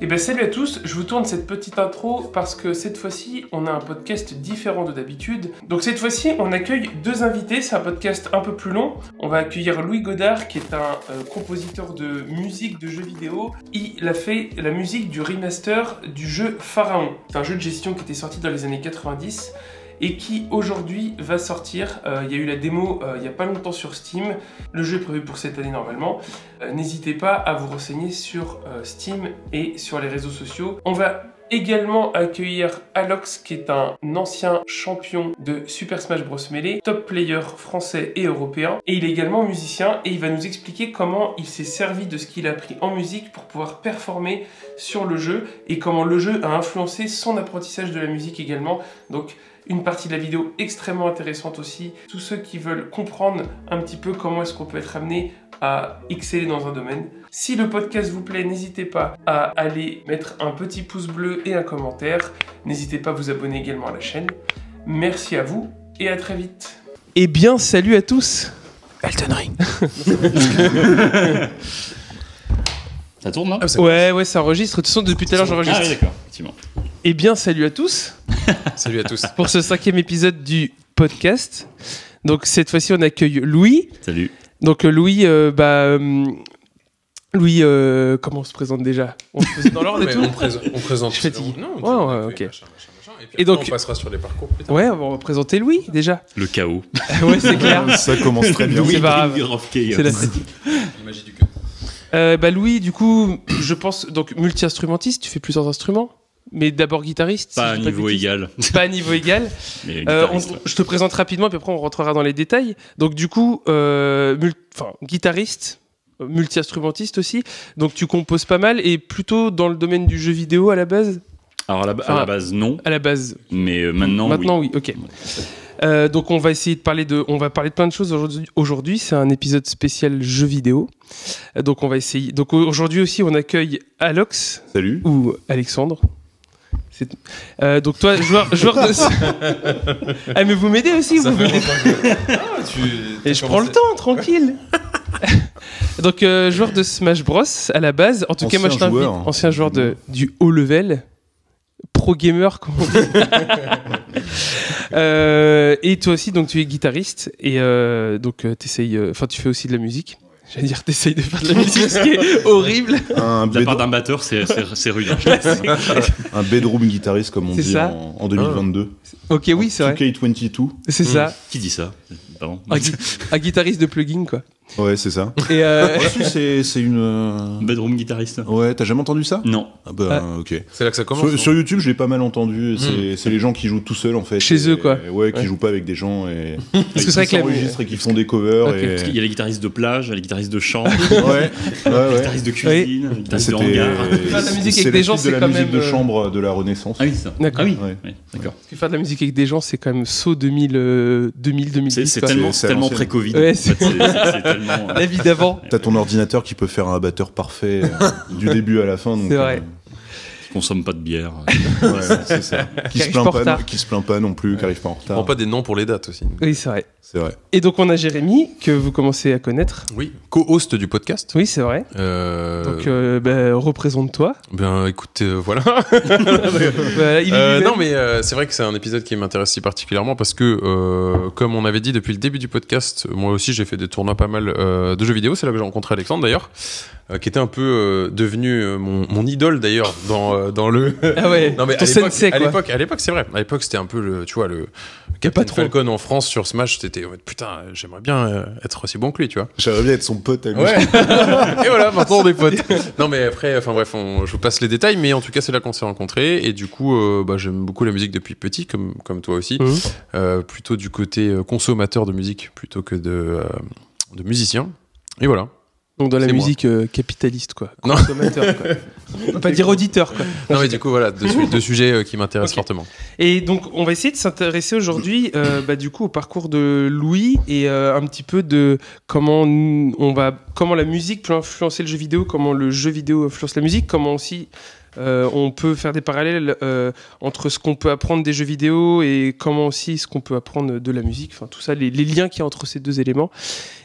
Eh bien salut à tous, je vous tourne cette petite intro parce que cette fois-ci on a un podcast différent de d'habitude. Donc cette fois-ci on accueille deux invités, c'est un podcast un peu plus long. On va accueillir Louis Godard qui est un euh, compositeur de musique de jeux vidéo. Il a fait la musique du remaster du jeu Pharaon. C'est un jeu de gestion qui était sorti dans les années 90 et qui aujourd'hui va sortir. Euh, Il y a eu la démo euh, il n'y a pas longtemps sur Steam. Le jeu est prévu pour cette année normalement. Euh, N'hésitez pas à vous renseigner sur euh, Steam et sur les réseaux sociaux. On va également accueillir Alox qui est un ancien champion de Super Smash Bros Melee, top player français et européen et il est également musicien et il va nous expliquer comment il s'est servi de ce qu'il a appris en musique pour pouvoir performer sur le jeu et comment le jeu a influencé son apprentissage de la musique également. Donc une partie de la vidéo extrêmement intéressante aussi. Tous ceux qui veulent comprendre un petit peu comment est-ce qu'on peut être amené à exceller dans un domaine. Si le podcast vous plaît, n'hésitez pas à aller mettre un petit pouce bleu et un commentaire. N'hésitez pas à vous abonner également à la chaîne. Merci à vous et à très vite. Eh bien, salut à tous. Elden Ring. Ça tourne, non Ouais, ouais, ça enregistre. De toute façon, depuis tout à l'heure, j'enregistre. Ah oui, d'accord, effectivement. Eh bien, salut à tous Salut à tous. pour ce cinquième épisode du podcast. Donc, cette fois-ci, on accueille Louis. Salut. Donc, euh, Louis, euh, bah. euh, Louis, euh, comment on se présente déjà On se présente dans l'ordre et Mais tout on, présente- on présente. Je suis fatigué. Non, on dit Ouais, ouais, on accueille, ok. machin, machin, machin, et puis Et après, donc- on passera sur les parcours. plus tard. Ouais, on va présenter Louis déjà. Le chaos. Ouais, c'est clair. Ça commence très bien. Oui. Ring pas of Chaos. C'est la- La magie du cœur. Euh, bah Louis, du coup, je pense donc multi-instrumentiste, tu fais plusieurs instruments, mais d'abord guitariste. si Pas je à dis de niveau bêtises. égal. Pas à niveau égal. Mais Euh, on- guitariste, ouais. je te présente rapidement, puis après on rentrera dans les détails. Donc du coup, euh, mul- enfin, guitariste, euh, multi-instrumentiste aussi. Donc tu composes pas mal et plutôt dans le domaine du jeu vidéo à la base. Alors à la, ba- à la Enfin, base, non. À la base. Mais euh, maintenant, Maintenant, oui. Ok. Euh, donc on va essayer de parler de, on va parler de plein de choses aujourd'hui. Aujourd'hui, c'est un épisode spécial jeux vidéo. Euh, Donc on va essayer. Donc au- aujourd'hui aussi, on accueille Alox Salut. ou Alexandre. C'est- Euh, donc toi, joueur, joueur de. ah mais vous m'aidez aussi, vous Ça fait m'aidez. longtemps que- Ah, tu- Et t'as je commencé- prends le temps, tranquille. donc euh, joueur de Smash Bros à la base. En tout cas, moi je Ancien t'invite, joueur. ancien joueur de du haut level, pro gamer. Comme on dit. Euh, et toi aussi, donc tu es guitariste et euh, donc euh, t'essayes. euh, Enfin, tu fais aussi de la musique. J'allais dire, t'essayes de faire de la musique, ce qui est horrible. Un, oui. De la part bedroom, d'un batteur, c'est c'est- c'est rude. un bedroom guitariste, comme on C'est dit ça. en, en 2022. Ok, oui, c'est vrai. 2K22. C'est Hmm. ça. Qui dit ça Pardon. Un, gui- un guitariste de plugin, quoi. Ouais, c'est ça. Et euh, Ouais, si, c'est c'est une. euh, Bedroom guitariste Oh. Ouais, t'as jamais entendu ça Non. Ah bah, ok. C'est là que ça commence. Sur, sur YouTube, je l'ai pas mal entendu. et C'est c'est les gens qui jouent tout seuls en fait. Hmm. Chez Et- eux, quoi. Ouais, qui Ouais. jouent pas avec des gens et. parce que c'est vrai qui que la- s'enregistrent et qui font des covers. Ok. et- Parce qu'il y a les guitaristes de plage, les guitaristes de champ, Ouais, ouais, les ouais. guitaristes de cuisine, les guitaristes de hangar. Faire de la musique avec c'est des la gens, suite de c'est la quand musique même, de euh, chambre de la Renaissance. Ah oui, c'est ça. D'accord. Ah oui, Ouais. oui, d'accord. parce que faire de la musique avec des gens, c'est quand même saut 2000, euh, 2000, 2010. C'est c'est quoi. tellement, c'est à tellement l'ancienne. pré-Covid. Ouais, en fait, c'est- c'est c'est tellement. euh, La vie d'avant. T'as ton ordinateur qui peut faire un batteur parfait euh, du début à la fin. donc, C'est vrai. Qui consomme pas de bière. euh, ouais, c'est ça. Qui se arrive pas en plaint pas, retard. non- qui se plaint pas non plus, qui arrive pas en retard. prend pas des noms pour les dates aussi. Oui, c'est vrai. C'est vrai. Et donc on a Jérémy, que vous commencez à connaître. Oui, co-host du podcast. Oui, c'est vrai. Euh, Donc euh, bah, représente-toi. Ben écoute, euh, voilà. Voilà, il est Euh, lui-même. non, mais euh, c'est vrai que c'est un épisode qui m'intéresse si particulièrement parce que, euh, comme on avait dit depuis le début du podcast, moi aussi j'ai fait des tournois pas mal euh, de jeux vidéo. C'est là que j'ai rencontré Alexandre d'ailleurs, euh, qui était un peu euh, devenu euh, mon, mon idole d'ailleurs dans, euh, dans le. Ah ouais, non, mais ton à l'époque- sensei, à quoi. l'époque, à l'époque, c'est vrai. À l'époque, c'était un peu le, tu vois, le Captain patron. Falcon en France sur Smash. C'était ouais, putain, j'aimerais bien euh, être aussi bon que lui, tu vois. J'aimerais bien être son pote à lui. Ouais. et voilà, maintenant on est potes. Non, mais après, enfin bref, on- je vous passe les détails, mais en tout cas, c'est là qu'on s'est rencontrés. Et du coup, euh, bah, j'aime beaucoup la musique depuis petit, comme, comme toi aussi. Mhm. Euh, plutôt du côté euh, consommateur de musique plutôt que de, euh, de musicien. Et voilà. Donc dans la C'est moi. musique euh, capitaliste, quoi. Non. Consommateur, quoi. On peut pas dire auditeur, quoi. Non, mais du coup, voilà, deux, su- deux sujets euh, qui m'intéressent Ok. fortement. Et donc on va essayer de s'intéresser aujourd'hui, euh, bah, du coup, au parcours de Louis et euh, un petit peu de comment nous- on va, comment la musique peut influencer le jeu vidéo, comment le jeu vidéo influence la musique, comment aussi. euh, on peut faire des parallèles euh, entre ce qu'on peut apprendre des jeux vidéo et comment aussi ce qu'on peut apprendre de la musique, enfin tout ça, les, les liens qu'il y a entre ces deux éléments.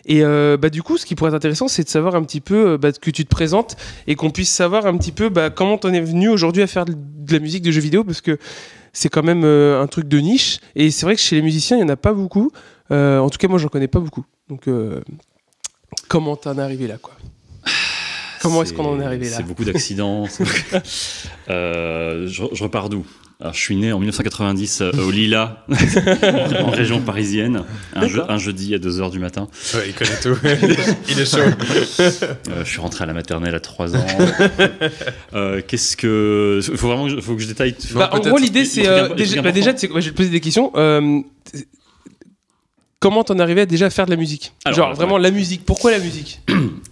Et euh, bah, du coup, ce qui pourrait être intéressant, c'est de savoir un petit peu euh, bah, que tu te présentes et qu'on puisse savoir un petit peu bah, bah, comment t'en es venu aujourd'hui à faire de la musique de jeux vidéo Parce que c'est quand même euh, un truc de niche. Et c'est vrai que chez les musiciens, il n'y en a pas beaucoup. Euh, en tout cas, moi, j'en connais pas beaucoup. Donc, euh, comment t'en es arrivé là, quoi Comment est-ce C'est- qu'on en est arrivé là C'est beaucoup d'accidents. c'est beaucoup- Euh, je, je repars d'où Alors, je suis né en 1990 euh, au Lila, en région parisienne, un, je- un jeudi à 2h du matin. Ouais, il connaît tout. il est chaud. Euh, je suis rentré à la maternelle à 3 ans. Euh, Qu'est-ce que. Il faut vraiment que je, faut que je détaille. Non, Bah, en peut-être. gros, l'idée, Il- il c'est. faut euh, bien- il faut déjà, bah, bien comprendre. déjà, tu sais quoi, je vais te poser des questions. Euh, t- comment t'en es arrivé à déjà faire de la musique Alors, Genre, ouais. vraiment, la musique. Pourquoi la musique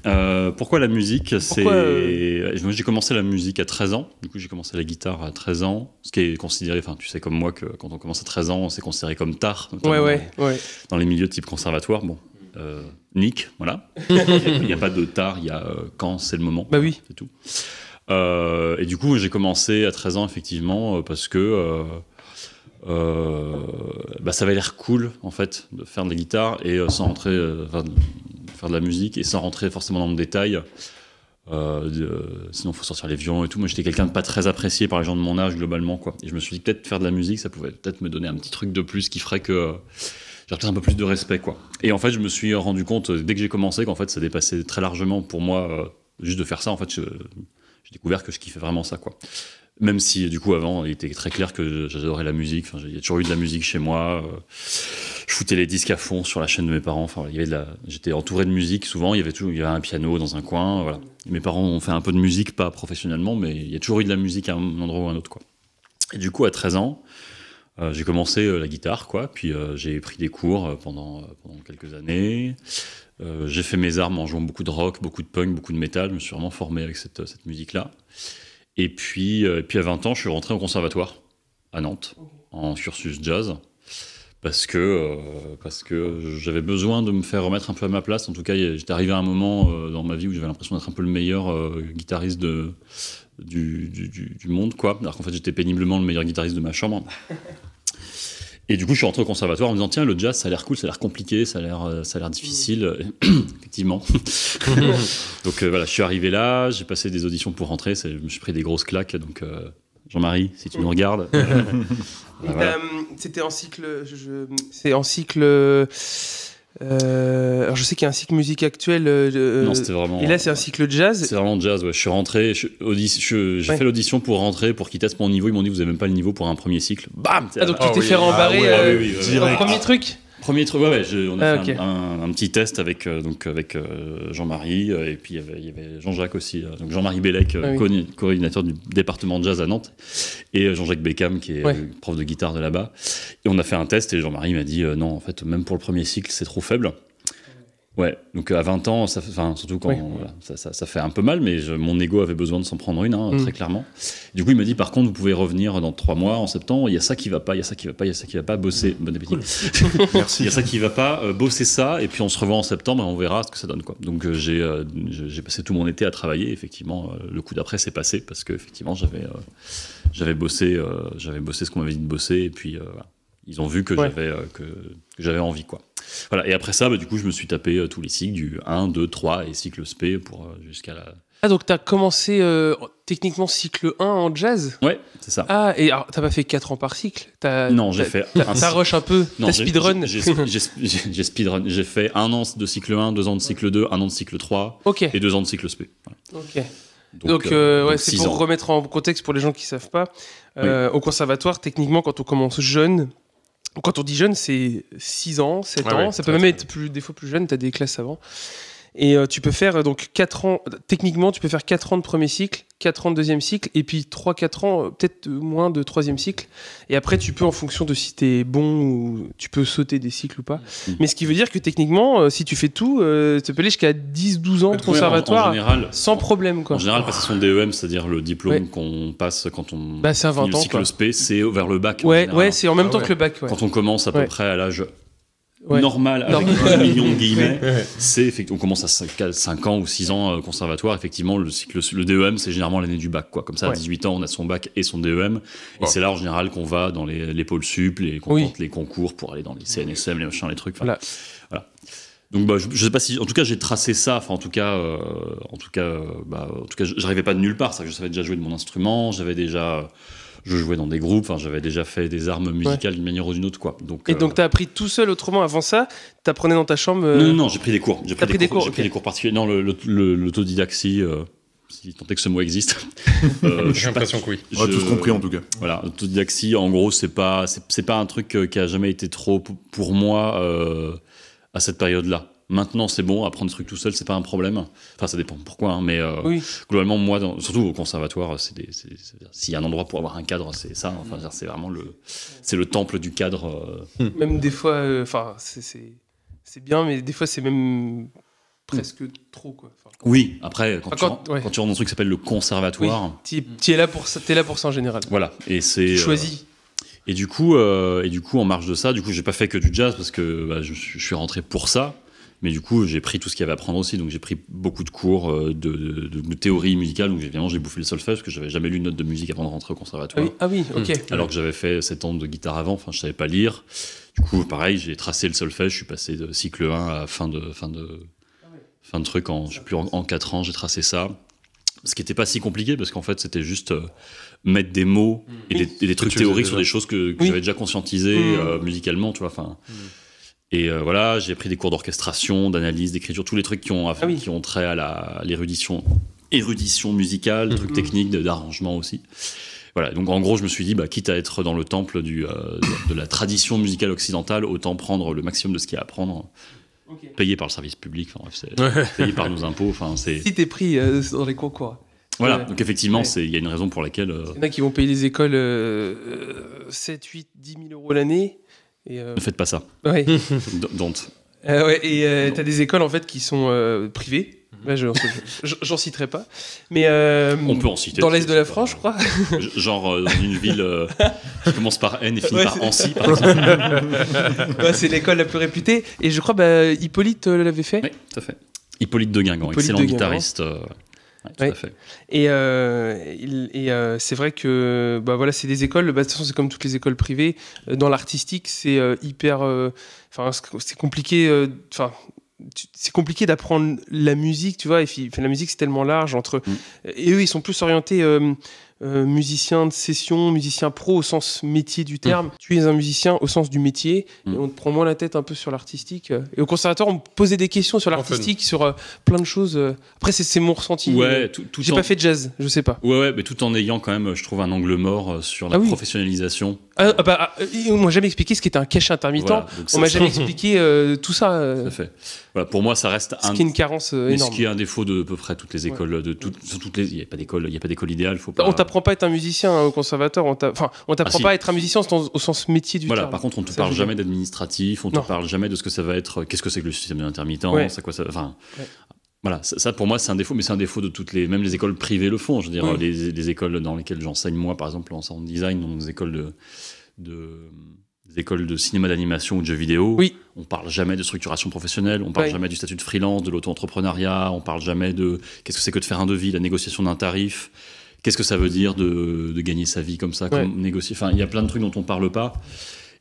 Euh, pourquoi la musique C'est euh, moi j'ai commencé la musique à 13 ans. Du coup j'ai commencé la guitare à 13 ans, ce qui est considéré. Enfin tu sais comme moi que quand on commence à 13 ans c'est considéré comme tard. notamment Ouais, ouais, ouais. Dans les milieux type conservatoire, bon, euh, nick, voilà. Il n'y a pas de tard, il y a euh, quand c'est le moment. Bah oui. C'est tout. Euh, et du coup, j'ai commencé à 13 ans, effectivement, euh, parce que euh, euh, bah, ça avait l'air cool, en fait, de faire de la guitare et euh, sans rentrer, euh, enfin, de faire de la musique et sans rentrer forcément dans le détail. Euh, de- sinon, il faut sortir les violons et tout. Moi, j'étais quelqu'un de pas très apprécié par les gens de mon âge, globalement. Quoi. Et je me suis dit, peut-être faire de la musique, ça pouvait peut-être me donner un petit truc de plus qui ferait que euh, j'aurais peut-être un peu plus de respect. Quoi. Et en fait, je me suis rendu compte, euh, dès que j'ai commencé, qu'en fait, ça dépassait très largement pour moi euh, juste de faire ça, en fait, je- j'ai découvert que je kiffais vraiment ça, quoi. Même si, du coup, avant, il était très clair que j'adorais la musique. Enfin, il y a toujours eu de la musique chez moi. Euh, Je foutais les disques à fond sur la chaîne de mes parents. Enfin, il y avait de la... j'étais entouré de musique souvent. Il y avait tout. Il y avait un piano dans un coin. Voilà. Mes parents ont fait un peu de musique, pas professionnellement, mais il y a toujours eu de la musique à un endroit ou à un autre, quoi. Et du coup, à 13 ans, euh, j'ai commencé euh, la guitare, quoi. Puis euh, j'ai pris des cours euh, pendant, euh, pendant quelques années. Euh, j'ai fait mes armes en jouant beaucoup de rock, beaucoup de punk, beaucoup de métal. Je me suis vraiment formé avec cette, cette musique-là. Et puis, euh, et puis à 20 ans, je suis rentré au conservatoire à Nantes en cursus jazz parce que, euh, parce que j'avais besoin de me faire remettre un peu à ma place. En tout cas, y- j'étais arrivé à un moment euh, dans ma vie où j'avais l'impression d'être un peu le meilleur euh, guitariste de, du, du- du- du monde, quoi. Alors qu'en fait, j'étais péniblement le meilleur guitariste de ma chambre. Et du coup, je suis rentré au conservatoire en me disant tiens, le jazz, ça a l'air cool, ça a l'air compliqué, ça a l'air, euh, ça a l'air difficile. Effectivement. donc euh, voilà, je suis arrivé là, j'ai passé des auditions pour rentrer, c'est- je me suis pris des grosses claques. Donc euh, Jean-Marie, si tu nous regardes. euh, Et voilà. t'as, hum, C'était en cycle. je- je- c'est en cycle. euh, euh, alors je sais qu'il y a un cycle musique actuelle. euh, de- Non, c'était vraiment. et là, c'est un cycle jazz. C'est vraiment jazz, ouais. Je suis rentré, je- audi- je- j'ai Ouais. fait l'audition pour rentrer, pour qu'ils testent mon niveau. Ils m'ont dit, vous avez même pas le niveau pour un premier cycle. Bam Ah, donc Ah, tu t'es oui. fait rembarrer. ouais, euh, oui, oui, ouais, ouais. dans le direct. premier truc Premier truc, ouais, ouais, je- on a Ah, fait ok. un, un- un petit test avec, euh, donc, avec euh, Jean-Marie, euh, et puis il y avait- il y avait Jean-Jacques aussi, euh, donc Jean-Marie Bellec, euh, Ah oui. coordin- coordinateur du département de jazz à Nantes, et euh, Jean-Jacques Beckham, qui est Ouais. euh, prof de guitare de là-bas. Et on a fait un test, et Jean-Marie m'a dit, euh, non, en fait, même pour le premier cycle, c'est trop faible. Ouais, donc euh, à 20 ans, ça, fait- enfin, surtout quand Oui. voilà, ça, ça- ça fait un peu mal, mais je- mon ego avait besoin de s'en prendre une, hein, Mm. très clairement. Du coup, il m'a dit, par contre, vous pouvez revenir dans trois mois, en septembre, il y a ça qui va pas, il y a ça qui va pas, il y a ça qui va pas, bosser. Mm. Bon appétit. Il y Merci. a ça qui va pas, euh, bosser ça, et puis on se revoit en septembre et on verra ce que ça donne. Quoi. Donc euh, j'ai euh, je- j'ai passé tout mon été à travailler, effectivement, euh, le coup d'après s'est passé, parce que effectivement j'avais euh, j'avais bossé, euh, j'avais bossé ce qu'on m'avait dit de bosser, et puis euh, voilà. ils ont vu que Ouais. j'avais euh, que, que j'avais envie. Quoi. Voilà. Et après ça, bah, du coup, je me suis tapé euh, tous les cycles du 1, 2, 3 et cycle SP pour euh, jusqu'à la... Ah, donc t'as commencé euh, techniquement cycle 1 en jazz Ouais, c'est ça. Ah, et alors t'as pas fait 4 ans par cycle T'as- non, j'ai Ah, t'as- fait T'as t'as cycle- rush un peu Non, T'as j'ai- speedrun j'ai- J'ai j'ai- j'ai- j'ai speedrun. J'ai fait un an de cycle 1, deux ans de cycle 2, un an de cycle 3 Ok, et deux ans de cycle SP. Voilà. ok. Donc, Donc, euh, euh, ouais, donc c'est six pour ans. remettre en contexte pour les gens qui savent pas. Euh, Au conservatoire, techniquement, quand on commence jeune, quand on dit jeune, c'est 6 ans, 7 Ouais, ans. ouais, ça peut très, même très être plus, des fois plus jeune, tu as des classes avant. Et euh, tu peux faire euh, donc 4 ans, techniquement, tu peux faire 4 ans de premier cycle, 4 ans de deuxième cycle, et puis 3-4 ans, euh, peut-être euh, moins de troisième cycle. Et après, tu peux, en fonction de si t'es bon ou tu peux sauter des cycles ou pas. Mhm. Mais ce qui veut dire que techniquement, euh, si tu fais tout, euh, tu peux aller jusqu'à 10-12 ans de Ouais, en, en conservatoire général, sans problème, en quoi. général, passer son DEM, c'est-à-dire le diplôme Ouais. qu'on passe quand on Bah, c'est à finit 20 le ans, cycle quoi. SP, c'est vers le bac. en Ouais, général. hein. ouais, c'est en même Ah temps ouais. que le bac, ouais. Quand on commence à peu Ouais. près à l'âge Ouais. normal, avec Non. 1 million de guillemets, c'est effectivement, on commence à 5, ans ou 6 ans euh, conservatoire, effectivement, le cycle, le DEM, c'est généralement l'année du bac, quoi. Comme ça, Ouais. à 18 ans, on a son bac et son DEM, et Wow. c'est là, en général, qu'on va dans les, les pôles sup, les, qu'on Oui. tente les concours pour aller dans les CNSM, les machins, les trucs. enfin, Voilà. voilà. Donc bah, je, je sais pas si, en tout cas j'ai tracé ça. Enfin en tout cas, euh, en tout cas, euh, bah, en tout cas, j- j'arrivais pas de nulle part. Ça, je savais déjà jouer de mon instrument. J'avais déjà, je jouais dans des groupes. Enfin j'avais déjà fait des armes musicales d'une manière ou d'une autre quoi. Donc, Et euh, donc, t'as appris tout seul autrement avant ça T'apprenais dans ta chambre euh, non, non, non, j'ai pris des cours. J'ai t'as pris, des cours, j'ai ok. pris des cours particuliers. Non, le- le- le- l'autodidaxie, euh, si tant est que ce mot existe. Euh, je suis J'ai pas- l'impression que oui. On a je- tous compris en tout cas. Voilà, autodidaxie, en gros, c'est pas, c'est, c'est pas un truc euh, qui a jamais été trop p- pour moi euh, à cette période-là. Maintenant, c'est bon, apprendre des trucs tout seul, c'est pas un problème. Enfin, ça dépend pourquoi, hein, mais euh, Oui. globalement, moi, dans- surtout au conservatoire, c'est des- c'est- c'est- s'il y a un endroit pour avoir un cadre, c'est ça. Enfin, c'est-à-dire, c'est vraiment le, c'est le temple du cadre. euh, Même des fois, euh, enfin, c'est- c'est c'est bien, mais des fois, c'est même presque trop, quoi. Enfin, Oui, après, quand, Ah, tu, quand- rentres- ouais. quand tu rentres dans un truc qui s'appelle le conservatoire, t'y- t'y es là pour ça, t'es là pour ça en général. voilà, et c'est. Tu euh, choisis. Et du coup, euh, et du coup, en marge de ça, du coup, j'ai pas fait que du jazz parce que bah, je, je suis rentré pour ça. Mais du coup, j'ai pris tout ce qu'il y avait à prendre aussi. Donc, j'ai pris beaucoup de cours euh, de, de- de- de théorie musicale. Donc, évidemment, j'ai bouffé le solfège parce que j'avais jamais lu une note de musique avant de rentrer au Ah conservatoire. oui, ah oui, ok. Hum. Alors que j'avais fait 7 ans de guitare avant. Enfin, je savais pas lire. Du coup, pareil, j'ai tracé le solfège. Je suis passé de cycle 1 à fin de fin de fin de truc en je sais plus en, 4 ans. J'ai tracé ça. Ce qui n'était pas si compliqué parce qu'en fait, c'était juste euh, mettre des mots et des, et des trucs tu faisais théoriques déjà. sur des choses que, que Oui. j'avais déjà conscientisées Mm. euh, musicalement, tu vois. Enfin. Et euh, voilà, j'ai pris des cours d'orchestration, d'analyse, d'écriture, tous les trucs qui ont, à- Ah oui. qui ont trait à la- à l'érudition érudition musicale, des trucs Mhm. techniques, de- d'arrangement aussi. Voilà, donc en gros, je me suis dit, bah, quitte à être dans le temple du, euh, de- de la tradition musicale occidentale, autant prendre le maximum de ce qu'il y a à prendre, Ok. payé par le service public, enfin, bref, Ah c'est- payé par nos impôts. Enfin, c'est Si t'es pris euh, dans les concours, voilà. ouais. Donc effectivement, Ouais. c'est il y a une raison pour laquelle euh, il y en a qui vont payer les écoles euh, euh, 7, 8, 10 000 euros l'année. Et, euh, ne faites pas ça. ouais. D- Don't. Euh, ouais, et euh, Non. Mhm. t'as des écoles en fait qui sont euh, privées. Ouais, je- je- J'en citerai pas. Mais euh, On peut en citer. dans l'est de la c'est pas- France, je crois. Genre euh, dans une ville euh, qui commence par N et finit Ouais, par c'est- Ancy, par exemple. Ouais, c'est l'école la plus réputée. Et je crois bah, Hippolyte euh, l'avait fait. Oui, tout à fait. Hippolyte de Guingamp, Hippolyte excellent de Guingamp. guitariste. euh, ouais, tout Oui. à fait. Et, euh, il- et, euh, c'est vrai que bah, voilà, c'est des écoles. bah, de toute façon, c'est comme toutes les écoles privées. Euh, Dans l'artistique, c'est euh, hyper. euh, Enfin, c'est- c'est compliqué. euh, Enfin. tu- c'est compliqué d'apprendre la musique, tu vois. Et puis, enfin, la musique, c'est tellement large entre. Mm. Et eux, ils sont plus orientés euh, euh, musiciens de session, musiciens pro au sens métier du terme. Tu es un musicien au sens du métier, et Mm. on te prend moins la tête un peu sur l'artistique. Et au conservatoire, on me posait des questions sur En l'artistique, sur euh, plein de choses. Après, c'est c'est mon ressenti. Ouais, tout, tout J'ai en... pas fait de jazz, je sais pas. Ouais, ouais, mais tout en ayant quand même, je trouve, un angle mort euh, sur la Ah oui. professionnalisation. Ah, ah, bah, ah, on m'a jamais expliqué ce qu'était un cache intermittent. Voilà, donc On ça- m'a jamais expliqué euh, tout ça, Tout euh, à fait. Voilà, pour moi, ça reste ce un. qui est une carence euh, mais ce énorme. qui est un défaut de à peu près toutes les écoles, euh, de toutes, sur toutes les, il n'y a pas d'école, il y a pas d'école idéale, faut pas. Bah, On t'apprend pas à être un musicien hein, au conservatoire, on t'a- enfin, on t'apprend Ah, si. pas à être un musicien au sens- au sens métier du Voilà, terme. par contre, on te Ça, parle je jamais d'administratif, on Non. te parle jamais de ce que ça va être, euh, qu'est-ce que c'est que le système de l'intermittence, Ouais. à quoi ça, enfin, Ouais. voilà, ça, ça, pour moi c'est un défaut, mais c'est un défaut de toutes les, même les écoles privées le font. Je veux dire, Oui. euh, les, les écoles dans lesquelles j'enseigne moi, par exemple en sound design, dans des écoles de, de- des écoles de cinéma d'animation ou de jeux vidéo, Oui. on parle jamais de structuration professionnelle, on parle Ouais. jamais du statut de freelance, de l'auto-entrepreneuriat, on parle jamais de qu'est-ce que c'est que de faire un devis, la négociation d'un tarif. Qu'est-ce que ça veut dire de, de gagner sa vie comme ça, Ouais. comme négocier Enfin, il y a plein de trucs dont on parle pas.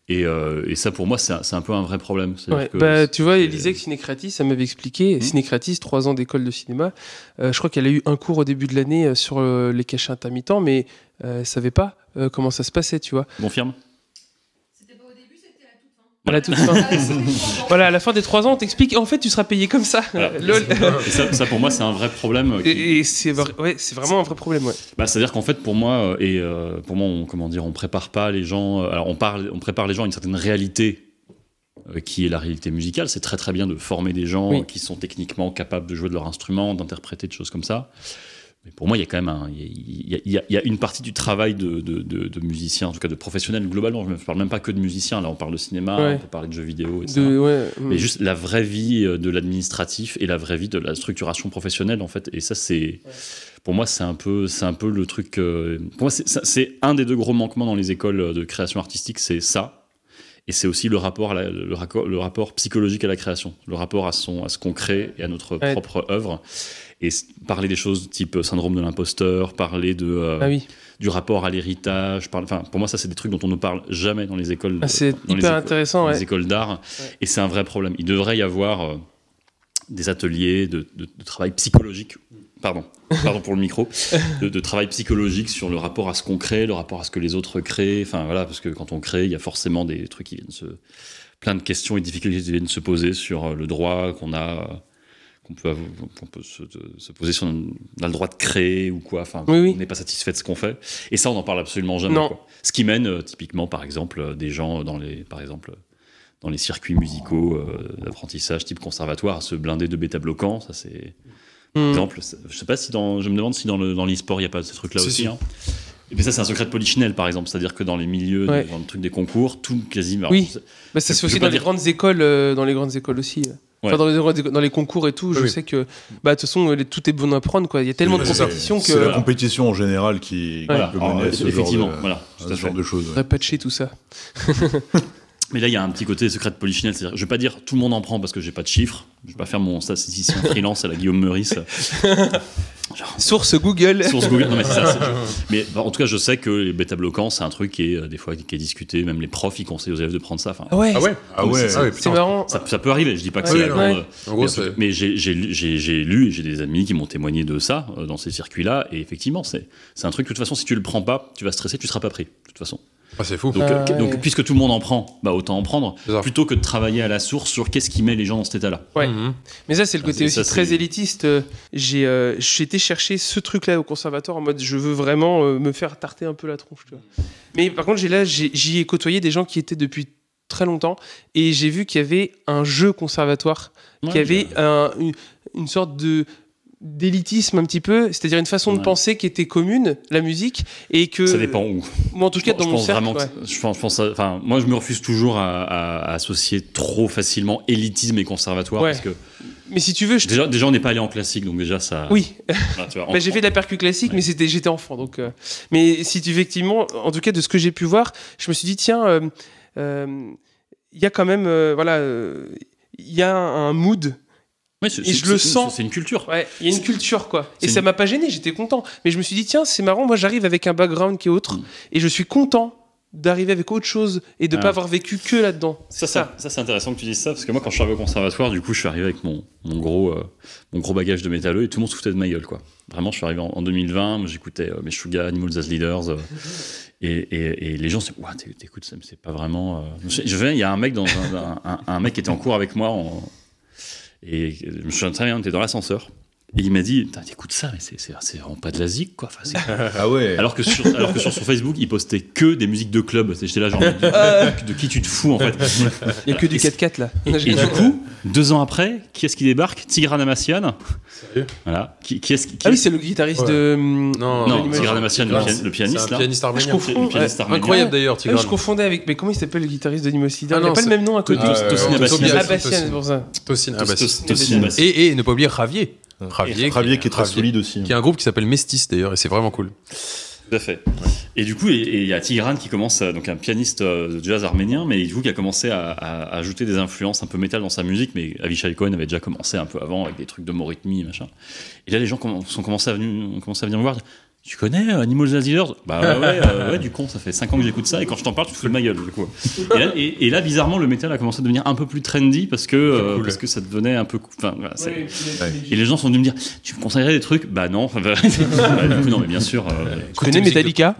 Et, euh, et ça, pour moi, c'est un, c'est un peu un vrai problème. C'est-à-dire Ouais, que bah, c'est- tu vois, Élisée Cinécratis, ça m'avait expliqué. Hmm. Cinécratis, trois ans d'école de cinéma. Euh, je crois qu'elle a eu un cours au début de l'année euh, sur euh, les cachets intermittents, mais euh, elle savait pas euh, comment ça se passait, tu vois. Confirme C'était pas au début, c'était à la toute fin. À la toute fin. voilà, à la fin des trois ans, on t'explique. En fait, tu seras payé comme ça. Voilà. euh, Lol. Et ça, ça, pour moi, c'est un vrai problème. qui- Et, et c'est vra- ouais, c'est vraiment un vrai problème. Ouais. Bah, c'est-à-dire qu'en fait, pour moi, euh, et euh, pour moi, on, comment dire, on prépare pas les gens. euh, Alors, on parle, on prépare les gens à une certaine réalité euh, qui est la réalité musicale. C'est très très bien de former des gens Oui. euh, qui sont techniquement capables de jouer de leur instrument, d'interpréter des choses comme ça. Mais pour moi, il y a quand même un, il y a- il y, a- il y a- il y a une partie du travail de, de, de- de musicien, en tout cas de professionnel globalement. Je ne parle même pas que de musicien. Là, on parle de cinéma, Ouais. on peut parler de jeux vidéo, etc. De, ouais, hmm. Mais juste la vraie vie euh, de l'administratif et la vraie vie de la structuration professionnelle, en fait. Et ça, c'est. Pour moi, c'est un, peu, c'est un peu le truc. euh, pour moi, c'est- c'est c'est un des deux gros manquements dans les écoles euh, de création artistique, c'est ça. Et c'est aussi le rapport, à la- le, racco- le rapport psychologique à la création, le rapport à, son, à ce qu'on crée et à notre Ouais. propre œuvre. Et s- parler des choses type euh, syndrome de l'imposteur, parler de, euh, Ah oui, du rapport à l'héritage. parle- Enfin, pour moi, ça, c'est des trucs dont on ne parle jamais dans les écoles. Ah, c'est dans les hyper écoles- intéressant. dans Ouais. les écoles d'art. Ouais. Et c'est un vrai problème. Il devrait y avoir, euh, des ateliers de, de- de travail psychologique. Pardon, pardon pour le micro. De, de travail psychologique sur le rapport à ce qu'on crée, le rapport à ce que les autres créent. Enfin voilà, parce que quand on crée, il y a forcément des trucs qui viennent se. plein de questions et difficultés qui viennent se poser sur euh, le droit qu'on a. euh, Qu'on peut, avoir- qu'on peut se, se poser sur on a le droit de créer ou quoi. Enfin, Oui, oui. on n'est pas satisfait de ce qu'on fait. Et ça, on n'en parle absolument jamais. Non. quoi. Ce qui mène, euh, typiquement, par exemple, euh, des gens dans les, par exemple, euh, dans les circuits musicaux euh, d'apprentissage type conservatoire à se blinder de bêta bloquants. Ça, c'est Hmm. exemple. ça- Je sais pas si dans, je me demande si dans le dans l'e-sport il y a pas ce truc là Si, aussi. si. hein. Et puis ça, c'est un secret de polichinelle, par exemple. C'est-à-dire que dans les milieux, Ouais. dans le truc des concours, tout quasiment. Oui. alors, Bah, ça se Je- je fait aussi veux dans pas les dire- grandes écoles, euh, dans les grandes écoles aussi. Enfin, Ouais. dans, les, grandes- dans les concours et tout, je Oui. sais que bah de toute façon, les- tout est bon à prendre quoi. Il y a tellement de C'est ça. compétition C'est la que Voilà. compétition en général qui, qui Voilà. peut alors, mener à ce Euh, Ah, effectivement, genre de, voilà. à tout à ce fait. genre de choses. ouais. faudrait patcher tout ça. Mais là, il y a un petit côté secret de polichinelle. C'est-à-dire, je vais pas dire tout le monde en prend parce que j'ai pas de chiffres. Je vais pas faire mon statisticien freelance à la Guillaume Meurice. Genre, Source Google. source Google. Non, mais c'est ça. c'est- Mais bah, en tout cas, je sais que les bêta bloquants, c'est un truc qui est euh, des fois qui est discuté. Même les profs, ils conseillent aux élèves de prendre ça. Enfin, Ah ouais. Ah ouais Ah ouais, Ah ouais, C'est putain. marrant. ça, ça peut arriver. Je dis pas que Ouais, c'est ouais, la ouais. grande- En gros, mais en tout c'est. cas- mais j'ai j'ai lu- j'ai- j'ai lu et j'ai des amis qui m'ont témoigné de ça euh, dans ces circuits-là. Et effectivement, c'est c'est un truc. De toute façon, si tu le prends pas, tu vas stresser, tu seras pas pris. De toute façon. Ah, c'est fou. Donc, Ah euh, que- ouais. donc, puisque tout le monde en prend, bah autant en prendre C'est ça. plutôt que de travailler à la source sur qu'est-ce qui met les gens dans cet état-là. Ouais. Mhm. Mais ça, c'est le Ah, côté c'est- aussi ça, très c'est- élitiste. Euh, J'ai euh, j'ai été chercher ce truc-là au conservatoire en mode je veux vraiment euh, me faire tarter un peu la tronche. tu vois. Mais par contre, j'ai là, j'ai- j'y ai côtoyé des gens qui étaient depuis très longtemps et j'ai vu qu'il y avait un jeu conservatoire, qu'il y Ouais, avait un- une, une sorte de d'élitisme un petit peu, c'est-à-dire une façon de Ouais. penser qui était commune, la musique, et que... Ça dépend où. Moi, en tout cas, Je dans pense mon cercle... vraiment que- ouais. je pense, je pense à- enfin, moi, je me refuse toujours à, à- à associer trop facilement élitisme et conservatoire Ouais. parce que Mais si tu veux, je... déjà, déjà, on n'est pas allé en classique, donc déjà ça. Oui, voilà, tu vois, en- Bah, j'ai fait de la percu classique, Ouais. mais c'était j'étais enfant. Donc, euh, mais si tu effectivement, en tout cas de ce que j'ai pu voir, je me suis dit tiens, euh, euh, il y a quand même euh, voilà, euh, il y a un mood. Ouais, c'est- et je c'est- le c'est- sens. C'est une culture. Ouais, il y a une culture quoi. Et C'est ça une- m'a pas gêné, j'étais content. Mais je me suis dit tiens, c'est marrant, moi j'arrive avec un background qui est autre, Mm. et je suis content d'arriver avec autre chose et de Ah. pas avoir vécu que là-dedans. Ça, ça, ça, c'est intéressant que tu dises ça, parce que moi, quand je suis arrivé au conservatoire, du coup, je suis arrivé avec mon, mon, gros, euh, mon gros bagage de métalleux et tout le monde se foutait de ma gueule, quoi. Vraiment, je suis arrivé en, en 2020, moi, j'écoutais euh, mes Suga, Animals as Leaders, euh, et, et, et les gens, c'est, ouah, t'é- t'écoutes ça, mais c'est pas vraiment. euh. Je, je viens, il y a un mec, dans un, un- un- un mec qui était en cours avec moi, en- et je me souviens très bien, on était dans l'ascenseur. Et il m'a dit, Putain, t'écoutes ça, mais c'est, c'est, c'est vraiment pas de la zik, quoi. Enfin, c'est- Ah ouais. alors que sur, alors que sur son Facebook, il postait que des musiques de club. J'étais là, genre, Euh. de qui tu te fous, en fait. Il y a que du Et 4x4 là. Non, je Et du rigole. coup, deux ans après, qui est-ce qui débarque Tigran Amassian. Sérieux Voilà. Qui, qui est-ce qui, qui ah oui, est- c'est le guitariste Ouais. de. hum, Non, de Non, l'image. Tigran Amassian, le, Non, pian- le C'est pianiste, un là. pianiste arménien. confonds, Le pianiste ouais. arménien. Incroyable d'ailleurs, Ah oui, je Tigran. confondais avec. Mais comment il s'appelle le guitariste de Nimocida Ah Il n'a non, pas le c'est- même nom à côté. Toby- Ah, Tosin euh, Abbassi. Toby Ah, Abbassi. Bastien, c'est pour ça. Tosin Tos- Abbassi. Tos- Tosin Abbassi. Et, et ne pas oublier Ravier. Ravier, Ravier qui est très solide aussi. hein. Qui est Mm. un groupe qui s'appelle Mestis d'ailleurs, et c'est vraiment cool. Tout à fait. Et du coup, et- et il y a Tigran qui commence, euh, donc un pianiste euh, de jazz arménien, mais du coup qui a commencé à, à- à ajouter des influences un peu métal dans sa musique, mais Avishai Cohen avait déjà commencé un peu avant avec des trucs de morythmie, machin. Et là, les gens comm- sont commencés à, venu- ont commencé à venir me voir. Tu connais euh, Animals as Leaders Bah ouais, ouais, euh, ouais, du con, ça fait 5 ans que j'écoute ça, et quand je t'en parle, tu te fous de ma gueule, du coup. Et là, et- et là, bizarrement, le métal a commencé à devenir un peu plus trendy parce que, euh, cool. parce que ça devenait un peu. cou- Enfin, voilà, c'est- Ouais. Et les gens sont venus me dire Tu me conseillerais des trucs Bah non. Bah, du coup, non, mais bien sûr. euh, Tu connais Metallica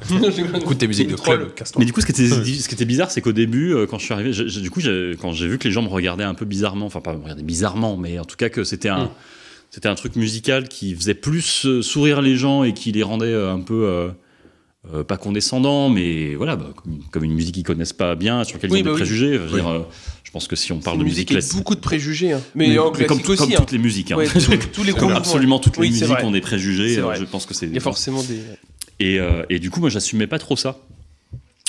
Écoute tes musiques de Troll. club. mais du coup, ce qui était, ce qui était bizarre, c'est qu'au début, euh, quand je suis arrivé, j'ai- j'ai- du coup, j'ai- quand j'ai vu que les gens me regardaient un peu bizarrement, enfin pas me regardaient bizarrement, mais en tout cas que c'était un, c'était un truc musical qui faisait plus euh, sourire les gens et qui les rendait euh, un peu euh, euh, pas condescendants, mais voilà, bah, comme, comme une musique qu'ils connaissent pas bien, sur laquelle Oui, ils ont bah des oui. préjugés. Je, veux dire, euh, je pense que si on parle de Une musique qui a classique, beaucoup de préjugés. hein. Mais, en classique comme, tout- comme aussi. hein. toutes les musiques, hein. Ouais, tous- tous les groupes. absolument toutes Oui, les c'est musiques vrai. ont des préjugés. C'est euh, vrai. Je pense que c'est Il y a forcément des. et, euh, et du coup, moi, j'assumais pas trop ça.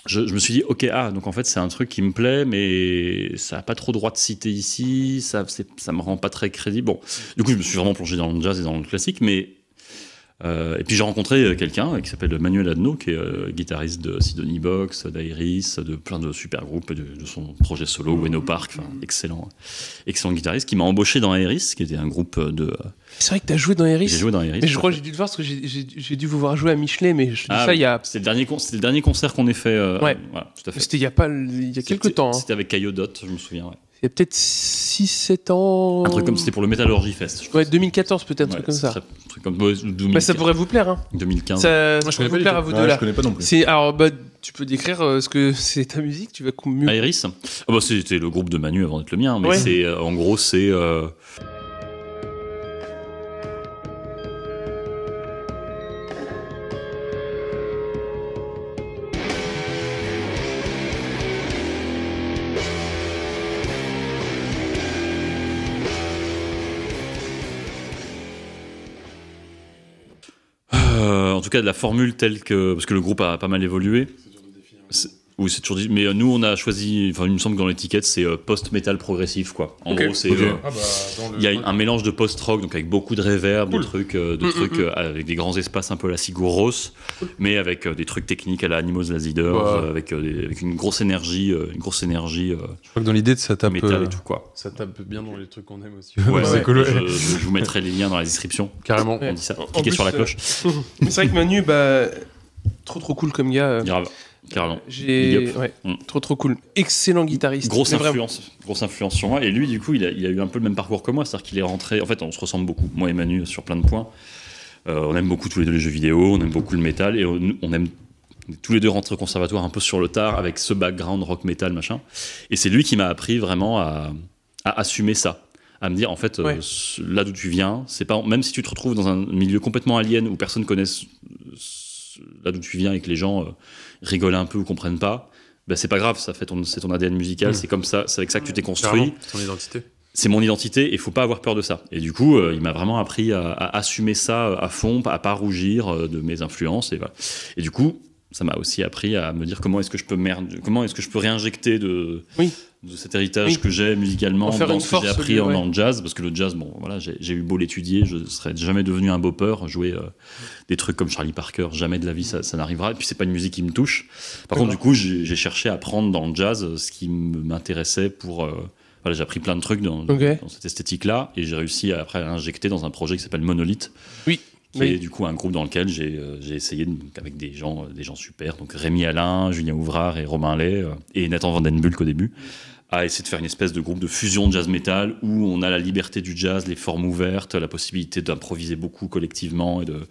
Je, je me suis dit, ok, ah, donc en fait, c'est un truc qui me plaît, mais ça n'a pas trop droit de citer ici, ça, c'est- ça me rend pas très crédible. Bon, du coup, je me suis vraiment plongé dans le jazz et dans le classique, mais. euh, et puis j'ai rencontré euh, quelqu'un qui s'appelle Manuel Adno, qui est euh, guitariste de Sidonie Box, d'Airis, de plein de super groupes, de, de son projet solo, Weno Park, enfin, excellent, excellent guitariste, qui m'a embauché dans Airis, qui était un groupe de. euh, C'est vrai que t'as joué dans Eris. j'ai joué dans Airis. Mais je crois que j'ai dû le voir parce que j'ai- j'ai j'ai dû vous voir jouer à Michelet, mais je te dis Ah, ça il y a. C'était le dernier, con- c'était le dernier concert qu'on ait fait. euh, Ouais. voilà, tout à fait. C'était il y a pas. Il y a quelques C'était- temps. hein. C'était avec Caillot Dot, je me souviens. ouais. il y a peut-être 6-7 ans. Un truc comme c'était pour le Metallurgy Fest. je crois. Oh. Ouais, 2014 peut-être, un Ouais, truc comme ce ça. serait Un truc comme ouais, ou 2000 Bah, ça pourrait vous plaire, hein. 2015. Ça, ça Moi, je pourrait connais pas vous du plaire tout. à vous deux Ouais, là. je connais pas non plus. C'est alors bah tu peux décrire euh, ce que c'est ta musique, tu vas cou- mieux. Iris Ah bah, C'était le groupe de Manu avant d'être le mien, mais Ouais. c'est, euh, en gros, c'est. euh, Euh, en tout cas, de la formule telle que. Parce que le groupe a pas mal évolué. C'est- Oui, c'est toujours dit. Mais euh, nous, on a choisi. Enfin, il me semble que dans l'étiquette, c'est euh, post-metal progressif, quoi. En Ok. gros, c'est. Ok. euh, Ah bah, dans le- il y a un mélange de post-rock, donc avec beaucoup de reverb, de Cool. trucs, euh, de Mm, trucs mm, euh, avec des grands espaces un peu à la Sigouros, mais avec euh, des trucs techniques à la Animos Lazider, Ouais. avec, euh, des- avec une grosse énergie, euh, une grosse énergie euh, Je crois que dans l'idée, ça tape, métal euh, et tout quoi. ça tape bien dans les trucs qu'on aime aussi. Ouais, c'est cool. Je, je- je vous mettrai les liens dans la description. Carrément. Ouais. On dit ça. En- en Cliquez plus, sur la euh, cloche. Mais c'est vrai que Manu bah trop trop cool comme gars. euh, Grave. Carrément. J'ai Big up. ouais, Mm. trop trop cool, excellent guitariste. Grosse mais vraiment. influence, grosse influence sur moi. Et lui, du coup, il a, il a eu un peu le même parcours que moi, c'est-à-dire qu'il est rentré. En fait, on se ressemble beaucoup, moi et Manu, sur plein de points. Euh, on aime beaucoup tous les deux les jeux vidéo, on aime beaucoup le métal, et on, on aime on est tous les deux rentrés au conservatoire un peu sur le tard avec ce background rock métal machin. Et c'est lui qui m'a appris vraiment à, à assumer ça, à me dire en fait euh, Ouais. ce- là d'où tu viens, c'est pas même si tu te retrouves dans un milieu complètement alien où personne connaît ce- ce- là d'où tu viens et que les gens euh, rigolent un peu ou comprennent pas. bah, c'est pas grave, ça fait ton, c'est ton ADN musical, Mm. c'est comme ça, c'est avec ça que tu t'es construit Carrément, Son identité. c'est mon identité et faut pas avoir peur de ça. Et du coup, euh, il m'a vraiment appris à, à assumer ça euh, à fond, à pas rougir euh, de mes influences et voilà. Et du coup, ça m'a aussi appris à me dire comment est-ce que je peux merde, comment est-ce que je peux réinjecter de, Oui. de cet héritage Oui. que j'ai musicalement En faire dans une ce que force, j'ai appris lui, en, ouais. en jazz parce que le jazz, bon voilà, j'ai j'ai eu beau l'étudier, je serais jamais devenu un bopper, jouer euh, des trucs comme Charlie Parker, jamais de la vie ça, ça n'arrivera. Et puis c'est pas une musique qui me touche. Par contre, du coup, j'ai j'ai cherché à prendre dans le jazz euh, ce qui m- m'intéressait pour euh, voilà, j'ai appris plein de trucs dans, Ok. dans cette esthétique-là et j'ai réussi à, après à injecter dans un projet qui s'appelle Monolith. Oui, Qui oui. est du coup un groupe dans lequel j'ai euh, j'ai essayé de- donc, avec des gens, euh, des gens super, donc Rémi Alain, Julien Ouvrard et Romain Lay euh, et Nathan Vandenbulk au début, à essayer de faire une espèce de groupe de fusion de jazz metal où on a la liberté du jazz, les formes ouvertes, la possibilité d'improviser beaucoup collectivement et de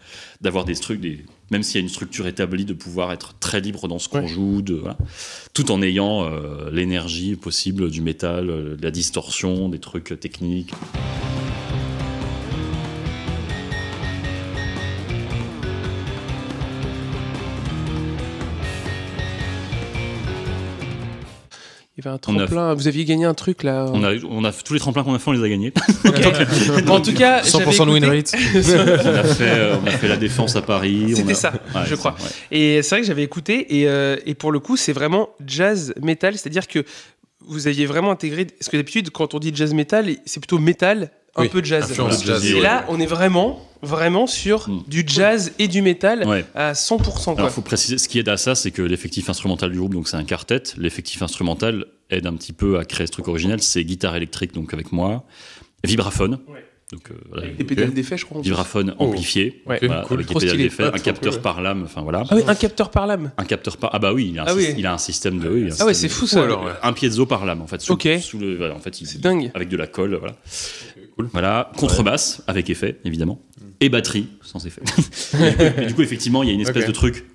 d'avoir des trucs, des, même s'il y a une structure établie, de pouvoir être très libre dans ce qu'on Ouais. joue, de, voilà. tout en ayant euh, l'énergie possible du métal, euh, de la distorsion, des trucs techniques. Il y avait un On a- tremplin. Vous aviez gagné un truc là. On a, on a tous les tremplins qu'on a fait, on les a gagnés. En tout Ah, cas, 100% de j'avais win écouté- rate. on, a fait, euh, on a fait la défense à Paris. on C'était a- ça, Ouais, je c'est- crois. ouais. Et c'est vrai que j'avais écouté, et, euh, et pour le coup, c'est vraiment jazz metal, c'est-à-dire que vous aviez vraiment intégré. Parce que d'habitude, quand on dit jazz metal, c'est plutôt metal, un Oui, peu jazz. influence Voilà. jazz. Et là, on est vraiment, vraiment sur Mm. du jazz et du métal Ouais. à 100%. Alors, Quoi. faut préciser, ce qui aide à ça, c'est que l'effectif instrumental du groupe, donc c'est un quartet, l'effectif instrumental aide un petit peu à créer ce truc original. C'est guitare électrique, donc avec moi, vibraphone, Ouais. donc euh, voilà, Des pédales d'effet, je crois. en plus. vibraphone Oh. amplifié, Ouais. voilà, Cool. avec des Trop pédales stylé. d'effet, Ouais, un trop capteur cool. par lame, enfin voilà, Ah oui, un capteur par lame. un capteur par. Ah bah oui, il a un, Ah oui. syst- il a un système de. oui, il a un Ah ouais, c'est système fou ça. alors, ouais. de- Un piezo par lame en fait. Sous, Ok. sous le, voilà, en fait, il- C'est dingue. avec de la colle, voilà. Voilà, contrebasse avec effet, évidemment, Mm. et batterie sans effet. Mais du coup- mais du coup, effectivement, il y a une espèce Ok. de truc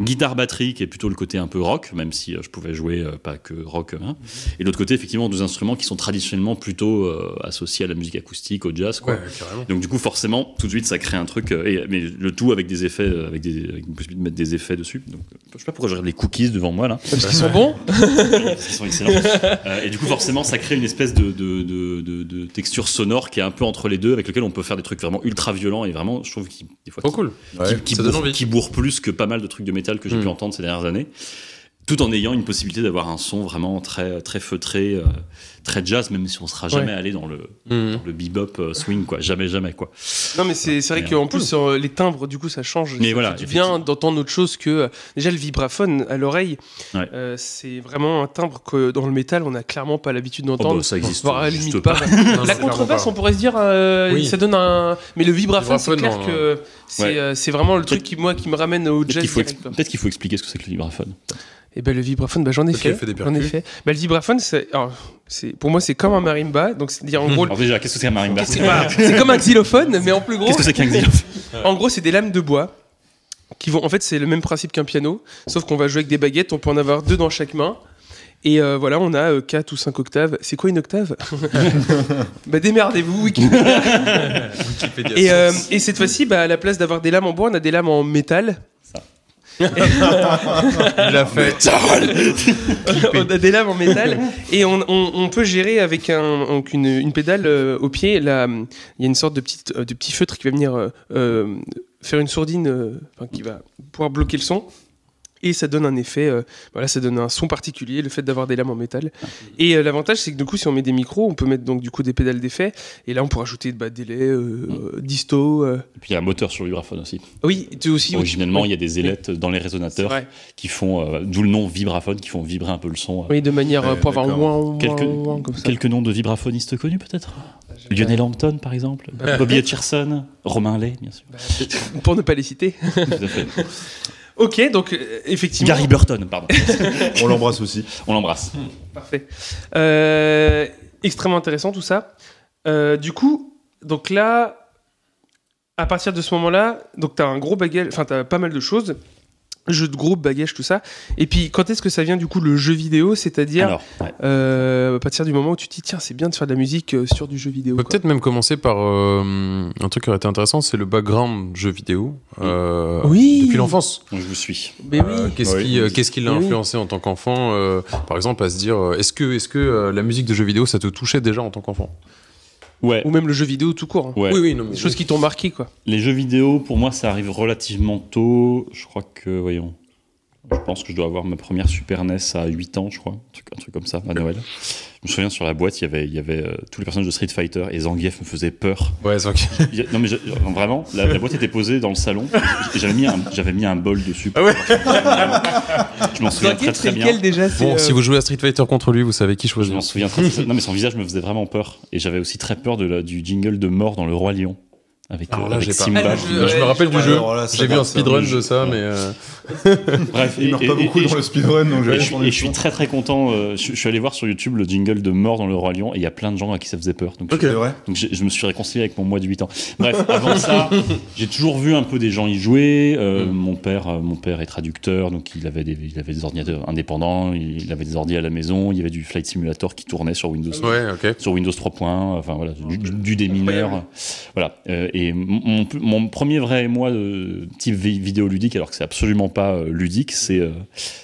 guitare-batterie qui est plutôt le côté un peu rock, même si euh, je pouvais jouer euh, pas que rock. hein. Mm-hmm. Et de l'autre côté, effectivement, deux instruments qui sont traditionnellement plutôt euh, associés à la musique acoustique, au jazz, quoi. Ouais, carrément. Donc du coup forcément tout de suite ça crée un truc euh, et, mais le tout avec des effets euh, avec, des, avec une possibilité de mettre des effets dessus. Donc euh, je sais pas pourquoi je regarde les cookies devant moi là. Parce qu'ils sont bons. Ils sont excellents. Euh, et du coup, forcément, ça crée une espèce de, de, de- de- de texture sonore qui est un peu entre les deux, avec lequel on peut faire des trucs vraiment ultra violents et vraiment, je trouve qu'il des fois, Trop cool. qui, Ouais. qui ça donne bourre, envie. qui bourre plus que pas mal de trucs de métal que j'ai Mm. pu entendre ces dernières années, tout en ayant une possibilité d'avoir un son vraiment très très feutré, euh, très jazz, même si on sera jamais allé dans le dans le bebop euh, swing quoi, jamais jamais quoi. Non, mais c'est c'est vrai Mais, qu'en plus, euh, les timbres, du coup, ça change. Mais Ça voilà, fait du bien effectivement. d'entendre autre chose que. euh, Déjà, le vibraphone à l'oreille, Ouais. euh, c'est vraiment un timbre que dans le métal, on n'a clairement pas l'habitude Oh, d'entendre. bah, ça existe, voire à la juste limite pas. pas. Non, La c'est contrebasse, on clairement pourrait se dire, euh, Oui. ça donne un. Mais le vibraphone, c'est clair Vibraphone, non, que c'est Ouais. euh, c'est vraiment le truc qui, moi, qui me ramène au Peut-être jazz qu'il faut, direct, ex- quoi. peut-être qu'il faut expliquer ce que c'est que le vibraphone. Et ben le vibraphone, bah, j'en ai Ok, fait. fais des J'en ai percus. fait. Bah, le vibraphone, c'est, alors, c'est, pour moi, c'est comme un marimba. Donc, c'est-à-dire, en gros, le- Alors déjà, qu'est-ce que c'est un marimba c'est pas- c'est comme un xylophone, mais en plus gros. Qu'est-ce que c'est qu'un xylophone En gros, c'est des lames de bois. Qui vont, en fait, c'est le même principe qu'un piano, sauf qu'on va jouer avec des baguettes. On peut en avoir deux dans chaque main. Et euh, voilà, on a 4 ou 5 octaves. C'est quoi une octave Bah démerdez-vous, Wikipédia. Et, euh, et cette fois-ci, bah, à la place d'avoir des lames en bois, on a des lames en métal. il l'a fait. on a des lames en métal. et on, on- on peut gérer avec un, donc une, une pédale euh, au pied. Là, hum, il y a une sorte de, petite, euh, de petit feutre qui va venir euh, euh, faire une sourdine, euh, enfin, qui va pouvoir bloquer le son. Et ça donne un effet, euh, voilà, ça donne un son particulier, le fait d'avoir des lames en métal. Et euh, l'avantage, c'est que du coup, si on met des micros, on peut mettre donc du coup des pédales d'effet. Et là, on peut rajouter bah, des délais, Mmh. euh, euh, disto. euh, Et puis il y a un moteur sur le vibraphone aussi. Oui, tu aussi. oui. Originellement, il y a des ailettes dans les C'est résonateurs vrai. qui font, euh, d'où le nom vibraphone, qui font vibrer un peu le son. euh. Oui, de manière euh, Ouais, pour avoir un d'accord. ouin, ouin, Quelques, ouin, comme ça. quelques noms de vibraphonistes connus peut-être Lionel Hampton par exemple, Bah, Bobby Hutcherson, Romain Lay bien sûr. Pour ne pas les citer. Tout à fait. Ok, donc euh, effectivement. Gary Burton, pardon. On l'embrasse aussi. On l'embrasse. Parfait. Euh, extrêmement intéressant tout ça. Euh, du coup, donc là, à partir de ce moment-là, donc t'as un gros bagage, enfin t'as pas mal de choses, jeux de groupe, bagage, tout ça. Et puis, quand est-ce que ça vient du coup le jeu vidéo, c'est-à-dire Alors, ouais. euh, à partir du moment où tu te dis tiens, c'est bien de faire de la musique euh, sur du jeu vidéo. On peut quoi. Bah, peut-être même commencer par euh, un truc qui aurait été intéressant, c'est le background jeu vidéo. euh, Oui. Depuis l'enfance. Donc, je vous suis. Mais oui. Euh, qu'est-ce Oui. qui, euh, qu'est-ce qui l'a Oui. influencé en tant qu'enfant euh, Par exemple, à se dire, euh, est-ce que, est-ce que euh, la musique de jeux vidéo, ça te touchait déjà en tant qu'enfant Ouais. Ou même le jeu vidéo tout court. hein. ouais. oui, non, mais Des choses qui t'ont marqué quoi. Les jeux vidéo, pour moi, ça arrive relativement tôt. Je crois que, voyons, je pense que je dois avoir ma première Super NES à 8 ans, je crois. Un truc, un truc comme ça, à Noël. Je me souviens, sur la boîte, il y avait, il y avait euh, tous les personnages de Street Fighter et Zangief me faisait peur. Ouais, c'est ok. Il y a- Non, mais je- non, vraiment, la, la boîte était posée dans le salon. J'avais mis un, j'avais mis un bol dessus. Ah ouais Je m'en souviens très très bien. déjà Bon, si vous jouez à Street Fighter contre lui, vous savez qui Je choisir. m'en souviens très, très- Non, mais son visage me faisait vraiment peur. Et j'avais aussi très peur de la- du jingle de mort dans Le Roi Lion. Avec, Alors euh, là, avec j'ai pas- Simba. Ah, le qui jeu, marche. je Ouais, me rappelle du ouais, jeu. alors là, ça J'ai vu va, un ça, speedrun le jeu. de ça, mais. Ouais. euh, Bref, Il et- meurt et- pas et- beaucoup et dans je- le speedrun, donc Et j'avais je, et je suis très très content. euh, Je, je suis allé voir sur YouTube le jingle de mort dans le roi lion et il y a plein de gens à qui ça faisait peur. Donc, C'est vrai. je, donc j'ai- je me suis réconcilié avec mon moi de 8 ans. Bref, avant ça, j'ai toujours vu un peu des gens y jouer. Euh, Mon père, euh, mon père est traducteur, donc il avait des, il avait des ordinateurs indépendants, il, il avait des ordi à la maison, il y avait du Flight Simulator qui tournait sur Windows Ouais, ok. sur Windows 3.1, enfin voilà, du, du- du démineur. Voilà. Euh, et mon- mon, plus- mon premier vrai moi de type vi- vidéoludique, alors que c'est absolument pas euh, ludique, c'est, euh,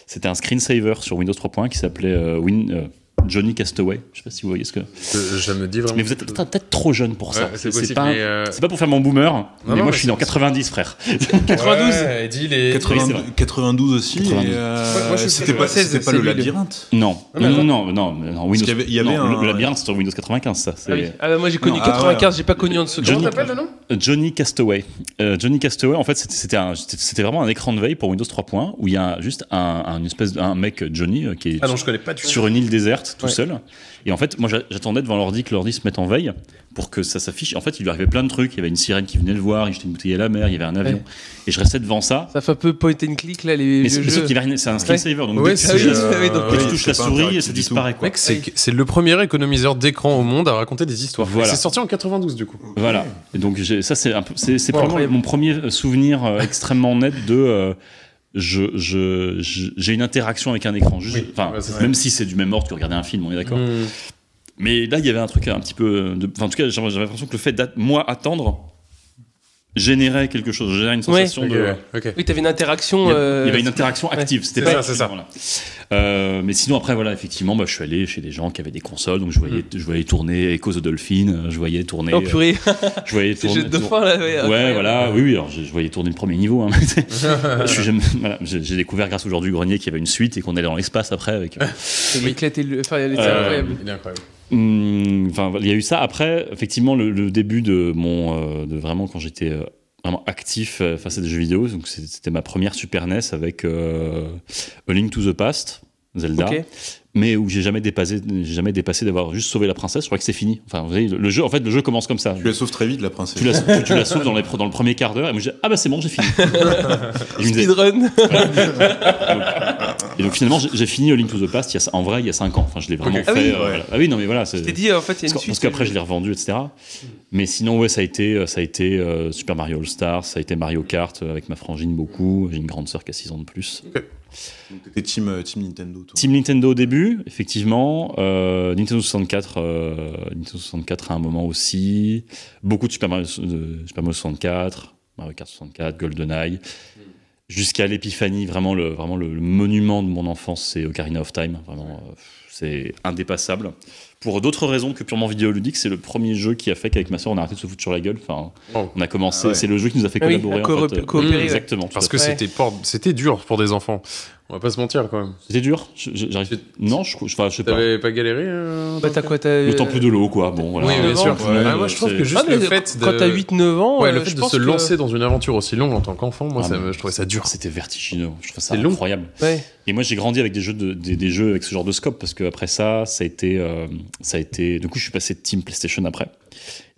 c'était un screensaver sur Windows 3.1 qui s'appelait euh, Win- euh, Johnny Castaway. Je sais pas si vous voyez ce que. Je, je me dis vraiment. Mais vous êtes peut-être peut-être trop jeune pour ça. Ouais, c'est, c'est possible, pas, mais, euh, c'est pas pour faire mon boomer, mais non, moi mais je suis c'est- dans 90, frère. 92. Ouais, Eddie, les- 92, c'est vrai. 92 aussi. 92. et, euh, Ouais, moi, je suis c'était pas, 96, c'était pas le c'est lui, le- labyrinthe. Non, Ah, mais non, non, non, non, Windows. qu'il y avait- il y avait non, le- un- le labyrinthe, c'est sur Windows 95, ça. C'est... Ah, oui. Ah, bah, moi j'ai connu Non, ah, 95, j'ai pas connu en dessous. Johnny- Comment t'appelles le nom Johnny Castaway. Euh, Johnny Castaway, en fait, c'était- c'était un- c'était c'était vraiment un écran de veille pour Windows 3.1 où il y a juste un, un espèce de- un mec Johnny euh, qui est Ah non, je connais pas du tout. sur une île déserte tout Ouais. seul. Et en fait, moi, j'a- j'attendais devant l'ordi que l'ordi se mette en veille pour que ça s'affiche. En fait, il lui arrivait plein de trucs. Il y avait une sirène qui venait le voir, il jetait une bouteille à la mer, il y avait un avion. Ouais. Et je restais devant ça. Ça fait un peu point and click là, les Mais vieux c'est mais jeux. sauf qu'il y avait rien- c'est un screensaver. Donc Ouais, dès que ça, tu- euh, oui, dès ça, oui, donc- que tu euh, oui, touches c'est la pas souris, interactif ça du tout. disparaît. Quoi. Mec, c'est c'est le premier économiseur d'écran au monde à raconter des histoires. Voilà. Et C'est sorti en 92 du coup. Voilà. Et donc j'ai- ça c'est un peu- c'est c'est Bon, probablement après- mon premier souvenir euh, extrêmement net de euh, je je- je- j'ai une interaction avec un écran. Juste- Oui, Enfin, ouais, c'est ça. même si c'est du même ordre que regarder un film, on est d'accord. Hmm. Mais là il y avait un truc un petit peu. euh, De... Enfin, en tout cas, j'avais j'avais l'impression que le fait de moi attendre générait quelque chose, générait une Ouais. sensation Ok, de. ouais, ok. Oui, t'avais une interaction. Il y, a- euh, il y avait une interaction active, c'était c'est pas ça, c'est ça. voilà. Euh, mais sinon après voilà, effectivement, bah, je suis allé chez des gens qui avaient des consoles, donc je voyais, Mm. je voyais tourner Echo the Dolphin, euh, je voyais tourner, Oh euh, purée, je voyais c'est tourner. jeu de dauphin là. Ouais, Ouais, incroyable. voilà, oui, oui, alors je, je voyais tourner le premier niveau. hein, mais c'est- je suis jamais- voilà, J'ai j'ai découvert grâce au jour du grenier qu'il y avait une suite et qu'on allait dans l'espace après. Avec, Il m'a éclaté le. Enfin, elle était Euh, incroyable. Il est incroyable. Hum, Enfin, il y a eu ça. Après, effectivement, le, le début de mon. euh, de vraiment quand j'étais euh, vraiment actif euh, face à des jeux vidéo, donc c'est- c'était ma première Super NES avec euh, A Link to the Past, Zelda. Ok. mais où j'ai jamais dépassé, j'ai jamais dépassé d'avoir juste sauvé la princesse. Je crois que c'est fini. Enfin, vous voyez, le, le jeu, en fait, le jeu commence comme ça. Tu la sauves très vite, la princesse. Tu la, tu, tu la sauves dans, les, pro- dans le premier quart d'heure et moi je dis ah bah c'est bon j'ai fini. Et je me disais, Speedrun. Et donc finalement, j'ai- j'ai fini A Link to the Past il y a c- en vrai il y a 5 ans. Enfin, je l'ai vraiment Ok. fait. Ah oui. euh, voilà. Ah oui, non, mais voilà. c'est- Je t'ai dit, en fait, il y a une Parce qu'en- suite. parce qu'après, je l'ai revendu, etc. Mais sinon, ouais, ça a été, euh, ça a été euh, Super Mario All-Star, ça a été Mario Kart euh, avec ma frangine beaucoup. J'ai une grande sœur qui a 6 ans de plus. Donc, T'étais team, euh, team Nintendo, toi. Team Nintendo au début, effectivement. Euh, Nintendo 64, euh, Nintendo 64 à un moment aussi. Beaucoup de Super Mario, de Super Mario 64, Mario Kart 64, Hmm. GoldenEye. Jusqu'à l'épiphanie, vraiment le, vraiment le, le monument de mon enfance, c'est Ocarina of Time. Vraiment, euh, pff, c'est indépassable. Pour d'autres raisons que purement vidéoludique, c'est le premier jeu qui a fait qu'avec ma soeur, on a arrêté de se foutre sur la gueule. Enfin, Oh. on a commencé. Ah ouais. C'est le jeu qui nous a fait Ah oui, collaborer. à en coop- fait. Euh, coopérer, ouais. Exactement. tout à Parce fait. que Ouais. c'était por- c'était dur pour des enfants. On va pas se mentir quand même. c'était dur. Je- je- j'arrive- Non, je, je, enfin, je sais pas. T'avais pas galéré euh, Bah, t'as quoi t'as, Le temple de l'eau, quoi. Bon, voilà. Oui, bien Neuf sûr. ans, Ouais, ouais, moi, je trouve c'est- que juste Ah, mais le fait de. Quand t'as 8-9 ans. Ouais, euh, le fait je de pense se que- lancer dans une aventure aussi longue en tant qu'enfant, moi, Ah, ça mais me- je trouvais ça dur. C'était vertigineux. Je trouve ça C'est long. incroyable. Ouais. Et moi, j'ai grandi avec des jeux, de- des, des jeux avec ce genre de scope parce que après ça, ça a été, euh, ça a été. Du coup, je suis passé de Team PlayStation après.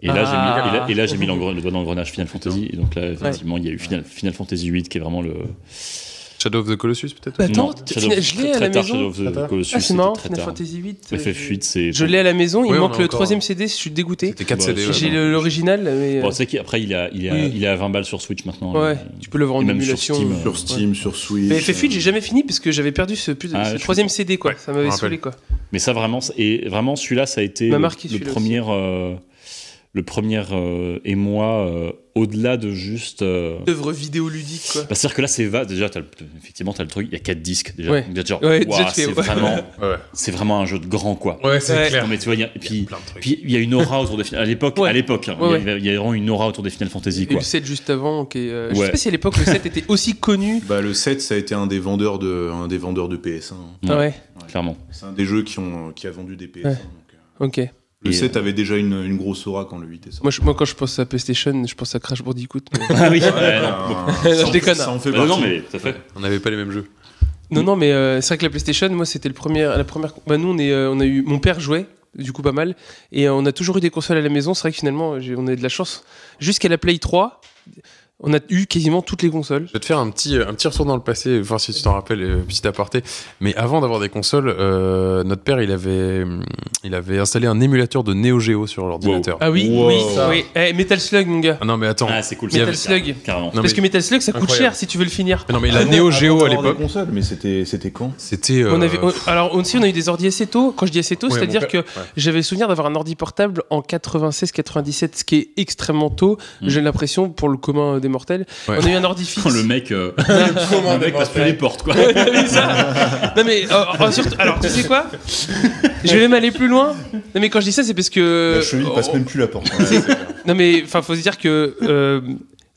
Et là, Ah. j'ai mis, et là, et là, j'ai mis l'engre- le doigt dans l'engrenage Final Fantasy. Et donc là, effectivement, il y a eu Final, Final Fantasy 8 qui est vraiment le. Shadow of the Colossus, peut-être Bah, attends, Non, tu- Shadow of- je très- l'ai à la très tard, maison. Shadow of the Colossus, Ah, c'est c'était marrant, très Final tard. Fantasy 8. FF8, c'est. Je l'ai à la maison, il Ouais, me on manque a le encore- hein. troisième CD, je suis dégoûté. C'était 4 Bah, CD. si ouais. J'ai le- l'original, mais. Bon, euh, c'est qu'après, il, a, il, a, Oui. il est à 20 balles sur Switch maintenant. Ouais, Euh, tu peux le voir en et même sur émulation. Steam, euh, Sur Steam, sur Switch. Mais FF8, j'ai jamais fini parce que j'avais perdu ce, plus- Ah, ce je troisième CD, quoi. Ouais, ça je m'avait me rappelle. saoulé, quoi. Mais ça vraiment, c- et vraiment celui-là, ça a été M'a le, Bah, marqué, le celui-là premier, euh, le premier euh, émoi euh, au-delà de juste. euh, Œuvre vidéoludique, quoi. bah, C'est-à-dire que là, c'est vaste. Déjà, t'as le- effectivement, t'as le truc. Il y a quatre disques déjà. Ouais. Donc, déjà, genre, Ouais, ouah, déjà, tu fais, c'est ouais. vraiment, Ouais, c'est vraiment un jeu de grand quoi. Ouais, c'est Ouais. clair. Non, mais tu vois, il y a- et puis, plein de trucs. puis il y a une aura autour des Final. À l'époque, Ouais. à l'époque, hein, Ouais, il y ouais. avait- il y avait vraiment une aura autour des Final Fantasy Et quoi. le 7 juste avant, ok. euh, Je sais Ouais. pas si à l'époque le 7 était aussi connu. Bah, le 7, ça a été un des vendeurs de, un des vendeurs de PS1. hein. Ouais. Ah Ouais, Clairement. C'est un des jeux qui, ont, qui a vendu des PS1. Ouais. donc, euh, ok. le Et, 7 avait déjà une, une grosse aura quand le 8 est sorti. Moi, je- moi, quand je pense à PlayStation, je pense à Crash Bandicoot. mais- Ah oui. Ouais, ouais, non. bah, Je ça en- déconne. Ça en fait Bah, non, partie. mais ça fait. On n'avait pas les mêmes jeux. non, non, mais euh, c'est vrai que la PlayStation, moi, c'était le premier, la première. Bah, nous, on, est, euh, on a eu. Mon père jouait, du coup, pas mal. Et euh, on a toujours eu des consoles à la maison. C'est vrai que finalement, j'ai- on a eu de la chance. Jusqu'à la Play 3, on a eu quasiment toutes les consoles. Je vais te faire un petit, un petit retour dans le passé, voir si tu t'en rappelles, euh, petit aparté. Mais avant d'avoir des consoles, euh, notre père, il avait, hum, il avait installé un émulateur de Neo Geo sur l'ordinateur. Ah oui, Wow. oui, oui. Eh, Metal Slug, mon gars. Ah non, mais attends. Ah, c'est cool. Metal ça, carrément. Slug. Carrément. Non, Parce mais- que Metal Slug, ça coûte Incroyable. cher si tu veux le finir. Mais non, mais Ah la non, Neo avant Geo à d'avoir des l'époque, consoles, mais c'était c'était quand c'était. On euh, avait, on- alors aussi, on a eu des ordi assez tôt. Quand je dis assez tôt, ouais, c'est-à-dire mon que père- ouais. j'avais le souvenir d'avoir un ordi portable en 96-97, ce qui est extrêmement tôt. Mm. J'ai l'impression, pour le commun des mortels, Ouais. on a eu un ordi fixe. Quand le mec, euh, le mec passe plus les portes quoi. T'as vu ça non mais euh, euh, surtout, alors tu sais quoi Je vais même aller plus loin. Non mais quand je dis ça, c'est parce que La cheville passe oh, même plus la porte. hein. Non mais enfin faut se dire que euh,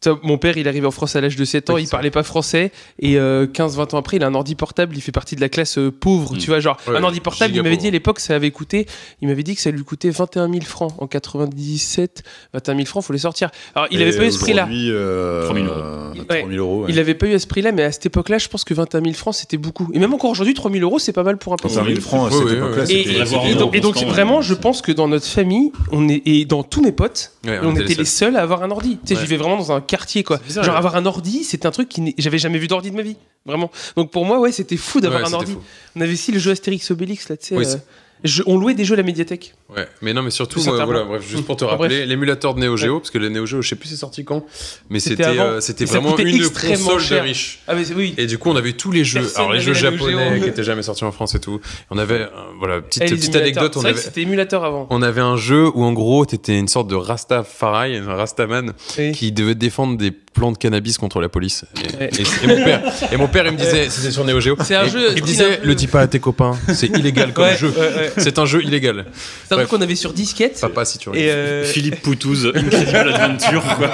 tu vois, mon père il arrive en France à l'âge de 7 ans, Oui, il c'est parlait pas français et euh, 15-20 ans après il a un ordi portable, il fait partie de la classe euh, pauvre, Mm. tu vois genre Ouais, un ordi portable il giga m'avait pauvre. dit à l'époque ça avait coûté, il m'avait dit que ça lui coûtait 21 000 francs en 97, 21 000 francs faut les sortir. Alors il avait pas eu ce prix là. Aujourd'hui, euh, 3000 euros. euh, Ouais. 3000 euros. ouais. Il avait pas eu à ce prix-là, mais à cette époque-là, je pense que 21 000 francs, c'était beaucoup. Et même encore aujourd'hui, 3 000 euros, c'est pas mal pour un Pour PC. 5 000 francs à Ouais, cette ouais, ouais. époque-là, Et, c'était- et L'avoir en donc, euros, et donc, c'est quand vraiment, même- je pense que dans notre famille, on est et dans tous mes potes, Ouais, on, était les seuls. seuls à avoir un ordi. Tu sais, Ouais. je vivais vraiment dans un quartier, quoi. C'est bizarre, Genre ouais. avoir un ordi, c'était un truc qui n'est- j'avais jamais vu d'ordi de ma vie, vraiment. Donc pour moi, ouais, c'était fou d'avoir Ouais, un c'était ordi. fou. On avait aussi le jeu Astérix Obélix là, tu sais. Oui, euh, c'est- je- on louait des jeux à la médiathèque. Ouais, mais non, mais surtout, Plus euh, sincèrement. voilà, bref, juste pour te En rappeler, l'émulateur de Neo Geo, parce que le Neo Geo, je sais plus c'est sorti quand, mais c'était avant. euh, c'était Et ça vraiment coûtait une extrêmement console cher. de riche. Ah mais c'est- oui. Et du coup, on avait tous les jeux, Personne alors les jeux n'avait la Neo japonais Geo. qui étaient jamais sortis en France et tout. On avait, euh, voilà, petite, Eh, les petite émulateurs. anecdote, C'est on vrai que avait, c'était émulateur avant. on avait un jeu où en gros, t'étais une sorte de Rastafari, un Rastaman, Oui. qui devait défendre des plans de cannabis contre la police. Et, Ouais. et- et mon père, et mon père, il me disait, c'était sur Neo Geo. C'est un et- jeu Il style me disait, un peu- le dis pas à tes copains, c'est illégal comme Ouais, jeu. ouais, ouais. C'est un jeu C'est illégal. un truc Bref. Ah, qu'on avait sur disquette. Papa, si tu regardes. Et euh, Philippe Poutouz, Incredible Adventure quoi.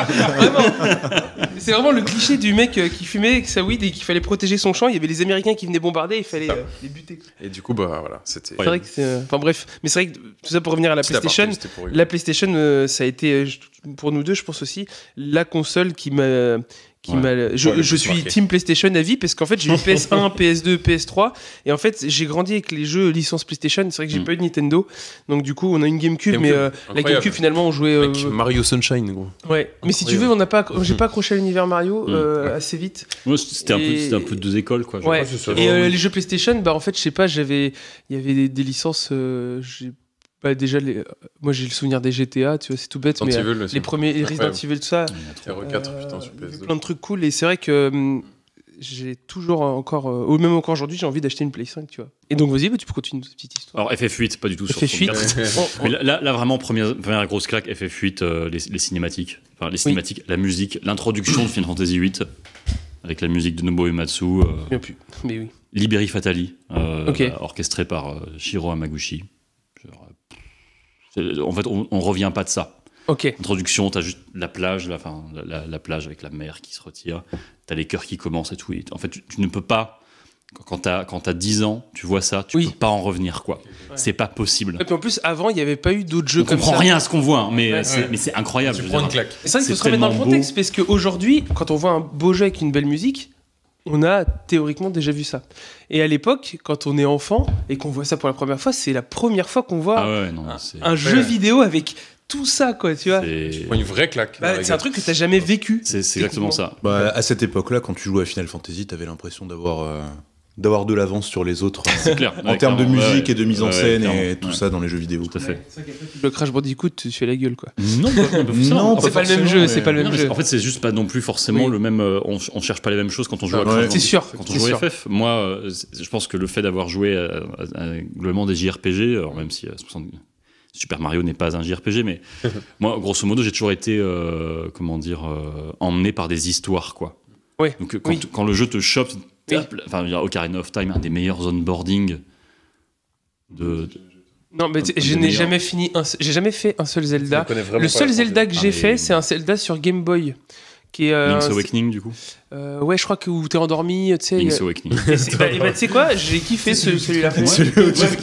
C'est vraiment le cliché du mec euh, qui fumait avec sa weed et qu'il fallait protéger son champ. Il y avait les Américains qui venaient bombarder, il fallait euh, les buter. Et du coup, bah voilà, c'était. C'est vrai que c'est. euh, Enfin bref, mais c'est vrai que euh, tout ça pour revenir à la Petit aparté, PlayStation. c'était pour rigoler. La PlayStation, euh, ça a été euh, je- pour nous deux, je pense aussi, la console qui m'a qui Ouais. m'a- Je, Ouais, le je plus suis marqué. Team PlayStation à vie parce qu'en fait j'ai eu PS1, PS2, PS3 et en fait j'ai grandi avec les jeux licence PlayStation. C'est vrai que j'ai Mm. pas eu de Nintendo, donc du coup on a une GameCube, mais GameCube, euh, la incroyable. GameCube finalement on jouait. euh, Avec Mario Sunshine, gros. ouais. Mais si tu veux, on n'a pas, j'ai pas accroché à l'univers Mario Mm. euh, assez vite. Moi, c'était un, peu, Et- c'était un peu deux écoles, quoi. je Ouais. pense. c'est ça. Et euh, les jeux PlayStation, bah en fait, je sais pas, j'avais, il y avait des, des licences, euh, j'ai pas déjà les, moi j'ai le souvenir des GTA, tu vois, c'est tout bête, mais euh, les premiers les Resident Incroyable. Evil, tout ça, R4, euh, putain, sur il y avait PS2. plein de trucs cool. Et c'est vrai que hum, j'ai toujours encore, euh, ou même encore aujourd'hui, j'ai envie d'acheter une Play 5, tu vois. Et donc vas-y, bah, tu peux continuer notre petite histoire. Alors, FF8, pas du tout sur FF8. son- Mais là, là, là, vraiment, première, première grosse claque, FF8, euh, les, les cinématiques. Enfin, les cinématiques, la musique, l'introduction de Final Fantasy VIII, avec la musique de Nobuo Uematsu, euh, Je me souviens plus. Mais oui. Liberi Fatali, euh, Ok. bah, orchestré par euh, Shiro Hamaguchi. Genre, euh, c'est- En fait, on, on revient pas de ça. Ok. Introduction, t'as juste la plage, la, enfin, la, la- la plage avec la mer qui se retire, t'as les cœurs qui commencent et tout. Et en fait, tu, tu ne peux pas, quand- quand t'as quand t'as 10 ans, tu vois ça, tu Oui. peux pas en revenir, quoi. Ouais. C'est pas possible. Et puis en plus, avant, il n'y avait pas eu d'autres Je jeux on comme comprend ça. rien à ce qu'on voit, hein, mais Ouais. euh, c'est Ouais. mais c'est incroyable. Tu je veux prends dire. une claque. C'est vrai qu'il faut C'est se remettre dans le tellement contexte, parce qu'aujourd'hui, quand on voit un beau jeu avec une belle musique, on a théoriquement déjà vu ça. Et à l'époque, quand on est enfant et qu'on voit ça pour la première fois, c'est la première fois qu'on voit Ah ouais, non, c'est. un jeu vidéo avec tout ça, quoi, tu vois. c'est- Une vraie claque. Bah, dans la c'est un gueule. truc que t'as jamais vécu. C'est c'est exactement ça. Bah, à cette époque-là, quand tu jouais à Final Fantasy, t'avais l'impression d'avoir euh, d'avoir de l'avance sur les autres euh, C'est clair. en Ouais, termes de clairement, ouais, musique ouais. et de mise en Ouais, scène et clairement, tout ouais. ça dans les jeux vidéo. Tout à fait. Le Crash Bandicoot, tu fais la gueule, quoi. Non, Non, c'est pas le même forcément, jeu, mais- c'est pas le Non, même mais jeu. en fait, c'est juste pas non plus forcément Oui. le même. euh, on, on cherche pas les mêmes choses quand on joue à Ah, Crash ouais. C'est Bandicoot. sûr. Quand on c'est joue sûr. à FF, moi, euh, c'est- je pense que le fait d'avoir joué euh, à- à- globalement des JRPG, alors même si euh, 60 Super Mario n'est pas un JRPG, mais moi, grosso modo, j'ai toujours été, euh, comment dire, euh, emmené par des histoires, quoi. Ouais. Donc euh, quand, Oui. quand le jeu te chope, tape, enfin, je veux dire, Ocarina of Time, un des meilleurs onboarding de. Non, mais tu- Comme je des n'ai meilleurs. jamais fini. un seul- J'ai jamais fait un seul Je Zelda. connais vraiment Le pas seul la Zelda que Ah, j'ai mais- fait, c'est un Zelda sur Game Boy, qui est. euh, Link's un- Awakening, du coup. euh, ouais, je crois que où t'es endormi, tu sais. il y a- Link's Awakening. Et c'est- bah, et bah, tu sais quoi, j'ai kiffé ce- celui-là. Ouais, mais qui-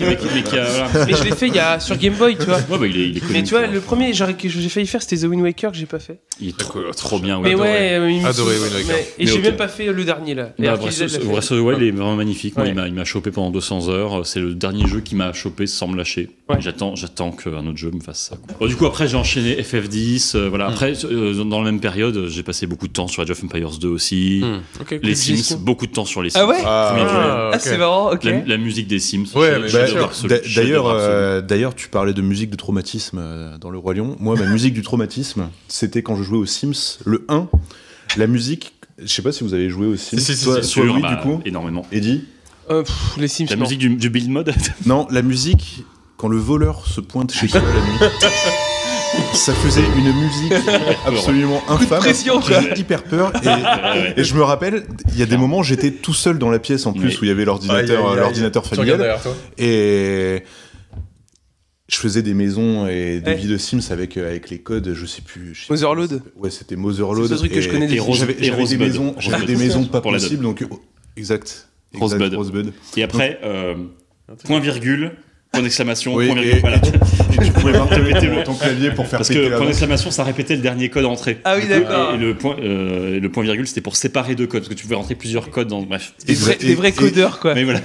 mais qui- mais qui a- voilà. Mais je l'ai fait il y a, sur Game Boy, tu vois. Ouais, bah, il est, il est connu Mais tu vois, pour- le premier j'aurais- que j'ai failli faire, c'était The Wind Waker que j'ai pas fait. Il est Très trop, cool, trop bien. mais ouais. ouais, euh, il me Adoré saoule. Wind Waker. Mais- Et Mais j'ai ok. même pas fait le dernier là. Bah, Alors Breath qu'Isaac of- l'a fait. Breath of the Wild est vraiment magnifique. Moi, Ouais. il m'a- il m'a chopé pendant 200 heures. C'est le dernier jeu qui m'a chopé sans me lâcher. Ouais. J'attends, j'attends qu'un autre jeu me fasse ça. quoi. Bon, du coup, après, j'ai enchaîné FF10. euh, Hmm. voilà. Après, euh, dans la même période, j'ai passé beaucoup de temps sur Age of Empires 2 aussi. Hmm. Les Sims, beaucoup de temps sur les Sims. Ah ouais Premier jeu. Hmm. Ah, Ah, ok. c'est marrant, ok. La, la musique des Sims. Ouais, chef- mais Bah, chef-d'œuvre sûr. absolu, d'a- chef-d'œuvre D'ailleurs, absolu. euh, d'ailleurs, tu parlais de musique de traumatisme euh, dans Le Roi Lion. Moi, ma musique du traumatisme, c'était quand je jouais aux Sims, le 1. La musique, je sais pas si vous avez joué aux Sims. Si, si, si, Toi- Bien toi, sûr, oui, bah, du coup. énormément. Eddie Euh, pff, les Sims, La non. musique du, du build mode. Non, la musique, quand le voleur se pointe chez toi la nuit, ça faisait une musique absolument Coup de infâme. pression, qui quoi. faisait hyper peur. Et, et je me rappelle, il y a des moments, où j'étais tout seul dans la pièce en plus Mais- où il y Aïe, avait aïe, l'ordinateur aïe. l'ordinateur Tu regardes familial. derrière toi. Et je faisais des maisons et des Ouais. vies de Sims avec, euh, avec les codes, je sais plus. je sais Motherload. plus. Ouais, c'était Motherload. C'est ce truc que et- je connais des et Sims. Rose- J'avais Et j'avais des Rosebud. maisons, j'avais des Rosebud. maisons pas Pour la dot. possibles, donc oh, exact. Exact, Rosebud. Rosebud. Et après, euh, point virgule, point d'exclamation, Oui, point virgule. et- Voilà. Et tu Péter pouvais le- marteler ton clavier pour faire Parce péter que la point note. d'exclamation, ça répétait le dernier code entré. Ah oui, d'accord. Et le point, euh, et le point virgule, c'était pour séparer deux codes, parce que tu pouvais rentrer plusieurs codes dans. Bref. Des vrais, Et- des vrais et- codeurs, quoi. Mais voilà.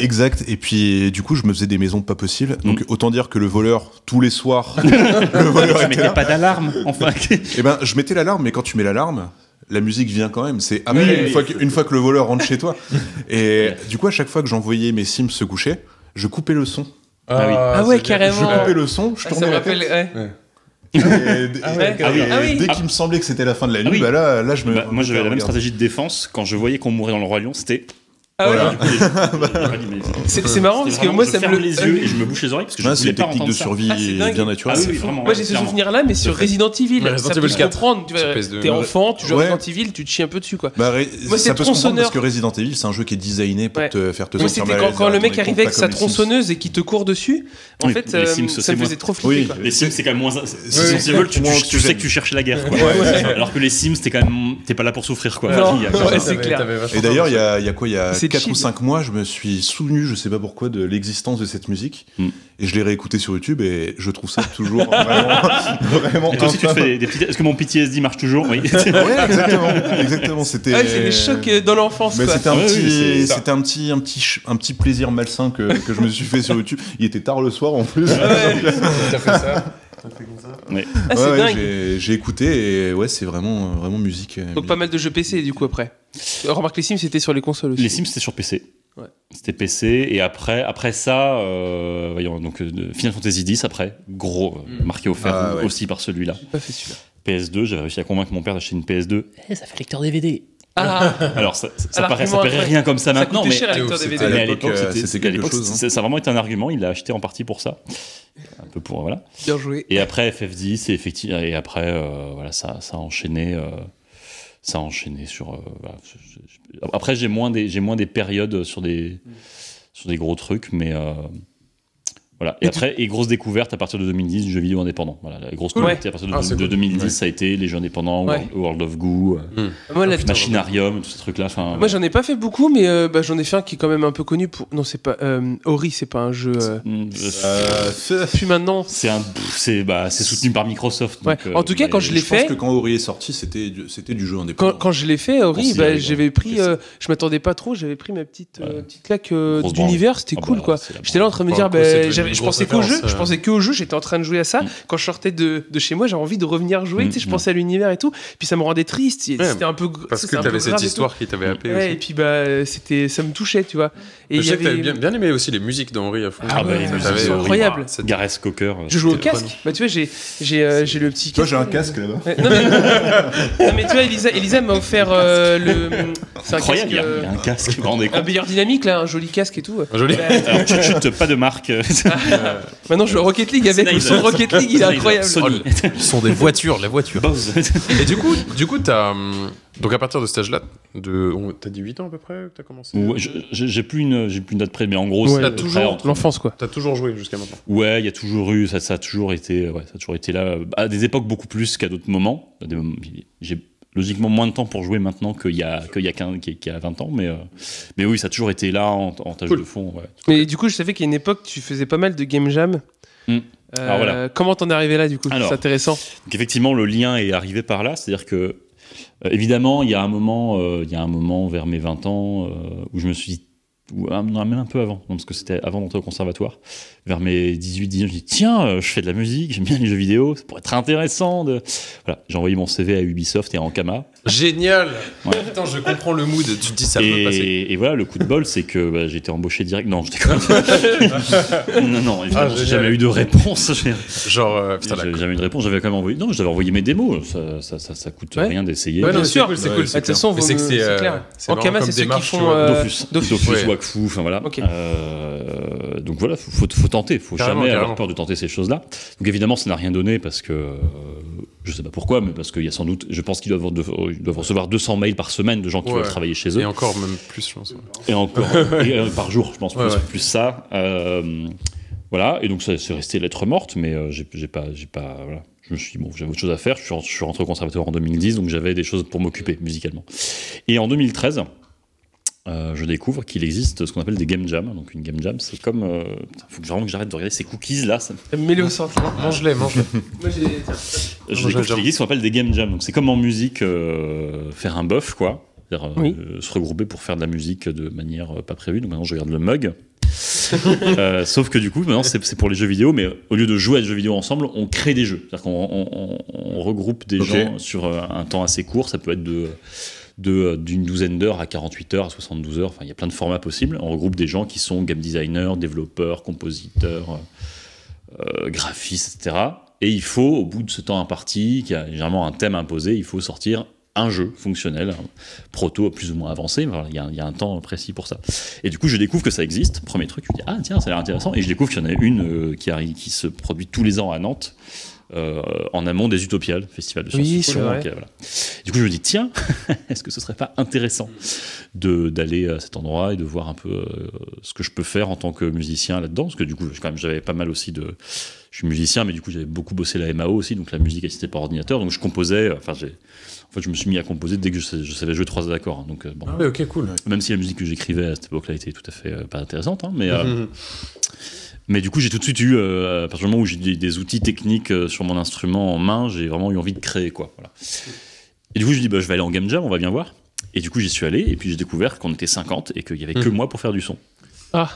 Exact. Et puis, du coup, je me faisais des maisons pas possibles. Mm. Donc, autant dire que le voleur, tous les soirs, le voleur tu était là. mettais pas d'alarme, enfin. Eh ben, je mettais l'alarme, mais quand tu mets l'alarme, la musique vient quand même. C'est après, Oui, une, oui. fois que, une fois que le voleur rentre chez toi. Et du coup, à chaque fois que j'envoyais mes sims se coucher, je coupais le son. Ah oui. Ah ouais, c'est bien. Je carrément. coupais le son, je Ah, ça tournais me la rappelle, tête. ouais. Et, et- Ah ouais, et- ah oui. et Ah oui. dès qu'il me semblait que c'était la fin de la nuit, Ah oui. bah là, là, je me. Bah, moi, j'avais la même Regarde. stratégie de défense. Quand je voyais qu'on mourait dans le Roi Lion, c'était. Ah ouais. Voilà. Du coup, les- Bah. les- C'est c'est marrant parce que vraiment, moi, je ça me ferme le. euh, les yeux et je me bouche les oreilles parce que je Ouais, voulais c'est une pas technique entendre de ça. survie Ah, c'est dingue. bien Ah naturelle. oui, C'est oui, fou. vraiment. Moi j'ai ce clairement. souvenir là mais sur Resident Evil, Mais Resident ça peut Evil se 4. comprendre, tu Sur vois, PS2. t'es enfant, tu joues à Ouais. Resident Evil, tu te chies un peu dessus quoi. Bah, Moi, ré- c'est ça peut se comprendre tronçonneur. parce que Resident Evil, c'est un jeu qui est designé pour Ouais. te faire te Moi, sentir c'était mal à quand, l'aise, quand le alors, mec mais arrivait avec pas sa comme les Sims. tronçonneuse et qui te court dessus, en Oui, fait, les euh, Sims, ça c'est me moi. faisait trop flipper. Oui. quoi. Les Sims, c'est quand même moins. c'est- Si tu veux, tu, moins tu sais anxiogène. que tu cherches la guerre. quoi. Alors que les Sims, t'es quand même, t'es pas là pour souffrir, quoi. Non. Il y a- Ouais, T'avais- c'est clair. t'avais vachement Et d'ailleurs, il y a, il y a quoi Il y a C'est c'est 4 chill. ou 5 mois, je me suis souvenu, je sais pas pourquoi, de l'existence de cette musique. Mm. Et je l'ai réécouté sur YouTube et je trouve ça toujours vraiment, vraiment Et toi aussi, tu te infâme. fais des, des petits. Est-ce que mon PTSD marche toujours Oui. Ouais, exactement. Exactement, c'était. Ah, c'est les chocs euh, dans l'enfance, Mais quoi. c'était un, Ouais, oui, petit, c'est ça. c'était un petit, un petit, ch- un petit plaisir malsain que, que je me suis fait sur YouTube. Il était tard le soir en plus. T'as fait ça Ah, c'est Ouais, ouais, dingue. j'ai- J'ai écouté et ouais, c'est vraiment, euh, vraiment musique. euh, Donc pas mal de jeux PC, du coup, après. Euh, Remarque, les Sims, c'était sur les consoles aussi. Les Sims, c'était sur PC. Ouais. C'était PC, et après, après ça, euh, voyons, donc euh, Final Fantasy X, après, gros, euh, Mm. marqué offert Ah, ouais. aussi par celui-là. J'ai pas fait celui-là. PS2, j'avais réussi à convaincre mon père d'acheter une PS2. Eh, ça fait lecteur DVD. Ah, Alors, ça, ça- ça Alors, paraît, ça comment paraît après rien comme ça, ça maintenant, coûtait mais. cher les Allez, lecteurs c'est- DVD. allez. mais À à l'époque, l'époque, euh, c'était- c'était à quelque l'époque, chose, hein. c'est- ça a vraiment été un argument. Il l'a acheté en partie pour ça, un peu pour voilà. Bien joué. Et après FF10, c'est effectivement. Et après, euh, voilà, ça, ça a enchaîné. euh, ça a enchaîné sur. euh, voilà, je- je- je- Après, j'ai moins des, j'ai moins des périodes sur des, sur des gros trucs, mais euh, voilà. Et, Et tu- après, et grosse découverte à partir de 2010, jeux vidéo indépendants. Voilà, la grosse Cool. communauté à partir de, Ah, c'est de cool. 2010, Ouais. ça a été les jeux indépendants, Ouais. World, World of Goo, euh, Moi, la- Machinarium, tous ces trucs-là. enfin, Moi, j'en ai pas fait beaucoup, mais euh, bah, j'en ai fait un qui est quand même un peu connu pour. Non, c'est pas. euh, Ori, c'est pas un jeu. euh, mm, Euh, c'est- Puis maintenant. C'est un, pff, c'est bah, c'est soutenu par Microsoft. Ouais. donc, euh, En tout cas, quand mais- je l'ai Je pense fait. que quand Ori est sorti, c'était du, c'était du jeu hein, Quand, indépendant. quand je l'ai fait, Ori, Considéré, bah, ouais. j'avais pris, C'est ça. euh, je m'attendais pas trop, j'avais pris ma petite, euh, Ouais. petite claque euh, Grosse d'univers, c'était Ah cool bah, quoi. c'est la J'étais là en train de me Pour dire, le coup, bah, c'était une j'avais- je grosse pensais qu'au jeu, référence, je euh. pensais qu'au jeu, j'étais en train de jouer à ça. Mm. Quand je sortais de, de chez moi, j'avais envie de revenir jouer, Mm. tu sais, je pensais à l'univers et tout, puis ça me rendait triste, et Ouais, c'était un peu. gr- Parce ça, que c'est un t'avais peu grave cette et tout. histoire qui t'avait appelé Ouais, et aussi. puis bah, euh, c'était, ça me touchait, tu vois. Et Je il y sais que avait. t'avais bien, bien aimé aussi les musiques d'Henri à fond. euh, Ah bah, ouais, les c'est musiques d'Henri. incroyable. C'était- Gareth Cocker. euh, Je joue au c'était- casque. Bah, tu vois, j'ai, j'ai, euh, j'ai le petit. Toi, j'ai un casque là-bas. Ouais, non, mais, non, mais tu vois, Elisa, Elisa m'a offert euh, le. C'est un casque. Incroyable, il y a- euh, il y a un casque, vous vous rendez Un compte meilleur dynamique là, un joli casque et tout. Joli. Bah, Alors, tu chutes pas de marque. maintenant je joue à Rocket League avec le Snyder. son Rocket League, Ah, il est Snyder, incroyable. Oh, Sony, Ce sont des voitures, la voiture. Bose. Et du coup, du coup, t'as hum, donc à partir de cet âge-là, de on- t'as dit 8 ans à peu près que t'as commencé. Ou- je- je- J'ai plus une, j'ai plus une date près, mais en gros, t'as c'est toujours- toujours. L'enfance quoi. T'as toujours joué jusqu'à maintenant. Ouais, il y a toujours eu, ça, ça a toujours été, ouais, ça a toujours été là. euh, À des époques beaucoup plus qu'à d'autres moments. À des moments- J'ai logiquement moins de temps pour jouer maintenant qu'il y a qu'il y a, 15 qu'il y a- qu'il y a 20 ans, mais euh, mais oui, ça a toujours été là en, en tâche Cool. de fond. ouais. Mais du coup, je savais qu'à une époque, tu faisais pas mal de game jam. Hmm. Euh, Ah, voilà. Comment t'en es arrivé là du coup Alors. C'est intéressant. Donc effectivement, le lien est arrivé par là, c'est-à-dire que euh, évidemment, il y a un moment, euh, il y a un moment vers mes 20 ans euh, où je me suis dit ou ah, non, même un peu avant, non, parce que c'était avant d'entrer au conservatoire, vers mes 18-19, je me dis tiens, euh, je fais de la musique, j'aime bien les jeux vidéo, ça pourrait être intéressant. De... Voilà, j'ai envoyé mon CV à Ubisoft et à Ankama, Génial. Ouais. Putain, je comprends le mood. Tu te dis ça peut passer. et, et voilà, le coup de bol, c'est que bah, j'ai été embauché direct. Non, je déconne. non, non, évidemment, Ah, j'ai génial. jamais eu de réponse. J'ai- Genre euh, putain, la- J'avais jamais eu de réponse, j'avais quand même envoyé. Non, j'avais envoyé mes démos, ça, ça, ça, ça coûte Ouais. rien d'essayer. Ouais, Ouais, bien non, c'est sûr. cool, c'est Ouais, cool. De toute façon, Mais vous c'est me- que c'est euh, clair. c'est vraiment Ankama, comme c'est ceux qui démarche, tu font. vois. euh, Dofus, Dofus. Dofus, Ouais. Wakfu, enfin voilà. Ok. Euh, donc voilà, faut, faut, faut tenter, faut Carrément, jamais carrément. avoir peur de tenter ces choses-là. Donc évidemment, ça n'a rien donné parce que euh, je sais pas pourquoi, mais parce qu'il y a sans doute, je pense qu'ils doivent, avoir- ils doivent recevoir 200 mails par semaine de gens qui Ouais. veulent travailler euh, chez eux Et encore même plus, je pense. et encore et, euh, par jour, je pense Ouais, plus, ouais. plus ça. Euh, voilà, et donc ça c'est resté lettre morte, mais euh, j'ai j'ai pas, j'ai pas, voilà. Je me suis dit, bon, j'avais autre chose à faire. Je suis, rentré- je suis rentré au conservatoire en 2010, donc j'avais des choses pour m'occuper musicalement. Et en 2013, euh, je découvre qu'il existe ce qu'on appelle des game jams. Donc une game jam, c'est comme, euh, putain, faut que- vraiment que j'arrête de regarder ces cookies là. ça- Mets-le au centre. Mange-les, mange-les. Moi, j'ai- tiens. je Moi, découvre j'adore. qu'il existe ce qu'on appelle des game jams. Donc c'est comme en musique, euh, faire un buff, quoi. C'est-à-dire, euh, Oui. euh, se regrouper pour faire de la musique de manière euh, pas prévue. Donc maintenant, je regarde le mug. Euh, sauf que du coup, maintenant, c'est c'est pour les jeux vidéo, mais au lieu de jouer à des jeux vidéo ensemble, on crée des jeux. C'est-à-dire qu'on on- on- on regroupe des Ok. gens sur euh, un temps assez court. Ça peut être de de, euh, d'une douzaine d'heures à 48 heures, à 72 heures, enfin il y a plein de formats possibles. On regroupe des gens qui sont game designers, développeurs, compositeurs, euh, euh, graphistes, etc. Et il faut, au bout de ce temps imparti, qui a généralement un thème imposé, il faut sortir un jeu fonctionnel, un proto plus ou moins avancé, mais voilà, il y, a, il y a un temps précis pour ça. Et du coup, je découvre que ça existe. Premier truc, je me dis, ah tiens, ça a l'air intéressant. Et je découvre qu'il y en a une euh, qui, arrive, qui se produit tous les ans à Nantes, euh, en amont des Utopiales, festival de sciences Oui, fiction, c'est vrai. donc, euh, voilà. Du coup, je me dis, tiens, est-ce que ce serait pas intéressant de d'aller à cet endroit et de voir un peu euh, ce que je peux faire en tant que musicien là-dedans Parce que du coup, je- quand même, j'avais pas mal aussi de. Je suis musicien, mais du coup, j'avais beaucoup bossé la MAO aussi, donc la musique assistée par ordinateur. Donc, je composais. euh, Enfin, j'ai. En fait, je me suis mis à composer dès que je sais- je savais, jouer trois accords. hein, donc, euh, bon, Ah Ouais, ok, cool. même si la musique que j'écrivais à cette époque-là était tout à fait euh, pas intéressante, hein, Bah, mais, euh, mais du coup, j'ai tout de suite eu, euh, à partir du moment où j'ai des, des outils techniques euh, sur mon instrument en main, j'ai vraiment eu envie de créer, quoi. Voilà. Et du coup, je dis, bah, je vais aller en game jam, on va bien voir. Et du coup, j'y suis allé, et puis j'ai découvert qu'on était 50 et qu'il y avait que Hmm. Mhm. moi pour faire du son. Ah,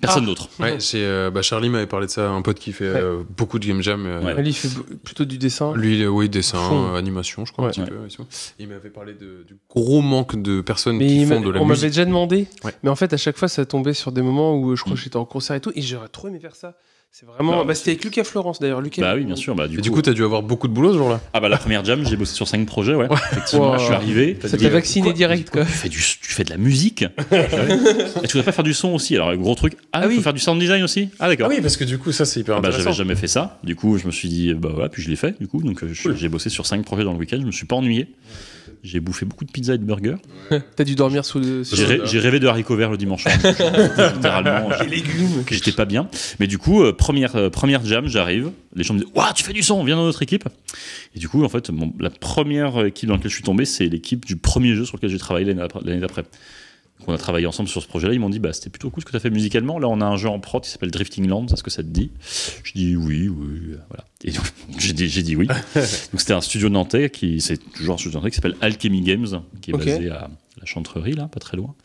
Personne d'autre. Ouais, c'est, euh, bah, Charlie m'avait parlé de ça, un pote qui fait euh, beaucoup de game jam. euh, Ouais. Ali fait b- plutôt du dessin. Lui, il est- oui, dessin, Fond. euh, animation, je crois, Ouais. un petit Ouais. peu. et tout. Il m'avait parlé de- du gros manque de personnes Mais qui il m'a- font de la on musique. m'avait déjà demandé. Ouais. Mais en fait, à chaque fois, ça tombait sur des moments où euh, je crois Mm. que j'étais en concert et tout. Et j'aurais trop aimé faire ça. C'est vraiment. Bah, Bah, c'était avec Lucas Florence d'ailleurs. Lucas. Bah oui, bien sûr. Bah, du, Et coup, du coup, t'as dû avoir beaucoup de boulot ce jour-là. ah bah, la première jam, j'ai bossé sur 5 projets, ouais. Effectivement, Wow. je suis arrivé. Ça t'a vacciné direct quoi. tu fais, du, tu fais de la musique Et tu voudrais pas faire du son aussi Alors, gros truc. Ah, Ah oui. faut faire du sound design aussi Ah, d'accord. oui, parce que du coup, ça, c'est hyper Ah bah, j'avais jamais fait ça. Du coup, je me suis dit, bah voilà, puis je l'ai fait. Du coup, donc euh, je- j'ai bossé sur 5 projets dans le week-end. Je me suis pas ennuyé. J'ai bouffé beaucoup de pizza et de burgers. T'as dû dormir sous le. sous J'ai le- rê- j'ai rêvé de haricots verts le dimanche. soir. Littéralement, j'ai- légumes. que j'étais pas bien. Mais du coup, euh, première, euh, première jam, j'arrive. Les gens me disent Waouh, tu fais du son, viens dans notre équipe. Et du coup, en fait, mon- la première équipe dans laquelle je suis tombé, c'est l'équipe du premier jeu sur lequel j'ai travaillé l'année d'après- l'année d'après. Donc, on a travaillé ensemble sur ce projet-là. Ils m'ont dit Bah, c'était plutôt cool ce que tu as fait musicalement. Là, on a un jeu en prod qui s'appelle Drifting Land. Est-ce que ça te dit Je dis Oui, oui. euh, Voilà. Et donc, j'ai dit, j'ai dit oui. donc, c'était un studio nantais qui, c'est toujours un studio nantais qui s'appelle Alchemy Games, qui est Ok. basé à la Chantrerie, là, pas très loin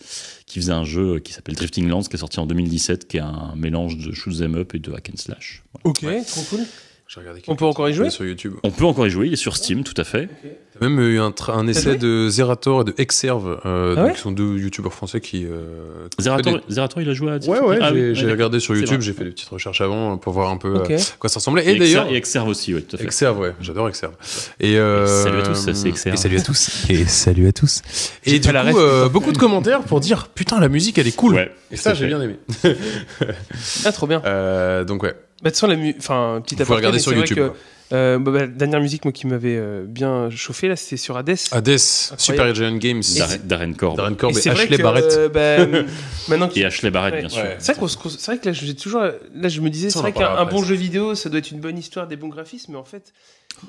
qui faisait un jeu qui s'appelle Drifting Lands, qui est sorti en 2017, qui est un mélange de shoot 'em up et de hack and slash. Voilà. Ok, trop cool. J'ai On regardé quelques peut encore y jouer vidéos sur YouTube. On peut encore y jouer, il est sur Steam, tout à fait. T'as même eu un, tra- un essai joué de Zerator et de Exerve, euh, Ah donc ouais qui sont deux youtubeurs français qui. euh, qui Zerator, font des- Zerator, il a joué à Ouais, Drifting ouais, Ah j'ai oui, j'ai ouais, regardé sur C'est YouTube, vrai. j'ai fait des petites recherches avant pour voir un peu Ok. euh, à quoi ça ressemblait. d'accord. Et, Et d'ailleurs. Exer- et Exerve aussi, ouais, tout à fait. Exerve, ouais, j'adore Exerve. Et, euh, Et salut à tous, ça, c'est hein. Exerve. Et salut à tous. Et salut à tous. J'ai Et pas du la ref, coup, euh, beaucoup de commentaires pour dire putain, la musique elle est cool. Ouais, Et tout ça, à j'ai fait. bien aimé. Ah, trop bien. Euh, donc, ouais. Bah, de toute façon, la mu- enfin, petit Vous pouvez regarder sur YouTube. quoi. Euh, bah, bah, la dernière musique moi, qui m'avait euh, bien chauffé, là, c'était sur Hades. Hades, Super Incroyable. Giant Games, Darren, Darren Korb. Darren Korb et et c'est vrai Ashley que, Barrett. euh, bah, maintenant qu'il- Et Ashley Barrett, Ouais. bien sûr. Ouais. C'est vrai, qu'on se cons- c'est vrai que là, j'ai toujours. Là, je me disais, Ça, c'est on en vrai qu'un parlera un après, bon ça. jeu vidéo, ça doit être une bonne histoire, des bons graphismes, mais en fait.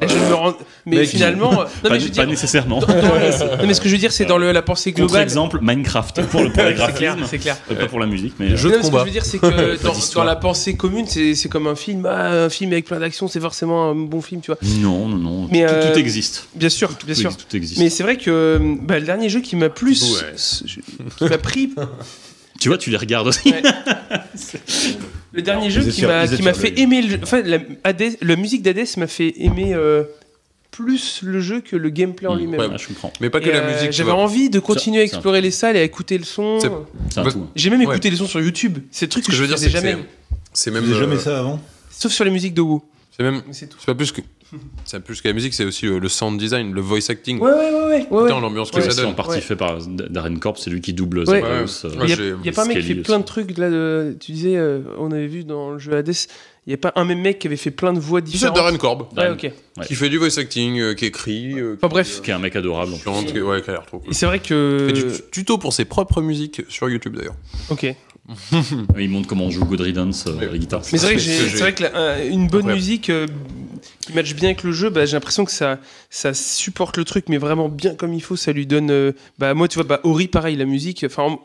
là, je me rends- Mais Mec, finalement. euh, Non, Pas, mais je veux pas dire. nécessairement. dans- dans la- non, mais ce que je veux dire, c'est dans le- la pensée Contre globale. exemple, Minecraft pour le pour les C'est clair, graphismes. c'est clair. Euh, Pas pour la musique, mais. Les euh, jeux- de Non, mais ce que combat. je veux dire, c'est que dans, d'histoire. dans la pensée commune, c'est c'est comme un film. Ah, un film avec plein d'action, c'est forcément un bon film, tu vois. euh, Non, non, non. Mais, tout, euh, tout existe. Bien sûr, bien Tout sûr. existe, Tout existe. Mais c'est vrai que bah, le dernier jeu qui m'a plus. Ah, Ouais. s- Qui m'a pris. Tu vois, tu les regardes aussi. Ouais. Le dernier jeu Ils qui étaient m'a sur- qui ils m'a étaient sur fait aimer. Le, enfin, la, Hades- la musique d'Hades m'a fait aimer euh, plus le jeu que le gameplay en Mmh, lui-même. ouais, je comprends. Mais Hmm. pas Et, que la euh, musique. tu J'avais vois. envie de continuer à c'est un explorer les salles et à écouter le son. C'est- C'est un Bah, tout. J'ai même Ouais. écouté les sons sur YouTube. C'est le truc Ce que, je faisais c'est que jamais. C'est c'est Tu même. faisais jamais euh, ça avant Sauf sur les musiques de WoW. C'est même. Mais c'est tout. C'est pas plus que. C'est plus que la musique, c'est aussi euh, le sound design, le voice acting. Ouais, ouais, ouais. ouais, ouais, ouais. Putain, l'ambiance que hein. C'est ça aussi en donne. partie Ouais. fait par Darren Korb, c'est lui qui double Ouais. Zapdos, euh, Ouais, Il y a, j'ai- y a pas un mec qui fait Scaly plein aussi. de trucs là. De, tu disais, euh, on avait vu dans le jeu Hades, il y a pas un même mec qui avait fait plein de voix C'est différentes. Darren Korb, Ouais, Darren ok. Ouais. qui fait du voice acting, euh, qui écrit. euh, Enfin, qui, bref. euh, qui est un mec adorable. en plus. chante, qui- ouais, qui a l'air trop cool. Et c'est vrai Il que. fait du tu- tuto pour ses propres musiques sur YouTube d'ailleurs. Ok. Il montre comment on joue God Riddance euh, à la guitare. Mais c'est vrai que, C'est j'ai- ce que c'est j'ai. vrai que la- un- une bonne Incroyable. musique euh, qui matche bien avec le jeu, bah, j'ai l'impression que ça, ça supporte le truc, mais vraiment bien comme il faut. Ça lui donne. euh, bah, moi, tu vois, bah, Ori, pareil, la musique. Enfin, en-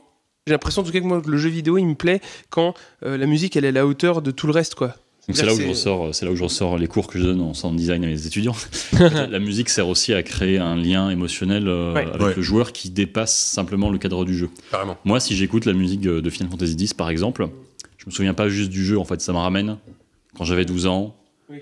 j'ai l'impression, en tout cas, que moi, le jeu vidéo, il me plaît quand euh, la musique, elle est à la hauteur de tout le reste, quoi. Donc c'est là où je C'est- ressors, euh, c'est là où je ressors les cours que je donne en sound design à mes étudiants. En fait, la musique sert aussi à créer un lien émotionnel euh, Ouais. avec Ouais. le joueur qui dépasse simplement le cadre du jeu. Carrément. Moi, si j'écoute la musique de de Final Fantasy X, par exemple, je me souviens pas juste du jeu. En fait, ça me ramène quand j'avais 12 ans. Oui.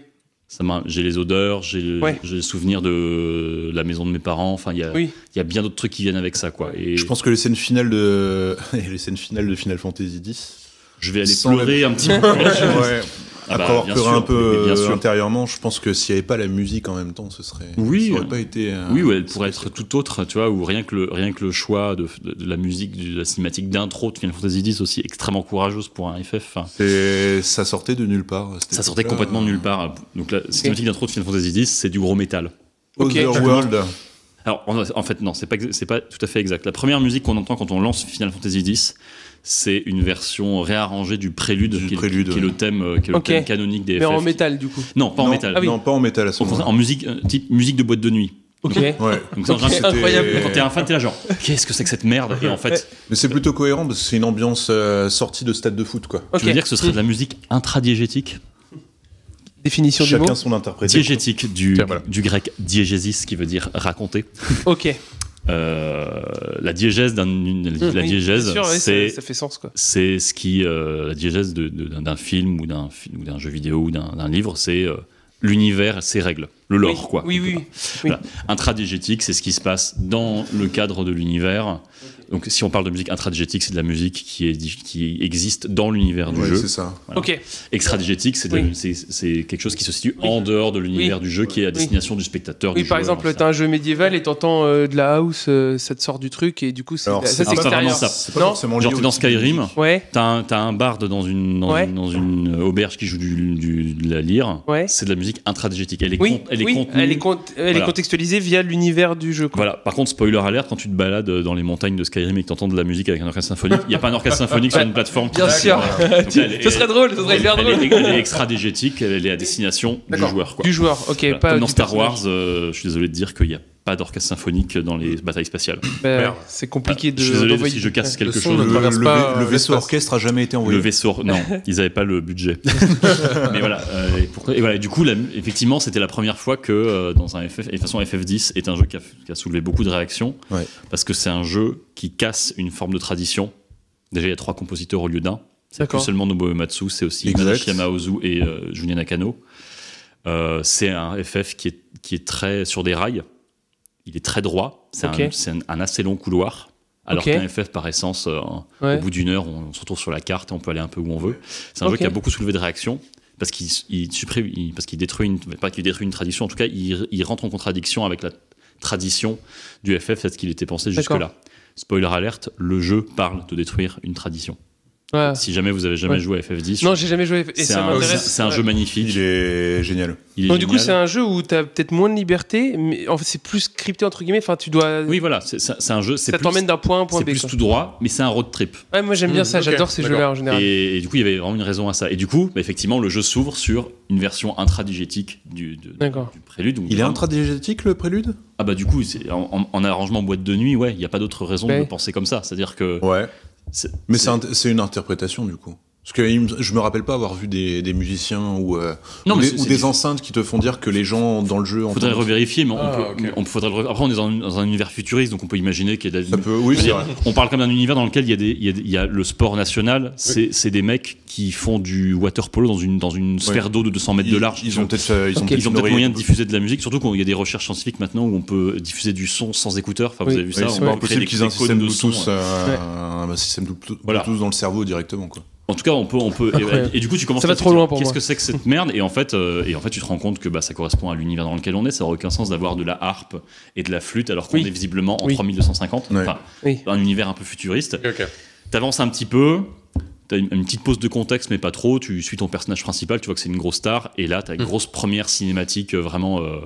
Ça m'a- j'ai les odeurs, j'ai le, Ouais. j'ai le souvenir de la maison de mes parents. Enfin, il y a, Oui. il y a bien d'autres trucs qui viennent avec ça, quoi. Et Je pense que les scènes finales de les scènes finales de Final Fantasy X. je vais aller sans la- pleurer un petit peu. ouais. Ah bah, Après avoir bien pleuré sûr, un peu mais bien euh, sûr. intérieurement, je pense que s'il n'y avait pas la musique en même temps, ce serait. Oui, ça aurait euh, pas été. euh, Oui, ou elle pourrait être tout autre, tu vois, ou rien que le, rien que le choix de, de- de la musique, de la cinématique d'intro de Final Fantasy X aussi extrêmement courageuse pour un FF. enfin, c'est- Ça sortait de nulle part. à cette ça sortait époque-là. complètement de nulle part. Donc la cinématique d'intro de Final Fantasy X, c'est du gros métal. Ok, Otherworld. Alors, en, en fait, non, c'est pas, exa- c'est pas tout à fait exact. La première musique qu'on entend quand on lance Final Fantasy X, c'est une version réarrangée du prélude, Du qui, est- prélude, qui est le thème, euh, qui est le Ok. thème canonique des Mais en FF. métal, du coup. Non, pas en Non, métal. Ah oui. Non, pas en métal à ce Au contraire, moment en musique, euh, type musique de boîte de nuit. Ok. Ouais. Donc, en Ok, général, c'est- incroyable. Eh, quand t'es un fan, t'es là genre, qu'est-ce que c'est que cette merde Et en fait, Mais c'est plutôt cohérent parce que c'est une ambiance euh, sortie de stade de foot, quoi. Ok. je veux dire que ce serait de la musique intradiégétique, Définition du mot. Chacun son interprétation. diégétique du, Tiens, voilà. du grec diégésis qui veut dire raconter. Ok. Euh, la diégèse d'un- une- la Mmh, Oui, diégèse, bien sûr, oui, c'est ça, ça fait sens quoi. c'est ce qui euh, la diégèse de- de- d'un d'un film ou d'un fi- ou d'un jeu vidéo ou d'un d'un livre, c'est euh, l'univers, ses règles, le lore oui, quoi. Oui, quelque oui. part. oui. Voilà. Intradigétique, c'est ce qui se passe dans le cadre de l'univers. Donc, si on parle de musique intradigétique, c'est de la musique qui, est, di- qui existe dans l'univers du Ouais, jeu. c'est ça. Voilà. Ok. Extradigétique, c'est de- Oui. c'est c'est quelque chose qui se situe en dehors de l'univers du jeu, qui est à destination du spectateur. Oui, du par joueur, exemple, etc. t'as un jeu médiéval et t'entends euh, de la house, euh, ça te sort du truc et du coup, c'est Alors, ça, c'est pas vraiment extérieur. ça. C'est pas Non. forcément Genre, lié t'es au dans type de Skyrim. musique. Ouais. T'as un, t'as un barde dans une, dans, Ouais. une, dans une, euh, auberge qui joue du, du- de la lyre. Ouais. C'est de la musique intradigétique. Elle est, Oui, con- elle est oui, contenue. elle est, con- elle est Voilà. contextualisée via l'univers du jeu. Quoi. Voilà. Par contre, spoiler alert, quand tu te balades euh, dans les montagnes de Skyrim et que t'entends de la musique avec un orchestre symphonique, il n'y a pas un orchestre symphonique sur une plateforme. euh, Bien sûr. Donc, elle est- ce serait drôle, ce serait elle, hyper elle drôle. est, elle est extradigétique, elle est à destination du D'accord. joueur. Quoi. Du joueur, ok. Voilà. Pas Comme dans du Star personnage. Wars, euh, je suis désolé de dire qu'il n'y a pas d'orchestre symphonique dans les batailles spatiales. Bah, Merde. c'est compliqué de. Ah, je suis désolé d'envoyer- si je casse quelque Le son chose. ne Le, traverse le- pas, le euh, vaisseau l'espace. orchestre a jamais été Le envoyé. vaisseau, non, ils n'avaient pas le budget. Mais voilà, euh, et, pourquoi- et voilà, et du coup, la- effectivement, c'était la première fois que euh, dans un FF, et de toute façon, FF10 est un jeu qui a, qui a soulevé beaucoup de réactions, Ouais. parce que c'est un jeu qui casse une forme de tradition. Déjà, il y a trois compositeurs au lieu d'un. C'est plus D'accord. seulement Nobuo Uematsu, c'est aussi Exact. Masashi Yamaozu et euh, Junya Nakano. Euh, c'est un FF qui est, qui est très sur des rails. Il est très droit. C'est un- Ok. c'est un, un assez long couloir. Alors Ok. qu'un FF, par essence, euh, Ouais. au bout d'une heure, on, on se retrouve sur la carte et on peut aller un peu où on veut. C'est un Ok. jeu qui a beaucoup soulevé de réactions parce qu'il il supprime, il- parce qu'il détruit une, pas qu'il détruit une tradition, en tout cas, il, il rentre en contradiction avec la tradition du FF, c'est ce qu'il était pensé jusque-là. Spoiler alerte, le jeu parle de détruire une tradition. Ouais. Si jamais vous avez jamais Ah. Ouais. joué à FF10, Non, j'ai jamais joué. Et c'est ça un, m'intéresse. c'est un Ouais. jeu magnifique. Il est génial. Il est Donc, du coup, génial. c'est un jeu où t'as peut-être moins de liberté, mais en fait, c'est plus scripté entre guillemets. Enfin, tu dois. Oui, voilà, c'est c'est- c'est un jeu. C'est ça plus- t'emmène d'un point A à un point c'est B. plus quoi. tout droit, mais c'est un road trip. Ouais, moi, j'aime bien ça. ok, J'adore ces jeux-là en général. Et, et du coup, il y avait vraiment une raison à ça. Et du coup, bah, effectivement, le jeu s'ouvre sur une version intradigétique du, de- D'accord. du prélude. où Il est vraiment- intradigétique le prélude Ah bah du coup, c'est en, en- en arrangement boîte de nuit, ouais, il n'y a pas d'autre raison de Ouais. le penser comme ça. C'est-à-dire que... Ouais. c'est- Mais c'est int- c'est une interprétation du coup. Parce que il me- je me rappelle pas avoir vu des, des musiciens ou, euh, Non, ou mais des, c'est- ou c'est- des enceintes qui te font dire que les gens dans le jeu faudrait entendent- revérifier, mais on, Ah, peut, ok. on faudrait le rev- Après, on est dans, un- dans un univers futuriste, donc on peut imaginer qu'il y a... des- Ça peut, oui, Je veux c'est dire, vrai. on parle comme d'un univers dans lequel il y a, des, il y a des- il y a le sport national, c'est c'est des mecs qui font du water polo dans une, dans une sphère d'eau de 200 mètres de large. Ils, ils ont peut-être euh, ils ont Ok. peut-être Ils ont une peut-être oreille. moyen de diffuser de la musique, surtout qu'il y a des recherches scientifiques maintenant où on peut diffuser du son sans écouteur. Enfin, Oui. vous avez vu Oui, ça c'est on pas peut créer impossible des- qu'ils aient un des cônes système de son, Bluetooth, ouais. euh, un système Bluetooth Voilà. Bluetooth dans le cerveau directement quoi. En tout cas, on peut, on peut. Incroyable. Et, et du coup, tu commences Ça va à te trop dire, loin pour Qu'est-ce moi. que c'est que cette merde Et en fait, euh, et en fait, tu te rends compte que bah, ça correspond à l'univers dans lequel on est. Ça n'aurait aucun sens d'avoir de la harpe et de la flûte alors qu'on Oui. est visiblement en Oui. 3250. Ouais. Enfin, Oui. un univers un peu futuriste. Ok. T'avances un petit peu. T'as une, une petite pause de contexte, mais pas trop. Tu suis ton personnage principal. Tu vois que c'est une grosse star. Et là, t'as une Mm. grosse première cinématique euh, vraiment. euh,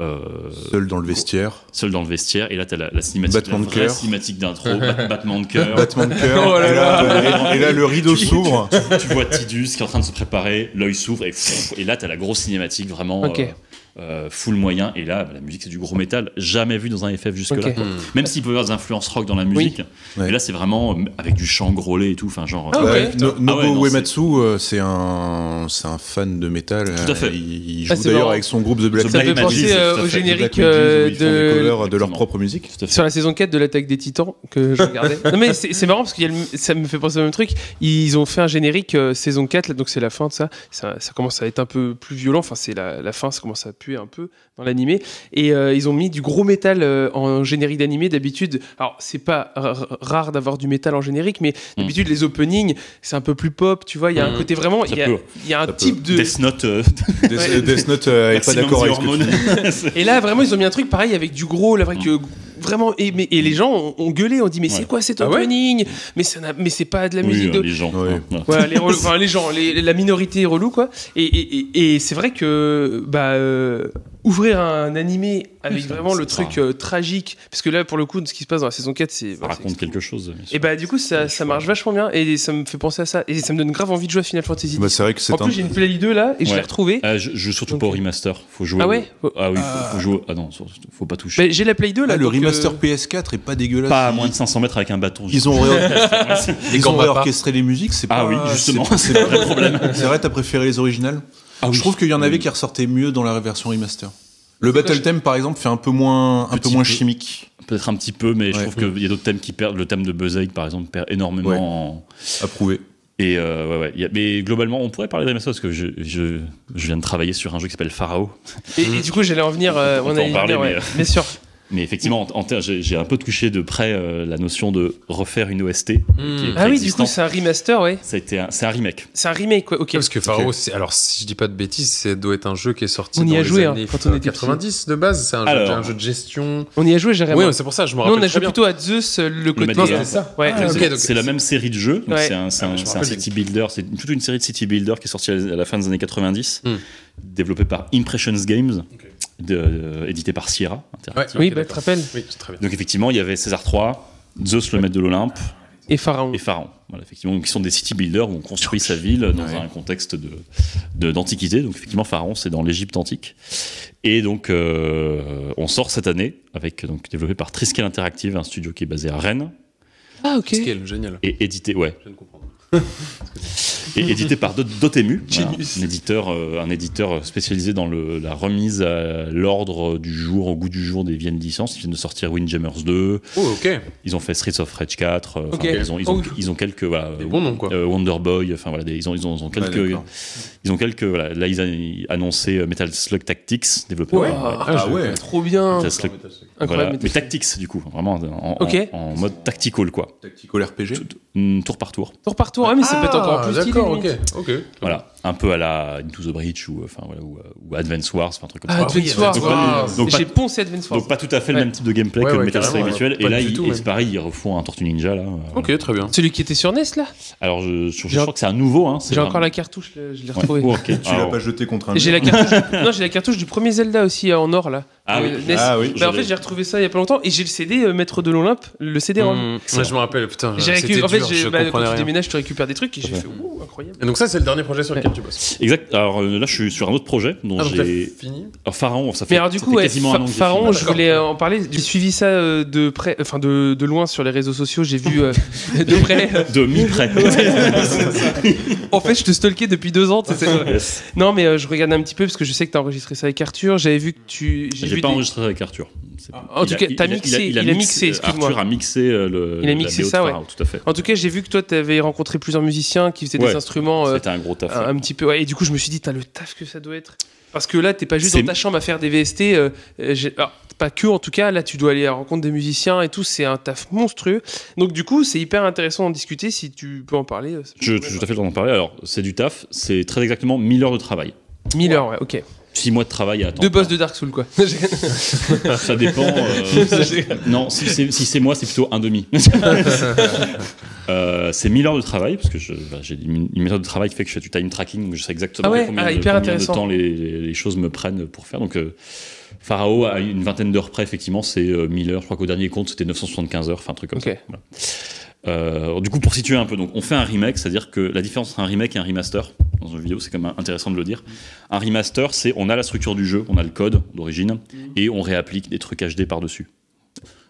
euh, Seul dans le vestiaire, seul dans le vestiaire et là t'as la, la cinématique Battement la de vraie cœur. cinématique d'intro bat- battement de cœur battement de cœur Oh là et, là, euh, et là, le rideau s'ouvre. Euh, tu vois Tidus qui est en train de se préparer, l'œil s'ouvre et, pff, et là t'as la grosse cinématique vraiment Ok. euh, euh, full moyen et là bah, la musique c'est du gros métal jamais vu dans un FF jusque là. Ok. Hmm. Même s'il peut y avoir des influences rock dans la musique, Ouais. mais là c'est vraiment euh, avec du chant grôlé et tout, enfin genre. Ah, ok. Ouais, No- Nobuo Ah ouais, non, Uematsu, euh, c'est un, c'est un fan de métal. Tout à fait. Euh, Il, il Ah, joue c'est d'ailleurs marrant. avec son groupe The Black The Ça Black fait Magic, penser c'est euh, tout à au fait. générique euh, euh, ils font des de covers de leur Exactement. propre musique. Tout à fait. sur la saison 4 de l'attaque des titans que je regardais. non mais c'est c'est marrant parce que ça me fait penser au même truc. Ils ont fait un générique euh, saison 4, là, donc c'est la fin de ça. ça. ça commence à être un peu plus violent, enfin c'est la, la fin, ça commence à puer un peu dans l'animé. Et euh, ils ont mis du gros métal euh, en générique d'animé. D'habitude, alors c'est pas ra- ra- rare d'avoir du métal en générique, mais d'habitude, les openings, c'est un peu plus pop, tu vois. Il y a un Mm. côté vraiment. Ça Il y a, peut. il y a un Ça peut. type de. Death Note. euh, Death, Death Note euh, est pas Maximum d'accord The avec ce que tu Hormone. dis. Et là, vraiment, ils ont mis un truc pareil avec du gros, là, vrai que vraiment. Et, mais- et les gens ont, ont gueulé, ont dit mais c'est Mm. Ouais. quoi cet Ah ouais opening Mais ça n'a- mais c'est pas de la Oui, musique euh, de. les gens. Ouais. hein. Voilà, les, relous- enfin, les gens, les- la minorité relou quoi. Et, et- et- et c'est vrai que bah, euh, ouvrir un animé avec vraiment le c'est truc euh, tragique, parce que là pour le coup, ce qui se passe dans la saison 4, c'est. Ça raconte quelque chose. bien sûr. Et bah du coup, ça, ça marche vachement bien et ça me fait penser à ça. Et ça me donne grave envie de jouer à Final Fantasy. Bah, c'est vrai que c'est en un. plus, j'ai une Play 2 là et je Ouais. l'ai retrouvée. Ah, je, je joue surtout Ok. pas au remaster. Faut jouer. Ah au- ouais Ah oui, faut, faut jouer. au- Ah non, surtout, faut pas toucher. Bah, j'ai la Play 2 là. Ah, Là, Ah, le donc, euh, remaster PS4 est pas dégueulasse. Pas à moins de 500 mètres avec un bâton. Ils ont, réor- Et ils qu'on ont va pas. réorchestré les musiques, c'est Ah pas. oui, justement, c'est pas le problème. C'est vrai, t'as préféré les originales Ah Ah Je trouve qu'il y en avait qui ressortaient mieux dans la version remaster. Le battle theme, par exemple, fait un peu moins, un peu Petit moins peu. chimique. Peut-être un petit peu, mais je Ouais. trouve qu'il y a d'autres thèmes qui perdent. Le thème de Buzzegg, par exemple, perd énormément. Ouais. en- Approuvé. Et euh, ouais, ouais. il y a- Mais globalement, on pourrait parler de remaster parce que je, je, je viens de travailler sur un jeu qui s'appelle Pharaoh. Et, et du coup, j'allais en venir. euh, Mhm. On on peut en allait y parler, venir, ouais. mais, Bien sûr. Mais effectivement, en, en ter- j'ai j'ai un peu touché de près euh, la notion de refaire une OST. Hmm. qui est Ah oui, du existant. coup, c'est un remaster, ouais. Ça a été un- C'est un remake. C'est un remake, quoi. Ok. Parce que Pharaoh, c'est- alors si je dis pas de bêtises, ça doit être un jeu qui est sorti On y dans a les joué, hein, années quand on était 90 de base. C'est un, jeu- Alors. un jeu de gestion. On y a joué, j'ai rien Oui, mais c'est pour ça, je me Nous, rappelle. on a très joué bien. plutôt à Zeus, euh, le côté. Madeira. Non, c'était ça. Ouais. Ah, ok, C'est- donc c'est la même série de jeux, donc Ouais. c'est un, c'est Ah, un- je me c'est un rappelle. city builder, c'est toute une série de city builder qui est sortie à la à la fin des années 90, Hmm. développée par Impressions Games, de- euh, édité par Sierra. Interactive. Ouais, Oui, ok, bah, tu te d'accord. rappelles. Oui, c'est très bien. Donc effectivement, il y avait César III, Zeus le maître de l'Olympe euh, Et Pharaon. et Pharaon. Voilà, effectivement, donc, qui sont des city builders où on construit sa ville dans un contexte de de- d'antiquité. donc effectivement, Pharaon, c'est dans l'Égypte antique. Et donc euh, on sort cette année avec donc développé par Triskel Interactive, un studio qui est basé à Rennes. Ah, ok. Scale, génial. et édité ouais et édité par Dot- Dotemu voilà, un éditeur euh, un éditeur spécialisé dans le- la remise à l'ordre du jour au goût du jour des vieilles licences ils viennent de sortir Windjammers 2 Oh, ok. ils ont fait Streets of Rage 4 euh, enfin, Ok. ils, ont, ils, ont, Oh. ils ont quelques voilà, Des bons noms, quoi. euh, Wonder Boy enfin voilà des- ils ont ils ont, ils ont Ouais, quelques d'accord. ils ont quelques voilà, là ils ont annoncé euh, Metal Slug Tactics développé Ouais. par, euh, Ah, Ah ouais. Trop bien. Metal Slug, voilà. Incroyable. mais Tactics du coup vraiment en, en- Ok. en mode tactical quoi Tactical RPG. Mm, tour par tour Tour par tour. Ah, mais ça peut être encore plus stylé. Ah, D'accord, ok. limite. ok. Voilà, un peu à la Into the Breach ou, enfin, voilà, ou, euh, ou Advance Wars, enfin, un truc comme Ah, ça. Advance Wars. Donc, pas- wow. donc, pas- J'ai poncé Advance Wars. Donc pas tout à fait le Ouais. même type de gameplay Ouais, que le ouais, Metal Slug carrément, habituel. pas Et là, du ils- tout, et ouais. c'est pareil, ils refont un Tortue Ninja. Là. Ok, très bien. Celui qui était sur NES, là Alors, je, je- je J'ai- crois que c'est un nouveau. Hein, c'est J'ai encore vraiment- la cartouche, là, je l'ai retrouvée. Ouais. Oh, ok. Tu l'as Alors- pas jeté contre un. Et J'ai mur. la cartouche. non, j'ai la cartouche du premier Zelda aussi euh, en or là. Ah Euh, oui. NES. Ah oui. Bah, en fait, j'ai retrouvé ça il y a pas longtemps et j'ai le CD euh, Maître de l'Olympe, le CD Mm. Mmh, ROM. ouais, je me rappelle, putain. J'ai C'était récu- dur, En fait, j'ai- je bah, comprenais quand tu rien. déménages, tu récupères des trucs et j'ai fait ouh, incroyable. Et donc ça, c'est le dernier projet sur lequel tu bosses. Exact. Alors euh, là, je suis sur un autre projet dont Ah, donc t'as j'ai. fini Alors, Pharaon, ça fait, Mais alors du ça coup, fait ouais, quasiment Pha- un an que j'ai Pharaon, fini. je voulais euh, en parler. J'ai suivi ça euh, de près, enfin de, de loin sur les réseaux sociaux. J'ai vu euh, de près. de mi-près. En fait, je te stalkais depuis deux ans. tu sais, c'est- Yes. Non, mais euh, je regardais un petit peu parce que je sais que t'as enregistré ça avec Arthur. J'avais vu que tu. J'ai vu pas des- enregistré avec Arthur. C'est- en il tout a- cas, il- t'as il a- mixé, il a il a mixé, excuse-moi. Arthur a mixé euh, le. Il a la mixé BO de ça, ouais. Pharaon, Tout à fait. En tout cas, j'ai vu que toi, t'avais rencontré plusieurs musiciens qui faisaient des Ouais. instruments. euh, C'était un gros taf. un, un petit peu. ouais. Et du coup, je me suis dit, t'as le taf que ça doit être. Parce que là, t'es pas juste C'est- dans ta chambre à faire des VST. euh, euh, j'ai- alors, pas que, en tout cas. Là, tu dois aller à la rencontre des musiciens et tout. C'est un taf monstrueux. Donc, du coup, c'est hyper intéressant d'en discuter. Si tu peux en parler. euh, ça- Je, tout à fait le temps d'en parler. Alors, c'est du taf, c'est très exactement 1000 heures de travail. 1000 heures, ouais, ok. 6 mois de travail à attendre. Deux boss de Dark Souls, quoi. Ça dépend. euh, non, si c'est si c'est moi, c'est plutôt un demi. Euh, c'est 1000 heures de travail, parce que je- bah, j'ai une une méthode de travail qui fait que je fais du time tracking, donc je sais exactement Ah ouais, combien, ah, de, hyper combien de intéressant. temps les, les- les choses me prennent pour faire. Donc, euh, Pharaon, à une vingtaine d'heures près, effectivement, c'est euh, 1000 heures. Je crois qu'au dernier compte, c'était 975 heures, enfin un truc comme Ok. ça. Voilà. Euh, du coup, pour situer un peu, donc, on fait un remake, c'est-à-dire que la différence entre un remake et un remaster dans une vidéo, c'est quand même intéressant de le dire. Un remaster, c'est on a la structure du jeu, on a le code d'origine, Mhm. et on réapplique des trucs HD par-dessus.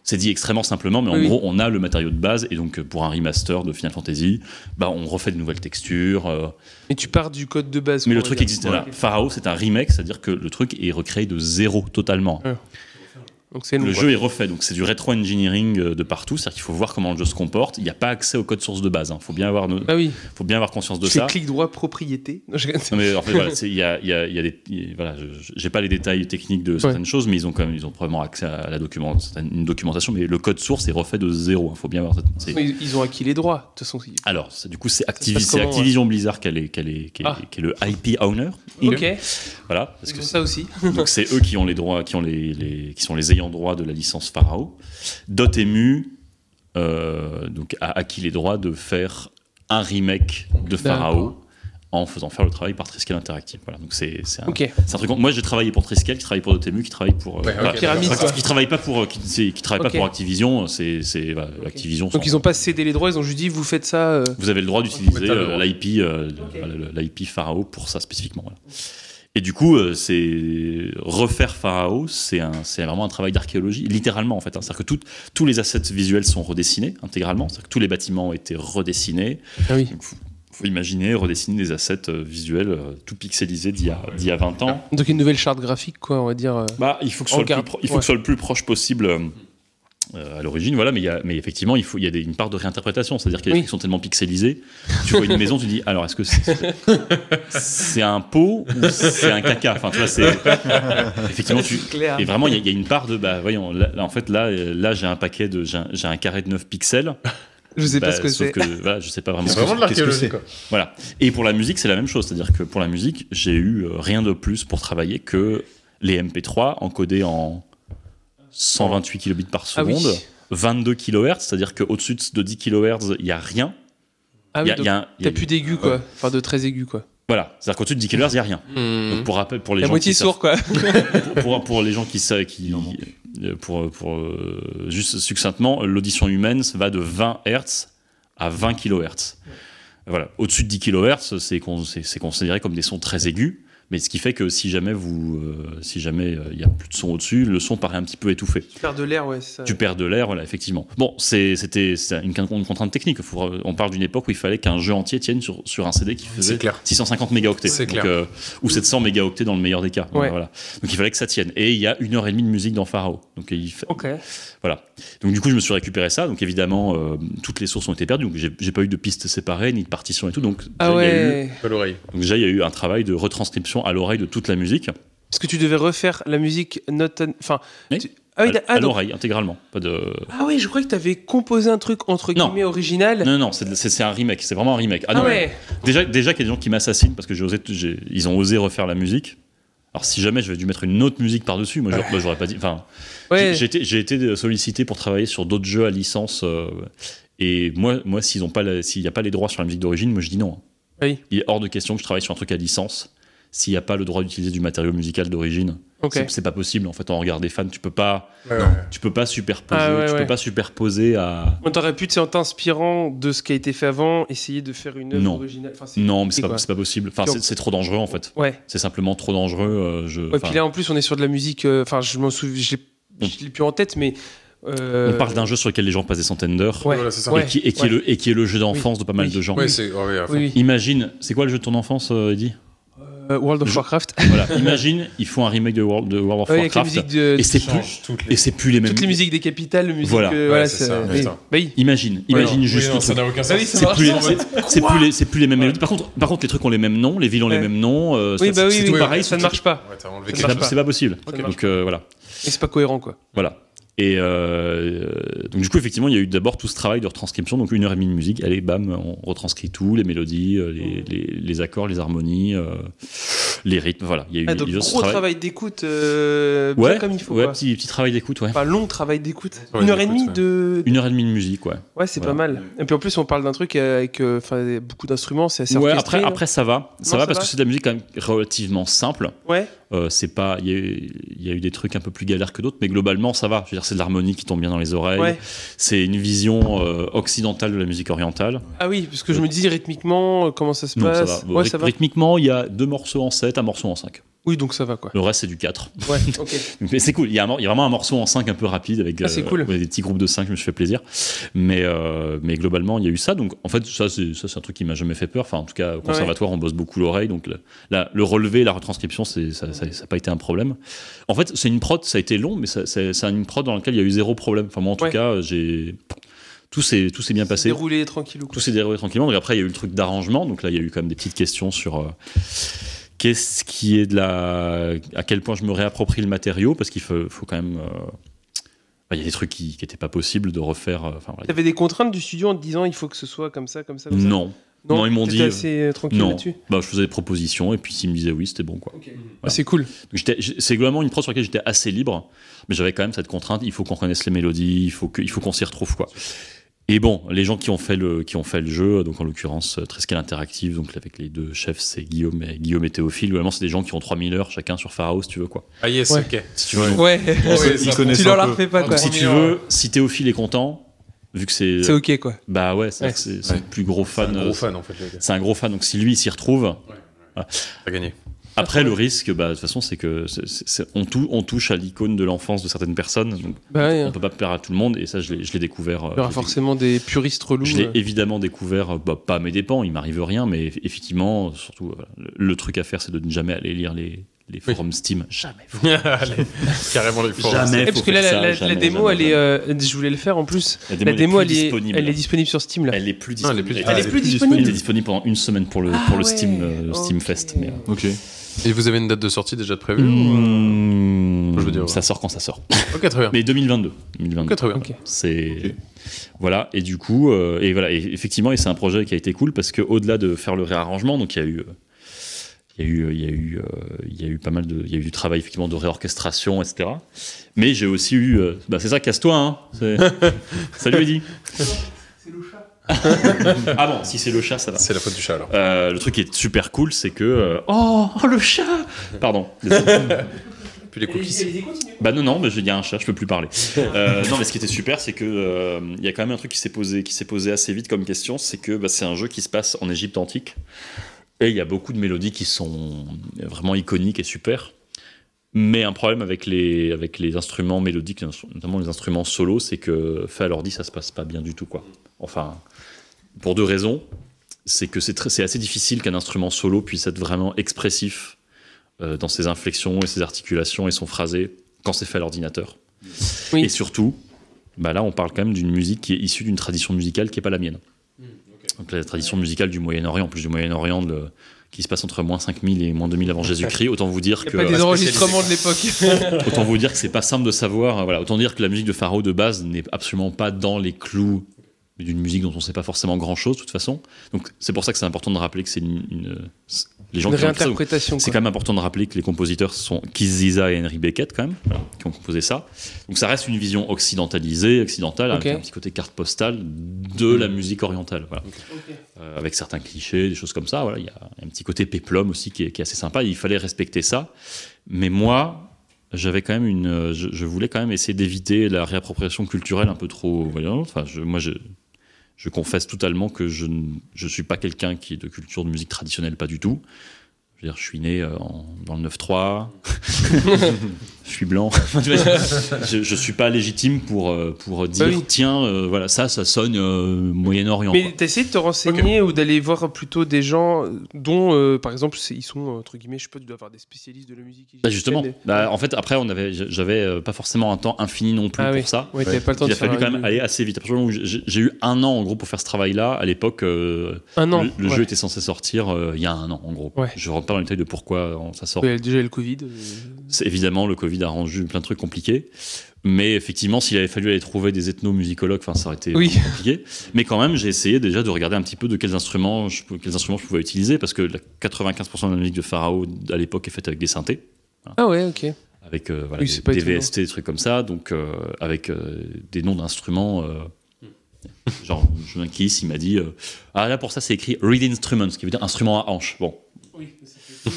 C'est dit extrêmement simplement, mais en Oui, oui. gros, on a le matériau de base, et donc euh, pour un remaster de Final Fantasy, bah, on refait de nouvelles textures. euh, Et tu pars du code de base. mais le quoi, on va truc dire. existait Ouais, là. Pharaoh, c'est un remake, c'est-à-dire que le truc est recréé de zéro totalement. Ouais. Donc c'est nous. Le quoi. jeu est refait, donc c'est du rétro engineering euh, de partout, c'est-à-dire qu'il faut voir comment le jeu se comporte. Il n'y a pas accès au code source de base. Il faut bien avoir, no- Ah oui, faut bien avoir conscience de c'est ça. clic droit propriété. Non, je- Non, mais en fait, voilà, c'est- il y a, il y a- il y a des, il y a- voilà, je- je- j'ai pas les détails techniques de certaines choses, mais ils ont quand même, ils ont probablement accès à la document, certaines- une documentation, mais le code source est refait de zéro. Il faut bien avoir. cette- c'est- Mais Ils ils ont acquis les droits. De toute façon, ils- Alors, c'est- du coup, c'est passe Activi- c'est comment, ouais Activision Blizzard qui est, les- qui est les- qui est- Ah. qui est le IP owner. ok. Voilà, parce Ils que ont ça aussi. Donc c'est eux qui ont les droits, qui ont les, les- qui sont les ayants droit de la licence Pharao. Dotemu euh, donc a acquis les droits de faire un remake de Pharao en faisant faire le travail par Triskel Interactive. Voilà, donc c'est c'est un, Ok. c'est un truc. Moi j'ai travaillé pour Triskel, qui travaille pour Dotemu, qui travaille pour euh, Ouais, ok, voilà. Pyramide, Enfin, quoi. qui, qui travaille pas pour euh, qui, c'est- qui travaille Ok. pas pour Activision. C'est c'est voilà, Activision. Donc sans- ils ont pas cédé les droits, ils ont juste dit vous faites ça. euh, vous avez le droit d'utiliser mais t'as le euh, droit. l'IP euh, le- voilà, le- l'IP Pharao pour ça spécifiquement. voilà. Et du coup, euh, c'est refaire Pharao, c'est un- c'est vraiment un travail d'archéologie, littéralement en fait. hein. C'est-à-dire que tout- tous les assets visuels sont redessinés intégralement. C'est-à-dire que tous les bâtiments ont été redessinés. Ah oui. Donc, faut, faut imaginer redessiner des assets euh, visuels euh, tout pixelisés d'il y, a- d'il y a 20 ans. Donc une nouvelle charte graphique, quoi, on va dire. euh. Bah, il faut que ce soit, En le plus, garde, pro- il faut ouais. que ce soit le plus proche possible euh, euh, à l'origine, voilà. Mais, il y a- mais effectivement, il, faut, il y a des- une part de réinterprétation, c'est-à-dire qu'il y a des Oui. trucs qui sont tellement pixelisés. Tu vois une maison, tu dis alors est-ce que c'est, c'est un pot ou c'est un caca Enfin, tu vois, c'est effectivement tu. clair. Et vraiment, il y, a- il y a une part de bah voyons. Là, là, en fait, là, euh, là, j'ai un paquet de, j'ai un, j'ai un carré de 9 pixels. Je sais pas Bah, ce que sauf c'est. voilà, je sais pas vraiment. Qu'est-ce C'est que- vraiment de qu'est-ce que l'archéologie, c'est quoi. Voilà. Et pour la musique, c'est la même chose. C'est-à-dire que pour la musique, j'ai eu euh, rien de plus pour travailler que les MP3 encodés en 128 kilobits par Ah oui. seconde, 22 kHz, c'est-à-dire qu'au-dessus de 10 kHz, il n'y a rien. Ah Il y oui, a- il donc y a un- il y t'as a- plus d'aigus, quoi. Enfin, de très aigus, quoi. Voilà. C'est-à-dire qu'au-dessus de 10 kHz, il n'y a rien. Hmm. Donc, pour rappel, pour les Mmh. La gens moitié qui savent- sourd, quoi. pour, pour, pour les gens qui savent, qui, euh, pour, pour, euh, juste succinctement, l'audition humaine ça va de 20 Hz à 20 kHz. Voilà. Au-dessus de 10 kHz, c'est con- c'est c'est considéré comme des sons très aigus. Mais ce qui fait que si jamais vous, euh, si jamais euh, il n'y a plus de son au-dessus, le son paraît un petit peu étouffé. Faire de l'air, ouais, c'est ça. Tu perds de l'air, voilà, effectivement. Bon, c'est- c'était c'est une, con- une contrainte technique. Faut- on parle d'une époque où il fallait qu'un jeu entier tienne sur, sur un CD qui faisait clair. 650 mégaoctets. C'est Donc, clair. euh, ou 700 mégaoctets dans le meilleur des cas. Donc, Ouais. Voilà. Donc il fallait que ça tienne. Et il y a une heure et demie de musique dans Pharaoh. Donc, il fa- Ok. voilà. Donc du coup, je me suis récupéré ça. Donc évidemment, euh, toutes les sources ont été perdues. Donc j'ai j'ai pas eu de pistes séparées, ni de partitions et tout. Donc Ah déjà, il y a eu- ouais. Pas l'oreille. donc, déjà, il y a eu un travail de retranscription à l'oreille de toute la musique. Parce que tu devais refaire la musique note. an- Enfin. Oui. tu- Ah oui, à d'a- ah, à donc- l'oreille, intégralement. Pas de... ah oui, je croyais que t'avais composé un truc entre Non. guillemets original. Non, non, c'est c'est- c'est un remake. C'est vraiment un remake. Ah, Ah non, ouais. Déjà, déjà qu'il y a des gens qui m'assassinent parce que j'ai osé, j'ai- ils ont osé refaire la musique. Alors si jamais j'avais dû mettre une autre musique par-dessus, moi j'aurais- moi, j'aurais pas dit. Enfin, Ouais. j'ai- j'ai été- j'ai été sollicité pour travailler sur d'autres jeux à licence. euh, et moi, moi s'ils ont pas, la- s'il n'y a pas les droits sur la musique d'origine, moi je dis non. hein. Oui. Il est hors de question que je travaille sur un truc à licence s'il n'y a pas le droit d'utiliser du matériau musical d'origine. Ok. C'est- C'est pas possible en fait en regard des fans. Tu peux pas, Ouais, ouais. tu peux pas superposer, Ah, ouais, tu ouais. peux pas superposer à. On t'aurait pu, tu sais, en t'inspirant de ce qui a été fait avant, essayer de faire une œuvre Non. originale. Enfin, c'est- Non, mais c'est c'est pas, quoi c'est pas possible. Enfin, Sur- c'est- c'est trop dangereux en fait. Ouais. C'est simplement trop dangereux. euh, je, Ouais, enfin, puis là, en plus, on est sur de la musique. euh, Enfin, je m'en souviens, je l'ai- je l'ai plus en tête, mais. euh, On parle d'un jeu sur lequel les gens passent des centaines d'heures Ouais. Voilà, c'est ça. Ouais. et, qui, et qui est le, et qui est le jeu d'enfance de pas mal Oui. de gens. Ouais, c'est. ouais, ouais, à fond. Oui, oui. Imagine, c'est quoi le jeu de ton enfance, euh, Eddie Euh, World of Je- Warcraft. Voilà, imagine, ils font un remake de World, de World of Ouais, avec la Warcraft musique de. et c'est Change plus toutes les. et c'est plus les mêmes. Toutes les musiques des capitales, musique. Voilà. euh, Ouais, voilà, c'est c'est- ça, oui. putain. Bah oui. Imagine, imagine Oui, juste. non, le ça truc. n'a aucun Bah oui, sens. ça C'est marche. plus, les- en c'est- mode- c'est plus les, c'est plus les mêmes mélodies. Par contre, par contre, les trucs ont les mêmes noms, les villes ont les Ouais. mêmes noms. euh, Oui, c'est- bah c'est oui, tout oui, pareil. ça c'est ne tout- marche pas. Ouais, t'as enlevé Ça C'est marche pas, c'est pas possible. Ça marche Donc euh, voilà. Mais c'est pas cohérent, quoi. Voilà. Et euh, donc du coup effectivement il y a eu d'abord tout ce travail de retranscription donc une heure et demie de musique allez bam on retranscrit tout les mélodies euh, les, les- les accords les harmonies euh, les rythmes voilà il y a eu Ah, donc, il y a eu ce gros travail d'écoute, euh, bien ouais comme il faut. ouais quoi. petit, petit travail d'écoute ouais Enfin, long travail d'écoute. Ouais, Une heure et d'écoute, demie de. ouais. une heure et demie de musique ouais Ouais, c'est Voilà. pas mal. Et puis en plus, on parle d'un truc avec euh, enfin, beaucoup d'instruments, c'est assez ouais orchestré, après non après ça va ça Non, ça va parce va. que c'est de la musique quand même relativement simple Ouais. Euh, c'est pas il y, a eu- il y a eu des trucs un peu plus galères que d'autres mais globalement ça va je veux dire c'est de l'harmonie qui tombe bien dans les oreilles Ouais. c'est une vision euh, occidentale de la musique orientale Ah oui, parce que je me dis rythmiquement, euh, comment ça se Non, ça passe va. Ouais, Ryth- ça va. Rythmiquement, il y a deux morceaux en 7, un morceau en 5. Oui, donc ça va quoi. Le reste, c'est du 4. Ouais, ok. Mais c'est cool. Il y, a un mor- il y a vraiment un morceau en 5 un peu rapide avec euh, Ah, c'est cool. ouais, des petits groupes de 5, je me suis fait plaisir. Mais, euh, mais globalement, il y a eu ça. Donc, en fait, ça, c'est ça, c'est un truc qui m'a jamais fait peur. Enfin, en tout cas, au conservatoire, on bosse beaucoup l'oreille. Donc, la- la- le relevé, la retranscription, c'est- ça n'a pas été un problème. En fait, c'est une prod, ça a été long, mais ça- c'est c'est une prod dans laquelle il y a eu zéro problème. Enfin, moi, en tout Ouais. cas, j'ai. Tout s'est tout s'est bien passé Déroulé tranquillou. quoi. tout s'est déroulé tranquillement. Donc après, il y a eu le truc d'arrangement. Donc là, il y a eu quand même des petites questions sur euh, qu'est-ce qui est de la. à quel point je me réapproprie le matériau, parce qu'il faut, faut quand même. euh, bah, Il y a des trucs qui n'étaient pas possibles de refaire. euh, Enfin, voilà. T'avais des contraintes du studio en te disant il faut que ce soit comme ça, comme ça, comme ça Non, Non, ils m'ont t'étais dit, euh, assez euh, tranquille non. là-dessus. Bah, je faisais des propositions et puis s'ils me disaient oui, c'était bon quoi. Ah, C'est cool. Donc, j'étais- j'- C'est globalement une prod sur laquelle j'étais assez libre, mais j'avais quand même cette contrainte. Il faut qu'on connaisse les mélodies, il faut que- il faut qu'on s'y retrouve quoi. Et bon, les gens qui ont fait le qui ont fait le jeu, donc en l'occurrence euh, Triskel Interactive, donc avec les deux chefs, c'est Guillaume et Guillaume et Théophile. Globalement, c'est des gens qui ont 3000 heures chacun sur Pharaoh, si tu veux quoi. Ah yes, Ouais. ok. Si tu veux. Donc, Ouais, ouais, ça Ils connaissent tu leur la un peu. refais pas quoi. donc, si tu veux, si Théophile est content, vu que c'est C'est ok quoi. bah ouais, c'est Ouais. c'est- c'est Ouais. le plus gros fan. Un euh, gros fan en fait, les gars. C'est un gros fan, donc si lui il s'y retrouve, T'as gagné. Après, le risque, bah, de toute façon, c'est que c'est- c'est- c'est- on, tou- on touche à l'icône de l'enfance de certaines personnes. donc Bah ouais, on hein. peut pas plaire à tout le monde, et ça, je l'ai je l'ai découvert. il euh, y aura je l'ai découvert. forcément des puristes relous. Je l'ai euh. évidemment découvert, euh, bah, pas à mes dépens, il m'arrive rien, mais eff- effectivement, euh, surtout, euh, voilà, le, le truc à faire, c'est de ne jamais aller lire les, les forums Steam. Jamais. faut- Allez, Carrément les forums. Jamais. Eh, faut parce que là, faire la, ça, la- jamais, la démo, jamais, elle est. euh, je voulais le faire en plus. euh, La La démo, elle elle est, disponible. elle est disponible sur Steam là. Elle est plus Non, elle est disponible. plus- Elle est plus plus disponible. disponible. Elle était disponible pendant une semaine pour le, pour le Ah Steam, ouais, euh, Steam Fest. ok. Mais, euh, Ok. Et vous avez une date de sortie déjà de prévue Mm. Oh, hmm, Je veux dire, ça sort quand ça sort. Ok, très bien. Mais 2022. 2022. Ok, très bien. Ok. C'est voilà et du coup euh, et voilà et effectivement et c'est un projet qui a été cool parce que au-delà de faire le réarrangement donc il y a eu euh, il y a eu il y a eu euh, il y a eu pas mal de il y a eu du travail effectivement de réorchestration etc mais j'ai aussi eu euh, bah c'est ça casse-toi hein C'est- salut Eddy c'est le chat ah bon si c'est le chat ça va C'est la faute du chat alors. euh, le truc qui est super cool c'est que euh, oh, oh, le chat pardon désolé. Puis les cookies. Bah non, non, mais il y a un chat, je peux plus parler. Euh, non, mais ce qui était super, c'est que euh, il y a quand même un truc qui s'est posé, qui s'est posé assez vite comme question, c'est que bah, c'est un jeu qui se passe en Égypte antique, et il y a beaucoup de mélodies qui sont vraiment iconiques et super. Mais un problème avec les, avec les instruments mélodiques, notamment les instruments solos, c'est que fait à l'ordi, ça se passe pas bien du tout, quoi. Enfin, pour deux raisons, c'est que c'est très- c'est assez difficile qu'un instrument solo puisse être vraiment expressif euh, dans ses inflexions et ses articulations et son phrasé quand c'est fait à l'ordinateur. Oui. Et surtout, bah là, on parle quand même d'une musique qui est issue d'une tradition musicale qui n'est pas la mienne. Hmm, Donc la tradition musicale du Moyen-Orient, en plus du Moyen-Orient le- qui se passe entre moins 5000 et moins 2000 avant Jésus-Christ, autant vous dire Il que a pas des enregistrements de l'époque. autant vous dire que c'est pas simple de savoir. euh, Voilà, autant dire que la musique de Pharaon de base n'est absolument pas dans les clous d'une musique dont on sait pas forcément grand chose de toute façon. Donc c'est pour ça que c'est important de rappeler que c'est une, une- c'est- les gens Une qui ont écrit ça, réinterprétation. c'est quoi. quand même important de rappeler que les compositeurs sont Keith Ziza et Henry Beckett, quand même, voilà, qui ont composé ça. Donc ça reste une vision occidentalisée, occidentale, Ok. avec un petit côté carte postale de la musique orientale. Voilà. Euh, avec certains clichés, des choses comme ça. Voilà, Il y a un petit côté péplum aussi qui est, qui est assez sympa. Il fallait respecter ça. Mais moi, j'avais quand même une. euh, Je, je voulais quand même essayer d'éviter la réappropriation culturelle un peu trop. voyez, Enfin, je- moi, je, je confesse totalement que je ne je suis pas quelqu'un qui est de culture de musique traditionnelle, pas du tout. Je veux dire, je suis né euh, en- dans le 9-3, je suis blanc. je, je suis pas légitime pour, euh, pour dire, Bah oui. tiens, euh, voilà, ça, ça sonne euh, Moyen-Orient. quoi. Mais t'as essayé de te renseigner ou d'aller voir plutôt des gens dont, euh, par exemple, c'est- ils sont, euh, entre guillemets, je sais pas, tu dois avoir des spécialistes de la musique. Bah, justement, égyptienne. Bah, en fait, après, on avait, j'avais euh, pas forcément un temps infini non plus Ah pour oui. ça. Ouais, t'avais pas le temps Il de a fallu faire quand un- même aller assez vite. À partir du moment où j'ai j'ai eu un an en gros pour faire ce travail-là. À l'époque, euh, Un an. le, le ouais. jeu était censé sortir euh, il y a un an en gros. Ouais. Je rentre pas dans les détails de pourquoi euh, ça sort. Ouais, Déjà, il y a le Covid. euh, C'est- Évidemment, le Covid a rendu plein de trucs compliqués. Mais effectivement, s'il avait fallu aller trouver des ethnomusicologues, enfin, ça aurait été Oui. vraiment compliqué. Mais quand même, j'ai essayé déjà de regarder un petit peu de quels instruments je, pou- quels instruments je pouvais utiliser, parce que la 95% de la musique de Pharaon à l'époque est faite avec des synthés Ah ouais, ok. avec euh, voilà, Oui, c'est pas des, des étonnant. VST, des trucs comme ça, donc euh, avec euh, des noms d'instruments. euh, genre, Julien Kiss, il m'a dit euh, Ah là, pour ça, c'est écrit Reed Instrument, ce qui veut dire instrument à hanche. Bon, Oui, c'est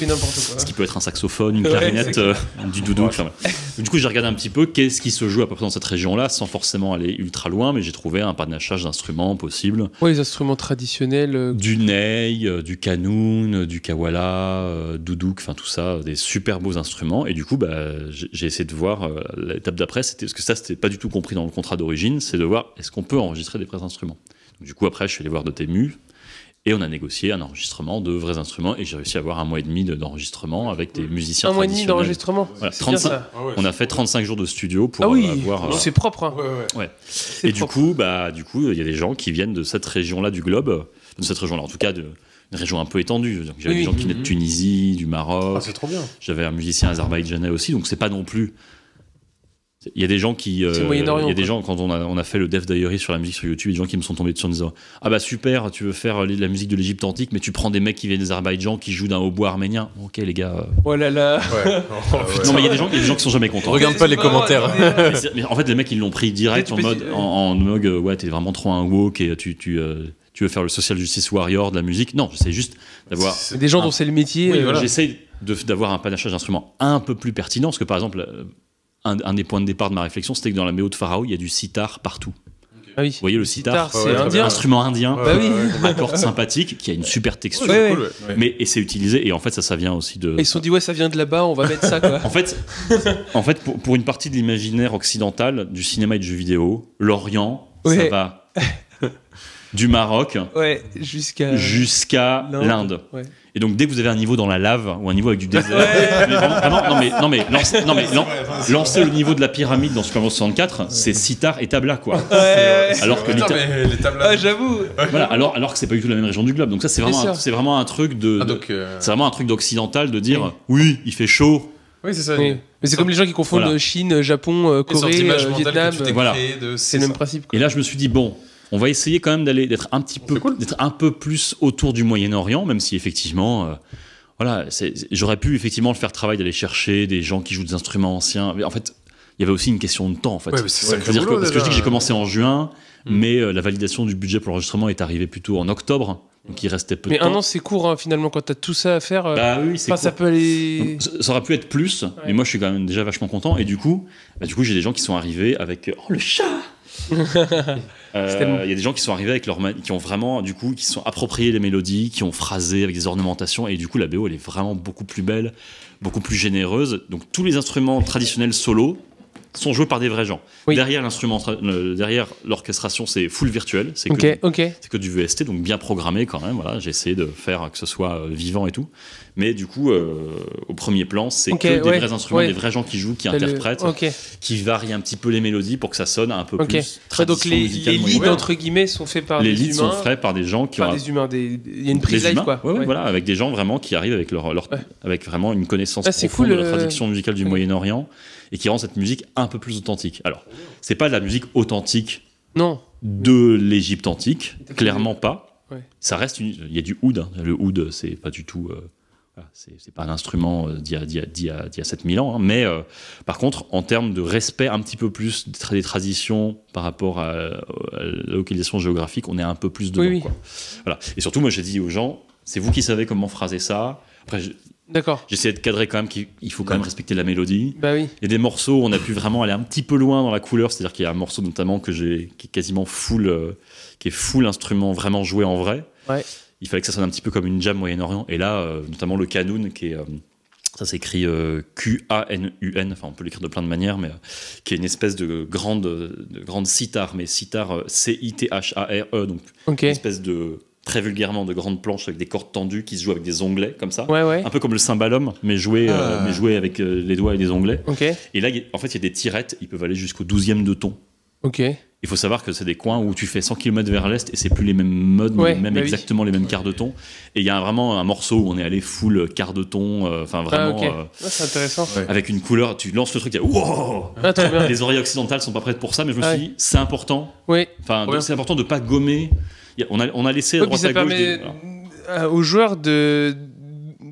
n'importe quoi. Ce qui peut être un saxophone, une Ouais, clarinette, c'est euh, du doudou. enfin, voilà. Du coup, j'ai regardé un petit peu qu'est-ce qui se joue à peu près dans cette région-là, sans forcément aller ultra loin, mais j'ai trouvé un panachage d'instruments possibles. Ouais, les instruments traditionnels. euh, Du ney, euh, du kanoun, euh, du kawala, euh, doudouk, enfin tout ça, euh, des super beaux instruments. Et du coup, bah, j'ai j'ai essayé de voir euh, l'étape d'après, c'était parce que ça, c'était pas du tout compris dans le contrat d'origine, c'est de voir est-ce qu'on peut enregistrer des vrais instruments. Donc, du coup, après, je suis allé voir de Tému et on a négocié un enregistrement de vrais instruments et j'ai réussi à avoir un mois et demi de- d'enregistrement avec des musiciens un mois et demi traditionnels. d'enregistrement. Voilà, C'est bien 35. ça. Ah On a fait 35 jours de studio pour ah oui, euh, avoir. euh, c'est propre. hein. et C'est du propre. coup, bah, du coup, il y a des gens qui viennent de cette région-là du globe, euh, de cette région-là, en tout cas, de, une région un peu étendue. Donc, J'avais Oui, Ah, des gens oui. qui venaient de Tunisie, du Maroc. Ah, c'est trop bien. J'avais un musicien azerbaïdjanais aussi, donc c'est pas non plus. Il y a des gens qui. C'est euh, le Moyen-Orient, Il y a des quoi. gens, quand on a, on a fait le Dev Diary sur la musique sur YouTube, il y a des gens qui me sont tombés dessus en disant Ah bah super, tu veux faire euh, la musique de l'Égypte antique, mais tu prends des mecs qui viennent d'Azerbaïdjan qui jouent d'un hautbois arménien. Ok, les gars. euh. Oh là là. Non, mais il y a des gens, il y a des gens qui sont jamais contents. Regarde pas les commentaires. euh, Mais c'est- mais en fait, les mecs, ils l'ont pris direct Tu en peux- mode, en, en mode, euh, ouais, t'es vraiment trop un woke et tu, tu, euh, tu veux faire le social justice warrior de la musique. Non, j'essaie juste d'avoir. C'est Des gens dont c'est le métier. Ah. Oui, euh, voilà. J'essaie de- d'avoir un panachage d'instruments un peu plus pertinent, parce que par exemple, euh, un, un des points de départ de ma réflexion, c'était que dans la méo de Pharaon, il y a du sitar partout. Ah oui. Vous voyez le Sitar, sitar c'est Ouais, très indien. bien. Instrument indien, Bah oui. à corde sympathique, qui a une super texture. Ouais, ouais. Mais et c'est utilisé et en fait ça ça vient aussi de Et Ils se sont dit ouais ça vient de là-bas, on va mettre ça quoi. En fait, en fait pour, pour une partie de l'imaginaire occidental du cinéma et du jeu vidéo, l'Orient, Ouais. ça va du Maroc Ouais, jusqu'à. jusqu'à l'Inde. l'Inde. Ouais. Et donc, dès que vous avez un niveau dans la lave ou un niveau avec du désert, mais vraiment- vraiment, non mais, non, mais, lancez, non, mais lan- lancer le niveau de la pyramide dans Super Mario 64, c'est sitar et tabla quoi. Ouais. Alors que Putain, l'Ita- mais les tablades. Ah j'avoue. voilà, alors, alors que c'est pas du tout la même région du globe. Donc ça c'est vraiment, Bien un- sûr. c'est vraiment un truc de, Ah, de- donc, euh, c'est vraiment un truc d'occidental de dire oui il fait chaud, Oui, c'est ça. Oui. Mais c'est comme les gens qui confondent Voilà. Chine, Japon, euh, Une sorte Corée, d'image euh, mentale que Vietnam. tu t'es voilà. créée de- C'est C'est le même ça. principe. quoi. Et là, je me suis dit bon, on va essayer quand même d'aller d'être un petit peu, d'être un peu plus autour du Moyen-Orient, même si effectivement, euh, voilà, c'est- c'est- j'aurais pu effectivement le faire travail d'aller chercher des gens qui jouent des instruments anciens. Mais en fait, il y avait aussi une question de temps, en fait. Ouais, mais c'est sacré C'est-à-dire que, boulot, parce que je dis déjà. Mm. que j'ai commencé en juin, mais euh, la validation du budget pour l'enregistrement est arrivée plutôt en octobre, donc il restait peu Mais de temps. un an c'est court hein, finalement quand t'as tout ça à faire. euh, bah oui, c'est enfin, ça court. peut aller. Donc, ça ça aurait pu être plus, mais moi je suis quand même déjà vachement content. Et du coup, bah, du coup j'ai des gens qui sont arrivés avec. Oh le chat Euh, Il tellement- y a des gens qui sont arrivés avec leur. ma- qui ont vraiment, du coup, qui se sont appropriés les mélodies, qui ont phrasé avec des ornementations. Et du coup, la BO elle est vraiment beaucoup plus belle, beaucoup plus généreuse. Donc tous les instruments traditionnels solo sont joués par des vrais gens. Oui. Derrière l'instrument, tra- le- derrière l'orchestration, c'est full virtuel. C'est que Ok, ok. c'est que du VST, donc bien programmé quand même. Voilà, j'ai essayé de faire que ce soit euh, vivant et tout. Mais du coup, euh, au premier plan, c'est Ok, que des ouais, vrais instruments, ouais. des vrais gens qui jouent, qui T'as Bah, le- interprètent, Ok. qui varient un petit peu les mélodies pour que ça sonne un peu Ok. plus. Ouais, donc tradition les, musicale les leads moyenne. entre guillemets sont faits par les des leads humains. sont faits par des gens qui Enfin, ont des humains, des- il y a une prise des live humains. quoi. Ouais, ouais, Ouais. voilà, avec des gens vraiment qui arrivent avec leur, leur- Ouais. avec vraiment une connaissance Ah, c'est profonde cool, de la euh, tradition musicale du ouais. Moyen-Orient et qui rend cette musique un peu plus authentique. Alors, c'est pas de la musique authentique Non. de l'Égypte antique, T'as clairement pas. Ouais. Ça reste une- il y a du oud. hein. Le oud, c'est pas du tout, euh, voilà, c'est c'est pas un instrument euh, d'il y a- d'il y a- d'il y a d'il y a 7000 ans. hein. Mais euh, par contre, en termes de respect un petit peu plus des, tra- des traditions par rapport à, à la localisation géographique, on est un peu plus dedans. Oui, oui. quoi. Voilà. Et surtout, moi, j'ai dit aux gens, c'est vous qui savez comment phraser ça. Après, j'ai- D'accord. j'essayais de cadrer quand même qu'il il faut quand même respecter la mélodie. Bah oui. Il y a des morceaux où on a pu vraiment aller un petit peu loin dans la couleur, c'est-à-dire qu'il y a un morceau notamment que j'ai qui est quasiment full, euh, qui est full instrument vraiment joué en vrai. Ouais. Il fallait que ça sonne un petit peu comme une jam Moyen-Orient. Et là, euh, notamment le Qanun, qui est euh, ça s'écrit euh, Q-A-N-U-N, enfin on peut l'écrire de plein de manières, mais euh, qui est une espèce de grande, de grande sitar, mais sitar euh, C-I-T-H-A-R-E, E, donc Ok. une espèce de, très vulgairement, de grande planche avec des cordes tendues qui se joue avec des onglets comme ça. Ouais, ouais. Un peu comme le cymbalum, mais joué, euh, Ah. mais joué avec euh, les doigts et les onglets. Ok. Et là, il y a- en fait, il y a des tirettes, ils peuvent aller jusqu'au 12e de ton. Ok. Il faut savoir que c'est des coins où tu fais 100 km vers l'est et c'est plus les mêmes modes, ni Ouais, les mêmes, bah oui. exactement les mêmes quarts de ton. Et il y a un- vraiment un morceau où on est allé full quart de ton, euh, enfin Ah, vraiment ok. euh, Ah, c'est intéressant. avec une couleur. Tu lances le truc, il y a wow Ah, très bien. Les oreilles occidentales sont pas prêtes pour ça, mais je me Ah suis dit, c'est important. Oui. Enfin, de- Ouais. c'est important de pas gommer. Il y a- on, a, on a laissé à Ouais, puis droite ça à gauche. permet des- voilà. euh, aux joueurs de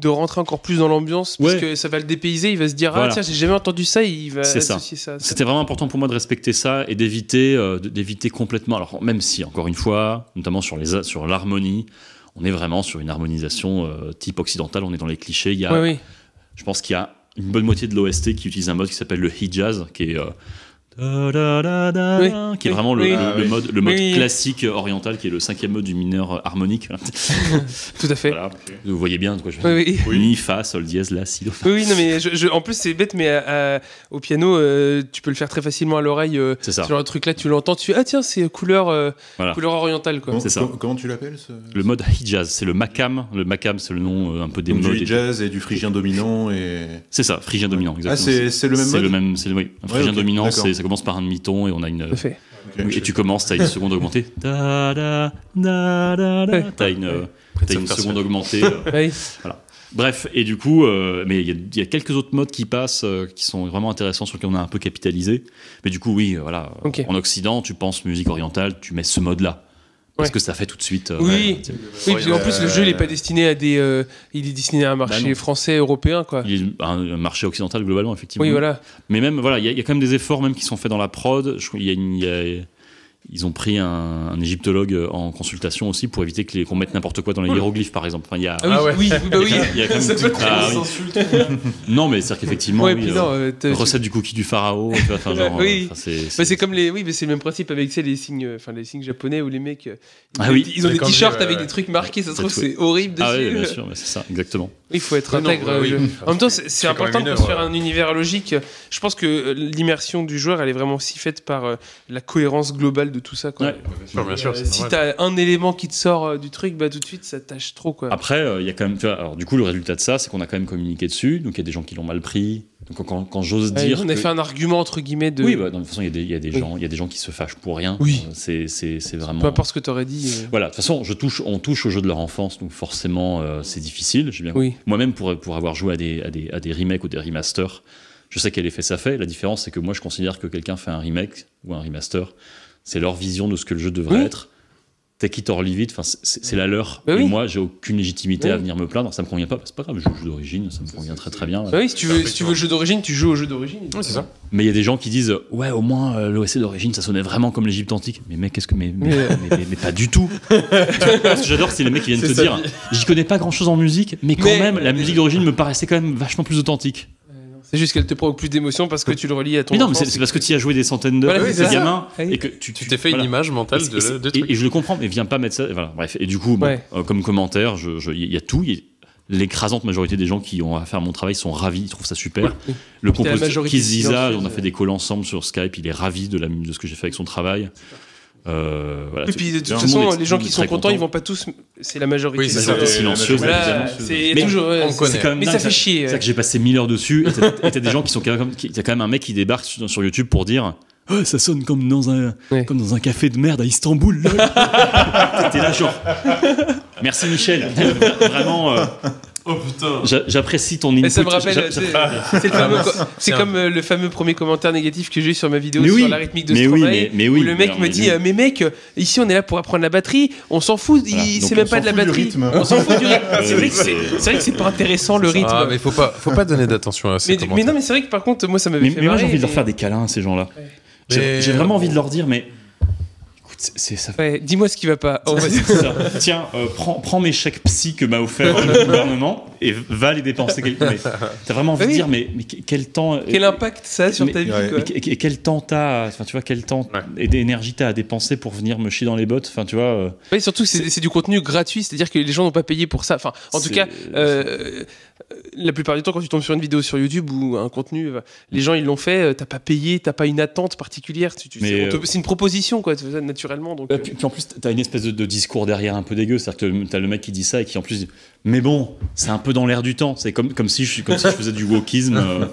de rentrer encore plus dans l'ambiance parce Ouais. que ça va le dépayser il va se dire ah Voilà. tiens j'ai jamais entendu ça et il va C'est ça. associer ça, à ça. C'était vraiment important pour moi de respecter ça et d'éviter euh, de- d'éviter complètement. Alors même si encore une fois, notamment sur les a- sur l'harmonie, on est vraiment sur une harmonisation euh, type occidental, on est dans les clichés. Il y a, Ouais, oui. Je pense qu'il y a une bonne moitié de l'OST qui utilise un mode qui s'appelle le hijaz, qui est. euh, da, da, da, da, Oui, qui est oui, vraiment le, oui. le- Ah, le oui. mode, le mode Oui. classique oriental, qui est le cinquième mode du mineur harmonique. Tout à fait. Voilà. Vous voyez bien de quoi je veux dire. Oui, oui. Mi, fa, sol, dièse, la, si, do. Oui, oui, non, mais je- je- en plus, c'est bête, mais à- à- au piano, euh, tu peux le faire très facilement à l'oreille. euh, C'est ça. ce genre de truc-là, tu l'entends, tu fais Ah, tiens, c'est couleur, euh, Voilà. couleur orientale, quoi. Bon. C'est ça. Comment, comment tu l'appelles ce... Le mode hijaz, c'est le macam. Le macam, c'est le nom euh, un peu des Donc modes. du et- jazz et du phrygien dominant et. C'est ça, phrygien dominant, exactement. Ah, c'est c'est le même C'est mode le même, c'est le- oui. Un Ouais, phrygien ok, dominant, d'accord. c'est- ça commence par un demi-ton et on a une. Tout à fait. Ok, et je- tu commences, t'as une seconde augmentée. Da, da, da, da, da. Ouais. T'as une, euh, t'as une faire seconde augmentée. euh. Oui. Bref, et du coup, euh, mais il y, a- il y a quelques autres modes qui passent, euh, qui sont vraiment intéressants, sur lesquels on a un peu capitalisé. Mais du coup, oui, euh, voilà. euh, Ok. En Occident, tu penses musique orientale, tu mets ce mode-là. Parce Ouais. que ça fait tout de suite. euh, Oui. ouais, Oui, parce qu'en plus, le jeu, il n'est pas Euh, destiné à des. euh, il est destiné à un marché Bah non. français, européen, quoi. il y a un un marché occidental globalement, effectivement. Oui, voilà. Mais même, voilà, il y, a- il y a quand même des efforts même qui sont faits dans la prod. Je trouve- il y a une- il y a- ils ont pris un, un égyptologue euh, en consultation aussi pour éviter que les- qu'on mette n'importe quoi dans les hiéroglyphes, par exemple. Enfin, il y a, Ah oui, oui, oui, bah il y oui. a- il y a quand même Ça tout- peut être Ah, des oui. insultes. Non, mais c'est-à-dire qu'effectivement, Ouais, oui, puis euh, non, euh, t'as- tu- recette du cookie du pharaon. tu vois, enfin, genre, Oui. euh, enfin, c'est- Bah, c'est comme les oui mais c'est le même principe avec tu sais, les signes euh, enfin les signes japonais où les mecs euh, ils Ah ont oui. des- ils ont des D'accord, t-shirts ouais, ouais. avec des trucs marqués ça se Ça trouve te- c'est horrible dessus Ah oui, bien sûr, mais c'est ça, exactement. il faut être Oui, non, intègre bah, euh, oui. je- Ah, en même temps c'est c'est C'est quand important même de une construire euh. œuvre. un univers logique je pense que euh, l'immersion du joueur elle est vraiment aussi faite par euh, la cohérence globale de tout ça quoi Ouais. Sûr, bien sûr, Euh, c'est si normal. t'as un élément qui te sort euh, du truc bah tout de suite ça tâche trop quoi Après, euh, il y a quand même. tu vois, alors, du coup, le résultat de ça, c'est qu'on a quand même communiqué dessus. Donc, il y a des gens qui l'ont mal pris. Donc, quand, quand j'ose Ouais, dire. on a que- fait un argument entre guillemets de Oui, bah, dans- de toute façon, il y a des, il y a des Oui. gens, il y a des gens qui se fâchent pour rien. Oui. Euh, C'est, c'est, c'est vraiment. peu importe ce que t'aurais dit euh, Voilà, de toute façon, je touche, on touche au jeu de leur enfance, donc forcément, euh, c'est difficile. J'ai bien compris. oui Moi-même, pour, pour avoir joué à des, à, des, à des remakes ou des remasters, je sais quel effet ça fait. La différence, c'est que moi, je considère que quelqu'un fait un remake ou un remaster, c'est leur vision de ce que le jeu devrait Oui. être. Take it or leave it, enfin, c'est, c'est la leur. Bah Et oui. moi, j'ai aucune légitimité à Oui. venir me plaindre. Ça me convient pas, c'est pas grave, je joue d'origine, ça me convient très très bien. Bah oui si tu veux si tu veux le jeu d'origine tu joues au jeu d'origine Ouais, c'est ça. Mais il y a des gens qui disent ouais au moins euh, l'OSC d'origine ça sonnait vraiment comme l'Égypte antique. Mais mec qu'est-ce que mais, mais, Mais- mais- mais- mais pas du tout. Ce que j'adore c'est les mecs qui viennent te dire j'y connais pas grand chose en musique mais quand Mais- même la musique d'origine me paraissait quand même vachement plus authentique. C'est juste qu'elle te provoque plus d'émotions parce que tu le relies à ton. mais non mais c'est- enfance. c'est parce que tu y as joué des centaines d'heures Voilà, t'es c'est ça. Ah gamin Oui. et que tu Tu t'es fait voilà. une image mentale Et- de, et- de et- trucs. Et, je le comprends, mais viens pas mettre ça. Voilà, bref. Et du coup, bon, Ouais. euh, comme commentaire, je- je- il y a tout. il y a- L'écrasante majorité des gens qui ont à faire mon travail sont ravis, ils trouvent ça super. Le Puis t'as la compositeur majorité Kiss Ziza, silencieuse, on a fait euh. des calls ensemble sur Skype, il est ravi de, la, de ce que j'ai fait avec son travail. Euh, voilà, Et tout- puis de toute tout le façon, monde est- les gens tout le monde qui est sont très contents, ils content. vont pas tous. C'est la majorité. Oui, c'est des ça. gens. Majorité silencieuse, Voilà, évidemment. c'est Mais toujours. ouais, on c'est- connaît. C'est quand même Mais ça dingue, fait chier. C'est-à-dire que j'ai passé 1000 heures dessus et t'as- et t'as des gens qui sont quand même comme. qui- T'as quand même un mec qui débarque sur, sur YouTube pour dire Oh, ça sonne comme dans un Ouais. comme dans un café de merde à Istanbul. lol. T'es là genre. Merci Michel. Vraiment. euh, Oh putain. j'a- J'apprécie ton input. Et ça me rappelle, J'a- tu sais, c'est le Ah, fameux co- c'est un- comme euh, le fameux premier commentaire négatif que j'ai eu sur ma vidéo Mais sur oui. la rythmique de Mais oui, Stromae, mais- mais oui. où le mec Alors, me mais dit oui. euh, mais mec, euh, ici on est là pour apprendre la batterie, on s'en fout, il- Voilà. c'est Donc, même on pas de la s'en fout du batterie, rythme. on s'en fout du rythme. Euh, C'est vrai que c'est- c'est- c'est vrai que c'est pas intéressant le rythme. Ah, mais faut pas, faut pas donner d'attention à ces Mais, mais commentaires. non, mais c'est vrai que par contre, moi ça m'avait Mais, fait mais moi j'ai marrer, envie de leur mais- faire des câlins à ces gens-là. J'ai Mais- j'ai vraiment envie de leur dire mais. Écoute, c'est- c'est ça. Ouais, dis-moi ce qui va pas. Oh, vas-y. C'est ça. Tiens, euh, prends, prends mes chèques psy que m'a offert le gouvernement et va les dépenser. quelque- Mais T'as vraiment envie Oui. de dire, mais, mais quel temps. euh, Quel impact ça a sur Mais- ta vie ouais. quoi. Et que- et quel temps t'as, enfin tu vois, quel temps et d'énergie t'as à dépenser pour venir me chier dans les bottes, enfin tu vois. euh, Oui, surtout que c'est c'est du contenu gratuit, c'est-à-dire que les gens n'ont pas payé pour ça. Enfin, en tout c'est- cas, euh, euh, la plupart du temps, quand tu tombes sur une vidéo sur YouTube ou un contenu, euh, les gens ils l'ont fait, euh, t'as pas payé, t'as pas une attente particulière. tu- tu- Mais, c'est on te- euh, c'est une proposition, quoi, tu fais ça naturellement. Donc, Euh, euh, Puis, puis en plus, t'as une espèce de, de discours derrière un peu dégueu. C'est-à-dire que t'as le mec qui dit ça et qui en plus dit Mais bon, c'est un peu dans l'air du temps. C'est comme, comme, si je, comme si je faisais du wokisme. euh,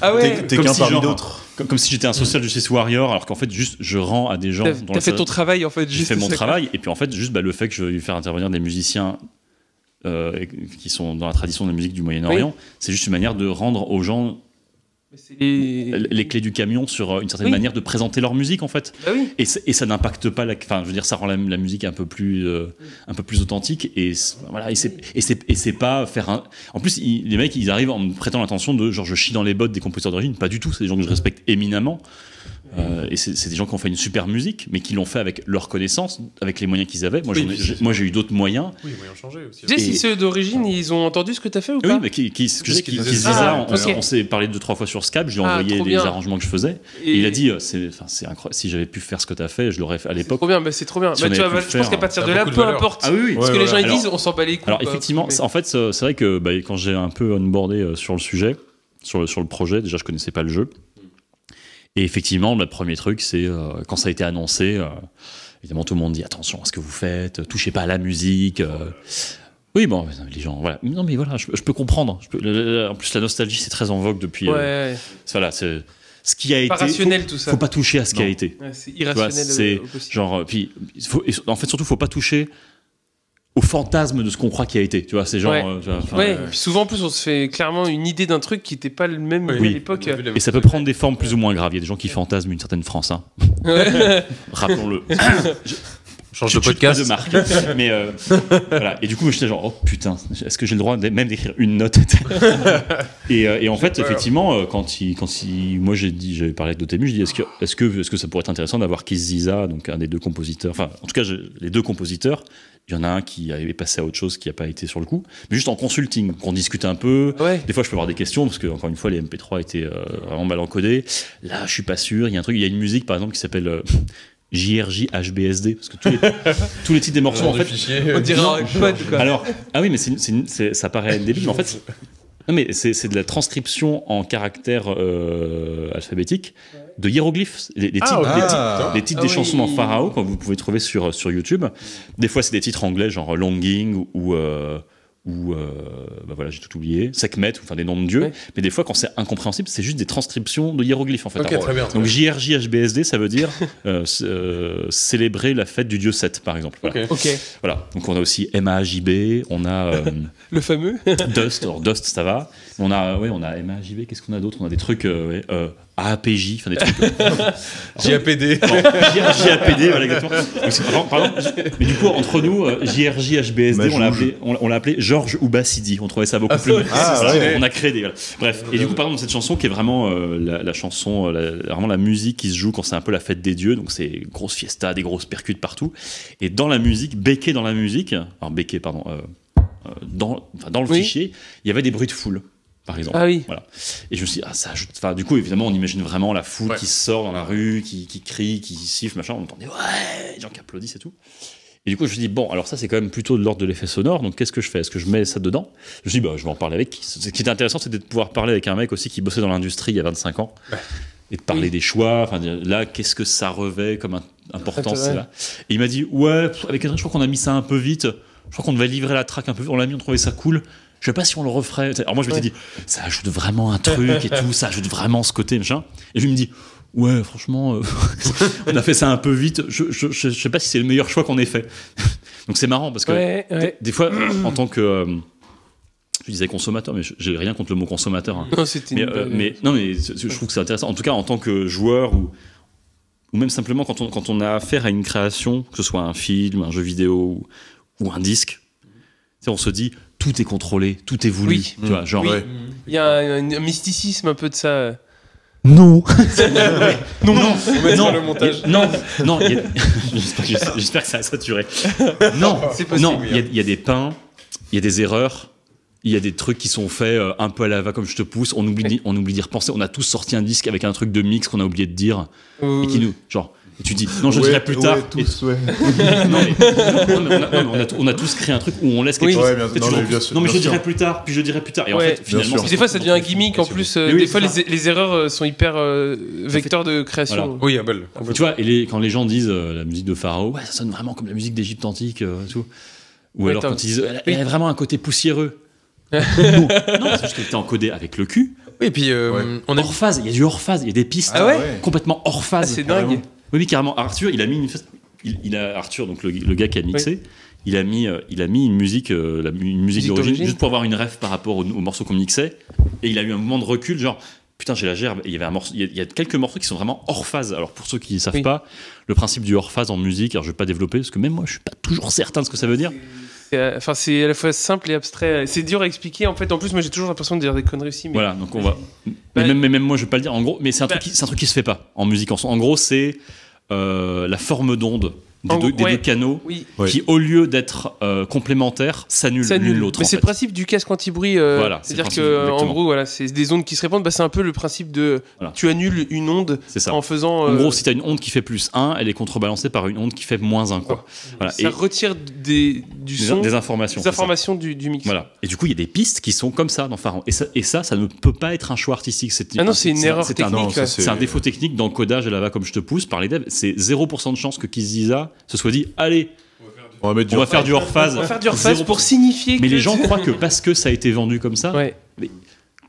ah ouais, T'es- T'es Comme qu'un si, parmi genre, d'autres. comme, comme si j'étais un social justice warrior, alors qu'en fait, juste je rends à des gens. t'as dont t'as la- fait ton travail en fait. j'ai juste fait mon ça, quoi. travail et puis en fait juste bah, le fait que je vais faire intervenir des musiciens euh, et- qui sont dans la tradition de la musique du Moyen-Orient c'est juste une manière de rendre aux gens Mais c'est les- l- les clés du camion sur euh, une certaine Oui. manière de présenter leur musique en fait Bah oui. et, c'est- et ça n'impacte pas la enfin je veux dire ça rend la, la musique un peu plus euh, un peu plus authentique et c'est- voilà et c'est et c'est et c'est pas faire un en plus ils- les mecs ils arrivent en me prêtant l'attention de genre je chie dans les bottes des compositeurs d'origine pas du tout c'est des gens que je respecte éminemment Euh, et c'est c'est des gens qui ont fait une super musique, mais qui l'ont fait avec leurs connaissances, avec les moyens qu'ils avaient. Moi, j'en ai- j'ai- moi, j'ai eu d'autres moyens. Oui, moyen changé aussi. Tu sais si Et- ceux d'origine, ils ont entendu ce que t'as fait ou Oui, pas mais qui, qui, Qu'est-ce qui, qui qu'il disait se disait Ah, ça, on, ok. on s'est parlé deux trois fois sur Skype. Je lui ai Ah, envoyé trop les bien. arrangements que je faisais. Et Et- il a dit, euh, c'est, enfin, c'est incroyable. Si j'avais pu faire ce que t'as fait, je l'aurais fait à C'est l'époque. trop bien, bah, c'est trop bien. Si Bah, on tu avait vois, pu je le pense faire, qu'à partir ça de a là, beaucoup peu de valeur. importe Ah oui, oui. ce que Ouais, les ouais, gens ils alors- disent, on s'en bat les couilles. Alors quoi. effectivement, c'est- en fait, c'est c'est vrai que bah, quand j'ai un peu onboardé euh, sur le sujet, sur le, sur le projet, déjà je connaissais pas le jeu. Et effectivement, le premier truc, c'est euh, quand ça a été annoncé, euh, évidemment tout le monde dit attention à ce que vous faites, touchez pas à la musique. euh. Oui, bon, les gens, voilà. Non, mais voilà, je, je peux comprendre. Je peux- le- le- en plus, la nostalgie, c'est très en vogue depuis. Ouais, euh, ouais. voilà, c'est ce qui a été. pas rationnel tout Faut, ça. faut pas toucher à ce qui Non. a été. Ouais, c'est Tu vois, irrationnel. c'est euh, au possible. genre euh, puis il faut- et so- en fait surtout faut pas toucher au fantasme de ce qu'on croit qu'il a été tu vois c'est genre Ouais. euh, tu vois, enfin, Ouais, euh, puis souvent en plus on se fait clairement une idée d'un truc qui n'était pas le même Oui. à l'époque. et ça peut prendre des formes plus ou moins graves il y a des gens qui fantasment une certaine France hein. rappelons-le Change Je de chute podcast. pas de marque mais euh, voilà et du coup moi j'étais genre oh putain est-ce que j'ai le droit d- même d'écrire une note et, euh, et en fait peur. effectivement euh, quand il quand il moi j'ai dit j'avais parlé avec Dotemu j'ai dit est-ce que est-ce que est-ce que ça pourrait être intéressant d'avoir Keith Ziza donc un des deux compositeurs enfin en tout cas j'ai- les deux compositeurs il y en a un qui est passé à autre chose qui n'a pas été sur le coup mais juste en consulting qu'on discute un peu Ouais. des fois, je peux avoir des questions parce que, encore une fois, les MP3 étaient euh, vraiment mal encodés. Là, je suis pas sûr. Il y a un truc, il y a une musique par exemple qui s'appelle euh, JRJ HBSD parce que tous les, tous les titres des morceaux, en fait. On dirait un iPod, quoi. Alors, ah oui, mais c'est une- c'est une- c'est- ça paraît débile, mais en fait, non, mais c'est c'est de la transcription en caractère euh, alphabétique de hiéroglyphes. Les, les titres, ok. les titres- Ah. les titres Ah des oui. chansons en pharaon, que vous pouvez trouver sur, euh, sur YouTube. Des fois, c'est des titres anglais, genre euh, Longing ou. ou euh, ou, euh, bah voilà, j'ai tout oublié, Sekhmet, ou enfin des noms de dieux, Ouais. mais des fois quand c'est incompréhensible, c'est juste des transcriptions de hiéroglyphes en fait. Ok, Alors, très bien, très donc JRJ HBSD, ça veut dire euh, c- euh, célébrer la fête du dieu Seth, par exemple. Voilà. Ok. Ok, Voilà. Donc on a aussi MAJB, on a euh, le fameux. Dust, or Dust, ça va. On a, ouais, on a MAJB, qu'est-ce qu'on a d'autre On a des trucs euh, ouais, euh, APJ, enfin des trucs JAPD. JRJAPD, voilà exactement. Donc, c'est- pardon, pardon. mais du coup, entre nous, euh, JRJHBSD, on l'a appelé, on, l'a- on l'a appelé Georges Oubassidi. On trouvait ça beaucoup plus. Ah, C'est ça, ouais. On a créé des. voilà. Bref. Et du coup, par exemple, cette chanson qui est vraiment euh, la, la chanson, euh, la- vraiment la musique qui se joue quand c'est un peu la fête des dieux. Donc, c'est une grosse fiesta, des grosses percutes partout. Et dans la musique, béqué dans la musique, alors béqué, pardon, euh, euh, dans, enfin, dans le Oui. fichier, il y avait des bruits de foule, par exemple. Ah oui. Et je me suis dit, ah, ça ajoute. Enfin, du coup, évidemment, on imagine vraiment la foule Ouais. qui sort dans la rue, qui, qui crie, qui siffle, machin. On entendait, ouais, les gens qui applaudissent et tout. Et du coup, je me suis dit, bon, alors ça, c'est quand même plutôt de l'ordre de l'effet sonore. Donc, qu'est-ce que je fais Est-ce que je mets ça dedans Je me suis dit, bah, je vais en parler avec qui Ce qui était intéressant, c'était de pouvoir parler avec un mec aussi qui bossait dans l'industrie il y a 25 ans. Et de parler Oui. des choix. Enfin, dire, là, qu'est-ce que ça revêt comme im- importance Intérêt. là Et il m'a dit, ouais, pff, avec Adrien, je crois qu'on a mis ça un peu vite. Je crois qu'on devait livrer la track un peu vite. On l'a mis, on trouvait ça cool. Je sais pas si on le referait. Alors, moi, je m'étais Ouais. dit, ça ajoute vraiment un truc et tout, ça ajoute vraiment ce côté, machin. Et je me dis, ouais, franchement, euh, on a fait ça un peu vite, je, je, je- je sais pas si c'est le meilleur choix qu'on ait fait. Donc c'est marrant parce que Ouais, ouais. des fois, en tant que. euh, je disais consommateur, mais je- j'ai rien contre le mot consommateur. hein. Non, c'était Mais, une euh, blague. mais- non, mais c- c- je trouve que c'est intéressant. En tout cas, en tant que joueur ou, ou même simplement quand on, quand on a affaire à une création, que ce soit un film, un jeu vidéo ou, ou un disque, tu sais, on se dit tout est contrôlé, tout est voulu. Oui. Tu vois, genre, Oui. euh, ouais. Il y a un, un mysticisme un peu de ça. euh. Non. non. Non. Non. le montage. Il y a- Non. Non. il y a- J'espère que- j'espère que ça a saturé. Non. C'est possible, Non. hein. Il y a- il y, a des pains. Il y a des erreurs. Il y a des trucs qui sont faits euh, un peu à la va comme je te pousse. On oublie, d'y- on oublie d'y repenser. On a tous sorti un disque avec un truc de mix qu'on a oublié de dire et Euh, qui nous, genre, et tu dis non, je le Ouais, dirai plus tard. ouais, tous, ouais. Et- non, mais- non, mais on a- non, mais on a t- on a tous créé un truc où on laisse quelque Oui. chose. Ouais, bien- Et tu non, le mais repousses. bien sûr, non mais je bien le dirai sûr. plus tard, puis je le dirai plus tard. Et en Ouais. fait, finalement, sûr. Puis des fois, ça devient un gimmick en plus. euh, Mais oui, des c'est fois, ça. les, les erreurs euh, sont hyper euh, vecteurs de création. Oui, Abel. Et Tu vois, et les- quand les gens disent euh, la musique de Pharaon, ouais, ça sonne vraiment comme la musique d'Égypte antique, euh, tout. Ou Ouais, alors t'as- quand ils disent, elle, a- elle a vraiment un côté poussiéreux. non, non, c'est juste que t'es encodé avec le cul. Oui, et puis euh, Ouais. on a Hors phase, il y a du hors phase, il y a des pistes Ah ouais complètement hors phase. Ah, c'est dingue. Carrément. Oui, oui, carrément. Arthur, il a mis une. fas- Il, il a Arthur, donc le, le gars qui a mixé, il a mis, euh, il a mis une musique, euh, la mu- une musique Musique d'origine, d'origine. juste pour avoir une rêve par rapport au, au morceau qu'on mixait. Et il a eu un moment de recul, genre. Putain, j'ai la gerbe. Et il y avait un morceau. Il y, a, il y a quelques morceaux qui sont vraiment hors phase. Alors pour ceux qui ne savent Oui. pas, le principe du hors phase en musique, alors je vais pas développer parce que même moi, je suis pas toujours certain de ce que ça veut dire. C'est, euh, Enfin, c'est à la fois simple et abstrait. C'est dur à expliquer. En fait, en plus, moi, j'ai toujours l'impression de dire des conneries aussi. Mais Voilà, donc on va. Mais Bah, même, mais même moi, je vais pas le dire. En gros, mais c'est un, Bah. truc qui- c'est un truc qui se fait pas en musique. En, son. en gros, c'est euh, la forme d'onde des, En deux, gros, des ouais. deux canaux Oui. Ouais. qui, au lieu d'être euh, complémentaires, s'annulent Ça l'une annule. l'autre. Mais en c'est fait. le principe du casque anti-bruit. euh, Voilà, c'est le C'est-à-dire principe, que, en exactement. gros, voilà, c'est des ondes qui se répandent. Bah, c'est un peu le principe de. Voilà. Tu annules une onde C'est ça. en faisant. En euh, gros, si t'as une onde qui fait plus 1, elle est contrebalancée par une onde qui fait moins 1. Quoi. Voilà. ça Et retire des, du des, son, des informations. des c'est ça. informations du, du mix. Voilà. Et du coup, il y a des pistes qui sont comme ça dans Pharaon. Et ça, et ça, ça ne peut pas être un choix artistique. Ah non, c'est une un- erreur c'est un- technique. non, ça, ouais. c'est- C'est un défaut technique dans le codage et la va comme je te pousse par les devs. C'est 0% de chance que Kiziza se soit dit Allez, On va mettre on va faire du hors phase. On va faire du reface 0%. pour signifier Mais que- les gens croient que parce que ça a été vendu comme ça, Ouais.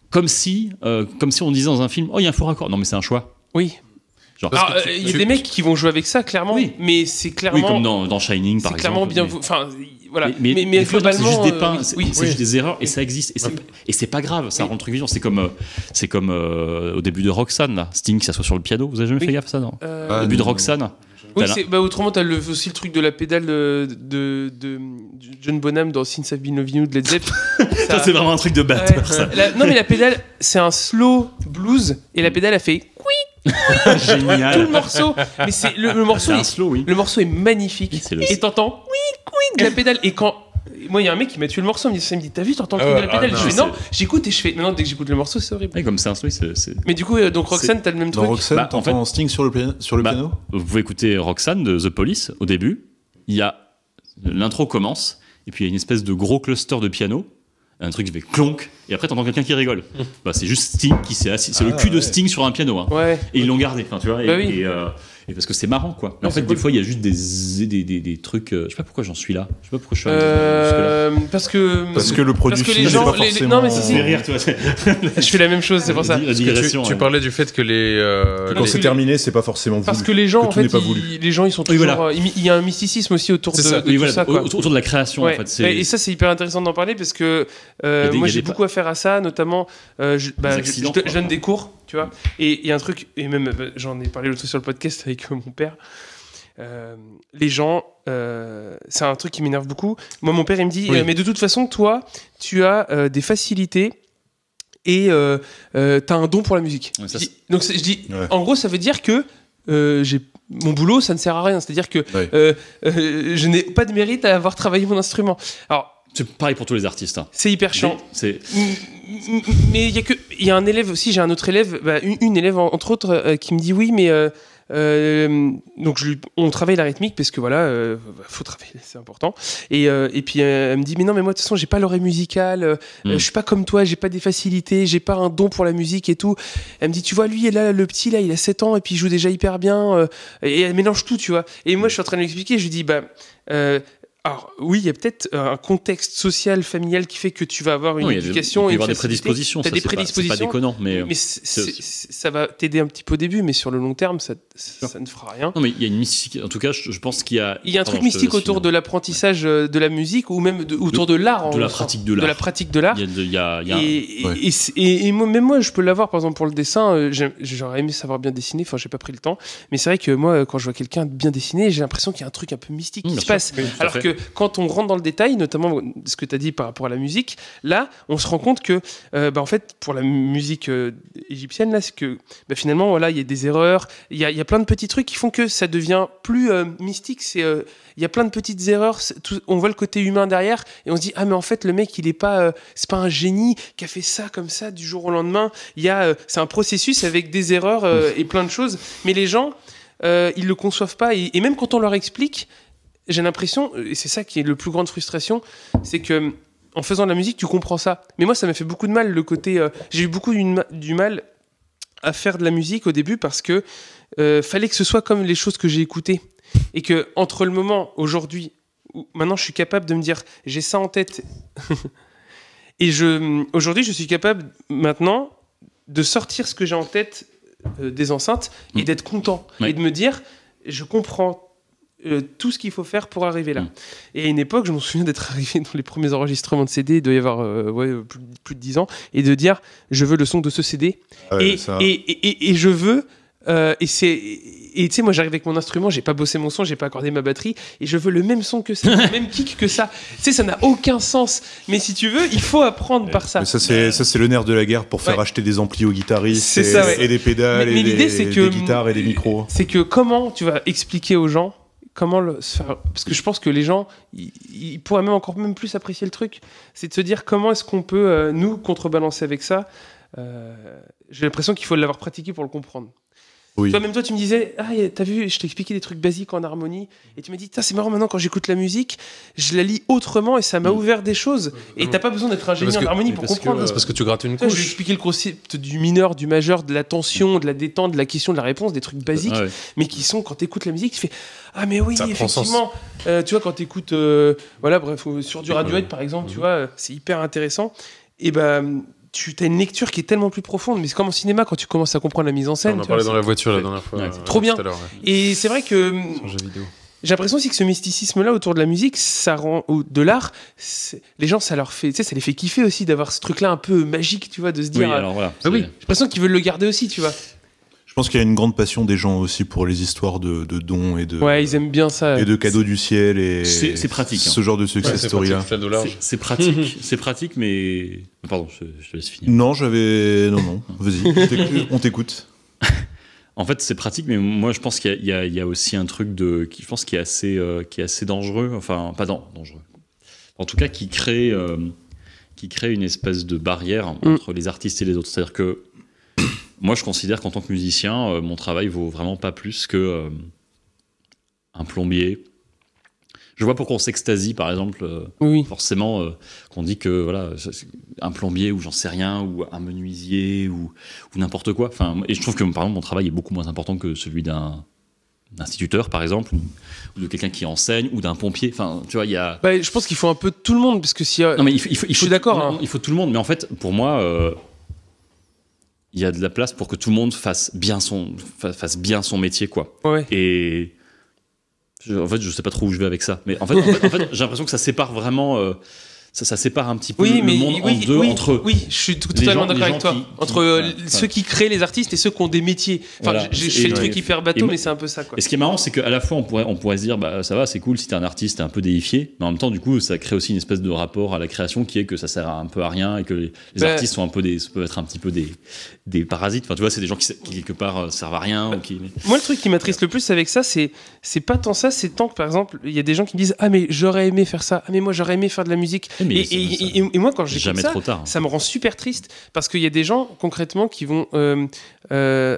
comme si, euh, comme si on disait dans un film, oh il y a un faux raccord. Non mais c'est un choix. Oui. Genre, Alors, euh, il y a des mecs qui vont jouer avec ça, clairement. Oui. Mais c'est oui, clairement. comme dans, dans Shining par c'est exemple. clairement bien. Mais- vou- Enfin, voilà. Mais, mais, des fois, non, c'est juste des euh, pains, oui, c'est oui, c'est oui. juste des erreurs et ça existe et c'est et c'est pas grave, ça Oui. rend le truc vivant. C'est comme, euh, c'est comme euh, au début de Roxanne, là. Sting qui s'assoit sur le piano. Vous avez jamais Oui. fait gaffe à ça, non Euh, Au Ah, début de non. Roxanne, Oui, T'as c'est- bah, autrement, t'as le, aussi le truc de la pédale de, de, de- de John Bonham dans Since I've Been Loving You de Led Zepp. ça c'est vraiment un truc de Ouais. batteur. ça. La- non, mais la pédale, c'est un slow blues et la pédale a fait oui tout le Génial. morceau. Mais c'est le, le morceau, Ah. C'est un est, slow, oui. le morceau est magnifique. Oui, c'est le- Et t'entends oui oui de la pédale. Et quand moi, il y a un mec qui m'a tué le morceau, il me dit, il me dit t'as vu, t'entends le Ah truc ouais, de la pédale. ah je non, fais non, j'écoute et je fais non, dès que j'écoute le morceau, c'est horrible. Ouais, comme c'est un slow, c'est- c'est- Mais du coup, euh, donc Roxane, t'as le même Dans truc. Roxanne, Bah, en t'entends Sting sur le, pia- sur le Bah, piano vous pouvez écouter Roxanne de The Police au début. Il y a l'intro commence et puis il y a une espèce de gros cluster de piano, un truc qui fait clonk et après t'entends quelqu'un qui rigole. Bah c'est juste Sting qui s'est assis, c'est le Ah, cul de ouais. Sting sur un piano. hein. Ouais. Et ils l'ont gardé, enfin, tu vois, et, Bah oui. et, euh, et parce que c'est marrant quoi. Mais en Ouais, c'est fait, des cool. fois il y a juste des des, des, des trucs. euh, je sais pas pourquoi j'en suis là. Je sais pas pourquoi je suis arrivé jusque-là. Euh, parce que Parce que le produit que les fini, c'est gens- pas les- les- forcément... non, mais si, si. C'est rire, tu vois. c'est- je fais la même chose, c'est pour ça. La Parce que tu- digression, tu, ouais. parlais du fait que les. euh, Que Quand les- c'est terminé, c'est pas forcément voulu. Parce que les gens, que en tout n'est fait, pas ils- voulu. les gens, ils sont Oui, toujours. euh, voilà. Il y a un mysticisme aussi autour de, C'est ça. de Oui, tout voilà, ça. au- Quoi. autour de la création Ouais. en fait. Ouais, c'est- et ça, c'est hyper intéressant d'en parler parce que euh, Il y a des- moi, il y a j'ai des beaucoup à faire à ça, notamment. euh, je, bah, Des je- accidents, je- je quoi. donne des cours, tu vois. Et il y a un truc, et même bah, j'en ai parlé l'autre fois sur le podcast avec euh, mon père. Euh, les gens, euh, c'est un truc qui m'énerve beaucoup. Moi, mon père, il me dit Oui. euh, Mais de toute façon, toi, tu as euh, des facilités et euh, euh, t'as un don pour la musique. Ouais, ça, Je dis- donc c'est- je dis, Ouais. en gros, ça veut dire que euh, j'ai mon boulot, ça ne sert à rien. C'est-à-dire que Ouais. euh, euh, je n'ai pas de mérite à avoir travaillé mon instrument. Alors c'est pareil pour tous les artistes. hein. c'est hyper chiant. C'est Mm, mm, Mais il y a que il y a un élève aussi. J'ai un autre élève, bah, une, une élève en- entre autres, euh, qui me dit oui, mais euh, euh, donc je lui- on travaille la rythmique parce que voilà, euh, bah, faut travailler, c'est important. Et, euh, et puis euh, elle me dit mais non, mais moi de toute façon j'ai pas l'oreille musicale, euh, Mm. euh, je suis pas comme toi, j'ai pas des facilités, j'ai pas un don pour la musique et tout. Elle me dit tu vois lui là le petit là il a 7 ans et puis il joue déjà hyper bien euh, et elle mélange tout tu vois. Et moi je suis en train de lui expliquer, je lui dis bah euh, alors oui, il y a peut-être un contexte social, familial qui fait que tu vas avoir une Non, il y a des- éducation il peut et y avoir des facilité. prédispositions. T'as ça, des c'est pas- prédispositions. C'est pas déconnant, mais. euh, mais c'est- c'est- c'est- c'est- ça va t'aider un petit peu au début, mais sur le long terme, ça, ça, ça ne fera rien. Non, mais il y a une mystique. En tout cas, je, je pense qu'il y a. Il y a un truc Pardon, Ah je te mystique laisse autour de finir. l'apprentissage euh, de la musique ou même de- autour de, l'art. en de la soi. pratique de De la l'art. pratique de l'art. Il y a. de- il y a- il y a- Et, et- ouais. et c'est- et- et moi, même moi, je peux l'avoir, par exemple, pour le dessin. euh, j'aime- J'aurais aimé savoir bien dessiner, enfin, j'ai pas pris le temps. Mais c'est vrai que moi, euh, quand je vois quelqu'un bien dessiner, j'ai l'impression qu'il y a un truc un peu mystique Mmh, qui bien se passe. sûr. Oui, tout à Alors fait. que quand on rentre dans le détail, notamment ce que tu as dit par rapport à la musique, là, on se rend compte que, euh, bah, en fait, pour la musique euh, égyptienne, là, c'est que bah, finalement, voilà, il y a des erreurs, il y a, il y a plein de petits trucs qui font que ça devient plus euh, mystique. C'est, euh, il y a plein de petites erreurs. c'est tout- on voit le côté humain derrière et on se dit ah mais en fait le mec il est pas, euh, c'est pas un génie qui a fait ça comme ça du jour au lendemain. Il y a, euh, c'est un processus avec des erreurs euh, et plein de choses. Mais les gens, euh, ils le conçoivent pas et- et même quand on leur explique j'ai l'impression, euh, et c'est ça qui est le plus grande frustration, c'est que en faisant de la musique, tu comprends ça. Mais moi, ça m'a fait beaucoup de mal le côté. euh, j'ai eu beaucoup d'une- du mal à faire de la musique au début parce que euh, fallait que ce soit comme les choses que j'ai écoutées et que entre le moment aujourd'hui où maintenant je suis capable de me dire j'ai ça en tête et je aujourd'hui je suis capable maintenant de sortir ce que j'ai en tête euh, des enceintes et Mm. d'être content Ouais. et de me dire je comprends euh, tout ce qu'il faut faire pour arriver là. Mm. Et à une époque, je m'en souviens d'être arrivé dans les premiers enregistrements de CD, il doit y avoir euh, ouais, euh, plus, plus de 10 ans, et de dire je veux le son de ce CD Ouais, et, ça- et, et- et- et je veux Euh, et c'est et tu sais moi j'arrive avec mon instrument, j'ai pas bossé mon son, j'ai pas accordé ma batterie et je veux le même son que ça, le même kick que ça. Tu sais ça n'a aucun sens. Mais si tu veux, il faut apprendre par ça. Mais Ça, c'est ça, c'est le nerf de la guerre pour faire Ouais. acheter des amplis aux guitaristes C'est et, ça, ouais. et des pédales Mais- mais et des, l'idée, c'est que- des guitares et des micros. C'est que comment tu vas expliquer aux gens comment le se faire- parce que je pense que les gens ils, ils pourraient même encore même plus apprécier le truc, c'est de se dire comment est-ce qu'on peut euh, nous contrebalancer avec ça. Euh, j'ai l'impression qu'il faut l'avoir pratiqué pour le comprendre. Oui. Toi, même toi, tu me disais, ah, y a- t'as vu, je t'ai expliqué des trucs basiques en harmonie, et tu m'as dit, Tain, c'est marrant maintenant quand j'écoute la musique, je la lis autrement et ça m'a ouvert des choses. Et t'as pas besoin d'être ingénieur que- en harmonie pour parce que- comprendre. c'est parce que tu grattes une Toi, je lui ai couche. expliqué le concept du mineur, du majeur, de la tension, de la détente, de la question, de la réponse, des trucs basiques, Ah ouais. mais qui sont quand t'écoutes la musique, tu fais ah mais oui Ça prend sens. effectivement. Euh, tu vois quand t'écoutes euh, voilà bref euh, sur du Radiohead par exemple, tu vois euh, c'est hyper intéressant. Et ben tu as une lecture qui est tellement plus profonde, mais c'est comme en cinéma quand tu commences à comprendre la mise en scène. On en tu vois, parlait dans la voiture la Ouais. dernière fois. Ouais. euh, Trop bien. tout à l'heure, ouais. et c'est vrai que euh, Sur jeu vidéo. j'ai l'impression aussi que ce mysticisme-là autour de la musique, ça rend ou de l'art, c'est- les gens ça leur fait, tu sais, ça les fait kiffer aussi d'avoir ce truc-là un peu magique, tu vois, de se Oui, dire. euh, alors voilà. ah oui, c'est- Euh, j'ai l'impression qu'ils veulent le garder aussi, tu vois. Je pense qu'il y a une grande passion des gens aussi pour les histoires de, de dons et de, Ouais, ils aiment bien ça. et de cadeaux du ciel et C'est- c'est pratique, hein. ce genre de success Ouais, c'est story là. pratique, cadeau c'est- large. C'est pratique, c'est pratique, mais pardon, je, je te laisse finir. Non, j'avais non non, vas-y, on t'écoute- on t'écoute. En fait, c'est pratique, mais moi, je pense qu'il y, a- il y a- il y a aussi un truc de, qui, je pense, qui est assez, euh, qui est assez dangereux. Enfin, pas dan- dangereux. En tout cas, qui crée, euh, qui crée une espèce de barrière entre les artistes et les autres. C'est-à-dire que moi, je considère qu'en tant que musicien, euh, mon travail vaut vraiment pas plus que euh, un plombier. Je vois pourquoi on s'extasie, par exemple. euh, Oui. forcément euh, qu'on dit que voilà ça, c'est un plombier ou j'en sais rien ou un menuisier ou, ou n'importe quoi enfin et je trouve que par exemple mon travail est beaucoup moins important que celui d'un instituteur par exemple ou, ou de quelqu'un qui enseigne ou d'un pompier enfin tu vois il y a Bah, je pense qu'il faut un peu de tout le monde, parce que si. euh, non mais il faut, il faut- il Je faut- suis d'accord, non, hein. non, il faut tout le monde mais en fait pour moi euh, il y a de la place pour que tout le monde fasse bien son fa- fasse bien son métier quoi Ouais. et je- en fait, je sais pas trop où je vais avec ça. Mais en fait, en fait- en fait, j'ai l'impression que ça sépare vraiment. euh, ça, ça sépare un petit peu Oui, le mais monde oui, en deux oui, entre. oui, je suis tout, les totalement gens- les d'accord avec gens toi. qui- Entre qui- euh, voilà, l- enfin. ceux qui créent les artistes et ceux qui ont des métiers. Enfin, Voilà. j'ai- je fais Et- le truc hyper et bateau, moi- mais c'est un peu ça, quoi. Et ce qui est marrant, c'est qu'à la fois, on pourrait, on pourrait se dire, bah, ça va, c'est cool si t'es un artiste, t'es un peu déifié. Mais en même temps, du coup, ça crée aussi une espèce de rapport à la création qui est que ça sert à un peu à rien et que les, les Bah. artistes sont un peu des, peuvent être un petit peu des, des parasites. Enfin, tu vois, c'est des gens qui, qui, quelque part, euh, servent à rien. ou qui- Moi, le truc qui m'attriste le plus avec ça, c'est c'est pas tant ça, c'est tant que par exemple, il y a des gens qui me disent Ah, mais j'aurais aimé faire ça, ah, mais moi j'aurais aimé faire de la musique. Eh, mais et, c'est- et- ça- et- et moi, quand C'est j'écoute jamais ça, trop tard. hein. ça me rend super triste parce qu'il y a des gens concrètement qui vont euh, euh,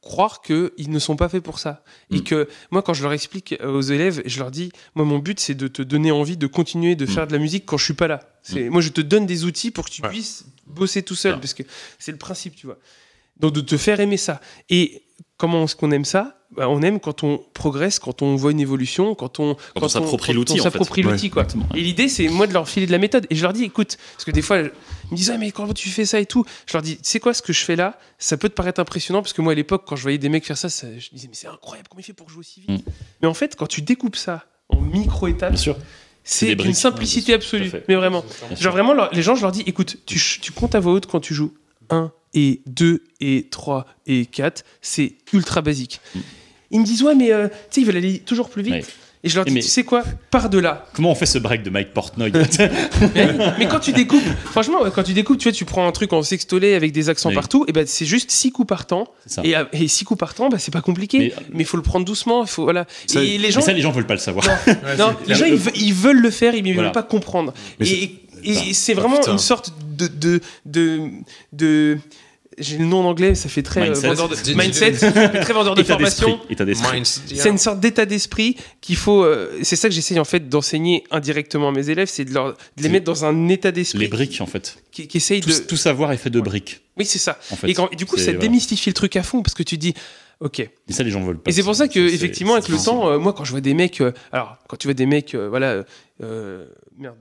croire qu'ils ne sont pas faits pour ça. Et Mm. que moi, quand je leur explique aux élèves, je leur dis, moi, mon but, c'est de te donner envie de continuer Mm. de faire de la musique quand je suis pas là. C'est, Moi, je te donne des outils pour que tu Ouais. puisses bosser tout seul, Ah. parce que c'est le principe, tu vois. Donc, de te faire aimer ça. Et comment est-ce qu'on aime ça Bah, On aime quand on progresse, quand on voit une évolution, quand on... Quand on s'approprie quand l'outil, on en fait. s'approprie l'outil, quoi. Exactement. hein. Et l'idée, c'est moi de leur filer de la méthode. Et je leur dis, écoute, parce que des fois, ils me disent, ah, mais comment tu fais ça et tout. Je leur dis, c'est quoi ce que je fais là Ça peut te paraître impressionnant, parce que moi, à l'époque, quand je voyais des mecs faire ça, ça- je disais, mais c'est incroyable, comment il fait pour jouer aussi vite Mm. Mais en fait, quand tu découpes ça en micro-étapes, Bien sûr. C'est c'est des une briques. simplicité Ouais, bien sûr, absolue. tout à fait. Mais vraiment. Bien sûr. Genre vraiment, leur- les gens, je leur dis, écoute, tu, ch- tu comptes à voix haute quand tu joues 1 et 2 et 3 et 4, c'est ultra basique. Mm. Ils me disent, ouais, mais euh, tu sais, ils veulent aller toujours plus vite. Ouais. Et je leur Et dis, mais- tu sais quoi, par de là. Comment on fait ce break de Mike Portnoy Mais, oui, mais quand tu découpes, franchement, quand tu découpes, tu vois, tu prends un truc en sextolet avec des accents Oui. partout, et ben c'est juste six coups par temps. C'est ça. Et, à- et six coups par temps, bah, c'est pas compliqué. Mais- Mais il faut le prendre doucement. il Faut, voilà. Ça- et les gens, Mais ça, les gens veulent pas le savoir. non, les gens ils, ve- ils veulent le faire, ils ne Voilà. Ah, veulent pas comprendre. Mais et et- et c'est vraiment putain. une sorte de. de, de, de- j'ai le nom en anglais, ça fait très euh, Mindset. vendeur de Dis- dis- mindset, mais très vendeur de État d'esprit. formation. État d'esprit. C'est une sorte d'état d'esprit qu'il faut. euh, c'est ça que j'essaye en fait d'enseigner indirectement à mes élèves, c'est de, leur- de les C'est- mettre dans un état Les d'esprit briques, en fait. qui, qui essaye Tout, de. tout savoir est fait de briques, Oui, c'est ça. en fait. et, quand- et du coup, C'est- ça voilà. démystifie le truc à fond parce que tu dis, ok. Et ça, les gens veulent pas. Et c'est pour ça que, effectivement, avec c'est le sensible. temps, euh, moi, quand je vois des mecs, euh, alors, quand tu vois des mecs, euh, voilà, euh, merde,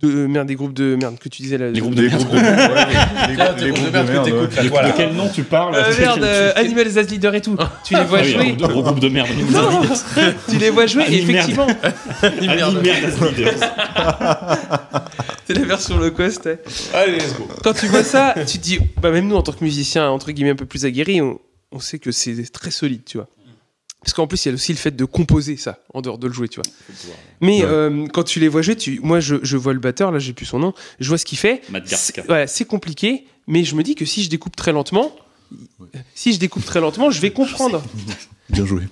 de merde des groupes de merde que tu disais là. Les groupes de Des merde. groupes de ouais, les- les groupes de groupes de merde que merde, t'écoutes, ouais. là. De quel nom tu parles Euh, merde, euh, Animals as Leader et tout. tu les vois Ah oui, un jouer. groupe de- gros groupe de merde. Non, tu les vois jouer. Et Animal. effectivement, Animal Merde Leaders. c'est la version low cost. eh. ouais. Allez, let's go. Quand tu vois ça, tu te dis, bah même nous en tant que musiciens entre guillemets un peu plus aguerris, on, on sait que c'est très solide, tu vois. Parce qu'en plus, il y a aussi le fait de composer ça, en dehors de le jouer, tu vois. Mais Ouais. euh, quand tu les vois jouer, tu... moi, je, je vois le batteur, là, j'ai plus son nom, je vois ce qu'il fait. Matt C'est Garska. voilà, c'est compliqué, mais je me dis que si je découpe très lentement, si je découpe très lentement, je vais comprendre. Bien joué.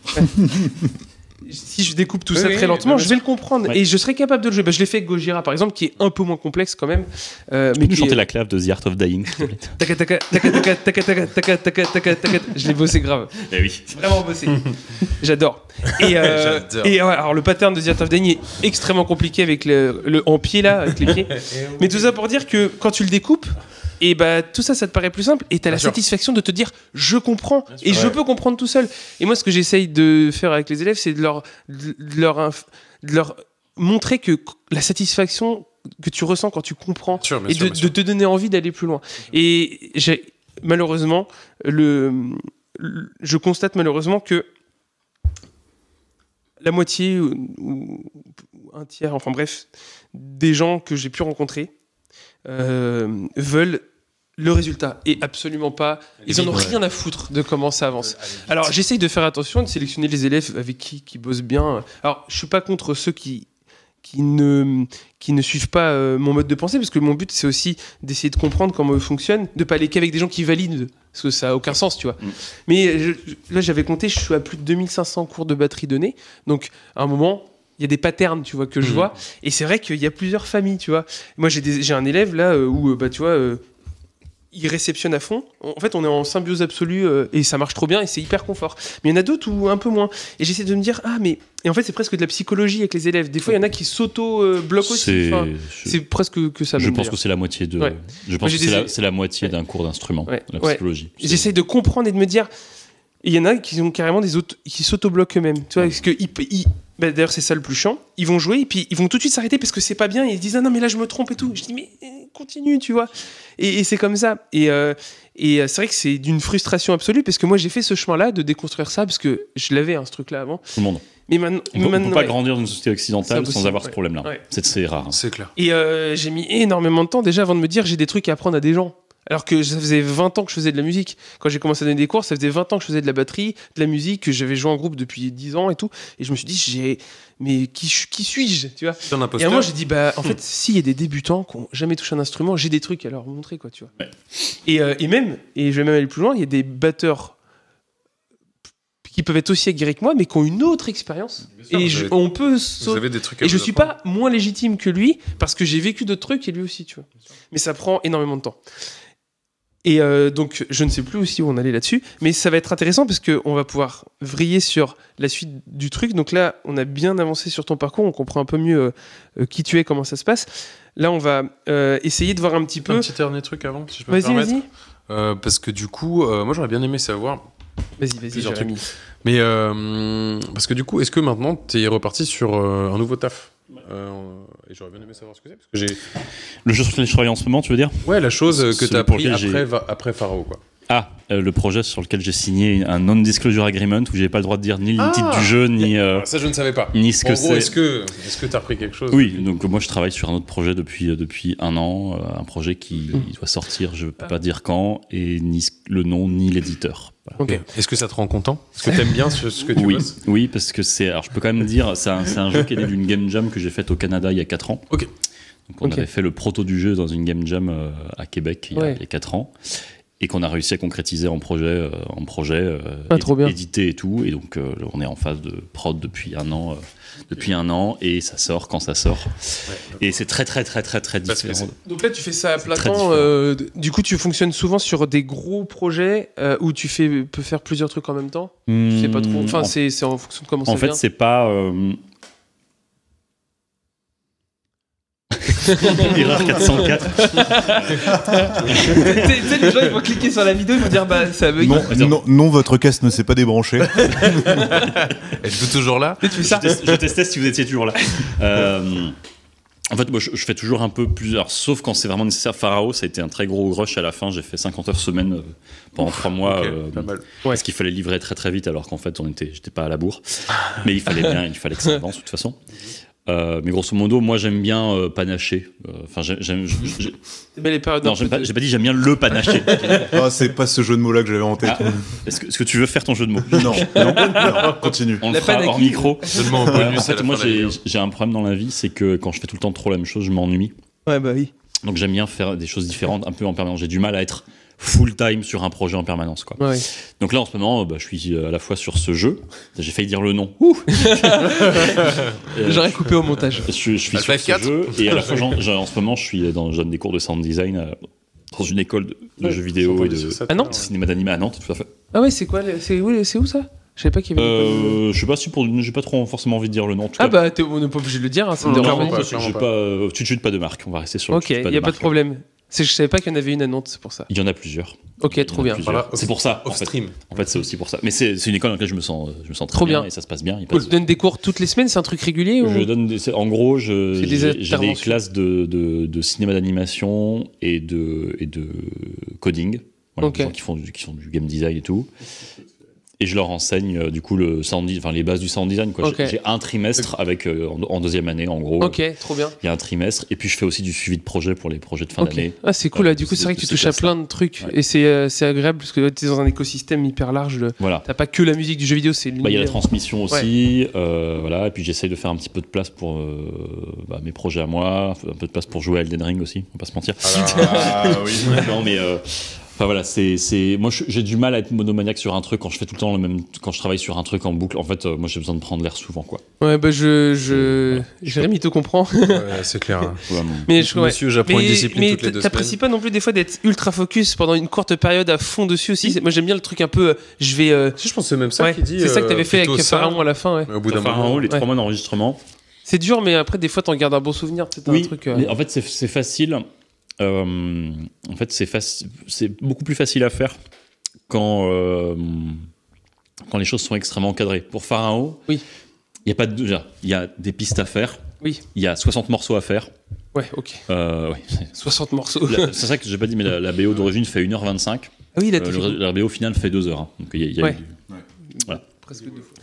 si je découpe tout Oui, ça oui, très lentement, bien je vais le comprendre Ouais. et je serai capable de le jouer. Bah, je l'ai fait avec Gojira, par exemple, qui est un peu moins complexe quand même. euh, mais Peux-tu qui est- chanter la clave de The Art of Dying, s'il te plaît Taca, taca, taca, taca, taca, taca, taca, taca, taca, taca. Je l'ai bossé grave. Eh oui. Vraiment bossé. J'adore. Et, euh, J'adore. et ouais, alors le pattern de The Art of Dying est extrêmement compliqué avec le, le- en pied là, avec les pieds. Eh Mais tout ça pour dire que quand tu le découpes, et bah tout ça, ça te paraît plus simple et t'as la sûr. satisfaction de te dire je comprends et je Ouais. peux comprendre tout seul. Et moi, ce que j'essaye de faire avec les élèves, c'est de leur, de de leur, inf- de leur montrer que c- la satisfaction que tu ressens quand tu comprends Bien sûr, bien et sûr, de, de bien sûr. te donner envie d'aller plus loin. Et j'ai malheureusement le, le- je constate malheureusement que la moitié ou, ou- ou un tiers, enfin bref, des gens que j'ai pu rencontrer euh, veulent le résultat et absolument pas. Ils en ont rien à foutre de comment ça avance. Alors j'essaye de faire attention, de sélectionner les élèves avec qui qui bossent bien. Alors je suis pas contre ceux qui qui ne qui ne suivent pas euh, mon mode de pensée parce que mon but c'est aussi d'essayer de comprendre comment eux fonctionnent, de pas aller qu'avec des gens qui valident parce que ça a aucun sens, tu vois. Mm. Mais je- là j'avais compté, je suis à plus de 2500 cours de batterie donnés. Donc à un moment il y a des patterns, tu vois, que je Mm. vois. Et c'est vrai qu'il y a plusieurs familles, tu vois. Moi, j'ai des- j'ai un élève, là, euh, où, euh, bah, tu vois, euh, il réceptionne à fond. En fait, on est en symbiose absolue euh, et ça marche trop bien et c'est hyper confort. Mais il y en a d'autres où un peu moins. Et j'essaie de me dire, ah, mais. Et en fait, c'est presque de la psychologie avec les élèves. Des fois, il y en a qui s'auto-bloquent aussi. C'est. Enfin, je- c'est presque que ça. Je même, pense d'ailleurs. que c'est la moitié de. Ouais. Je Moi, pense j'ai que c'est des- la, c'est la moitié d'un cours d'instrument, Ouais. la Ouais. psychologie. C'est- J'essaie de comprendre et de me dire. et Il y en a qui ont carrément des autres qui s'autobloquent eux-mêmes. Tu vois, parce que ils- ils- bah, d'ailleurs c'est ça le plus chiant. Ils vont jouer et puis ils vont tout de suite s'arrêter parce que c'est pas bien. Ils se disent ah non mais là je me trompe et tout. Je dis mais euh, continue, tu vois. Et, et c'est comme ça. Et euh, et euh, c'est vrai que c'est d'une frustration absolue parce que moi j'ai fait ce chemin-là de déconstruire ça parce que je l'avais hein, ce truc-là avant. Tout le monde. Mais maintenant, On peut, on peut maintenant, pas ouais. grandir dans une société C'est occidentale impossible, sans avoir ouais. ce problème-là. Ouais. C'est c'est rare. hein. C'est clair. Et euh, j'ai mis énormément de temps déjà avant de me dire j'ai des trucs à apprendre à des gens. Alors que ça faisait 20 ans que je faisais de la musique. Quand j'ai commencé à donner des cours, ça faisait 20 ans que je faisais de la batterie, de la musique, que j'avais joué en groupe depuis 10 ans et tout. Et je me suis dit, j'ai. Mais qui, je- qui suis-je Tu vois C'est un Et à un imposteur. moment, j'ai dit, bah, Hmm. en fait, s'il y a des débutants qui n'ont jamais touché un instrument, j'ai des trucs à leur montrer, quoi, tu vois. Et, euh, et même, et je vais même aller plus loin, il y a des batteurs qui peuvent être aussi aguerris que moi, mais qui ont une autre expérience. sûr, Et vous je- avez- on peut Vous sauter avez des trucs à et je nous suis apprendre. pas moins légitime que lui parce que j'ai vécu d'autres trucs et lui aussi, tu vois. Mais ça prend énormément de temps. Et euh, donc, je ne sais plus aussi où on allait là-dessus, mais ça va être intéressant parce qu'on va pouvoir vriller sur la suite du truc. Donc là, on a bien avancé sur ton parcours, on comprend un peu mieux euh, euh, qui tu es, comment ça se passe. Là, on va euh, essayer de voir un petit Un peu. petit dernier truc avant, si je peux me Hein Vas-y, permettre. vas-y. Euh, parce que du coup, euh, moi j'aurais bien aimé savoir. Vas-y, vas-y, Plusieurs Jérémy. Mais euh, parce que du coup, est-ce que maintenant t'es reparti sur euh, un nouveau taf Euh, Et j'aurais bien aimé savoir ce que c'est. Parce que j'ai. Le jeu sur lequel je travaille en ce moment, tu veux dire Ouais, la chose euh, que Celui t'as pour appris lequel j'ai- après, va- après Pharaon, quoi. Ah, euh, le projet sur lequel j'ai signé un non-disclosure agreement où j'avais pas le droit de dire ni le Ah titre du jeu, ni, euh, Ah, ça, je ne savais pas. ni ce en que gros, est-ce c'est. que est-ce que t'as appris quelque chose Oui, donc moi je travaille sur un autre projet depuis, euh, depuis un an, euh, un projet qui doit sortir, je peux pas dire quand, et ni ce- le nom, ni l'éditeur. Voilà. Ok. Est-ce que ça te rend content Est-ce que t'aimes bien ce, ce que tu Oui, bosses oui, parce que c'est. Alors, je peux quand même dire, c'est un, c'est un jeu qui est né d'une game jam que j'ai faite au Canada il y a 4 ans. Ok. Donc, on Ok. avait fait le proto du jeu dans une game jam euh, à Québec il y, a, Ouais. 4 ans et qu'on a réussi à concrétiser en projet, euh, en projet euh, Ah, édi- trop bien. édité et tout. Et donc, euh, on est en phase de prod depuis un an, euh, depuis un an, et ça sort quand ça sort. et c'est très, très, très, très, très Parce que différent. Donc là, tu fais ça à plein très temps. différent. euh, du coup, tu fonctionnes souvent sur des gros projets euh, où tu fais, peux faire plusieurs trucs en même temps Je sais pas trop. Hmm, Enfin, en c'est c'est en fonction de comment En ça fait, vient. c'est pas. euh, Erreur 404. Tu sais- tu sais, les gens, ils vont cliquer sur la vidéo, ils vont dire bah ça bug. Non, non, non, votre caisse ne s'est pas débranchée. Êtes-vous toujours là Tu fais ça. Je, test- je testais si vous étiez toujours là. Euh, en fait, moi, je, je fais toujours un peu plusieurs, sauf quand c'est vraiment nécessaire. Pharao, ça a été un très gros rush à la fin. J'ai fait 50 heures semaine euh, pendant 3 mois. Ok, euh, pas mal. Parce qu'il fallait livrer très très vite alors qu'en fait on était, j'étais pas à la bourre. Mais il fallait bien, il fallait que ça avance de toute façon. Euh, mais grosso modo, moi j'aime bien euh, panacher. Euh, Enfin, j'ai- j'aime. j'ai- j'ai- Mais les périodes Non, un j'aime peu pas, j'ai pas dit j'aime bien le panacher. Ah, c'est pas ce jeu de mots-là que j'avais en tête. Ah, Est-ce que, est-ce que tu veux faire ton jeu de mots Non, Ah. non, non, continue. On La le fera panne à hors qui micro. Seulement un Ouais, bonus en à fait, la moi fin de la j'ai vidéo. j'ai un problème dans la vie, c'est que quand je fais tout le temps trop la même chose, je m'ennuie. Ouais, bah oui. Donc j'aime bien faire des choses différentes un peu en permanence. J'ai du mal à être full time sur un projet en permanence. Quoi. Ouais. Donc là en ce moment, euh, bah, je suis euh, à la fois sur ce jeu. J'ai failli dire le nom. Ouh Euh, J'aurais coupé au montage. je, suis- je suis Half-Life sur ce 4. jeu et à la fois, j'en- j'en- en ce moment, je suis dans, je donne des cours de sound design euh, dans une école de, de jeux vidéo et de Ah non cinéma d'animé à Nantes. Tout à fait. Ah ouais, c'est quoi les- C'est où, c'est où ça Je savais pas qu'il y avait. des bonnes- Euh, je sais pas si pour, j'ai pas trop forcément envie de dire le nom. en tout Ah cas. bah, t'es- on n'est pas obligé de le dire, hein, ça me Non, dérange clairement pas. parce que j'ai pas, clairement pas. euh, tu tu- pas de marque. On va rester sur. le Ok, tu- il n'y a pas de marque. problème. C'est- Je savais pas qu'il y en avait une à Nantes, c'est pour ça. Il y en a plusieurs. Ok, trop Il y en bien. a plusieurs. Voilà, off- c'est pour ça. En Off fait, stream. En fait, c'est aussi pour ça. Mais c'est c'est une école dans laquelle je me sens, euh, je me sens très Trop bien, bien. et ça se passe bien. il y a pas Cool. de- Tu donnes des cours toutes les semaines, c'est un truc régulier ou... Je donne des- c'est- en gros, je- C'est des j'ai j'ai des, interventions. classes de, de- de cinéma d'animation et de, et de coding, voilà, Ok. des gens qui font, du, qui font du game design et tout. Et je leur enseigne euh, du coup le sound, de- enfin les bases du sound design. quoi. J'ai- Ok. J'ai un trimestre avec euh, en, en deuxième année en gros. Ok, trop bien. Il y a un trimestre et puis je fais aussi du suivi de projet pour les projets de fin Ok. d'année. Ah, c'est cool, Ouais, là, du coup, c'est vrai que tu c'est- touches à c'est plein de trucs. Ouais. Et c'est euh, c'est agréable parce que tu es dans un écosystème hyper large. le- Voilà. T'as pas que la musique du jeu vidéo, c'est Bah, il y a la l'univers. transmission aussi, euh, voilà. Et puis j'essaye de faire un petit peu de place pour euh, bah, mes projets à moi, un peu de place pour jouer à Elden Ring aussi. On va pas se mentir. non mais euh, enfin voilà c'est c'est moi je- j'ai du mal à être monomaniaque sur un truc quand je fais tout le temps le même quand je travaille sur un truc en boucle en fait euh, moi j'ai besoin de prendre l'air souvent quoi Ouais, bah, je. je... Jérémy te comprend. Ouais, c'est clair. hein. Voilà, mon- mais je. ouais. Monsieur, j'apprends une Mais- discipline mais toutes les t- deux t'apprécies semaines. pas non plus des fois d'être ultra focus pendant une courte période à fond dessus aussi. C'est- Moi j'aime bien le truc un peu, euh, je vais. euh, Si, je pense que c'est même ça ouais, qu'il dit. c'est ça que euh, t'avais fait avec plutôt ça, Pharaon à la fin. Ouais. mais Au bout d'un Enfin, moment. en haut, les ouais. trois mois d'enregistrement C'est dur, mais après des fois t'en gardes un bon souvenir. C'est un truc. euh, mais en fait c'est c'est facile euh, en fait c'est faci- c'est beaucoup plus facile à faire quand euh, quand les choses sont extrêmement cadrées pour Pharaon Oui. il y a pas de déjà, il y a des pistes à faire Oui. il y a 60 morceaux à faire Ouais, ok. Euh, ouais. 60 morceaux. La- c'est ça que j'ai pas dit mais la, la BO d'origine fait 1h25 Ah oui, il a Euh, tout le fait. ré- la RBO finale fait deux heures. hein. Donc, il y a- il y a Ouais. eu du- Presque deux fois.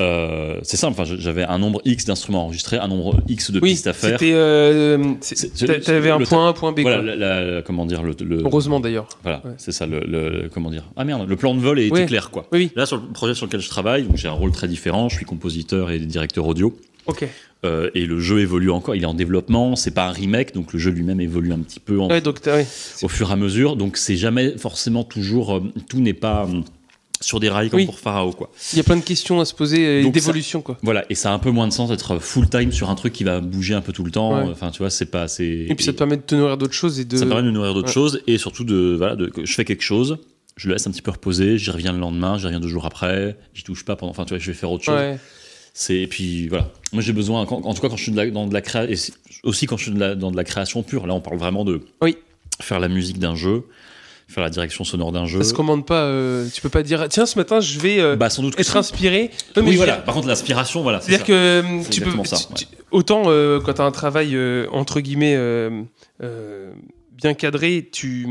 Euh, c'est simple. Enfin, je- j'avais un nombre X d'instruments enregistrés, un nombre X de Oui, pistes à faire. c'était. euh, c'est- C'est- c'est- t'a- T'avais le un ta- point A, un point B. Voilà, quoi. la, la- la- comment dire le, le- Heureusement d'ailleurs. voilà, ouais. c'est ça le, le- comment dire ah merde le plan de vol est Ouais. était clair quoi. Oui, oui. Là sur le projet sur lequel je travaille, donc j'ai un rôle très différent. Je suis compositeur et directeur audio Ok. Euh, et le jeu évolue encore. Il est en développement, c'est pas un remake, donc le jeu lui-même évolue un petit peu en Ouais, donc t'as- ouais. au fur et à mesure. Donc c'est jamais forcément toujours euh, tout n'est pas euh, sur des rails comme Oui. pour Pharaon quoi. il y a plein de questions à se poser et Donc ça- d'évolution quoi. Voilà, et ça a un peu moins de sens d'être full time sur un truc qui va bouger un peu tout le temps. Ouais. Enfin, tu vois, c'est pas assez. Et puis ça te permet de te nourrir d'autres choses et de. ça me permet de nourrir d'autres Ouais. choses et surtout de voilà, de, que je fais quelque chose, je le laisse un petit peu reposer, j'y reviens le lendemain, j'y reviens deux jours après, j'y touche pas pendant. Enfin, tu vois, je vais faire autre chose. Ouais. C'est et puis voilà. Moi, j'ai besoin. quand- en tout cas, quand je suis de la- dans de la création, aussi quand je suis de la- dans de la création pure. Là, on parle vraiment de Oui. faire la musique d'un jeu, faire la direction sonore d'un jeu. Ça se commande pas. euh, tu peux pas dire tiens ce matin je vais euh, Bah, sans doute. que être si. inspiré. Ouais, mais Oui, je- voilà. Par contre, l'inspiration, voilà. c'est C'est-à-dire ça. que hum, C'est tu peux. exactement ça, tu- tu- autant euh, quand tu as un travail euh, entre guillemets euh, euh, bien cadré, tu.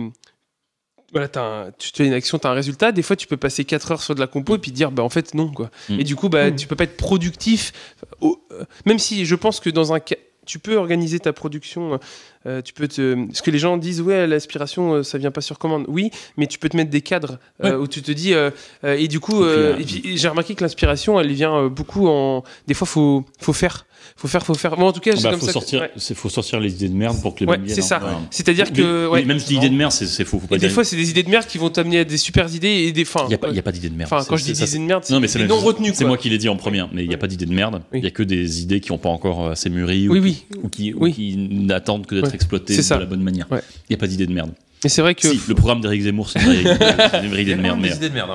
Voilà, t'as un- tu, tu as une action, tu as un résultat. Des fois, tu peux passer 4 heures sur de la compo et puis dire, bah en fait, non. quoi. Mm. Et du coup, bah, Mm. tu peux pas être productif. au- euh, même si je pense que dans un cas. Tu peux organiser ta production. euh, tu peux te. Ce que les gens disent, ouais, l'aspiration, euh, ça vient pas sur commande. Oui, mais tu peux te mettre des cadres euh, où tu te dis. euh, euh, et du coup, Et puis, euh, euh, et puis, j'ai remarqué que l'inspiration, elle vient euh, beaucoup en. Des fois, faut faut faire, faut faire, faut faire. Moi, en tout cas, c'est Bah, comme faut ça. que- sortir, ouais. c'est- faut sortir les idées de merde pour que les Ouais, bonnes c'est viennent, ça. hein. C'est-à-dire que. Mais- ouais. mais même si l'idée de merde, c'est c'est faux. Faut pas Et des dire- fois, c'est des idées de merde qui vont t'amener à des super idées et des. Enfin, il n'y a pas, il y a pas d'idée de merde. enfin, quand C'est- je dis c'est- des ça, idées de merde, c'est- non, mais c'est des la- non retenues. C'est quoi. moi qui l'ai dit en premier, mais il n'y a pas d'idée de merde. Il Oui. n'y a que des idées qui n'ont pas encore euh, assez mûri ou, Oui, oui. ou qui, ou Oui. qui n'attendent que d'être Ouais. exploitées C'est ça. de la bonne manière. Il Ouais. n'y a pas d'idée de merde. Mais c'est vrai que. Si, le programme d'Eric Zemmour, c'est une vraie- c'est une vraie idée de merde. mais- euh, de hein, merde.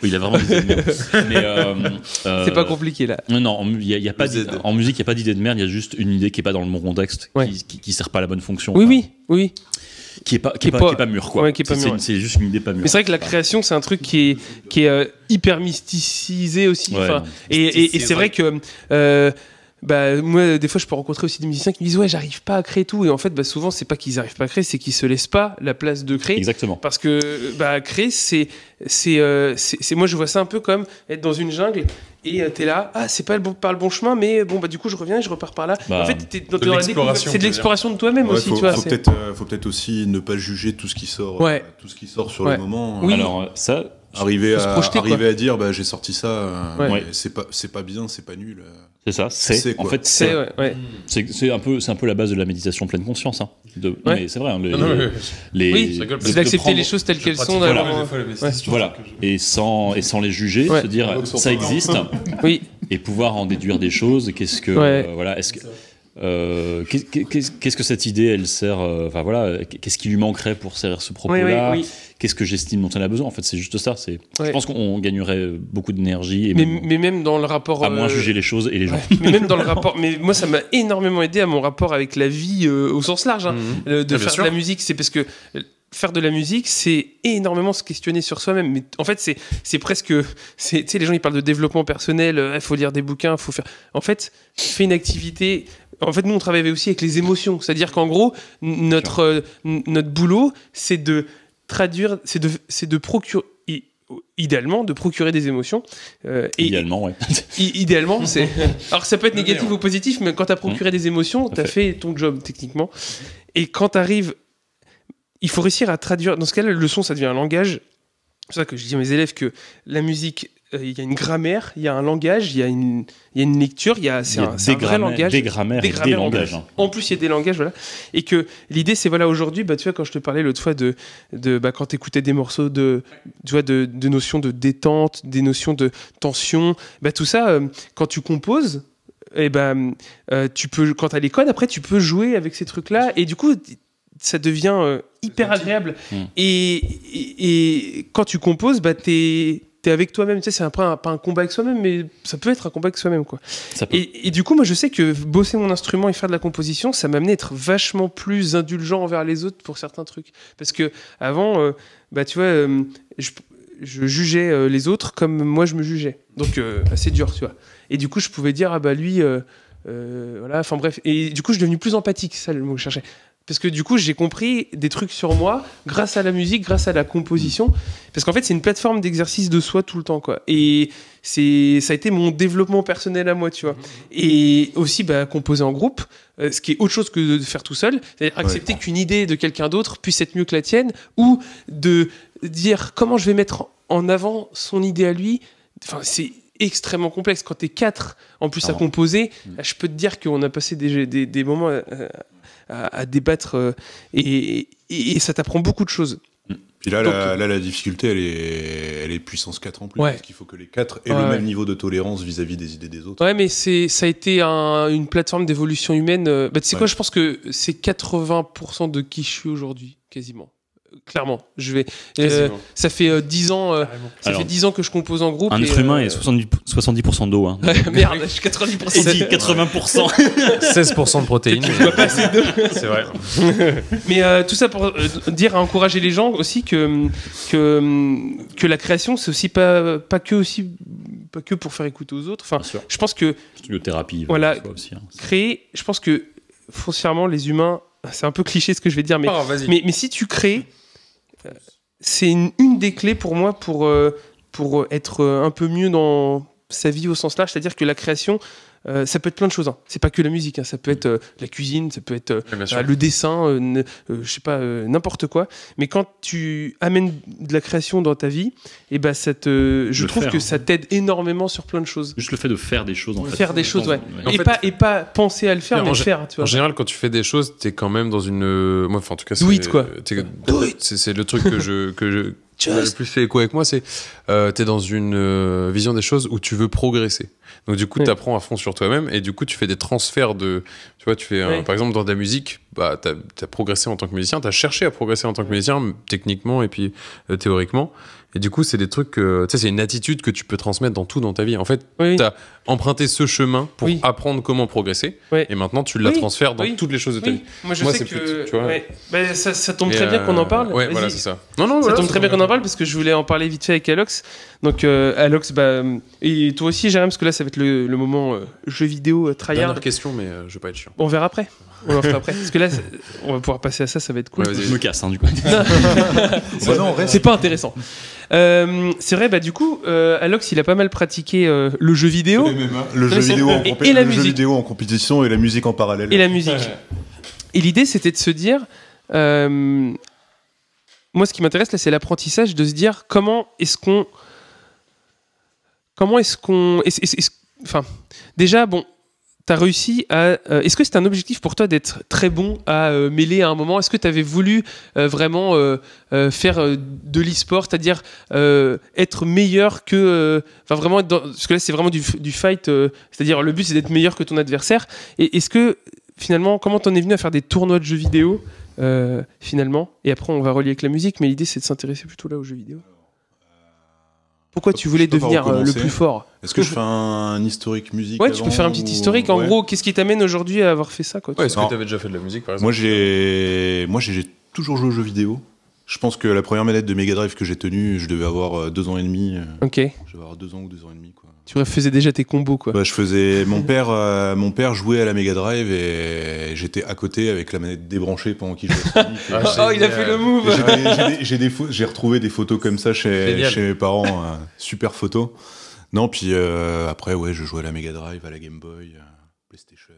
oui, il a vraiment des idées de merde. Mais, euh, euh, C'est pas compliqué là. Non, non, en mu- il y a- il y a pas Le Z. d'idée- en musique, il n'y a pas d'idée de merde, il y a juste une idée qui n'est pas dans le bon contexte, Ouais. qui- qui ne sert pas à la bonne fonction. Oui, Enfin, oui, oui. Qui n'est pas, qui Qui est est pas, pas- qui est pas mûr, quoi. ouais, qui est pas C'est- mûr, c'est- ouais. C'est juste une idée pas mûre. Mais c'est vrai que la Enfin, création, c'est un truc qui est qui est euh, hyper mysticisé aussi. ouais, Enfin, non. Et, et- et c'est vrai que euh, bah, moi, des fois, je peux rencontrer aussi des musiciens qui me disent Ouais, j'arrive pas à créer tout. Et en fait, bah, souvent, c'est pas qu'ils arrivent pas à créer, c'est qu'ils se laissent pas la place de créer. Exactement. Parce que bah, créer, c'est. c'est, euh, c'est- c'est- moi, je vois ça un peu comme être dans une jungle et euh, t'es là, ah, c'est pas le bon, par le bon chemin, mais bon, bah, du coup, je reviens et je repars par là. Bah, en fait, t'es dans, de dans la l'exploration, découverte. C'est de tu veux l'exploration de toi-même Ouais, aussi, faut, tu vois. faut c'est- peut-être, euh, faut peut-être aussi ne pas juger tout ce qui sort, euh, Ouais. tout ce qui sort sur Ouais. le moment. Oui. Alors, euh, ça, Arriver, Faut se à, projeter, quoi. arriver à dire, bah, j'ai sorti ça, euh, Ouais. mais c'est pas, c'est pas bien, c'est pas nul. euh. c'est ça. C'est C'est. En quoi fait, C'est c'est. ouais, ouais. C'est c'est un peu, c'est un peu la base de la méditation pleine conscience. Hein. De- non, mais c'est vrai. hein, les- Non, non, mais- les- Oui, de- rigole, de C'est d'accepter prendre- les choses telles je qu'elles pratique sont. pas d'avoir- mal des fois les méditations. Voilà. Et sans et sans les juger, Ouais. se dire ça existe Oui, et pouvoir en déduire des choses. Qu'est-ce que Ouais. euh, voilà Est-ce que euh, qu'est- qu'est- qu'est-ce que cette idée elle sert euh, Enfin voilà, euh, qu'est-ce qui lui manquerait pour servir ce oui, oui, propos-là oui. Qu'est-ce que j'estime dont elle a besoin En fait, c'est juste ça. C'est. Ouais. Je pense qu'on gagnerait beaucoup d'énergie et Mais, même- mais même dans le rapport. à moins euh, juger les choses et les gens. Ouais, mais même dans le rapport, mais moi ça m'a énormément aidé à mon rapport avec la vie euh, au sens large. hein. Mhm. Le- de Ah, bien faire sûr. de la musique, c'est parce que euh, faire de la musique, c'est énormément se questionner sur soi-même. Mais en fait, c'est c'est presque, c'est tu sais, les gens ils parlent de développement personnel. euh, Il faut lire des bouquins, faut faire. En fait, fais une activité. En fait, nous on travaille aussi avec les émotions, c'est-à-dire qu'en gros, n- notre euh, n- notre boulot, c'est de traduire, c'est de c'est de procurer i- idéalement de procurer des émotions euh, et, Idéalement, ouais. I- idéalement, c'est. Alors ça peut être Le négatif meilleur. ou positif, mais quand t'as procuré des émotions, Mm. Tout à t'as fait. ton job techniquement. Et quand t'arrives, il faut réussir à traduire. Dans ce cas-là, le son, ça devient un langage. C'est ça que je dis à mes élèves que la musique, euh, il y a une grammaire, il y a un langage, il y a une, il y a une lecture, il y a, c'est Il y a un, c'est un des vrai grammaires- langage. des grammaires Des et des grammaires en langages. plus. hein. En plus, il y a des langages, voilà. Et que l'idée, c'est voilà, aujourd'hui, bah, tu vois, quand je te parlais l'autre fois de, de bah, quand t'écoutais des morceaux de, tu vois, de, de notions de détente, des notions de tension, bah, tout ça, euh, quand tu composes, et ben, euh, tu peux, quand t'as les codes, après, tu peux jouer avec ces trucs-là, et du coup, t- ça devient euh, hyper agréable. Mm. Et, et, et quand tu composes, bah, t'es t'es avec toi-même, tu sais, c'est un, pas un- pas un combat avec soi-même, mais ça peut être un combat avec soi-même, quoi. Ça peut. Et, et du coup, moi, je sais que bosser mon instrument et faire de la composition, ça m'a amené à être vachement plus indulgent envers les autres pour certains trucs. Parce que avant, euh, bah, tu vois, euh, je, je jugeais euh, les autres comme moi je me jugeais. Donc, euh, assez dur, tu vois. Et du coup, je pouvais dire, ah bah lui, euh, euh, voilà, enfin bref. Et du coup, je suis devenu plus empathique, c'est ça le mot que je cherchais. Parce que du coup, j'ai compris des trucs sur moi grâce à la musique, grâce à la composition. Parce qu'en fait, c'est une plateforme d'exercice de soi tout le temps, quoi. Et c'est, ça a été mon développement personnel à moi, tu vois et aussi bah, composer en groupe, euh, ce qui est autre chose que de faire tout seul, c'est-à-dire accepter qu'une idée de quelqu'un d'autre puisse être mieux que la tienne, ou de dire comment je vais mettre en avant son idée à lui. Enfin, c'est extrêmement complexe. Quand t'es quatre en plus à Clairement. composer, bah, Mm. je peux te dire qu'on a passé des, des, des moments euh, à, à- à débattre euh, et, et- et ça t'apprend beaucoup de choses. Puis là, Donc, la, là, la difficulté, elle est, elle est puissance 4 en plus. Ouais. Parce qu'il faut que les 4 aient Ouais, le ouais. même niveau de tolérance vis-à-vis des idées des autres. Ouais, mais c'est ça a été un- une plateforme d'évolution humaine. euh, Bah, tu sais Ouais. quoi, je pense que c'est 80% de qui je suis aujourd'hui, quasiment. Euh, Clairement, je vais. euh, Quasiment. ça fait euh, 10 ans, euh, Carrément. ça Alors, fait 10% que je compose en groupe. Un et, être humain euh, est 70, 70% d'eau. Hein. Merde, je suis 90%. Et dit 80%. 16% de protéines. C'est vrai. Mais euh, tout ça pour euh, dire à encourager les gens aussi que hum, que hum, que la création c'est aussi pas pas que aussi pas que pour faire écouter aux autres. Enfin, Bien sûr. je pense que Studiothérapie. Voilà. tu vois aussi, hein. créer, je pense que foncièrement les humains, c'est un peu cliché ce que je vais dire, mais Ah, vas-y. Mais, mais si tu crées, euh, c'est une, une des clés pour moi pour, euh, pour euh, être euh, un peu mieux dans sa vie au sens large. C'est-à-dire que la création, euh, ça peut être plein de choses. hein. C'est pas que la musique, hein. ça peut être euh, la cuisine, ça peut être euh, Ouais, bien ah, sûr. le dessin, euh, ne- euh, je sais pas, euh, n'importe quoi. Mais quand tu amènes de la création dans ta vie, et ben ça te, je Le trouve faire, que hein. ça t'aide énormément sur plein de choses. Juste le fait de faire des choses en fait. Faire des choses, ouais. En et, fait- pas, et pas penser à le faire, Non, mais en le gé- faire, tu vois. En général, quand tu fais des choses, t'es quand même dans une. euh, Moi, enfin, en tout cas, Do c'est- it, quoi. t'es- C'est c'est le truc que je que je qui m'a le plus fait écho avec moi, c'est euh, t'es dans une euh, vision des choses où tu veux progresser. Donc du coup, Ouais. t'apprends à fond sur toi-même et du coup, tu fais des transferts de. Tu vois, tu fais un- Ouais. par exemple dans de la musique, bah t'as as progressé en tant que musicien, t'as cherché à progresser en tant que musicien techniquement et puis euh, théoriquement. Et du coup, c'est des trucs, que- tu sais, c'est une attitude que tu peux transmettre dans tout dans ta vie. En fait, Oui, oui. t'as emprunté ce chemin pour Oui. apprendre comment progresser, Ouais. et maintenant tu la Oui, transfères dans oui, toutes les choses de ta Oui, vie. moi je Moi, sais c'est que. plus- tu vois. ouais. Bah, ça, ça tombe Et, très bien euh, qu'on en parle. Ouais, Vas-y. voilà, c'est ça. Non, non, Ça voilà, tombe très bien qu'on en parle parce que je voulais en parler vite fait avec Alox. Donc euh, Alox, bah, et toi aussi Jérém, parce que là ça va être le, le moment euh, jeu vidéo euh, tryhard. Dernière question, mais euh, je vais pas être chiant. On verra après. On en fera après. Parce que là, c'est- on va pouvoir passer à ça, ça va être cool. Ouais, vas-y. Je me casse, hein, du coup. Bah non, reste. C'est pas intéressant. Euh, c'est vrai, bah du coup, euh, Alox, il a pas mal pratiqué euh, le jeu vidéo hein, Le, jeu c'est- vidéo, en et- compé- et la le jeu musique. vidéo en compétition et la musique en parallèle. et la musique. Et l'idée, c'était de se dire, euh, moi, ce qui m'intéresse là, c'est l'apprentissage de se dire comment est-ce qu'on, comment est-ce qu'on, est-ce- est-ce- est-ce- enfin, déjà, bon. T'as réussi à. euh, Est-ce que c'était un objectif pour toi d'être très bon à euh, mêler à un moment Est-ce que t'avais voulu euh, vraiment euh, euh, faire euh, de l'e-sport, c'est-à-dire euh, être meilleur que. euh, Enfin, vraiment être dans- Parce que là, c'est vraiment du, f- du fight, euh, c'est-à-dire le but, c'est d'être meilleur que ton adversaire. Et est-ce que finalement, comment t'en es venu à faire des tournois de jeux vidéo euh, finalement Et après, on va relier avec la musique, mais l'idée c'est de s'intéresser plutôt là aux jeux vidéo. Pourquoi tu voulais Euh, Je peux pas devenir euh, le recommencer. plus fort Est-ce que je fais un historique musique Ouais, tu peux avant faire un petit ou- historique. En Ouais. gros, qu'est-ce qui t'amène aujourd'hui à avoir fait ça quoi, tu Ouais, vois est-ce que Non. t'avais déjà fait de la musique, par exemple Moi, Moi, j'ai moi j'ai j'ai toujours joué aux jeux vidéo. Je pense que la première manette de Mega Drive que j'ai tenue, je devais avoir euh, deux ans et demi. euh, Ok, Je devais avoir deux ans ou deux ans et demi. Quoi. tu faisais déjà tes combos quoi. Bah, je faisais mon père euh, mon père jouait à la Mega Drive et j'étais à côté avec la manette débranchée pendant qu'il jouait. à Sonic. Et- Bah, Ah, oh, il a fait le move J'ai des- j'ai des- j'ai des pho- j'ai retrouvé des photos comme ça chez, Génial. chez mes parents, euh, super photos. Non, puis euh, après, ouais, je jouais à la Mega Drive, à la Game Boy, euh, PlayStation.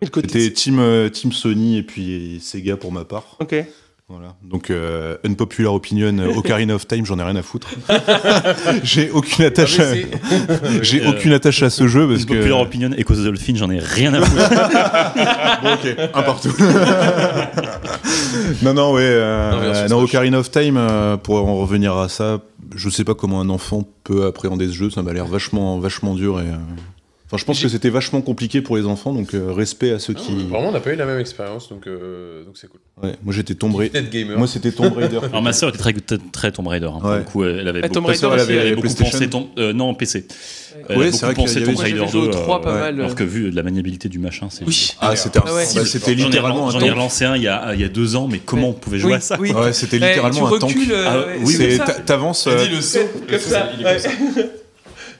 Et le côté- C'était team, euh, team Sony et puis Sega pour ma part. Ok. Voilà. Donc, euh, unpopular opinion, euh, Ocarina of Time, j'en ai rien à foutre. J'ai aucune Ah, attache, à, j'ai Euh, aucune attache à ce jeu parce Parce que. Popular Opinion et Cause of Dolphin, j'en ai rien à foutre. Bon, ok, un partout. non, non, ouais. euh, Non, version euh, non, Smash. Ocarina of Time, euh, pour en revenir à ça, je sais pas comment un enfant peut appréhender ce jeu, ça m'a l'air vachement, vachement dur. Et, euh, Enfin, je pense que c'était vachement compliqué pour les enfants, donc euh, respect à ceux Non, qui. mais Vraiment, on n'a pas eu la même expérience, donc euh, donc c'est cool. Ouais, moi, j'étais Tomb Raider. Peut-être gamer. Moi, c'était Tomb Raider. Alors, ma sœur était très, très, très Tomb Raider. hein. Pour Ouais. le coup, elle avait Ah, beaucoup, Tomb Raider elle aussi, avait- elle avait beaucoup PlayStation. pensé Tomb... euh, non, en PC. Elle Ouais, c'est avait beaucoup vrai qu'il pensé y avait- Tomb Moi, j'ai Raider fait jouer au 2. trois pas euh, mal, euh. Alors que vu de la maniabilité du machin, c'est... Oui. Ah, c'était Ah ouais. bah, c'était J'en ai, littéralement un j'en ai Tomb- relancé un il y, a, il y a deux ans, mais comment on pouvait jouer Oui, à ça oui. quoi Ouais, c'était Eh, littéralement tu un tank. recules, euh, Ah, ouais, Oui, c'est c'est- comme ça. t'a- t'avances. euh, Comme ça, ouais.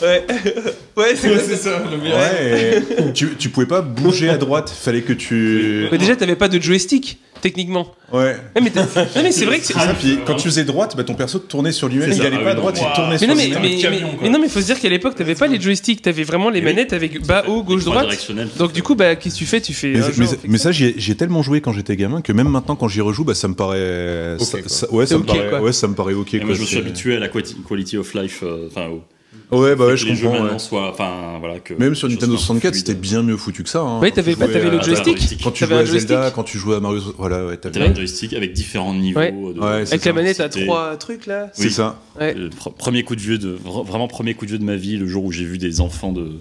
Ouais, Ouais, c'est comme ça. le meilleur. Ouais, et tu, tu pouvais pas bouger à droite, fallait que tu. Mais déjà, t'avais pas de joystick, techniquement. Ouais. Eh, mais t'as- Non, mais c'est vrai que c'est. Ah, puis quand tu faisais droite, bah, ton perso tournait sur lui-même. C'est Il ça. allait Ah pas à oui, droite, non. il tournait Mais sur non, mais, lui-même. mais- mais- mais non, mais faut se dire qu'à l'époque, t'avais pas les joysticks, t'avais vraiment les Et oui. manettes avec bas, haut, gauche, Trois droite. directionnels. Donc, du coup, bah, qu'est-ce que tu fais Tu fais. Mais, un mais- genre, mais ça, j'y ai- j'y ai tellement joué quand j'étais gamin que même maintenant, quand j'y rejoue, bah, ça me paraît. ça- quoi. ça- ouais, C'est ça me ok, paraît, quoi. ouais, ça me paraît ok. Et quoi, moi, je me suis c'est- habitué à la quali- quality of life, euh, enfin, au- Ouais, bah ouais, je que les jeux comprends. maintenant ouais. soient- enfin, voilà, que Même sur les choses Nintendo soient 64, fluides. c'était bien mieux foutu que ça. hein. Oui, Quand t'avais tu pas jouais Bah, t'avais à- le t'avais un joystick. joystick. Quand tu t'avais jouais un à Zelda, joystick. quand tu jouais à Mario. Voilà, ouais, t'avais. T'avais un joystick avec différents niveaux. Ouais. de- Ouais, Avec la manette à C'était- trois trucs là. C'est Oui. ça. Le pr- premier coup de vieux de vra- vraiment premier coup de vieux de ma vie le jour où j'ai vu des enfants de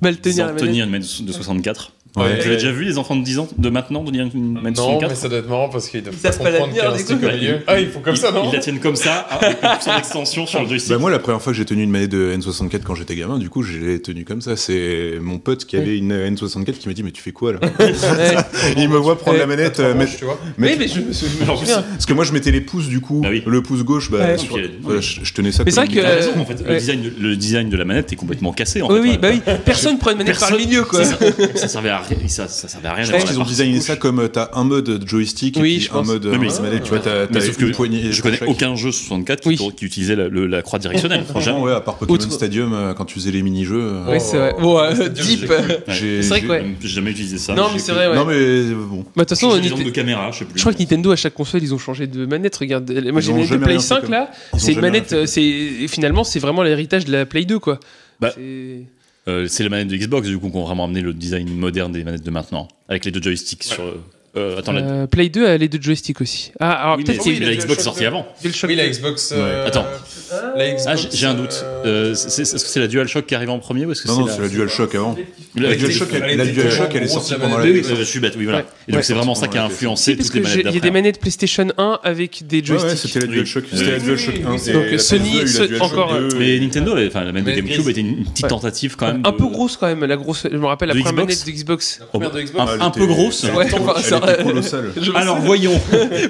Mal tenir disons, la manette. tenir une main de de 64 Ouais. tu l'as déjà vu les enfants de 10 ans de maintenant tenir une main de Non, mais 64 ça doit être marrant parce qu'ils doivent Ils pas savent pas la comprendre qu'il tenir, y a un du stick coup. au milieu. Ah, ils font comme bah, ils, ça, non ils la tiennent comme ça hein, avec une son extension sur le joystick Bah moi la première fois que j'ai tenu une manette de N64 quand j'étais gamin, du coup je l'ai tenue comme ça. C'est mon pote qui avait une N64 qui m'a dit mais tu fais quoi là Ouais. Il me voit prendre Eh, la manette, euh, Orange, mettre- tu vois. Mais, mettre- mais je me sou- je me Alors, souviens. parce que moi je mettais les pouces du coup, Bah oui. le pouce gauche, bah, Ouais. sur- Ok, non, mais- je, je tenais ça. Mais c'est comme vrai que- une T'as guitare. raison, en fait, Euh, ouais. le, design, le design de la manette est complètement cassé en Oui, fait, oui, ouais. bah oui. Personne prend une manette par le Personne- milieu quoi. ça, ça servait à rien ça, ça servait à rien Je d'avoir pense la qu'ils ont partie designé gauche. ça comme euh, t'as un mode joystick et Oui, puis je un pense. mode Oui, mais- euh, manette. Tu vois, t'as mais t'as sauf que une poignée. je connais pour chaque. aucun jeu sur 64 qui Oui. tour- qui utilisait la, le- la croix directionnelle franchement Franchement, ouais, à part Pokémon Outre- Stadium, euh, quand tu faisais les mini-jeux. euh, Oui, c'est vrai. Oh, Bon, euh, C'est deep. Ouais. Bah, j'ai- C'est vrai j'ai- que ouais. j'ai jamais utilisé ça Non, mais J'ai- c'est vrai, ouais. Non, mais euh, bon. De toute façon, J'ai on des exemples de était- caméra je sais plus je crois que Nintendo, à chaque console, ils ont changé de manette. Regarde, moi j'ai ont une manette de jamais Play rien fait 5 comme- là. Ils ont C'est une jamais manette, rien fait. euh, c'est finalement, c'est vraiment l'héritage de la Play 2 quoi. Bah, C'est- Euh, c'est les manettes de Xbox du coup qui ont vraiment amené le design moderne des manettes de maintenant avec les deux joysticks sur euh, Euh, attends, la- Euh, Play 2 a les deux joysticks aussi. Ah, alors oui, mais, peut-être c'est mais la le Xbox sortie avant. DualShock Oui, la deux. Xbox. euh, Ouais. Attends. La Xbox. Ah, j'ai j'ai un doute. Euh, c'est- Est-ce que c'est la DualShock qui arrive en premier ou est-ce que Non, non, c'est c'est la DualShock avant. la, La DualShock, elle, la DualShock, elle est sortie pendant la Oui, oui, je suis bête, oui, voilà. Ouais. Et donc, c'est vraiment Ouais. ça qui a influencé Parce toutes les que j'ai- manettes il y a des d'après. manettes PlayStation 1 avec des Ouais, ouais, joysticks. c'était la DualShock. C'était la Oui, DualShock oui, 1. oui. c'est- Donc, la PS2 Sony, a eu la ce- DualShock encore, 2. Mais Nintendo, les- enfin, la manette de Mais GameCube était une petite Ouais. tentative quand même. un de- peu grosse quand même, la grosse. Je me rappelle la de première Xbox manette de Xbox. Oh, Première de Xbox. Un, Elle un peu était- grosse. elle Ouais, était- enfin, ça- Elle était colossale. Alors voyons,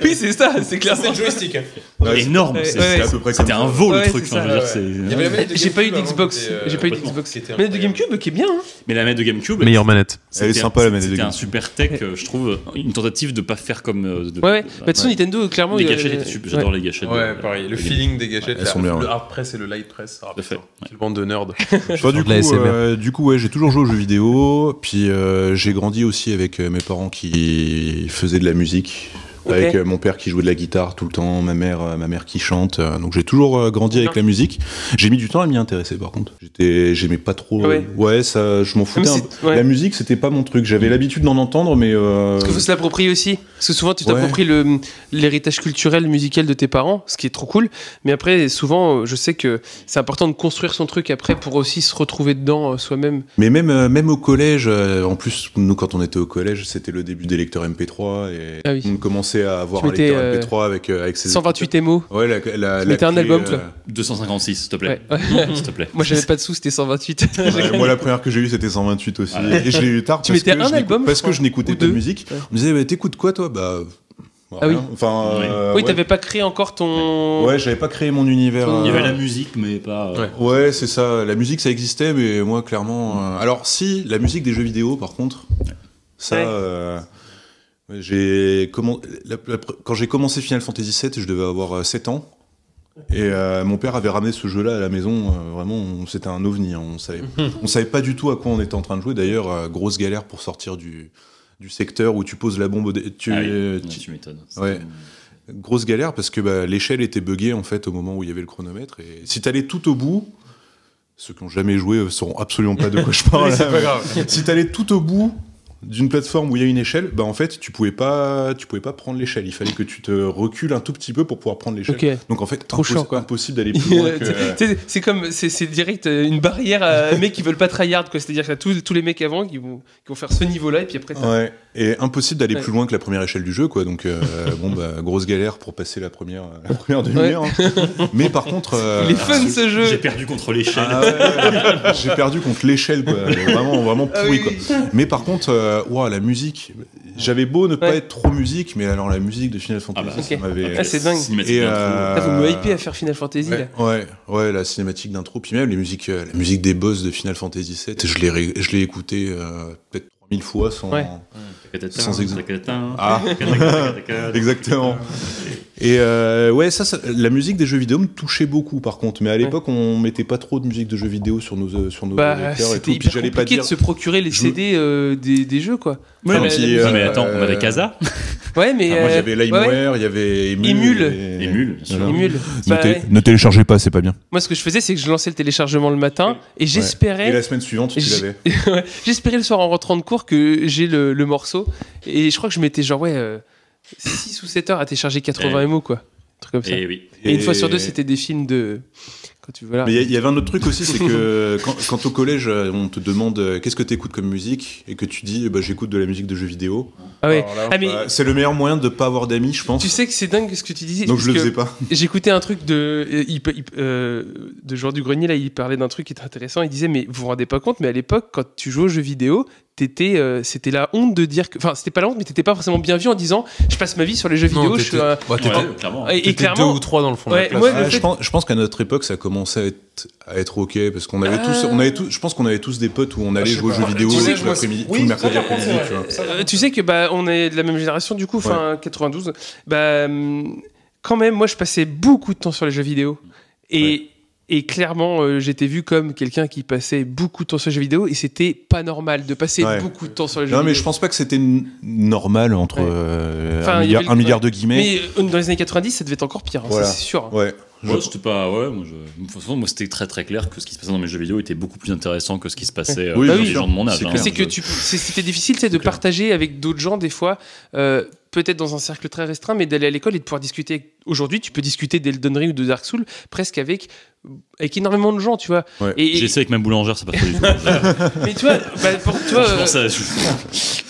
oui, c'est ça, c'est clairement. joystick. Ouais, énorme. Ouais, c'est- ouais, C'était à peu près comme C'était un ça. vol Ouais, le truc. c'est enfin, je ça, veux dire, c'est- J'ai pas eu d'Xbox. euh, J'ai pas eu d'Xbox. Manette de GameCube qui est bien, hein. Mais la manette de GameCube, Meilleure manette. Elle est c'était- sympa, la manette de C'était un GameCube. super tech, euh, je trouve, une tentative de pas faire comme. euh, de- Ouais, ouais. de- Bah, de toute façon, Nintendo, clairement. Les il y a- gâchettes étaient super. J'adore les gâchettes. Ouais, de- pareil. de- Le feeling des gâchettes. Elles la- sont bien, ouais. Le hard press et le light press. Ah, Tout à fait. putain. Quelle bande de nerds. Enfin, du, de la coup, ASMR. euh, du coup, ouais, j'ai toujours joué aux jeux vidéo. Puis euh, j'ai grandi aussi avec euh, mes parents qui faisaient de la musique. Ok. Avec euh, mon père qui jouait de la guitare tout le temps, ma mère, euh, ma mère qui chante. euh, donc j'ai toujours euh, grandi avec la musique. J'ai mis du temps à m'y intéresser par contre. J'étais, j'aimais pas trop. euh, Ouais. ouais, ça, je m'en foutais. Mais Un c'est- peu. ouais. Mm. La musique, c'était pas mon truc. J'avais l'habitude d'en entendre, mais euh, Parce qu'il faut se l'approprier aussi. Parce que souvent, tu Ouais. t'appropries le- l'héritage culturel, musical de tes parents, ce qui est trop cool. Mais après, souvent, euh, je sais que c'est important de construire son truc après pour aussi se retrouver dedans euh, soi-même. Mais même, euh, même au collège, euh, en plus, nous, quand on était au collège, c'était le début des lecteurs MP3 et Ah oui. on commençait à avoir Tu un mettais, lecteur euh, MP3 avec, euh, avec ses. 128 émo. Ouais, la, la, Tu la mettais un clé, album, euh, toi. 256, s'il te plaît. Ouais. S'il te plaît. Moi, j'avais pas de sous, c'était 128. ouais, moi, la première que j'ai eue, c'était 128 aussi. Ouais. Et je l'ai eu tard Tu parce, mettais que un je, n'écoute- album, je parce que crois, je n'écoutais ou pas de deux. musique. Ouais. On me disait, bah, t'écoutes quoi, toi Bah. Ah rien. Enfin. Oui. euh, oui, ouais. t'avais pas créé encore ton. Ouais, j'avais pas créé mon univers. Ton euh, Il y avait Ouais. la musique, mais pas. euh, Ouais, c'est ça. La musique, ça existait, mais moi, clairement. euh, Alors, si, la musique des jeux vidéo, par contre, ça. Ouais. euh, j'ai commen- la- la pr- Quand j'ai commencé Final Fantasy VII, je devais avoir euh, 7 ans. Et euh, mon père avait ramené ce jeu-là à la maison. euh, vraiment, on- c'était un ovni. hein, on savait, on savait pas du tout à quoi on était en train de jouer. D'ailleurs, euh, grosse galère pour sortir du, du secteur où tu poses la bombe. au dé- tu, ah oui, euh, non, tu- Tu m'étonnes. Ouais. Grosse galère parce que bah, l'échelle était buggée en fait au moment où il y avait le chronomètre. Et si t'allais tout au bout, ceux qui n'ont jamais joué ne sauront absolument pas de quoi je parle. C'est pas grave. si t'allais tout au bout d'une plateforme où il y a une échelle, bah en fait tu pouvais pas, tu pouvais pas prendre l'échelle. Il fallait que tu te recules un tout petit peu pour pouvoir prendre l'échelle. Ok. Donc en fait, Trop impos- chiant, quoi. impossible d'aller plus loin. que- Tu sais, c'est comme c'est c'est direct euh, une barrière à mecs qui veulent pas tryhard quoi c'est à dire que t'as tous, tous les mecs avant qui vont, qui vont faire ce niveau là et puis après t'as- euh, Ouais. Et impossible d'aller Ouais. plus loin que la première échelle du jeu, quoi. Donc euh, bon, bah, grosse galère pour passer la première, la première demi-heure. hein. Mais par contre, euh, il est fun ce jeu J'ai perdu contre l'échelle. Ah ouais, ouais. J'ai perdu contre l'échelle, quoi. Vraiment, vraiment Ah oui, pourri, quoi. oui. Mais par contre, euh, ouah, la musique. J'avais beau ne pas Ouais. être trop musique, mais alors la musique de Final Fantasy, Ah bah, ça ok. m'avait. Ah, c'est dingue. Et, euh, Ah, vous me hypez à faire Final Fantasy là. Ouais, ouais, ouais, la cinématique d'intro, puis même les musiques, euh, la musique des boss de Final Fantasy VII, je l'ai, ré- je l'ai écouté euh, peut-être 3000 fois sans. Ouais. sans exemple. Ah. Ah. Exactement. Et euh, ouais, ça, ça- la musique des jeux vidéo me touchait beaucoup par contre, mais à l'époque on mettait pas trop de musique de jeux vidéo sur nos euh, sur nos bah lecteurs et c'était tout. Puis hyper j'allais compliqué pas dire de se procurer les Je me- CD euh, des, des jeux quoi Oui, Enfin, mais- la- si, la euh, musique. Non, mais attends, on Euh, avait Casa, ouais mais Ah, moi euh, j'avais ouais, ouais. LimeWare, il y avait Emule. Emule. et- Emule, bien sûr. Voilà. Emule. Bah, ouais. téléchargez pas, c'est pas bien. moi ce que je faisais c'est que je lançais le téléchargement le matin et Et j'espérais la semaine suivante, tu J- l'avais. Ouais, J'espérais le soir en rentrant de cours que j'ai le, le morceau. Et je crois que je m'étais genre, ouais, 6 ou 7 heures à télécharger 80 Ouais. MO, quoi. Un truc comme ça. Et, Et oui. une fois sur deux, c'était des films de. Quand tu voilà. Mais il y a- il y, avait un autre truc aussi, c'est que quand, quand au collège euh, on te demande euh, qu'est-ce que t'écoutes comme musique et que tu dis eh ben, j'écoute de la musique de jeux vidéo, Ah ouais. Alors là, Ah, mais bah, c'est le meilleur moyen de pas avoir d'amis, je pense. tu sais que c'est dingue ce que tu disais. Donc je parce le que faisais pas. J'écoutais un truc de. euh, il- il- euh, de Joueur du Grenier, là, il parlait d'un truc qui était intéressant. Il disait, mais vous vous rendez pas compte, mais à l'époque, quand tu jouais aux jeux vidéo, t'étais, euh, c'était la honte de dire que. Enfin, c'était pas la honte, mais t'étais pas forcément bien vu en disant, je passe ma vie sur les jeux Non, vidéo, je suis t'étais- un- bah, t'étais- Ouais, clairement. Et, et t'étais clairement. deux ou trois dans le fond. de Ouais, la classe. moi, le Ouais, Ah, je, fait- pense, je pense qu'à notre époque, ça commençait à être, à être ok parce qu'on avait Ah. tous, on avait tous, je pense qu'on avait tous des potes où on allait jouer aux jeux vidéo collège, tout moi, l'après-midi, oui, tout le mercredi ça, par contre, après-midi. c'est tu vois. Euh, tu sais que bah on est de la même génération du coup, enfin 92. Bah hum, quand même, moi je passais beaucoup de temps sur les jeux vidéo et Et clairement, euh, j'étais vu comme quelqu'un qui passait beaucoup de temps sur les jeux vidéo et c'était pas normal de passer Ouais. beaucoup de temps sur les jeux Non, mais je vidéo. pense pas que c'était n- normal entre Ouais. euh, Enfin, un, il y milliard, avait le- un milliard de guillemets. Mais euh, dans les années 90, ça devait être encore pire, hein, Voilà. ça c'est sûr. hein. Ouais. Ouais, c'était pas. Ouais, moi, je... de toute façon, moi, c'était très très clair que ce qui se passait dans mes jeux vidéo était beaucoup plus intéressant que ce qui se passait euh, Oui, chez bah les oui. gens de mon âge. C'est hein. clair. C'est que Je- tu, c'est- c'était difficile, c'est de partager avec d'autres gens des fois, euh, peut-être dans un cercle très restreint, mais d'aller à l'école et de pouvoir discuter. avec- Aujourd'hui, tu peux discuter d'Elden Ring ou de Dark Souls presque avec avec énormément de gens, tu vois. Ouais. Et, et- J'ai essayé avec ma boulangère, ça passe pas du tout. Je mais tu vois, bah, pour, tu vois, euh, pense à- je-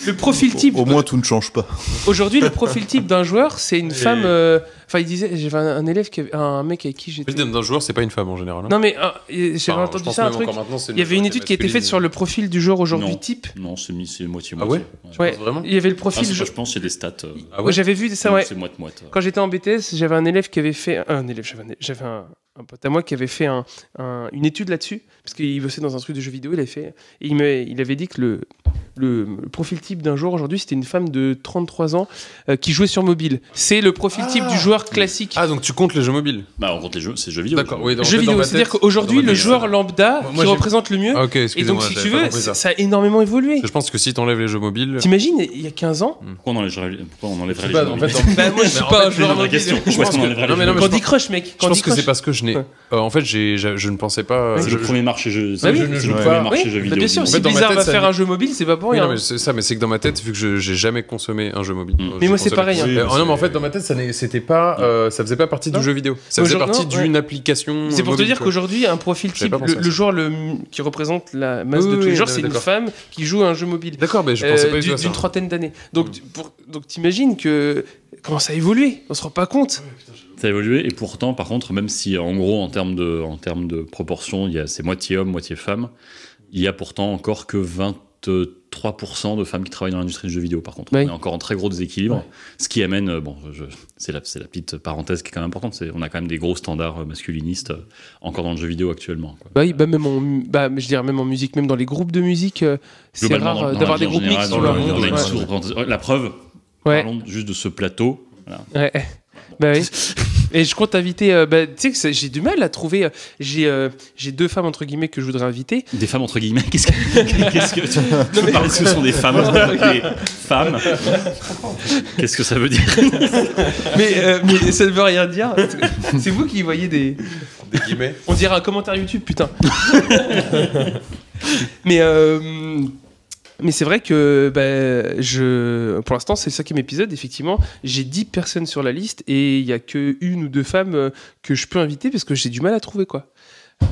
le profil type. euh, Au moins, tout ne change pas. Aujourd'hui, le profil type d'un joueur, c'est une femme. euh, Enfin, il disait, j'avais un, un élève, qui avait- un mec avec qui j'étais. Le d'un joueur, c'est pas une femme en général. hein. Non mais euh, j'avais Enfin, je entendu pense ça un même truc. encore maintenant, c'est Il y avait une majorité étude qui a été faite masculine. sur le profil du joueur aujourd'hui Non. type. Non, c'est mi- c'est moitié Ah moitié. Tu Ouais. penses vraiment Il y avait le Ah, profil. c'est je- pas- je pense que c'est des stats. euh, Ah ouais J'avais vu ça, ouais. C'est moite moite. Quand j'étais en BTS, j'avais un élève qui avait fait. Un élève, j'avais un, j'avais un- un pote à moi qui avait fait un- un- une étude là-dessus, parce qu'il bossait dans un truc de jeux vidéo, il avait fait. Et il, me- il avait dit que le, le, le profil type d'un joueur aujourd'hui, c'était une femme de 33 ans euh, qui jouait sur mobile. C'est le profil type du joueur classique. Ah, donc tu comptes les jeux mobiles Bah, on compte les jeux, c'est jeux vidéo. D'accord, oui. donc, jeux en fait, dans vidéo, ma c'est-à-dire tête- qu'aujourd'hui, dans ma le tête, joueur j'avais- lambda Moi, qui j'ai- représente le mieux. Ah, Ok, et excusez-moi. donc, si j'avais tu pas veux, compris ça. ça. a énormément évolué. Je pense que si t'enlèves les jeux mobiles. T'imagines, il y a 15 ans Pourquoi on enlèverait, pourquoi on enlèverait les Bah, jeux en vidéo fait, en- Bah, moi, je suis Mais en pas fait, un joueur c'est la mobile. question. Je pense qu'on enlèverait Non, mais les non, jeux mais vidéo. Quand Crush, mec. Je Candy pense que c'est Crush. parce que je n'ai. Ouais. euh, en fait, j'ai- j'ai- je ne pensais pas. euh, C'est je- le premier marché jeu. Bah c'est- oui. c'est Je le ne premier joue pas. marché Oui, jeu bah, vidéo. bien sûr, du En si fait, monde. dans ma Blizzard tête, va ça faire dit- un jeu mobile, c'est pas pour Oui, rien. non, mais c'est ça, mais c'est que dans ma tête, vu que je j'ai jamais consommé un jeu mobile. Mm. euh, Mais j'ai moi, c'est consommé- pareil, hein. Euh, non, mais en fait, dans ma tête, ça n'est- c'était pas, euh, ça faisait pas partie Non. du jeu vidéo. Ça Mais faisait aujourd'hui- partie non, d'une application. C'est pour te mobile, dire Mmh, quoi. qu'aujourd'hui, un profil J'avais type, pas le, pensé à le ça. joueur le, m- qui représente la masse Oui, de tous oui, les joueurs, non, c'est une d'accord. femme qui joue à un jeu mobile D'accord, mais je euh, pensais pas du du- tout à d'une ça. Mmh. trentaine d'années. Donc, tu- pour- donc t'imagines que comment ça a évolué On se rend pas compte. Ça a évolué et pourtant, par contre, même si en gros, en termes de, en termes de proportion, il y a c'est moitié homme, moitié femme, il y a pourtant encore que 23% de femmes qui travaillent dans l'industrie du jeu vidéo, par contre. Oui. On est encore en très gros déséquilibre, ce qui amène, euh, bon, je- c'est la, c'est la petite parenthèse qui est quand même importante, c'est on a quand même des gros standards euh, masculinistes euh, encore dans le jeu vidéo actuellement. quoi. Bah, oui, bah même en, mu- bah, je dirais même en musique, même dans les groupes de musique, euh, c'est Globalement, rare dans- euh, dans d'avoir la vie des en groupes général, mixtes. dans tu le- vois. dans la Ouais. vie sous-représentée. La preuve, Ouais. parlons juste de ce plateau. Voilà. Ouais. Bah oui. Et je compte inviter. euh, bah, tu sais que c'est- j'ai du mal à trouver. euh, j'ai euh, j'ai deux femmes entre guillemets que je voudrais inviter. Des femmes entre guillemets, qu'est-ce que, qu'est-ce que tu peux parler de ce que sont des femmes Des femmes Qu'est-ce que ça veut dire Mais, euh, mais ça ne veut rien dire. C'est vous qui voyez des. Des guillemets. On dirait un commentaire YouTube, putain. mais euh, mais c'est vrai que bah, je, pour l'instant, c'est le cinquième épisode. Effectivement, j'ai 10 personnes sur la liste et il n'y a que une ou deux femmes euh, que je peux inviter parce que j'ai du mal à trouver quoi.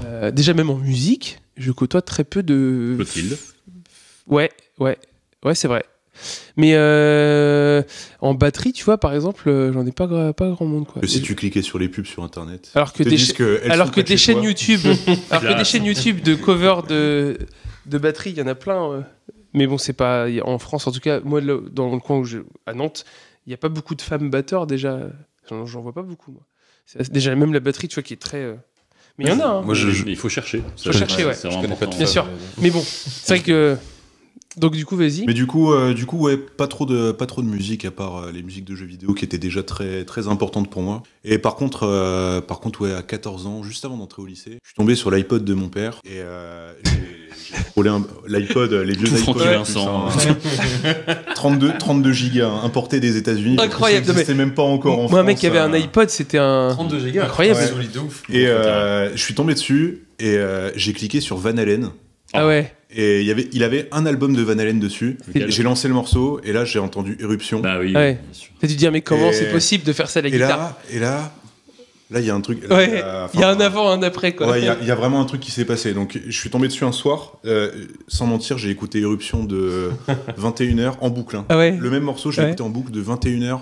Euh, déjà, même en musique, je côtoie très peu de. Clotilde. Ouais, ouais, ouais, c'est vrai. Mais euh, en batterie, tu vois, par exemple, euh, j'en ai pas, gra- pas grand monde quoi. Que si tu cliquais sur les pubs sur Internet. Alors que te des disent cha- que elles alors sont que pas des chez chaînes toi. YouTube, alors que des Classe. chaînes YouTube de cover de de batterie, il y en a plein. euh. Mais bon, c'est pas y a- en France en tout cas. Moi, là, dans le coin où je, à Nantes, il y a pas beaucoup de femmes batteurs déjà. J'en j'en vois pas beaucoup. Moi. C'est- Déjà même la batterie, tu vois, qui est très. euh, Mais il y en a. hein. Moi, je- je- Mais il faut chercher. Faut chercher, ouais. C'est vraiment connais pas important. tout Bien ça, sûr. mais- Mais bon, c'est vrai que. Donc du coup, vas-y. Mais du coup, euh, du coup, ouais, pas trop de, pas trop de musique à part euh, les musiques de jeux vidéo qui étaient déjà très, très importantes pour moi. Et par contre, euh, par contre, ouais, à 14 ans, juste avant d'entrer au lycée, je suis tombé sur l'iPod de mon père et euh, j'ai- j'ai frôlé un- l'iPod, euh, les vieux Tout iPods, Francky ouais, Vincent. putain, hein. 32, 32 gigas hein, importés des États-Unis. parce que Incroyable, Ça n'existait même pas encore en Moi, France. un mec qui avait euh, un iPod, c'était un. 32 gigas. Incroyable. C'est solide de ouf. Et euh, je suis tombé dessus et euh, j'ai cliqué sur Van Halen. Ah ouais. Et il y avait, il avait un album de Van Halen dessus. Lequel J'ai lancé le morceau et là j'ai entendu Éruption. Bah oui. Ouais. bien sûr. T'as dû dire mais comment Et- c'est possible de faire ça à la Et guitare là, et là, là il y a un truc. là, euh, Ouais. Il y a enfin, un avant, un après quoi. Ouais, il y a- il y, a vraiment un truc qui s'est passé. Donc je suis tombé dessus un soir. euh, sans mentir, j'ai écouté Éruption de 21h en boucle. hein. Ah ouais. Le même morceau, je Ouais. l'écoutais en boucle de 21h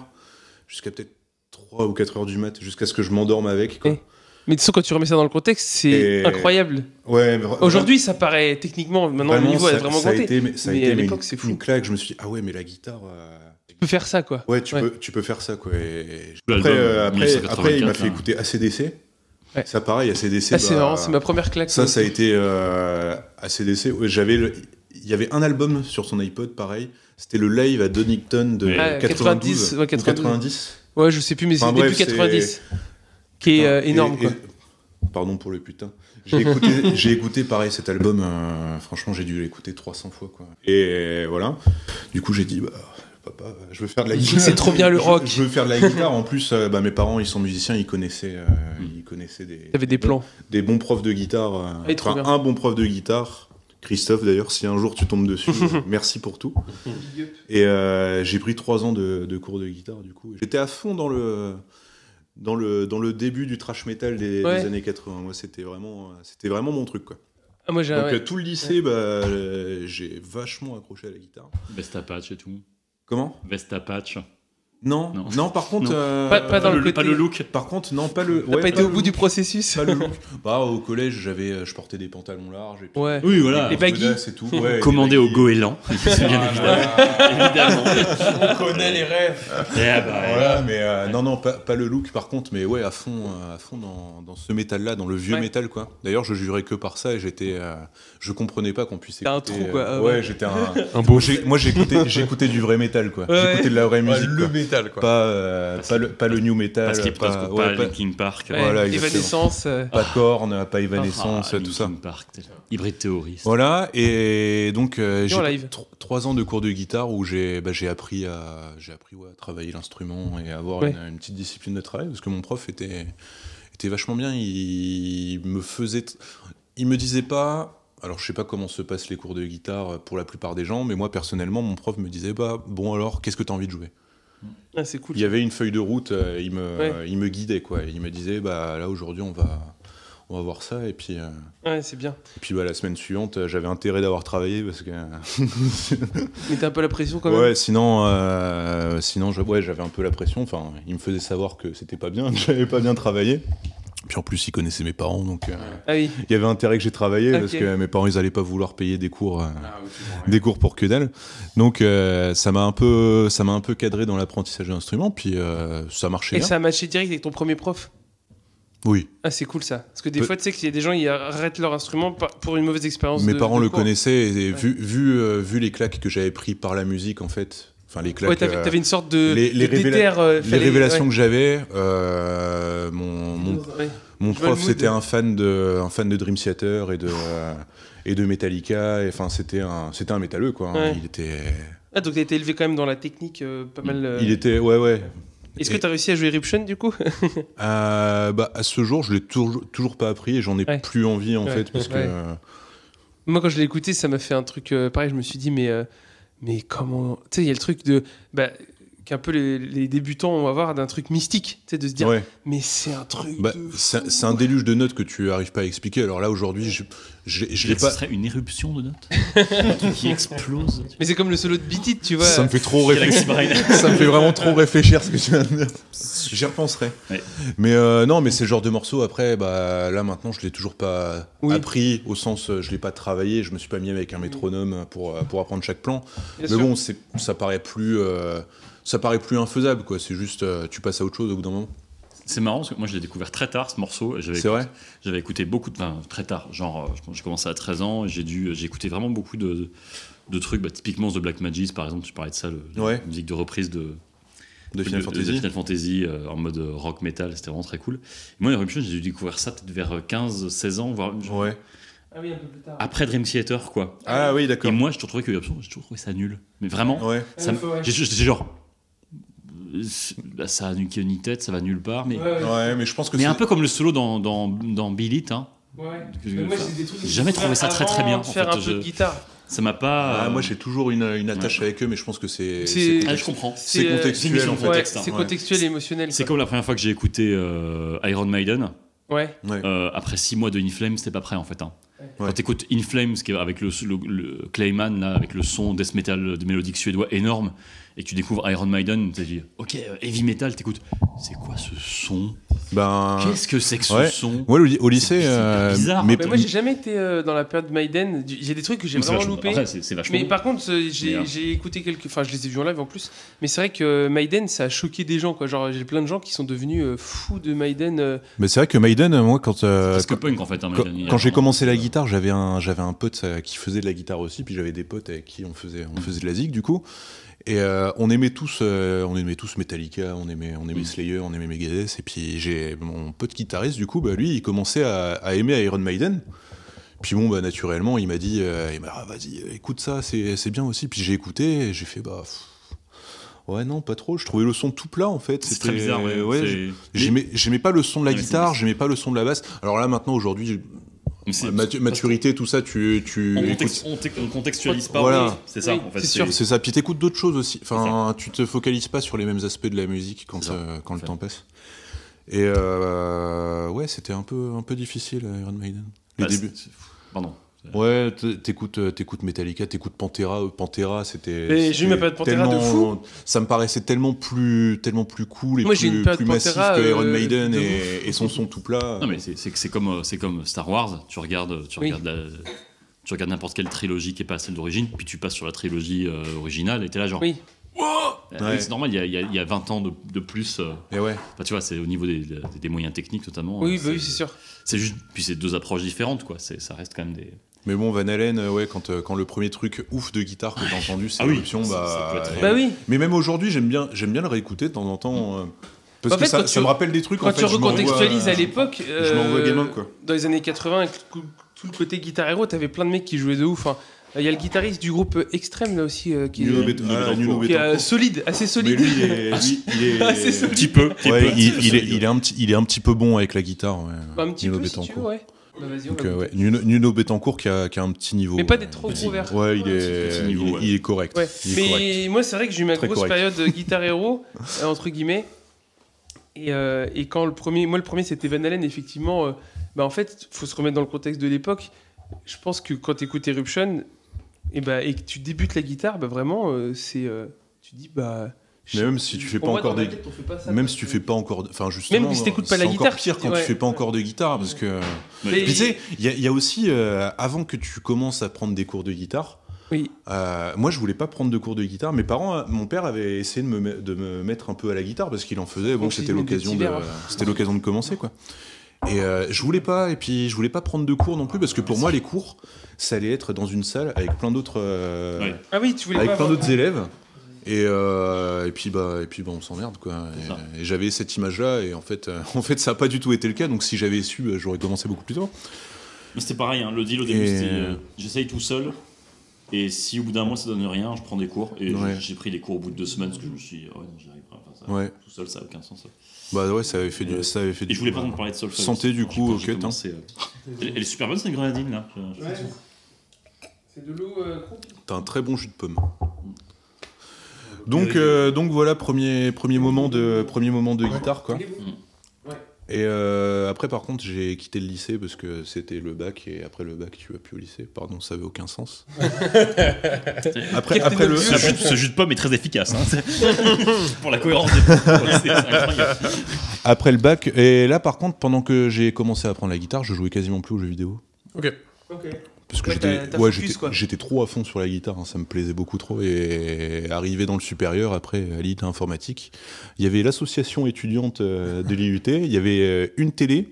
jusqu'à peut-être 3 ou 4 heures du mat, jusqu'à ce que je m'endorme avec. quoi. Et- Mais de toute façon, quand tu remets ça dans le contexte, c'est Et- incroyable. Ouais, vra- Aujourd'hui, ça paraît techniquement, maintenant le niveau ça, est vraiment ça a augmenté. été, mais, ça a Mais été, à mais l'époque, une- c'est fou. Une claque, je me suis dit, ah ouais, mais la guitare. euh, Tu peux faire ça, quoi. Ouais, tu, Ouais. Peux, tu peux faire ça, quoi. Et- L'album, Après, euh, après, 1984, après, il m'a fait là. écouter ACDC. Ouais. Ça, pareil, ACDC. Ah, c'est bah, marrant, c'est ma première claque. Ça, ça a été euh, ACDC. ouais, J'avais le- Il y avait un album sur son iPod, pareil. C'était le live à Donington de Ouais, 90, 92, Ah, ouais, ou 92. 90. Ouais, je sais plus, mais c'est Enfin, début bref, c'est- 90. Qui est euh, Et- énorme, et- quoi. Pardon pour le putain. J'ai écouté, j'ai écouté pareil cet album. euh, franchement, j'ai dû l'écouter 300 fois, quoi. Et voilà. Du coup, j'ai dit, bah, papa, je veux faire de la guitare. C'est trop bien le Je- rock. Je, veux faire de la guitare. En plus, euh, bah, mes parents, ils sont musiciens, ils connaissaient, euh, ils connaissais des. T'avais des plans. des bons profs de guitare. euh, Ah, il est trop enfin, bien. un bon prof de guitare. Christophe, d'ailleurs, si un jour tu tombes dessus, euh, merci pour tout. Et euh, j'ai pris trois ans de, de cours de guitare, du coup. J'étais à fond dans le, dans le, dans le début du trash metal des, des Ouais. années 80. Moi, c'était vraiment, euh, c'était vraiment mon truc, quoi. Ah, moi, j'ai Donc, ouais. euh, tout le lycée, bah, euh, j'ai vachement accroché à la guitare. Vesta Patch et tout. Comment Vesta Patch. non, non, Non. par contre. Non. euh, Pas- pas dans le côté- Pas le look. Par contre, non, pas le. T'as ouais, pas été pas au le bout du look, processus. Pas le look. Bah, au collège, j'avais, euh, je portais des pantalons larges et puis Ouais. Oui, voilà. Les baggy. Adidas et tout. Ouais, Commandé les au baggy. goéland. Ah, bien évidemment. On connaît les rêves. Eh bah, Voilà, mais euh, non, non, pas, pas le look par contre, mais ouais, à fond, euh, à fond dans, dans ce métal-là, dans le vieux Ouais. métal quoi. D'ailleurs, je jurais que par ça et j'étais, euh, je comprenais pas qu'on puisse. T'as un écouter, euh, trou, quoi. Ah ouais, ouais. j'étais un. Un beau Moi, j'ai- Moi, j'écoutais, j'écoutais du vrai métal quoi. Ouais, J'écoutais de la vraie musique. le quoi. métal, quoi. Pas, euh, Parce pas qu'il- le, pas le new metal. Parce qu'il pas, passe pas ouais, pas- Linkin Park. Ouais, Voilà, exactement. Évanescence. euh, pas Korn, pas Evanescence, Ah, tout ça. Linkin Park, tel- Hybrid Theorist. Voilà, et donc euh, Et j'ai en live. tro- trois ans de cours de guitare où j'ai bah, j'ai appris, à, j'ai appris ouais, à travailler l'instrument et à avoir Ouais. une, une petite discipline de travail parce que mon prof était, était vachement bien. Il me faisait. t- Il me disait pas. Alors, je sais pas comment se passent les cours de guitare pour la plupart des gens, mais moi personnellement, mon prof me disait bah, Bon, alors, qu'est-ce que tu as envie de jouer ah, c'est cool. il y avait une feuille de route, euh, il, me, Ouais. il me guidait, quoi. Il me disait, bah là aujourd'hui on va, on va voir ça, et puis, euh, Ouais, c'est bien. et puis bah, la semaine suivante euh, j'avais intérêt d'avoir travaillé parce que. Mais t'as un peu la pression quand même. ouais, sinon, euh, sinon je- ouais, j'avais un peu la pression, enfin il me faisait savoir que c'était pas bien, que j'avais pas bien travaillé. Puis en plus, il connaissait mes parents, donc euh, Ah oui. il y avait intérêt que j'ai travaillé parce Ok. Ah, que mes parents, ils allaient pas vouloir payer des cours, euh, des cours pour que dalle. Donc euh, ça m'a un peu, ça m'a un peu cadré dans l'apprentissage de l'instrument. Puis euh, ça marchait Et bien. ça a matché direct avec ton premier prof. Oui. Ah, c'est cool ça. Parce que des Peu- fois, tu sais qu'il y a des gens, ils arrêtent leur instrument par- pour une mauvaise expérience. Mes de- parents de le cours. connaissaient et, et Ouais. vu, vu, euh, vu les claques que j'avais pris par la musique en fait, enfin les claques, Ouais, t'avais euh, t'avais une sorte de. les- les de révéla- déter, euh, les fallait- révélations ouais. que j'avais, euh, mon, mon, Ouais. mon Je vois le prof mood. c'était un fan de un fan de Dream Theater et de euh, et de Metallica, et enfin c'était un c'était un métalleux quoi. hein. Ouais. Il était Ah, donc t'as été élevé quand même dans la technique euh, pas mal. euh, il était ouais ouais. Est-ce que et- t'as réussi à jouer Eruption du coup Euh, bah à ce jour je l'ai toujours toujours pas appris et j'en ai Ouais. plus envie en Ouais. fait parce que Ouais. euh, Moi, quand je l'ai écouté, ça m'a fait un truc euh, pareil. Je me suis dit, mais, euh, mais comment. Tu sais, il y a le truc de. Bah, qu'un peu les, les débutants vont avoir d'un truc mystique. Tu sais, de se dire, ouais. mais c'est un truc. Bah, de fou. c'est c'est un déluge de notes que tu arrives pas à expliquer. Alors là aujourd'hui je je, je Je l'ai Ce pas serait une éruption de notes Un truc qui explose. Mais c'est comme le solo de Beat It, tu vois. Ça me fait trop Galaxy réfléchir. Brain. ça me fait vraiment trop réfléchir ce que tu viens de dire. J'y repenserai. Ouais. Mais euh, non, mais c'est le genre de morceau. Après, bah là maintenant, je l'ai toujours pas Oui. appris au sens, euh, je l'ai pas travaillé. Je me suis pas mis avec un métronome pour euh, pour apprendre chaque plan. Bien mais sûr. bon, c'est ça paraît plus euh, ça paraît plus infaisable quoi. C'est juste, euh, tu passes à autre chose au bout d'un moment. C'est marrant parce que moi je l'ai découvert très tard ce morceau. J'avais C'est vrai. J'avais écouté beaucoup de. Enfin, très tard. Genre, euh, je pense que j'ai commencé à 13 ans. et J'ai dû. euh, J'ai écouté vraiment beaucoup de, de trucs. Bah, typiquement, The Black Magis, par exemple, tu parlais de ça, le, Ouais. la musique de reprise de, De Final de- de- de Fantasy. Final Fantasy, euh, en mode euh, rock metal. C'était vraiment très cool. Et moi, Eruption, j'ai dû découvrir ça peut-être vers 15-16 ans, voire. Ouais. Ah oui, un peu plus tard. Après Dream Theater, quoi. Ah oui, Et d'accord. moi, j'ai toujours trouvé que Eruption, j'ai toujours trouvé ça nul. Mais vraiment. Ouais. Ça me- Ouais, ouais. j'ai- J'étais genre. euh, c'est- bah, ça a ni queue ni tête, ça va nulle part. Mais, Ouais, ouais. Ouais, mais je pense que mais c'est- un peu comme le solo dans, dans, dans Bill It, hein. Ouais. Que- Mais moi, ça- c'est des trucs que j'ai jamais j'ai trouvé ça très, très bien, avant de Faire en fait, un peu de je- guitare. Ça m'a pas. Ah, euh, moi, j'ai toujours une, une attache avec eux, mais je pense que c'est. C'est- Ah, je comprends. C'est euh, contextuel, ouais, en fait, texte, hein. C'est Ouais. contextuel et émotionnel. C'est quoi. comme la première fois que j'ai écouté euh, Iron Maiden. Ouais. Ouais. Euh, après 6 mois de In Flames, t'es pas prêt en fait. Hein. Ouais. Ouais. Quand t'écoutes In Flames qui est avec le, le- le Clayman, là, avec le son death metal de mélodique suédois énorme, et que tu découvres Iron Maiden, t'as dit Ok, euh, heavy metal, t'écoutes. C'est quoi ce son Ben. Qu'est-ce que c'est que ce Ouais. son Ouais, au, ly- au lycée. C'est- c'est euh, bizarre. mes- Mais Ah, moi, j'ai jamais été euh, dans la période Maiden. Du- J'ai des trucs que j'ai Mais c'est vraiment vachement- loupés. après, c'est c'est vachement. Mais par contre, euh, j'ai Mais, hein. j'ai écouté quelques. Enfin, je les ai vus en live en plus. Mais c'est vrai que euh, Maiden, ça a choqué des gens. Quoi. Genre, j'ai plein de gens qui sont devenus euh, fous de Maiden. euh. Mais c'est vrai que Maiden, euh, moi, quand, euh, parce que quand, punk en fait. hein, quand- Maiden, il y a quand j'ai vraiment- euh, commencé la guitare, j'avais un, j'avais un pote euh, qui faisait de la guitare aussi, puis j'avais des potes avec qui on faisait, on faisait de la zig du coup. Et euh, on aimait tous, euh, on aimait tous Metallica, on aimait, on aimait Mm. Slayer, on aimait Megadeth. Et puis j'ai mon pote guitariste du coup, bah, lui, il commençait à, à aimer Iron Maiden. Puis bon, bah, naturellement, il m'a euh, dit, euh, il m'a dit, Ah, vas-y, écoute ça, c'est c'est bien aussi. Puis j'ai écouté, et j'ai fait, bah, pff, Ouais, non, pas trop. Je trouvais le son tout plat en fait. C'est C'était- très bizarre, ouais. ouais, C'est- J'aimais j'aimais pas le son de la Ouais, mais c'est guitare, bizarre. j'aimais pas le son de la basse. Alors là, maintenant, aujourd'hui, Mais c'est- matu- maturité, tout ça, tu, tu on, écoutes- contexte- on te- on contextualise pas. Voilà. oui, C'est ça, Oui, en fait. c'est sûr. C'est ça. Puis t'écoutes d'autres choses aussi. Enfin, C'est tu te focalises pas sur les mêmes aspects de la musique quand, C'est ça. euh, quand le C'est temps passe. Et euh, ouais, c'était un peu, un peu difficile, euh, Iron Maiden. Les Bah, débuts. c'est- Pardon. Ouais, t- t'écoutes, euh, t'écoutes Metallica, t'écoutes Pantera. euh, Pantera, c'était. Mais j'ai eu c'était ma période Pantera de tellement- fou. Ça me paraissait tellement plus, tellement plus cool et Moi, j'ai eu plus, une période plus massif Pantera, que Iron euh, Maiden de et, et son son tout plat. Non mais c'est- c'est c'est comme euh, c'est comme Star Wars. Tu regardes tu Oui. regardes la- tu regardes n'importe quelle trilogie qui est pas celle d'origine, puis tu passes sur la trilogie euh, originale et t'es là genre. Oui. Euh, Ouais. C'est normal, il y a, il y a- il y a 20 ans de, de plus. euh, Et ouais. enfin, tu vois, c'est au niveau des, des- des moyens techniques notamment. Oui, euh, bah oui, c'est sûr. C'est juste, puis c'est deux approches différentes, quoi. C'est, ça reste quand même des. Mais bon, Van Halen, euh, ouais, quand, euh, quand le premier truc ouf de guitare que t'as entendu, c'est Ah oui, Eruption, ça- bah. ça peut être- euh, Bah oui. Mais même aujourd'hui, j'aime bien, j'aime bien le réécouter de temps en temps. euh, parce En que fait, ça, quand ça tu- me rappelle des trucs. en Quand fait, tu je m'envoie- recontextualises à l'époque, euh, m'envoie gamin, quoi. dans les années 80, avec tout, tout le côté guitar hero, t'avais plein de mecs qui jouaient de ouf. hein. Il y a le guitariste du groupe Extreme là aussi euh, qui, E Nuno est, Beto- ah, Nuno Nuno qui est, euh, Betancourt. solide, assez Mais solide. lui, il est. lui, il est- Ah, c'est ça. Petit peu. Ouais, il, il est, il, est un petit, il est un petit peu bon avec la guitare. ouais. un petit Nuno peu si tu veux, Betancourt. ouais. Bah vas-y, on Donc, va euh, goûter. ouais, Nuno, Nuno Betancourt qui a, qui a un petit niveau. Mais pas ouais. des trop Petit- gros verts. Ouais, il Ouais, est, petit niveau, il, est- ouais. il est correct. Ouais. Il est Mais correct. moi, c'est vrai que j'ai eu ma Très grosse correct. période euh, guitar hero, euh, entre guillemets. Et, euh, et quand le premier, moi, le premier, c'était Van Halen, effectivement. euh, bah, en fait, faut se remettre dans le contexte de l'époque. Je pense que quand tu écoutes Eruption et, bah, et que tu débutes la guitare, bah, vraiment, euh, c'est. euh, tu dis, bah. je- Mais même si tu fais pour pas moi, encore dans ma des- tête, on fait pas ça, Même parce si tu que- fais pas encore. de- Enfin, justement. si t'écoutes pas la c'est encore guitare, pire quand ouais. tu fais pas encore de guitare parce que. Mais- Puis tu sais, il y, a- il y a aussi, euh, avant que tu commences à prendre des cours de guitare, Oui. euh, moi je voulais pas prendre de cours de guitare. Mes parents, euh, mon père avait essayé de me, me- de me mettre un peu à la guitare parce qu'il en faisait. Bon, Donc, c'était il met des l'occasion petits de, verres. c'était l'occasion de commencer quoi. Et euh, je voulais pas, et puis je voulais pas prendre de cours non plus parce que pour moi les cours, ça allait être dans une salle avec plein d'autres, euh, Ouais. Ah oui, tu voulais avec pas plein avoir- d'autres élèves. Et, euh, et puis bah et puis bah on s'emmerde quoi. C'est ça. Et, et j'avais cette image là et en fait euh, en fait ça a pas du tout été le cas donc si j'avais su bah, j'aurais commencé beaucoup plus tôt. Mais c'était pareil, hein, le deal au début, Et- c'était euh, j'essaye tout seul. Et si au bout d'un mois ça donne rien, je prends des cours. Et j'ai- Ouais. j'ai pris des cours au bout de deux semaines parce que je me suis dit, oh non, j'y arrive pas. Enfin, ça- Ouais. Tout seul, ça n'a aucun sens. Bah ouais, ça avait fait du. Et- Ça avait fait Et du je voulais pas te parler de solfège. Santé, du Quand coup, j'ai- quand j'ai ok, commencé, euh, Elle, elle est super bonne cette grenadine là. Je- je- Ouais. C'est de l'eau euh, croupie. T'as un très bon jus de pomme. Mm. Donc, euh, donc voilà, premier, premier, moment de, premier moment de guitare quoi. Il est bon. Et euh, après, par contre, j'ai quitté le lycée parce que c'était le bac et après le bac, tu vas plus au lycée. Pardon, ça avait aucun sens. après, après le. Ce, jus, de- ce jus de pomme est très efficace. hein, c'est- Pour la cohérence des C'est- c'est incroyable. Après le bac, et là par contre, pendant que j'ai commencé à apprendre la guitare, je jouais quasiment plus aux jeux vidéo. Ok. Parce que Ouais, t'as- j'étais t'as ouais, focus, j'étais- quoi. j'étais trop à fond sur la guitare, hein, ça me plaisait beaucoup trop. Et arrivé dans le supérieur, après à l'IUT informatique, il y avait l'association étudiante euh, de l'IUT, il y avait euh, une télé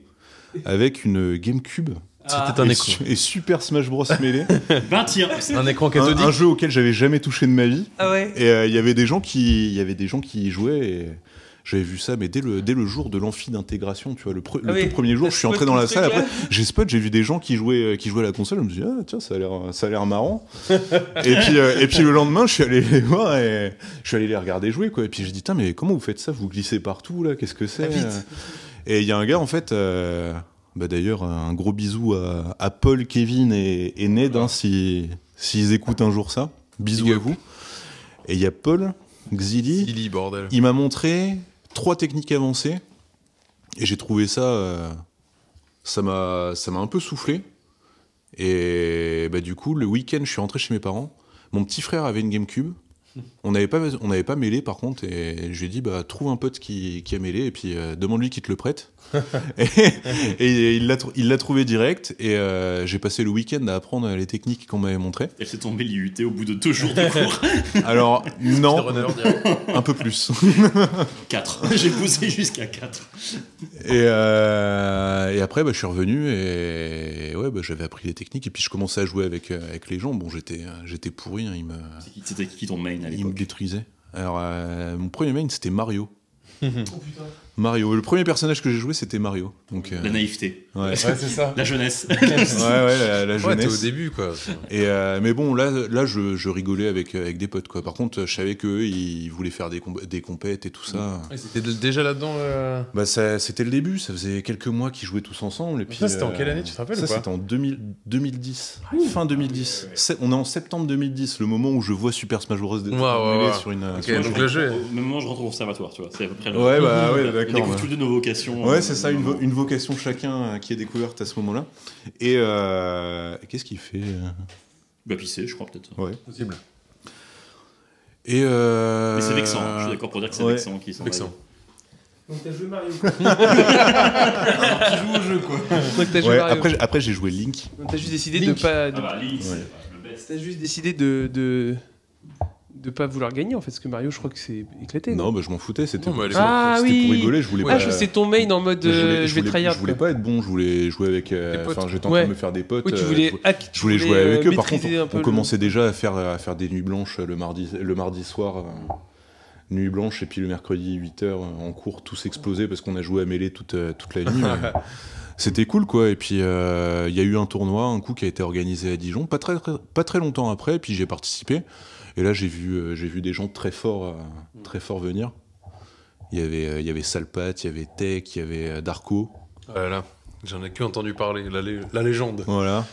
avec une GameCube Ah. C'était un et, écran. su- et Super Smash Bros Melee, 20 tirs. C'est- Un écran un, cathodique. un jeu auquel j'avais jamais touché de ma vie. Ah ouais. Et euh, il y avait des gens qui, il y avait des gens qui y jouaient. Et... J'avais vu ça, mais dès le, dès le jour de l'amphi d'intégration, tu vois, le, pre- le Ah oui. tout premier jour, T'as je suis spot entré dans tout la ce salle. truc-là. Après, j'ai spot, j'ai vu des gens qui jouaient, euh, qui jouaient à la console. Je me suis dit, ah, tiens, ça a l'air, ça a l'air marrant. et puis, euh, et puis le lendemain, je suis allé les voir et je suis allé les regarder jouer, quoi. Et puis j'ai dit, tiens, mais comment vous faites ça Vous glissez partout, là Qu'est-ce que c'est Euh, Ah, vite. Et il y a un gars, en fait. euh, bah d'ailleurs, un gros bisou à, à Paul, Kevin et, et Ned, hein, si- s'ils écoutent un jour ça. Bisous Big à up. vous. Et il y a Paul, Xili, Il y bordel. il m'a montré trois techniques avancées et j'ai trouvé ça. euh, ça m'a ça m'a un peu soufflé. Et bah, du coup, le week-end, je suis rentré chez mes parents. Mon petit frère avait une Gamecube. On n'avait pas, on n'avait pas mêlé par contre, et je lui ai dit bah, trouve un pote qui, qui a mêlé et puis euh, demande-lui qui te le prête. et, et il l'a tr- il l'a trouvé direct, et euh, j'ai passé le week-end à apprendre les techniques qu'on m'avait montrées. Elle s'est tombée l'IUT au bout de deux jours de cours. Alors, non, Speedrunner, un peu plus. 4. J'ai poussé jusqu'à 4. Et, euh, et après, bah, je suis revenu et ouais, bah, j'avais appris les techniques et puis je commençais à jouer avec, euh, avec les gens. Bon, j'étais euh, j'étais pourri, hein, ils me, C'était qui ton main à ils me l'époque détruisaient. Alors, euh, mon premier main, c'était Mario. Oh, Mario. Le premier personnage que j'ai joué, c'était Mario. Donc, euh, La naïveté, ouais. ouais, Ouais, c'est ça. la jeunesse. ouais, la, la Ouais, t'es au jeunesse. début, quoi. Et, euh, mais bon, là, là je, je rigolais avec, avec des potes. Quoi. Par contre, je savais qu'eux, ils voulaient faire des, comb- des compètes et tout ça. T'es déjà là-dedans. euh, Bah, ça- c'était le début, ça faisait quelques mois qu'ils jouaient tous ensemble. Et puis, Ça, c'était en euh, quelle année, tu te rappelles Ça, ou pas Ah c'était en 2000 2010, fin 2010. C'est- On est en septembre 2010, le moment où je vois Super Smash Bros. Ouais, ouais, mêlé ouais. sur une. Ok, sur une- donc je le rentre jeu au- Au même moment, je rentre au conservatoire, tu vois. C'est à peu près le- Ouais, bah, ouais, On d'accord, découvre ouais. toutes nos vocations. euh, Ouais, c'est ça, au une, vo- moment. une vocation chacun euh, qui est découverte à ce moment-là. Et euh, qu'est-ce qu'il fait euh Bah, pisser, je crois, peut-être. Ouais. Possible. Et. Euh... Mais c'est vexant, hein. je suis d'accord pour dire que c'est ouais. vexant qui sont. Vexant. Donc t'as joué Mario. Donc, t'as joué Ouais, Mario. après, après, j'ai joué Link. Donc, t'as juste décidé Link. de pas. de- Ah bah, Ouais. Link, c'est pas le best. T'as juste décidé de. de... de pas vouloir gagner en fait, parce que Mario, je crois que c'est éclaté. Non, bah, je m'en foutais, c'était Non, mais elle est- Ah c'était oui. pour rigoler, je voulais Ah, pas. je sais ton mail en mode je voulais- euh, je je vais voulais- tryhard. Je voulais quoi. pas être bon, je voulais jouer avec. euh, Des potes. Enfin, j'étais en Ouais. train de me faire des potes. Oui, tu euh, voulais, je- hack- Je voulais tu jouer avec euh, eux, par contre, maîtriser un peu on le- commençait déjà à faire, à faire des nuits blanches euh, le mardi, le mardi soir. euh, nuit blanche, et puis le mercredi 8h en cours, tous explosés parce qu'on a joué à mêlée toute, euh, toute la nuit. mais C'était cool, quoi. Et puis, euh, il y a eu un tournoi, un coup qui a été organisé à Dijon, pas très, très- pas très longtemps après, et puis j'ai participé. Et là, j'ai vu, euh, j'ai vu des gens très forts, euh, Mm. très forts venir. Il y avait, euh, il y avait Salpat, il y avait Tech, il y avait euh, Darko. Voilà. Ah J'en ai que entendu parler, la, lé- la légende. Voilà.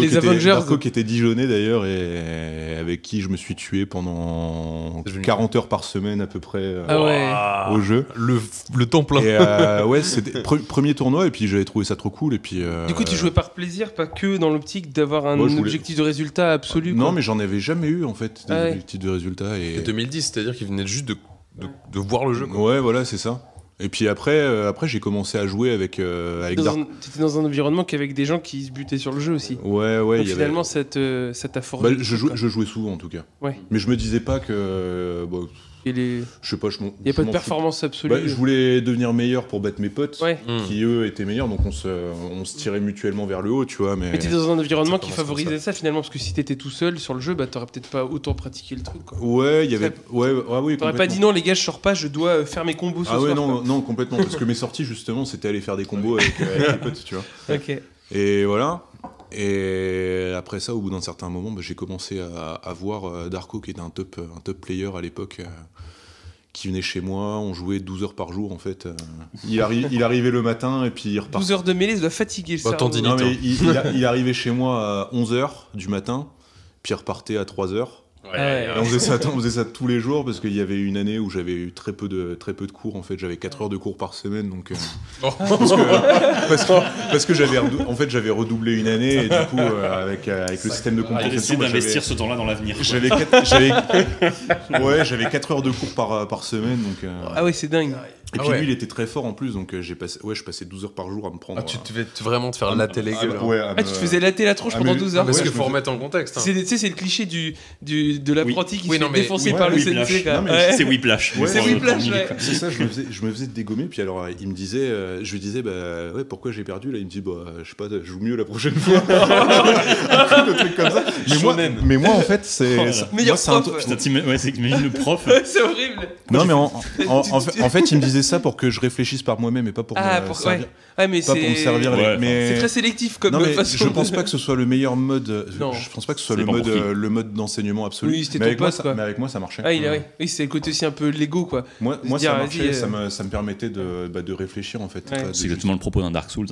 Les qui était- Avengers. Darko qui était dijonnais d'ailleurs et avec qui je me suis tué pendant C'est génial. 40 heures par semaine à peu près euh, Ah ouais. Ah. au jeu. Le, le temps plein. Et euh, ouais, c'était pre- premier tournoi et puis j'avais trouvé ça trop cool et puis. euh, Du coup, tu jouais par plaisir, pas que dans l'optique d'avoir un Moi, je voulais- objectif de résultat absolu. Non, quoi. mais j'en avais jamais eu en fait des Ah ouais. objectifs de résultats et. Et 2010, c'est-à-dire qu'il venait juste de, de, de voir le jeu. quoi. Ouais, voilà, c'est ça. Et puis après, euh, après j'ai commencé à jouer avec euh, avec Dans Darko. un- T'étais dans un environnement qu'avec des gens qui se butaient sur le jeu aussi. Ouais, ouais. Donc il y avait- finalement, euh, ça te- ça t'a forgé. Bah, le je, truc, jouais, quoi. je jouais souvent en tout cas. Ouais. Mais je me disais pas que. euh, bon, Et les- je sais pas, je m'en. Il n'y a je pas de m'en foutais. performance absolue. euh, Bah, je voulais devenir meilleur pour battre mes potes, Ouais. Hmm. qui eux étaient meilleurs, donc on se, on se tirait mutuellement vers le haut, tu vois. Mais, Mais t'étais dans un environnement Ça qui commence comme favorisait ça. finalement, parce que si t'étais tout seul sur le jeu, bah t'aurais peut-être pas autant pratiqué le truc. quoi. ouais, il y avait, ouais, ah oui, T'aurais pas dit non, les gars, je sors pas, je dois euh, faire mes combos ce Ah ouais, soir, non, non, complètement, parce que mes sorties justement, c'était aller faire des combos avec, euh, avec mes potes, tu vois. quoi. Ok. Et voilà. Et après ça, au bout d'un certain moment, bah, j'ai commencé à, à voir euh, Darko, qui était un top, un top player à l'époque, euh, qui venait chez moi. On jouait 12 heures par jour, en fait. euh. il, arri- il arrivait le matin et puis il repartait. 12 heures de mêlée, ça doit fatiguer le Bah, cerveau. tendinite. Non, Attends. mais il, il a- il arrivait chez moi à 11h du matin, puis il repartait à 3h. Ouais. Et on faisait ça, on faisait ça tous les jours parce qu'il y avait une année où j'avais eu très peu de, très peu de cours. En fait, j'avais 4 heures de cours par semaine. Donc, euh, parce que, parce que- parce que j'avais redou- en fait, j'avais redoublé une année et du coup, euh, avec, euh, avec le système de T'as décidé compensation, bah, j'avais- d'investir ce temps-là dans l'avenir. quoi. j'avais 4, ouais, j'avais 4 heures de cours par, par semaine. Donc, euh, Ah ouais, c'est dingue. Et Ah puis ouais. lui, il était très fort en plus. Donc, euh, j'ai passé, ouais, je passais 12 heures par jour à me prendre. Ah, tu euh, devais te- vraiment te faire latter les à me- gueules. hein. ouais, à Ah, tu me- te faisais latter la tronche Ah, pendant mais- 12 heures. Parce Ouais, qu'il je faut me- remettre en contexte. hein. C'est, tu sais, c'est le cliché du, du, de l'apprenti qui Oui, se non, fait mais- défoncer oui, par oui, le Whiplash. sensei. quoi. Non, mais hein. Ouais. C'est Whiplash. Ouais, C'est Whiplash, Whiplash, ouais. C'est ça, je me, faisais, je me faisais dégommer, puis alors euh, il me disait, euh, je lui disais, bah ouais, pourquoi j'ai perdu là Il me dit, bah euh, je sais pas, je joue mieux la prochaine fois. un truc, un truc comme ça. Mais moi, Shonen. mais moi, en fait, c'est. Oh là là. ça- Meilleur moi, c'est un prof. truc- Putain, t'imagines ouais, c'est- t'imagines le prof. c'est horrible. Non, mais en, en- en fait, en fait, il me disait ça pour que je réfléchisse par moi-même et pas pour, Ah, me, pour, servir, ouais. Ouais, mais pas c'est... pour me servir. Ouais, les- enfin, mais... c'est très sélectif comme non, mais façon. je pense pas que ce soit le meilleur mode. euh, Non. Je pense pas que ce soit Ça le dépend mode, pour qui. euh, le mode d'enseignement absolu. Oui, c'était mais, ton avec moi, pote, ça, quoi. mais avec moi, ça marchait. Ah, il est ouais. Oui, c'est le côté aussi un peu Lego, quoi. Moi, Se moi dire, ça vas-y, marchait, euh. ça, me, ça me permettait de, bah, de réfléchir en fait. Ouais. pas de C'est juste- exactement le propos d'un Dark Souls.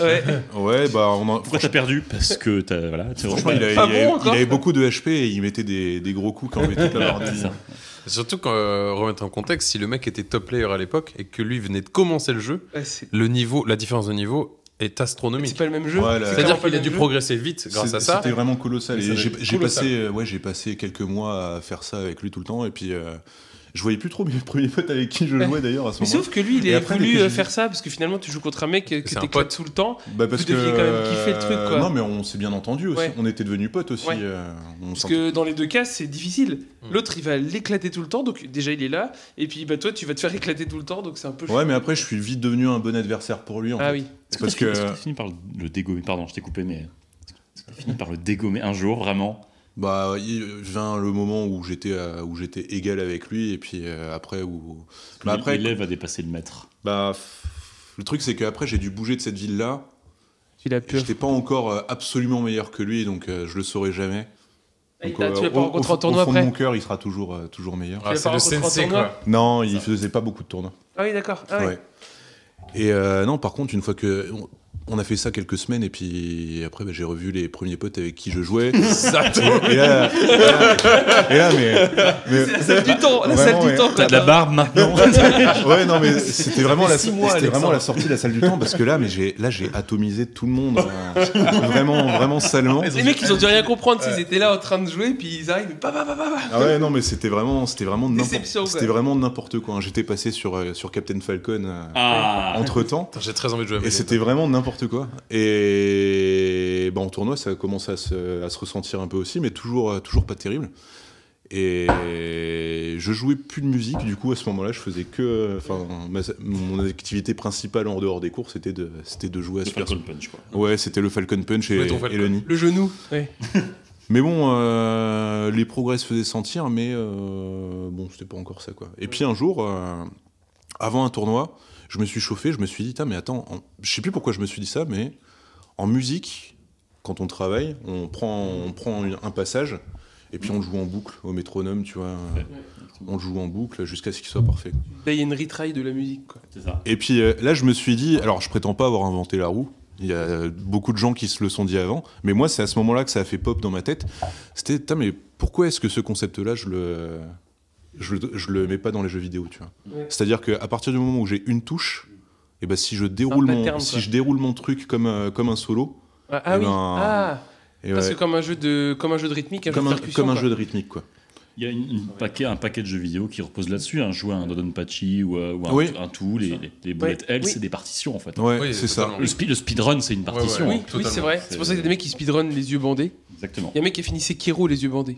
Ouais. Ouais, bah on en- Pourquoi t'as perdu Parce que t'as. Voilà, t'es- Franchement, il avait, Pas il Ah bon avait- encore, il avait ça. beaucoup de HP et il mettait des, des gros coups quand on mettait toute la barre C'est ça. Surtout quand euh, remettre en contexte, si le mec était top player à l'époque et que lui venait de commencer le jeu, Ouais, c'est... le niveau, la différence de niveau est c'est astronomique. pas le même jeu. Ouais, là, C'est C'est-à-dire clairement pas qu'il le a dû même jeu. progresser vite grâce à ça. C'était vraiment colossal. Mais Et ça j'ai doit être j'ai colossal. passé, euh, ouais, j'ai passé quelques mois à faire ça avec lui tout le temps et puis euh, je voyais plus trop mes premiers potes avec qui je jouais d'ailleurs à ce Mais moment. sauf que lui, il Et a après, voulu dès que euh, j'ai- faire ça parce que finalement, tu joues contre un mec euh, que C'est un t'éclates pote. tout le temps. Bah parce vous que deviez quand même kiffer le truc, quoi. non mais on s'est bien entendu aussi. Ouais. On était devenus potes aussi. Ouais. euh, on Parce s'entend- que dans les deux cas, c'est difficile. Mm. L'autre, il va l'éclater tout le temps, donc déjà, il est là. Et puis, bah, toi, tu vas te faire éclater tout le temps, donc c'est un peu Ouais, mais après je suis vite devenu un bon adversaire pour lui. En Ah fait. oui. C'est parce que Est-ce que t'as fini par le dégommer Pardon, je t'ai coupé, mais. Est-ce que t'as fini par le dégommer un jour, vraiment Bah, il vint le moment où j'étais euh, où j'étais égal avec lui et puis euh, après où. Mais Bah après, L'élève a dépassé le maître. bah, f- le truc c'est qu'après j'ai dû bouger de cette ville là. Tu l'as pu. J'étais pas encore euh, absolument meilleur que lui, donc euh, je le saurai jamais. Ah, il Donc, t'a- euh, tu l'as pas au- rencontré au, en tournoi Au fond de après mon cœur, il sera toujours euh, toujours meilleur. Tu l'as Ah, c'est pas le rencontré en sensei, tournoi quoi. Non, il faisait pas beaucoup de tournois. Ah oui, d'accord. Ah oui. Ouais. Et euh, non, par contre, une fois que on- on a fait ça quelques semaines, et puis après, bah, j'ai revu les premiers potes avec qui je jouais. et, là, et là- et là, mais, mais- Celle du temps, la salle Vraiment, du ouais. temps. quoi. T'as de la barbe maintenant ouais, non, mais c'était vraiment la, Six mois, c'était Alexandre. vraiment la sortie de la salle du temps parce que là, mais j'ai, là, j'ai atomisé tout le monde, hein. vraiment, vraiment salement. Les mecs, ils ont dû rien comprendre s'ils étaient là en train de jouer, puis ils arrivent, bah bah bah bah. bah. Ah ouais, non, mais c'était vraiment, c'était vraiment n'importe, Déception, quoi. c'était vraiment n'importe quoi. hein. J'étais passé sur euh, sur Captain Falcon Ah entre temps. J'ai très envie de jouer Et avec c'était vraiment n'importe quoi. Et bah, en tournoi, ça a commencé à se, à se ressentir un peu aussi, mais toujours, euh, toujours pas terrible. Et je jouais plus de musique, du coup à ce moment-là, je faisais que. euh, Enfin, ma- mon activité principale en dehors des cours, c'était de, c'était de jouer à Le Super Falcon Punch, quoi. Ouais, c'était le Falcon Punch et, Ouais, ton Falcon. et le Nid. Le genou. Mais bon, euh, les progrès se faisaient sentir, mais euh, bon, c'était pas encore ça, quoi. Et puis un jour, euh, avant un tournoi, je me suis chauffé, je me suis dit, Tain, mais attends, en- je sais plus pourquoi je me suis dit ça, mais en musique, quand on travaille, on prend, on prend une- un passage, et puis on le joue en boucle, au métronome, tu vois. On le joue en boucle jusqu'à ce qu'il soit parfait. Là, il y a une retry de la musique. Quoi. C'est ça. Et puis euh, là, je me suis dit, alors je prétends pas avoir inventé la roue. Il y a euh, beaucoup de gens qui se le sont dit avant, mais moi, c'est à ce moment-là que ça a fait pop dans ma tête. C'était, putain, mais pourquoi est-ce que ce concept-là, je le, je, le- je le mets pas dans les jeux vidéo, tu vois Ouais. C'est-à-dire qu'à partir du moment où j'ai une touche, et ben si je déroule mon, pattern, quoi. si je déroule mon truc comme euh, comme un solo, Ah, ah Eh oui. ben, Ah, et parce ouais, que comme un jeu de, comme un jeu de rythmique, hein, un comme jeu de un percussion. comme un quoi. jeu de rythmique, quoi. Il y a une- une paquet, un paquet de jeux vidéo qui repose là-dessus, un jouer à un Dodonpachi ou, euh, ou un, Oui. un Tool, les, les, les Bullet Ouais. Hell, Oui. c'est des partitions en fait. Ouais, Oui, c'est ça. totalement. Le, speed, le speedrun, c'est une partition. Ouais, ouais. Oui, oui, c'est totalement. vrai. C'est pour ça qu'il y a des mecs qui speedrun les yeux bandés. Exactement. Il y a un mec qui a fini Sekiro les yeux bandés.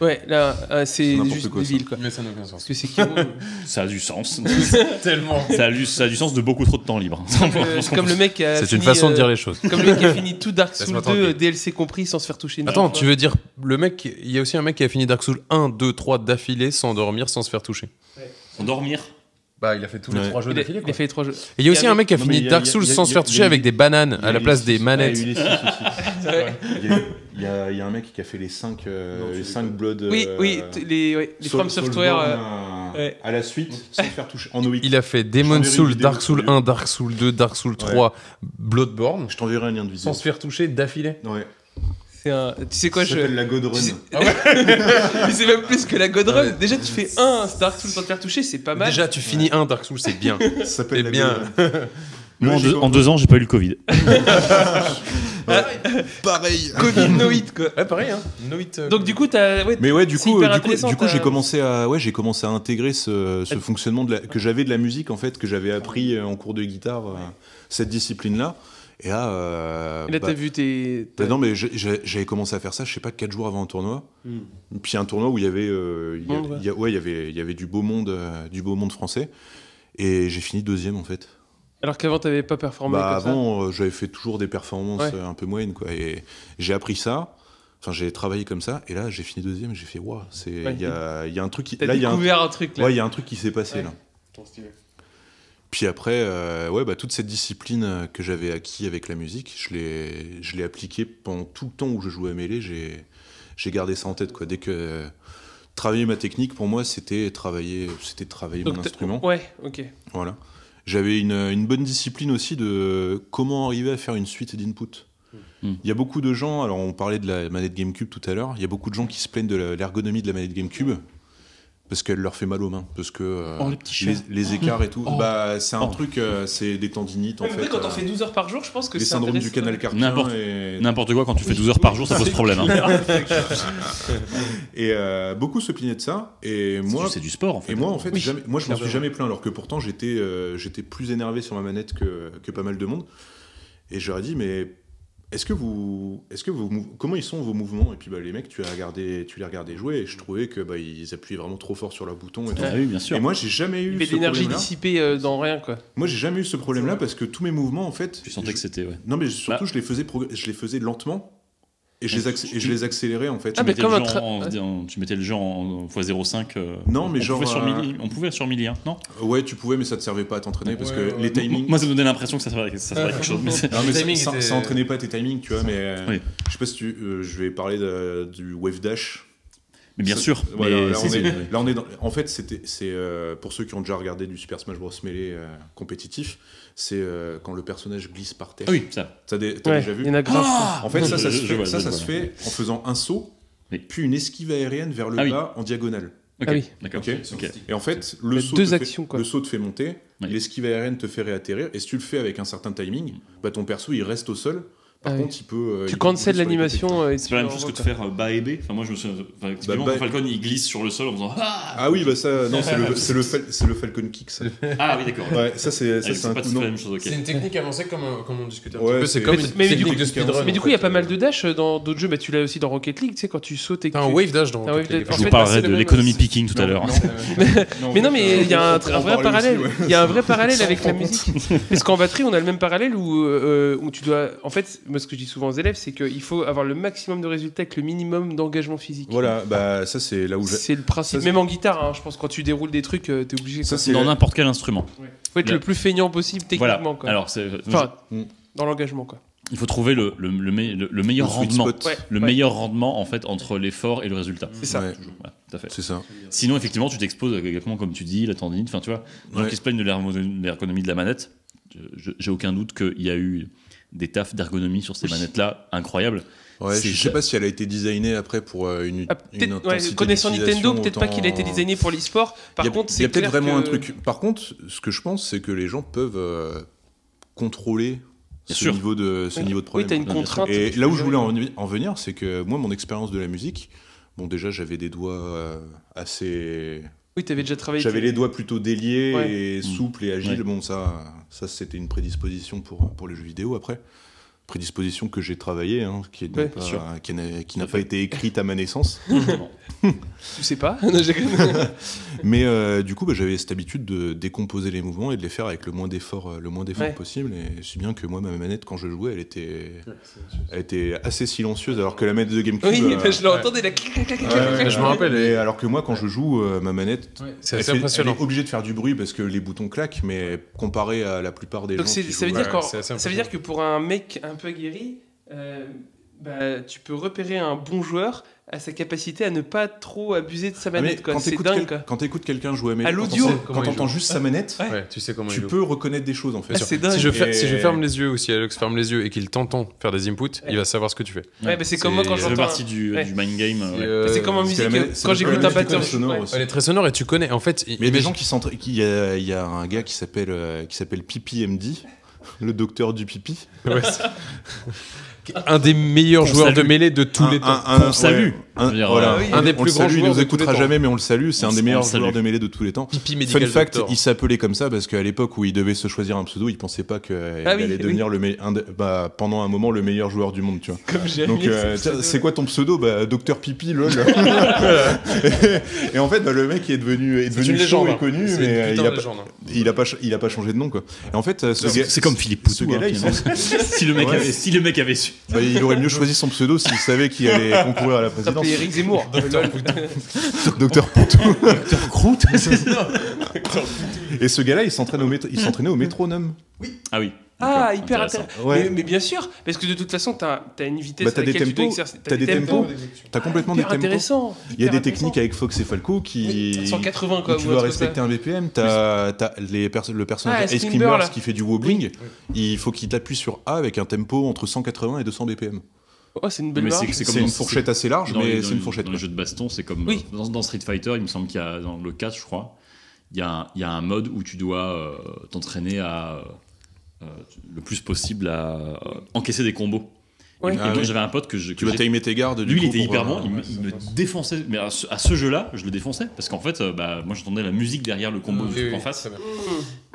Ouais, là, ah, C'est c'est n'importe juste quoi, ça. débile. Quoi. Mais ça n'a aucun sens. Parce que Sekiro, euh, Ça a du sens. Tellement. ça, a du, ça a du sens de beaucoup trop de temps libre. euh, c'est comme le mec qui a. C'est une fini, façon de euh, dire les choses. Comme le mec qui a fini tout Dark Souls Laisse-moi 2 euh, tranquille. DLC compris sans se faire toucher. une Attends, seule tu euh, veux dire, le mec, il y a aussi un mec qui a fini Dark Souls 1, 2, 3 d'affilée sans dormir, sans se faire toucher. Dormir. Bah, il a fait tous Ouais. trois fois. Il a, il a fait les trois jeux. Et il y a aussi Il y a un mec qui a Non, fini mais il y a- Dark il y a- Souls il y a- sans se faire il y a- toucher avec des bananes à la place des Ouais, manettes. il y a eu les six Ouais. aussi. Il y a eu- il y, a- il y a un mec qui a fait les 5 les cinq Blood. Oui, euh, oui, t- les, ouais, les Soul- From Software. Soulsborne, euh, euh, ouais. à la suite sans se faire toucher en OIT. Il a fait Demon J'en ai vu une Soul, vidéo Dark Soul sur 1, Dark Soul 2, Dark Soul 3, Bloodborne, Je t'enverrai un lien de vidéo. sans se faire toucher d'affilée. Ouais. c'est un- Tu sais quoi, Ça je. s'appelle la God Run. Tu sais- Mais c'est même plus que la Ah God Run. Déjà, tu fais un Dark Souls sans te faire toucher, c'est pas mal. Déjà, tu finis un Dark Soul, c'est bien. Ça s'appelle Eh la bien. God Run. Moi, en Logique, deux, en deux ans, j'ai pas eu le Covid. Ah, Pareil. Covid no hit, quoi. Ouais, pareil, hein. No hit, euh, Donc, du coup, t'as. Ouais, Mais ouais, du C'est coup, hyper euh, du coup, intéressant, du coup, j'ai t'as- commencé à, ouais, j'ai commencé à intégrer ce, ce fonctionnement de la- que j'avais de la musique en fait, que j'avais appris euh, en cours de guitare, euh, cette discipline-là. Et là, euh, Là, bah, t'as vu tes. bah non, mais j'ai- j'ai- j'avais commencé à faire ça, je sais pas, 4 jours avant un tournoi. Hmm. Puis un tournoi où il y avait, euh, il y a- Monde, ouais. il y a- ouais, il y avait, il y avait du beau monde, euh, du beau monde français. Et j'ai fini deuxième en fait. Alors qu'avant, t'avais pas performé Bah, comme ça. avant, euh, j'avais fait toujours des performances Ouais. euh, un peu moyennes, quoi. Et j'ai appris ça. Enfin, j'ai travaillé comme ça. Et là, j'ai fini deuxième. et J'ai fait, waouh, c'est. Il Ouais. y, a, il y a un truc qui. T'as Là, il y a un. découvert un truc, là. Ouais, il y a un truc qui s'est passé Ouais. là. Puis après, euh, ouais, bah, toute cette discipline euh, que j'avais acquis avec la musique, je l'ai, je l'ai appliquée pendant tout le temps où je jouais à mêlée. J'ai, j'ai gardé ça en tête, quoi. Dès que euh, travailler ma technique, pour moi, c'était travailler, c'était travailler Donc, mon t'as- instrument. Ouais, ok. Voilà. J'avais une, une bonne discipline aussi de comment arriver à faire une suite d'input. Mm. Il y a beaucoup de gens, alors on parlait de la manette GameCube tout à l'heure, il y a beaucoup de gens qui se plaignent de la- l'ergonomie de la manette GameCube parce qu'elle leur fait mal aux mains, parce que euh, Oh, les petits les, chiens. les écarts et tout. Oh. Bah, c'est un Oh. truc, euh, c'est des tendinites en Ouais, mais fait. après, quand euh, on fait 12 heures par jour, je pense que les c'est. syndromes du canal carpien. N'importe- et- N'importe quoi, quand tu fais 12 heures par jour, ça pose problème. hein. Et euh, beaucoup se plaignaient de ça. Et C'est moi, du- C'est du sport en fait. Et moi, en fait, Oui. jamais- moi, je m'en suis Clairement. jamais plaint, alors que pourtant, j'étais euh, j'étais plus énervé sur ma manette que, que pas mal de monde. Et je leur ai dit, mais est-ce que vous, est-ce que vous, comment ils sont vos mouvements Et puis, bah, les mecs, tu as regardé, tu les regardais jouer, et je trouvais que bah, ils appuyaient vraiment trop fort sur leur bouton. Et, tout. Ah oui, bien sûr. Et moi, j'ai jamais eu Il y avait de ce l'énergie problème-là. dissipée euh, dans rien, quoi. Moi, j'ai jamais eu ce problème-là parce que tous mes mouvements, en fait, tu sentais je- que c'était. Ouais. non, mais surtout, Bah. je les faisais, progr- je les faisais lentement. Et je les, acc- et je les accélérais en fait. Ah, Tu mais mettais, comme le un genre tra- en- en- tu mettais le genre en x05. euh, Non, on- mais on genre, Pouvait sur euh, milli- on pouvait sur milli, hein, non Ouais, tu pouvais, mais ça te servait pas à t'entraîner parce que Ouais, ouais, les timings. Moi, ça me donnait l'impression que ça serait, ça serait quelque chose. mais c'est- Non, mais Les ça, timings ça- étaient- ça entraînait pas tes timings, tu vois, mais euh, Oui. je sais pas si tu. euh, je vais parler de- du wave dash. Mais bien Ça- sûr. voilà, mais là, on c'est- est, c'est- là, on est dans- En fait, c'était, c'est euh, pour ceux qui ont déjà regardé du Super Smash Bros Melee euh, compétitif, c'est euh, quand le personnage glisse par terre. Ah oui, ça. T'as, des- t'as Ouais, déjà vu il y en a grave. En fait, ça, ça, Je- se je fait, vois, ça, je ça vois. se fait en faisant un saut, Oui. puis une esquive aérienne vers le Ah oui. bas en diagonale. Ok, Ah oui. D'accord. Ok. Ok. Et en fait, le Il y a saut, deux te fait- actions, quoi. le saut te fait monter, Oui. l'esquive aérienne te fait réatterrir, et si tu le fais avec un certain timing, bah, ton perso il reste au sol. Par Ah oui. contre, il peut. euh, il Tu cancelles peut bouger sur les côtés. l'animation. euh, et C'est tu pas la même le chose que de revois, faire euh, bas et B. Enfin, moi, je me souviens. Enfin, typiquement, Bah, quand bah- Falcon, il glisse sur le sol en faisant Ah Ah oui, bah ça, non, c'est le, c'est le, fal- c'est le Falcon Kick, ça. Ah oui, d'accord. Ouais, ça, c'est ça, Ah, c'est C'est un pas coup. tout à fait la Non. même chose, ok. C'est une technique avancée comme, euh, comme on discutait un Ouais, petit peu. c'est- C'est comme Mais- une mais du technique coup- de speedrun. quoi. Mais du en coup, il y a fait, pas mal euh, de dash euh, dans d'autres jeux. Bah, tu l'as aussi dans Rocket League, tu sais, quand tu sautes et que T'as un tu- wave dash dans T'as un Rocket wave League. dash. Je vous fait, parlerai c'est de le même- l'économie picking tout à l'heure. Mais non, mais il y a un, euh, On tr- va un en vrai parler parallèle. aussi, ouais. Il y a un vrai parallèle avec la musique. Parce qu'en batterie, on a le même parallèle où, euh, où tu dois. En fait, moi, ce que je dis souvent aux élèves, c'est qu'il faut avoir le maximum de résultats avec le minimum d'engagement physique. Voilà, bah ça, c'est là où j'ai. C'est le principe. Ça, c'est- Même en guitare, hein, je pense, quand tu déroules des trucs, euh, t'es obligé. Ça, Il c'est Dans n'importe quel instrument. faut être le plus feignant possible Voilà. techniquement. Quoi. Alors, c'est- enfin, Mm. dans l'engagement, quoi. il faut trouver le, le, le, me- le- le meilleur le sweet rendement. spot. Ouais, Le ouais. meilleur rendement, en fait, entre l'effort et le résultat. C'est ça. Ouais, Toujours. Ouais, tout à fait. c'est ça. Sinon, effectivement, tu t'exposes à exactement comme tu dis, la tendinite. Enfin, tu vois, les gens Ouais. qui se plaignent de l'ergo- de l'ergonomie de la manette, je- j'ai aucun doute qu'il y a eu des tafs d'ergonomie sur ces manettes-là incroyables. Ouais, C'est je ça. sais pas si elle a été designée après pour euh, une, Ah, une peut-être- ouais, intensité connaissant Nintendo, d'utilisation peut-être pas autant- qu'il a été designé pour l'e-sport. Par Il y a- contre, il y c'est a peut-être clair vraiment que- un truc. Par contre, ce que je pense, c'est que les gens peuvent euh, contrôler Bien ce sûr. niveau de ce Oui. niveau de Oui, problème. t'as une bien sûr. contrainte. Et tu là où peux je voulais gérer. en venir- en venir, c'est que moi, mon expérience de la musique, bon, déjà, j'avais des doigts euh, assez. Oui, t'avais déjà travaillé. J'avais les doigts plutôt déliés Ouais. et souples et agiles. Ouais. Bon, ça, ça c'était une prédisposition pour, pour les jeux vidéo après. Prédisposition que j'ai travaillée, hein, qui n'est Ouais, pas- bien sûr. qui n'a- qui n'a pas été écrite à ma naissance. Tu sais pas. Non, j'ai- Mais euh, du coup, bah, j'avais cette habitude de décomposer les mouvements et de les faire avec le moins d'effort, euh, le moins d'effort Ouais. possible. Et si bien que moi, ma manette, quand je jouais, elle était, elle était assez silencieuse, alors que la manette de GameCube. Oui, euh, je l'entendais. la clic, clic, clic, clic, clic, ouais, clic. je me rappelle, mais elle- alors que moi, quand je joue, euh, ma manette, C'est elle, assez fait- elle impressionnant. est obligée de faire du bruit parce que les boutons claquent. Mais comparé à la plupart des Donc gens, c'est- qui ça veut jouent, dire ouais, qu'en- c'est assez ça veut dire que pour un mec un peu aguerri, euh, bah, tu peux repérer un bon joueur à sa capacité à ne pas trop abuser de sa Ah, mais manette. quoi. quand C'est t'écoutes dingue. quel- quoi. quand t'écoutes quelqu'un jouer à Melee, À quand l'audio. t'entends- Comment quand il t'entends juste sa manette, Ouais, tu sais comment il tu joue. peux reconnaître des choses en fait. Ah, c'est dingue. Si Si je, fer- Et- si je ferme les yeux ou si Alex ferme les yeux et qu'il t'entend faire des inputs, il va savoir ce que tu fais. Ouais, bah, c'est comme moi quand Ça fait j'entends. partie du, Ouais. du mind game. euh, ouais. C'est comme en parce que musique. la euh, manette- c'est Quand le j'écoute problème un des batteur. icônes sonores ouais. aussi. Elle est très sonore et tu connais. En fait, Mais il y a des gens qui s'entraînent. Il y, a- il y a un gars qui s'appelle euh, qui s'appelle Pipi MD, le docteur du pipi. Ouais, c'est- un des meilleurs Qu'on joueurs de salue. mêlée de tous les temps. Un, Qu'on salue. ouais, un- Je veux dire, voilà. euh, oui, Un des on plus le grands salue, il joueurs nous de tous les écoutera temps. jamais, mais on le salue. C'est On un des s- on meilleurs le salue. joueurs de mêlée de tous les temps. Pipi Fun médical fact, doctor. il s'appelait comme ça parce qu'à l'époque où il devait se choisir un pseudo, il pensait pas qu'il Ah oui, allait oui. devenir le me- un de- bah, pendant un moment le meilleur joueur du monde, tu vois. Comme j'ai Donc aimé euh, ce tiens, pseudo. c'est quoi ton pseudo bah, Docteur Pipi lol. et, et en fait bah, le mec est devenu est C'est devenu une chaud légende, et connu hein. C'est une mais euh, putain il de a, pas, légende, hein. il a pas ch- il a pas changé de nom quoi. Et en fait euh, ce C'est gars- c'est comme Philippe ce Poutou. gars-là, hein, il finalement. si, le mec Ouais. avait, si le mec avait su. Bah, il aurait mieux choisi son pseudo s'il savait qu'il allait concourir à la Ça présidence. s'appelait Eric Zemmour. Lol. Docteur Poutou. Docteur Croûte. Et ce gars-là, il s'entraîne au métro- il s'entraînait au métronome. Ah oui. Ah, D'accord, hyper intéressant. Ouais. Mais, mais bien sûr, parce que de toute façon, t'as as une vitesse Bah, t'as à des laquelle tu dois tempos, exercer. t'as des tempos, t'as complètement des hyper tempos. intéressant. Il y a hyper des techniques intéressant. avec Fox et Falco qui. Oui, 180 où quoi. tu ou un truc dois comme ça. respecter un BPM, t'as t'as les perso- le personnage Ah, Ice Screamer, Creamers là. qui fait du wobbling, il faut qu'il t'appuie sur A avec un tempo entre 180 et 200 BPM. Oh, c'est une belle Mais marque. c'est c'est comme C'est dans- une fourchette assez large, dans les- mais dans c'est une les- fourchette. Dans les jeux de baston, c'est comme Oui. euh, dans, dans Street Fighter, il me semble qu'il y a dans le 4, je crois, il y a un, il y a un mode où tu dois euh, t'entraîner à euh, le plus possible à euh, encaisser des combos. Ouais. Et, et Ah donc oui. j'avais un pote que je, que Tu vas j'ai- timer tes gardes. du lui, il coup, était pour, hyper euh, bon, il, me- il me défonçait. Mais à ce, à ce jeu-là, je le défonçais parce qu'en fait, euh, bah, moi j'entendais la musique derrière le combo du Ah, Oui, truc oui, en face. très bien.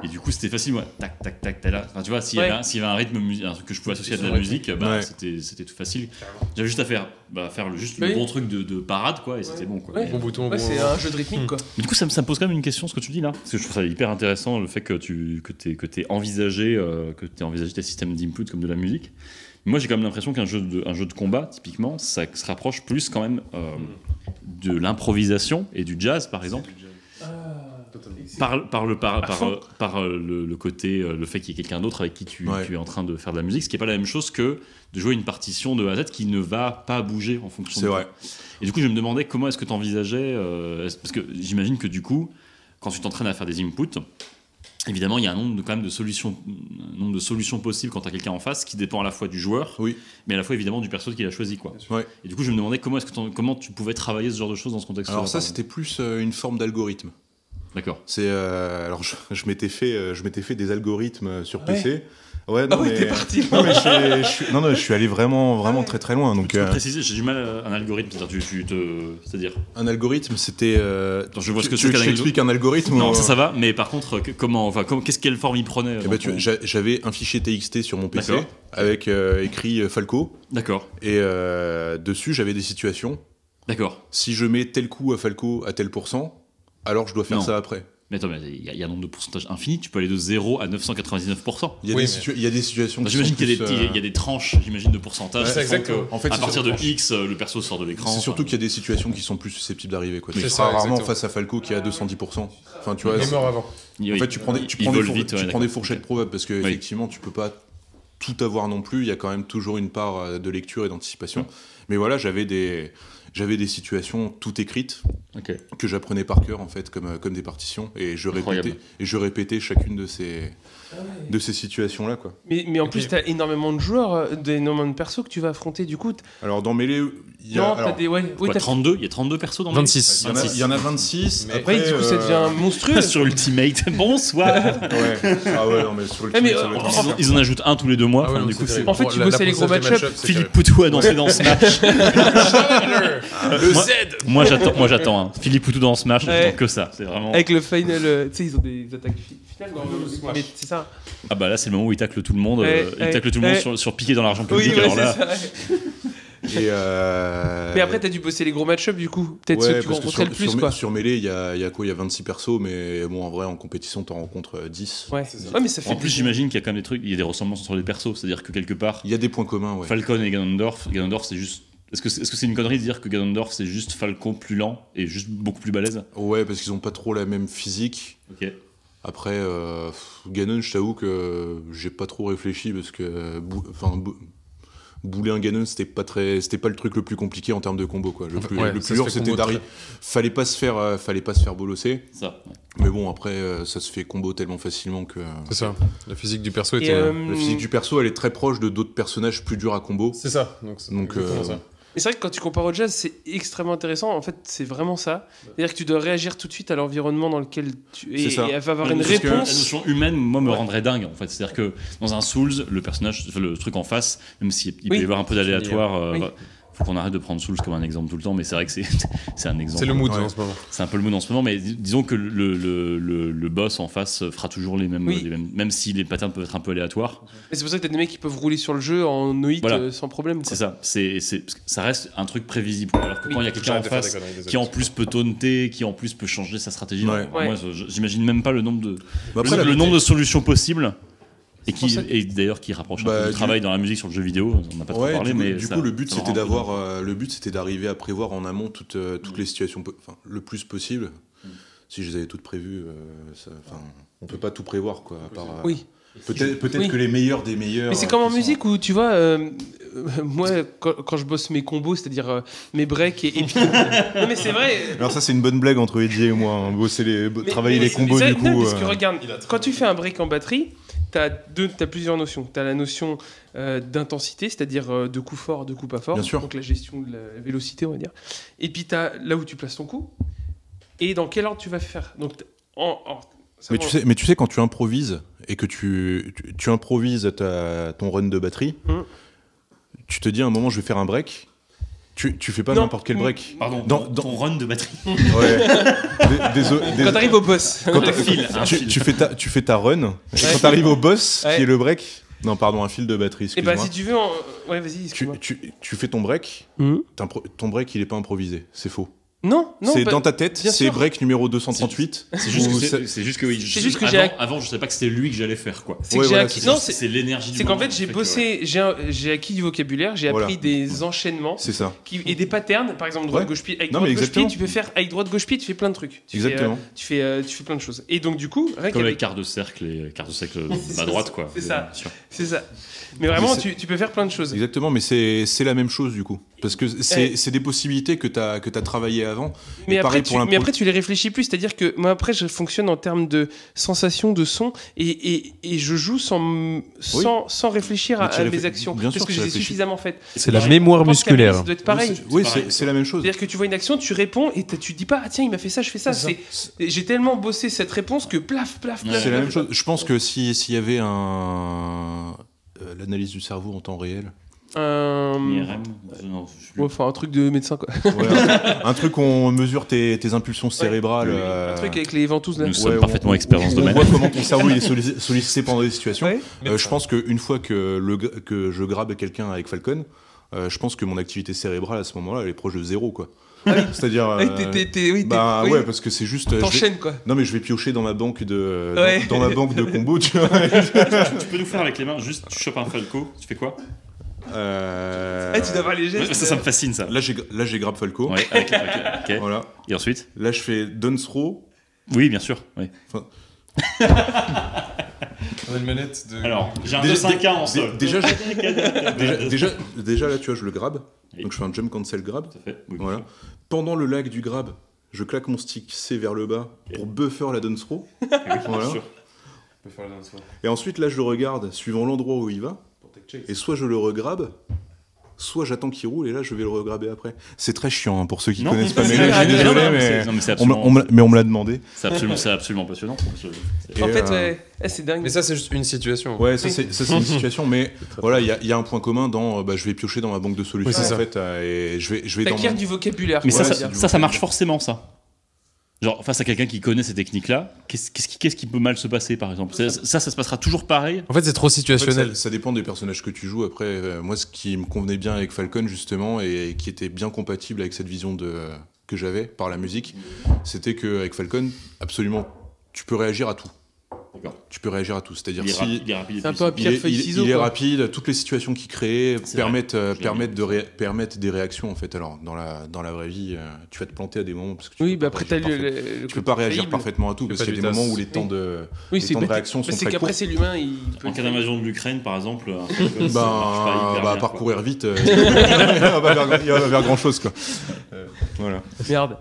Et du coup, c'était facile, ouais. Tac, tac, tac, tac, là. Enfin, tu vois, s'il y, Ouais. avait un- s'il y avait un rythme musi- un truc que je pouvais associer à de la Ouais. musique, bah, Ouais. c'était, c'était tout facile. J'avais juste à faire, bah, faire le, juste Oui. le bon truc de, de parade, quoi, et c'était bon, quoi. Ouais. Et- Bon Ah, bouton, Ouais, bon- c'est un jeu de rythmique quoi. Mais Du coup, ça me, ça me pose quand même une question, ce que tu dis là. Parce que je trouve ça hyper intéressant, le fait que tu que t'aies, que t'aies envisagé, euh, que t'aies envisagé tes systèmes d'input comme de la musique. Moi, j'ai quand même l'impression qu'un jeu, de- un jeu de combat, typiquement, ça se rapproche plus quand même euh, de l'improvisation et du jazz, par exemple. Par, par le, par, par, euh, par, euh, le, le côté, euh, le fait qu'il y ait quelqu'un d'autre avec qui tu, Ouais. tu es en train de faire de la musique, ce qui n'est pas la même chose que de jouer une partition de A à Z qui ne va pas bouger en fonction C'est de vrai. Et du coup, je me demandais comment est-ce que tu envisageais, parce que j'imagine que du coup, quand tu t'entraînes à faire des inputs, évidemment, il y a un nombre de, quand même de solutions, un nombre de solutions possibles quand tu as quelqu'un en face qui dépend à la fois du joueur, Oui. mais à la fois évidemment du perso qu'il a choisi. Quoi. sûr. Ouais. Et du coup, je me demandais comment, est-ce que t'en- comment tu pouvais travailler ce genre de choses dans ce contexte-là. Alors ça, par exemple. c'était plus euh, une forme d'algorithme. D'accord. C'est euh, alors je, je m'étais fait euh, je m'étais fait des algorithmes euh, Ah sur Ouais. PC. Ouais, Ah non, mais, non, mais je, suis- je suis- non, non, je suis allé Ah vraiment vraiment très très loin donc Tu peux euh, préciser, j'ai du mal à un algorithme, c'est-à-dire tu, tu te... C'est-à-dire... euh, Un algorithme, c'était. euh, Attends, je vois tu- ce que tu veux c'est je qu'un t'explique un algorithme. Non, ou- ça, ça va, mais par contre, que- comment, enfin, comme- qu'est-ce quelle forme il prenait Eh dans ben, tu- ton- j'a- J'avais un fichier TXT sur mon PC D'accord. avec euh, écrit euh, Falco D'accord, et euh, dessus j'avais des situations. d'accord. Si je mets tel coup à Falco à tel pourcent, alors je dois faire Non. ça après. Mais attends, mais il y, a- il y a un nombre de pourcentages infini, tu peux aller de 0 à 999%. Il y a, Oui, des, mais- situa- il y a des situations. Enfin, qui Bah, J'imagine sont qu'il y, a plus, euh, des- il y a- il y a des tranches, j'imagine, de pourcentage. C'est qui font exactement. que En fait, à c'est partir de surtout- X, euh, le perso sort de euh, l'écran. C'est surtout enfin, qu'il y a des situations qui sont plus susceptibles d'arriver. Quoi. Tu C'est seras ça, rarement exactement. face à Falco qui est à 210%. Enfin, tu vois, Il est c'est- mort avant. il- en fait, tu prends des, il- tu il prends des vole fourchettes- vite, ouais, tu prends d'accord. des fourchettes probables parce que Oui. effectivement, tu peux pas tout avoir non plus. Il y a quand même toujours une part euh, de lecture et d'anticipation. Mais voilà, j'avais des, j'avais des situations toutes écrites Ok. que j'apprenais par cœur en fait comme, euh, comme des partitions et je Incroyable. répétais et je répétais chacune de ces de ces situations là quoi. Mais, mais en plus, t'as énormément de joueurs, euh, d'énormément de persos que tu vas affronter. Du coup, t- Alors dans Melee, il y a non, t'as alors, des. Ouais, oui, Quoi, t'as- 32 Il y a 32 persos dans le 26. il y en a- il y, en a euh, 26 Mais- Après, du coup, ça devient monstrueux. jeu. Sur Ultimate, bonsoir ouais. Ah ouais, non mais sur le Eh, mais, team, ça euh, va être- ils, en, ils en ajoutent un tous les deux Ah mois. enfin, du coup, c'est En fait, tu bosses les gros match-up, Philippe Poutou a dansé dans Smash. Le Z Moi, j'attends, moi, j'attends. hein. Philippe Poutou dans Smash, Ouais. j'attends que ça. C'est vraiment. Avec le final, euh, tu sais, ils ont des attaques fi- finales. dans le- Smash. mais c'est ça. Ah bah là, c'est le moment où il tacle tout le monde. euh, Ouais, il ouais, tacle tout le monde ouais. sur, sur piqué dans l'argent Oui, public. ouais, alors c'est là, ça. ouais. euh, et, euh, Mais après, t'as dû bosser les gros match-up, du coup. Peut-être ouais, ceux que tu parce que rencontrais sur- le plus, sur, quoi. Sur Melee, il y a, il y a quoi Il y a 26 persos, mais bon, en vrai, en compétition, t'en rencontres euh, 10. Ouais. ouais, mais ça fait. en plus, j'imagine qu'il y a quand même des trucs, il y a des ressemblances entre les persos. C'est-à-dire que quelque part, Il y a des points communs, ouais. Falcon et Ganondorf, Ganondorf, c'est juste. Est-ce que c'est est-ce que c'est une connerie de dire que Ganondorf c'est juste Falcon plus lent et juste beaucoup plus balèze Ouais, parce qu'ils ont pas trop la même physique. Ok. Après, euh, pff, Ganon, je t'avoue que euh, j'ai pas trop réfléchi parce que. euh, bou- Enfin, bou- bouler un Ganon, c'était pas très, c'était pas le truc le plus compliqué en termes de combo, quoi. Le plus, ouais, le ça plus se dur, fait c'était combo d'arriver. très- Fallait pas se faire, euh, fallait pas se faire bolosser. Ça. ouais. Mais bon, après, euh, ça se fait combo tellement facilement que. euh, C'est ça. La physique du perso Et, était. euh, La physique du perso, elle est très proche de d'autres personnages plus durs à combo. C'est ça. Donc, c'est Donc, exactement euh, ça. Mais c'est vrai que quand tu compares au jazz, c'est extrêmement intéressant. En fait, c'est vraiment ça. C'est-à-dire que tu dois réagir tout de suite à l'environnement dans lequel tu C'est et, ça. et avoir La une notion- La réponse. notion humaine, moi, me rendrait dingue en fait. C'est-à-dire que dans un Souls, le personnage, enfin, le truc en face, même s'il il peut Oui. y avoir un peu d'aléatoire, euh, Oui. bah, faut qu'on arrête de prendre Souls comme un exemple tout le temps, mais c'est vrai que c'est c'est un exemple. C'est le mood Ouais. en ce moment. C'est un peu le mood en ce moment, mais dis- disons que le, le, le, le boss en face fera toujours les mêmes, Oui. les mêmes- même si les patterns peuvent être un peu aléatoires. Et c'est pour ça que t'as des mecs qui peuvent rouler sur le jeu en no hit Voilà. euh, sans problème. quoi. C'est ça, c'est, c'est, parce que ça reste un truc prévisible. Alors que quand il y a quelqu'un en J'arrête de faire des face conneries, désolé. qui en plus peut taunter, qui en plus peut changer sa stratégie, Ouais. moi Ouais. je- j'imagine même pas le nombre de, Bah après, le, la- le nombre de solutions possibles. Et, pour qui, ça et d'ailleurs qui rapproche un Bah, peu du du- travail dans la musique sur le jeu vidéo, on n'a pas trop Ouais, parlé, du, coup- mais du ça- coup, le but ça c'était rend un peu d'avoir, euh, le but c'était d'arriver à prévoir en amont toutes, euh, toutes les situations, po- enfin, le plus possible. Mm. Si je les avais toutes prévues, euh, ça- enfin, on peut pas tout prévoir quoi. à part, euh, Oui. Peut-être peut-être Oui. que les meilleurs des meilleurs. Mais c'est euh, comme en qui musique où tu vois, euh, euh, moi quand, quand je bosse mes combos, c'est-à-dire euh, mes breaks et, et puis- non mais c'est vrai. alors ça c'est une bonne blague entre Eddie et moi hein. bosser les bo- Mais- travailler mais les c'est- combos c'est- du non, coup parce que euh, regarde, quand tu fais un break en batterie, t'as deux, t'as plusieurs notions. T'as la notion euh, d'intensité, c'est-à-dire euh, de coup fort, de coup pas fort. Bien sûr. Donc la gestion de la vélocité, on va dire. Et puis t'as là où tu places ton coup et dans quel ordre tu vas faire. Donc t- en, en- ça mais va- tu sais mais tu sais quand tu improvises et que tu tu, tu improvises ta, ton run de batterie Hum. tu te dis à un moment je vais faire un break tu, tu fais pas Non. n'importe quel break Pardon, Dans- ton- dans- ton run de batterie. Ouais. Dé- déso- dés- Quand t'arrives au boss. quand t'a- Un fil, un tu, fil. tu fais ta, tu fais ta run, et quand t'arrives au boss, Ouais. qui est le break, non pardon, un fil de batterie, Et bah excuse-moi, si tu veux, en- ouais vas-y. tu, excuse-moi. tu- tu fais ton break, Mhm. t'impro- ton break il est pas improvisé, c'est faux. Non, non. c'est pas- dans ta tête, bien c'est sûr. break numéro 238. C'est juste que, Ou c'est- c'est- c'est juste que, oui, je- juste que j'ai avant, avant, je savais pas que c'était lui que j'allais faire, quoi. C'est que Ouais, j'ai voilà, acquis- c'est non, Genre, c'est- c'est l'énergie du c'est qu'en moment fait, j'ai qui que, ouais. bossé, j'ai un- j'ai acquis du vocabulaire, j'ai Voilà. appris des enchaînements C'est ça, qui, et des patterns, par exemple droite Ouais. gauche pied, avec Non, mais droite gauche pied, exactement. tu peux faire avec droite gauche pied, tu fais plein de trucs. Tu fais, euh, exactement. tu fais, euh, tu fais plein de choses. Et donc du coup, rien Comme les qu'avec- quarts de cercle et quarts de cercle euh, à ça, droite, quoi. c'est ça. Bien sûr. c'est ça. Mais vraiment, Mais c'est- tu, tu peux faire plein de choses. Exactement, mais c'est c'est la même chose du coup. Parce que c'est c'est des possibilités que tu as, que as travaillé avant. Mais Et après, pareil tu, pour l'impro- mais après, tu les réfléchis plus. C'est-à-dire que moi, après, je fonctionne en termes de sensation, de son, et, et, et je joue sans, m- sans, sans réfléchir à, Mais tu à réfl- mes actions. bien sûr parce que que je les tu ai réfléchis. suffisamment faites. C'est la Je mémoire pense qu'Amélie, ça musculaire. doit être pareil. Oui, pareil. c'est c'est la même chose. C'est-à-dire que tu vois une action, tu réponds et t'as- tu dis pas ah tiens il m'a fait ça je fais ça c'est j'ai tellement bossé cette réponse que plaf plaf plaf. C'est la plaf. même chose. Je pense que si- s'il y avait un euh, l'analyse du cerveau en temps réel, Euh, IRM, euh, non, je sais plus. ouais, enfin un truc de médecin quoi. Ouais, un, un truc où on mesure tes, tes impulsions cérébrales, Oui, euh, Un truc avec les ventouses là. Nous sommes on- parfaitement experts dans ce on domaine. voit comment ton cerveau il est sollici- sollicité pendant des situations. Ouais. Euh, je pense qu'une fois que, le, gra- que je grabe quelqu'un avec Falcon, euh, je pense que mon activité cérébrale à ce moment-là, elle est proche de zéro, quoi. C'est-à-dire, euh, Ouais, t'es- t'es- t'es- Ah oui, t'es- bah oui, ouais, parce que c'est juste, euh, je vais- T'enchaînes quoi. non mais je vais piocher dans ma banque de, dans- Ouais. dans, ma banque de combos, tu vois. Tu peux nous faire avec les mains, juste tu chopes un Falco, tu fais quoi Euh, Eh, tu dois avoir les gestes. Ça, ça me fascine ça. Là j'ai, gra- là j'ai grabe Falco. Ouais, avec- avec- ok. Voilà. Et ensuite Là je fais Don't throw. Oui, bien sûr. oui. On a une manette de. Alors, j'ai un Déjà- 2-5-1 en dé- sol. déjà, je- Déjà, Déjà, euh, déjà, déjà, là tu vois je le grabe. Oui. Donc je fais un jump cancel grab. Voilà. Voilà. Pendant le lag du grab, je claque mon stick C vers le bas pour buffer la down throw. Voilà. Et ensuite, là, je le regarde suivant l'endroit où il va. Et soit je le regrabe, soit j'attends qu'il roule et là, je vais le regraber après. C'est très chiant hein, pour ceux qui connaissent pas mais mes je suis désolé, mais. c'est- non, mais c'est On me- on absolument, me- mais on me l'a demandé. c'est absolument, c'est absolument passionnant. C'est- En Et, fait euh, ouais Eh, c'est dingue. Mais ça, c'est juste une situation. Ouais, ça c'est ça, c'est une situation, mais voilà, il y a- il y, a un point commun dans euh, bah, je vais piocher dans ma banque de solutions Oui, c'est en ça. fait euh, et je vais je vais dans T'acquiers mon... du vocabulaire. Mais ça, quoi, Ouais, ça, on va dire. c'est du ça, ça marche vocabulaire. forcément, ça. Genre, face à quelqu'un qui connaît ces techniques-là, qu'est-ce qu'est-ce qui, qu'est-ce qui peut mal se passer, par exemple ça, ça, ça se passera toujours pareil. En fait, c'est trop En fait, situationnel. ça, ça dépend des personnages que tu joues. Après, euh, moi, ce qui me convenait bien avec Falcon, justement, et qui était bien compatible avec cette vision de, euh, que j'avais par la musique, c'était qu'avec Falcon, absolument, tu peux réagir à tout. D'accord. Tu peux réagir à tout. C'est-à-dire Il est, rapi- si. il est rapide et C'est un peu puissant. à Il est, pierre feuille il- ciseaux. il est quoi. rapide, toutes les situations qu'il crée C'est permettent, euh, Je l'ai permettent, de ré- permettent des réactions en fait. Alors dans la, dans la vraie vie, euh, tu vas te planter à des moments parce que tu Oui peux bah pas après t'as réagir le, parfait- le- le tu peux côté pas réagir faillible. parentalement à tout Il y a parce pas qu'il y de a des moments vitesse. où les temps de, Oui les c'est temps de bête. réaction Mais sont c'est très courts. qu'après c'est l'humain il peut. En cas d'invasion de l'Ukraine, par exemple, un truc comme ça, ça marche pas bah, hyper bah, à bien, part quoi. courir vite, euh, il va pas faire- il va pas faire grand chose quoi. Euh, voilà. Merde.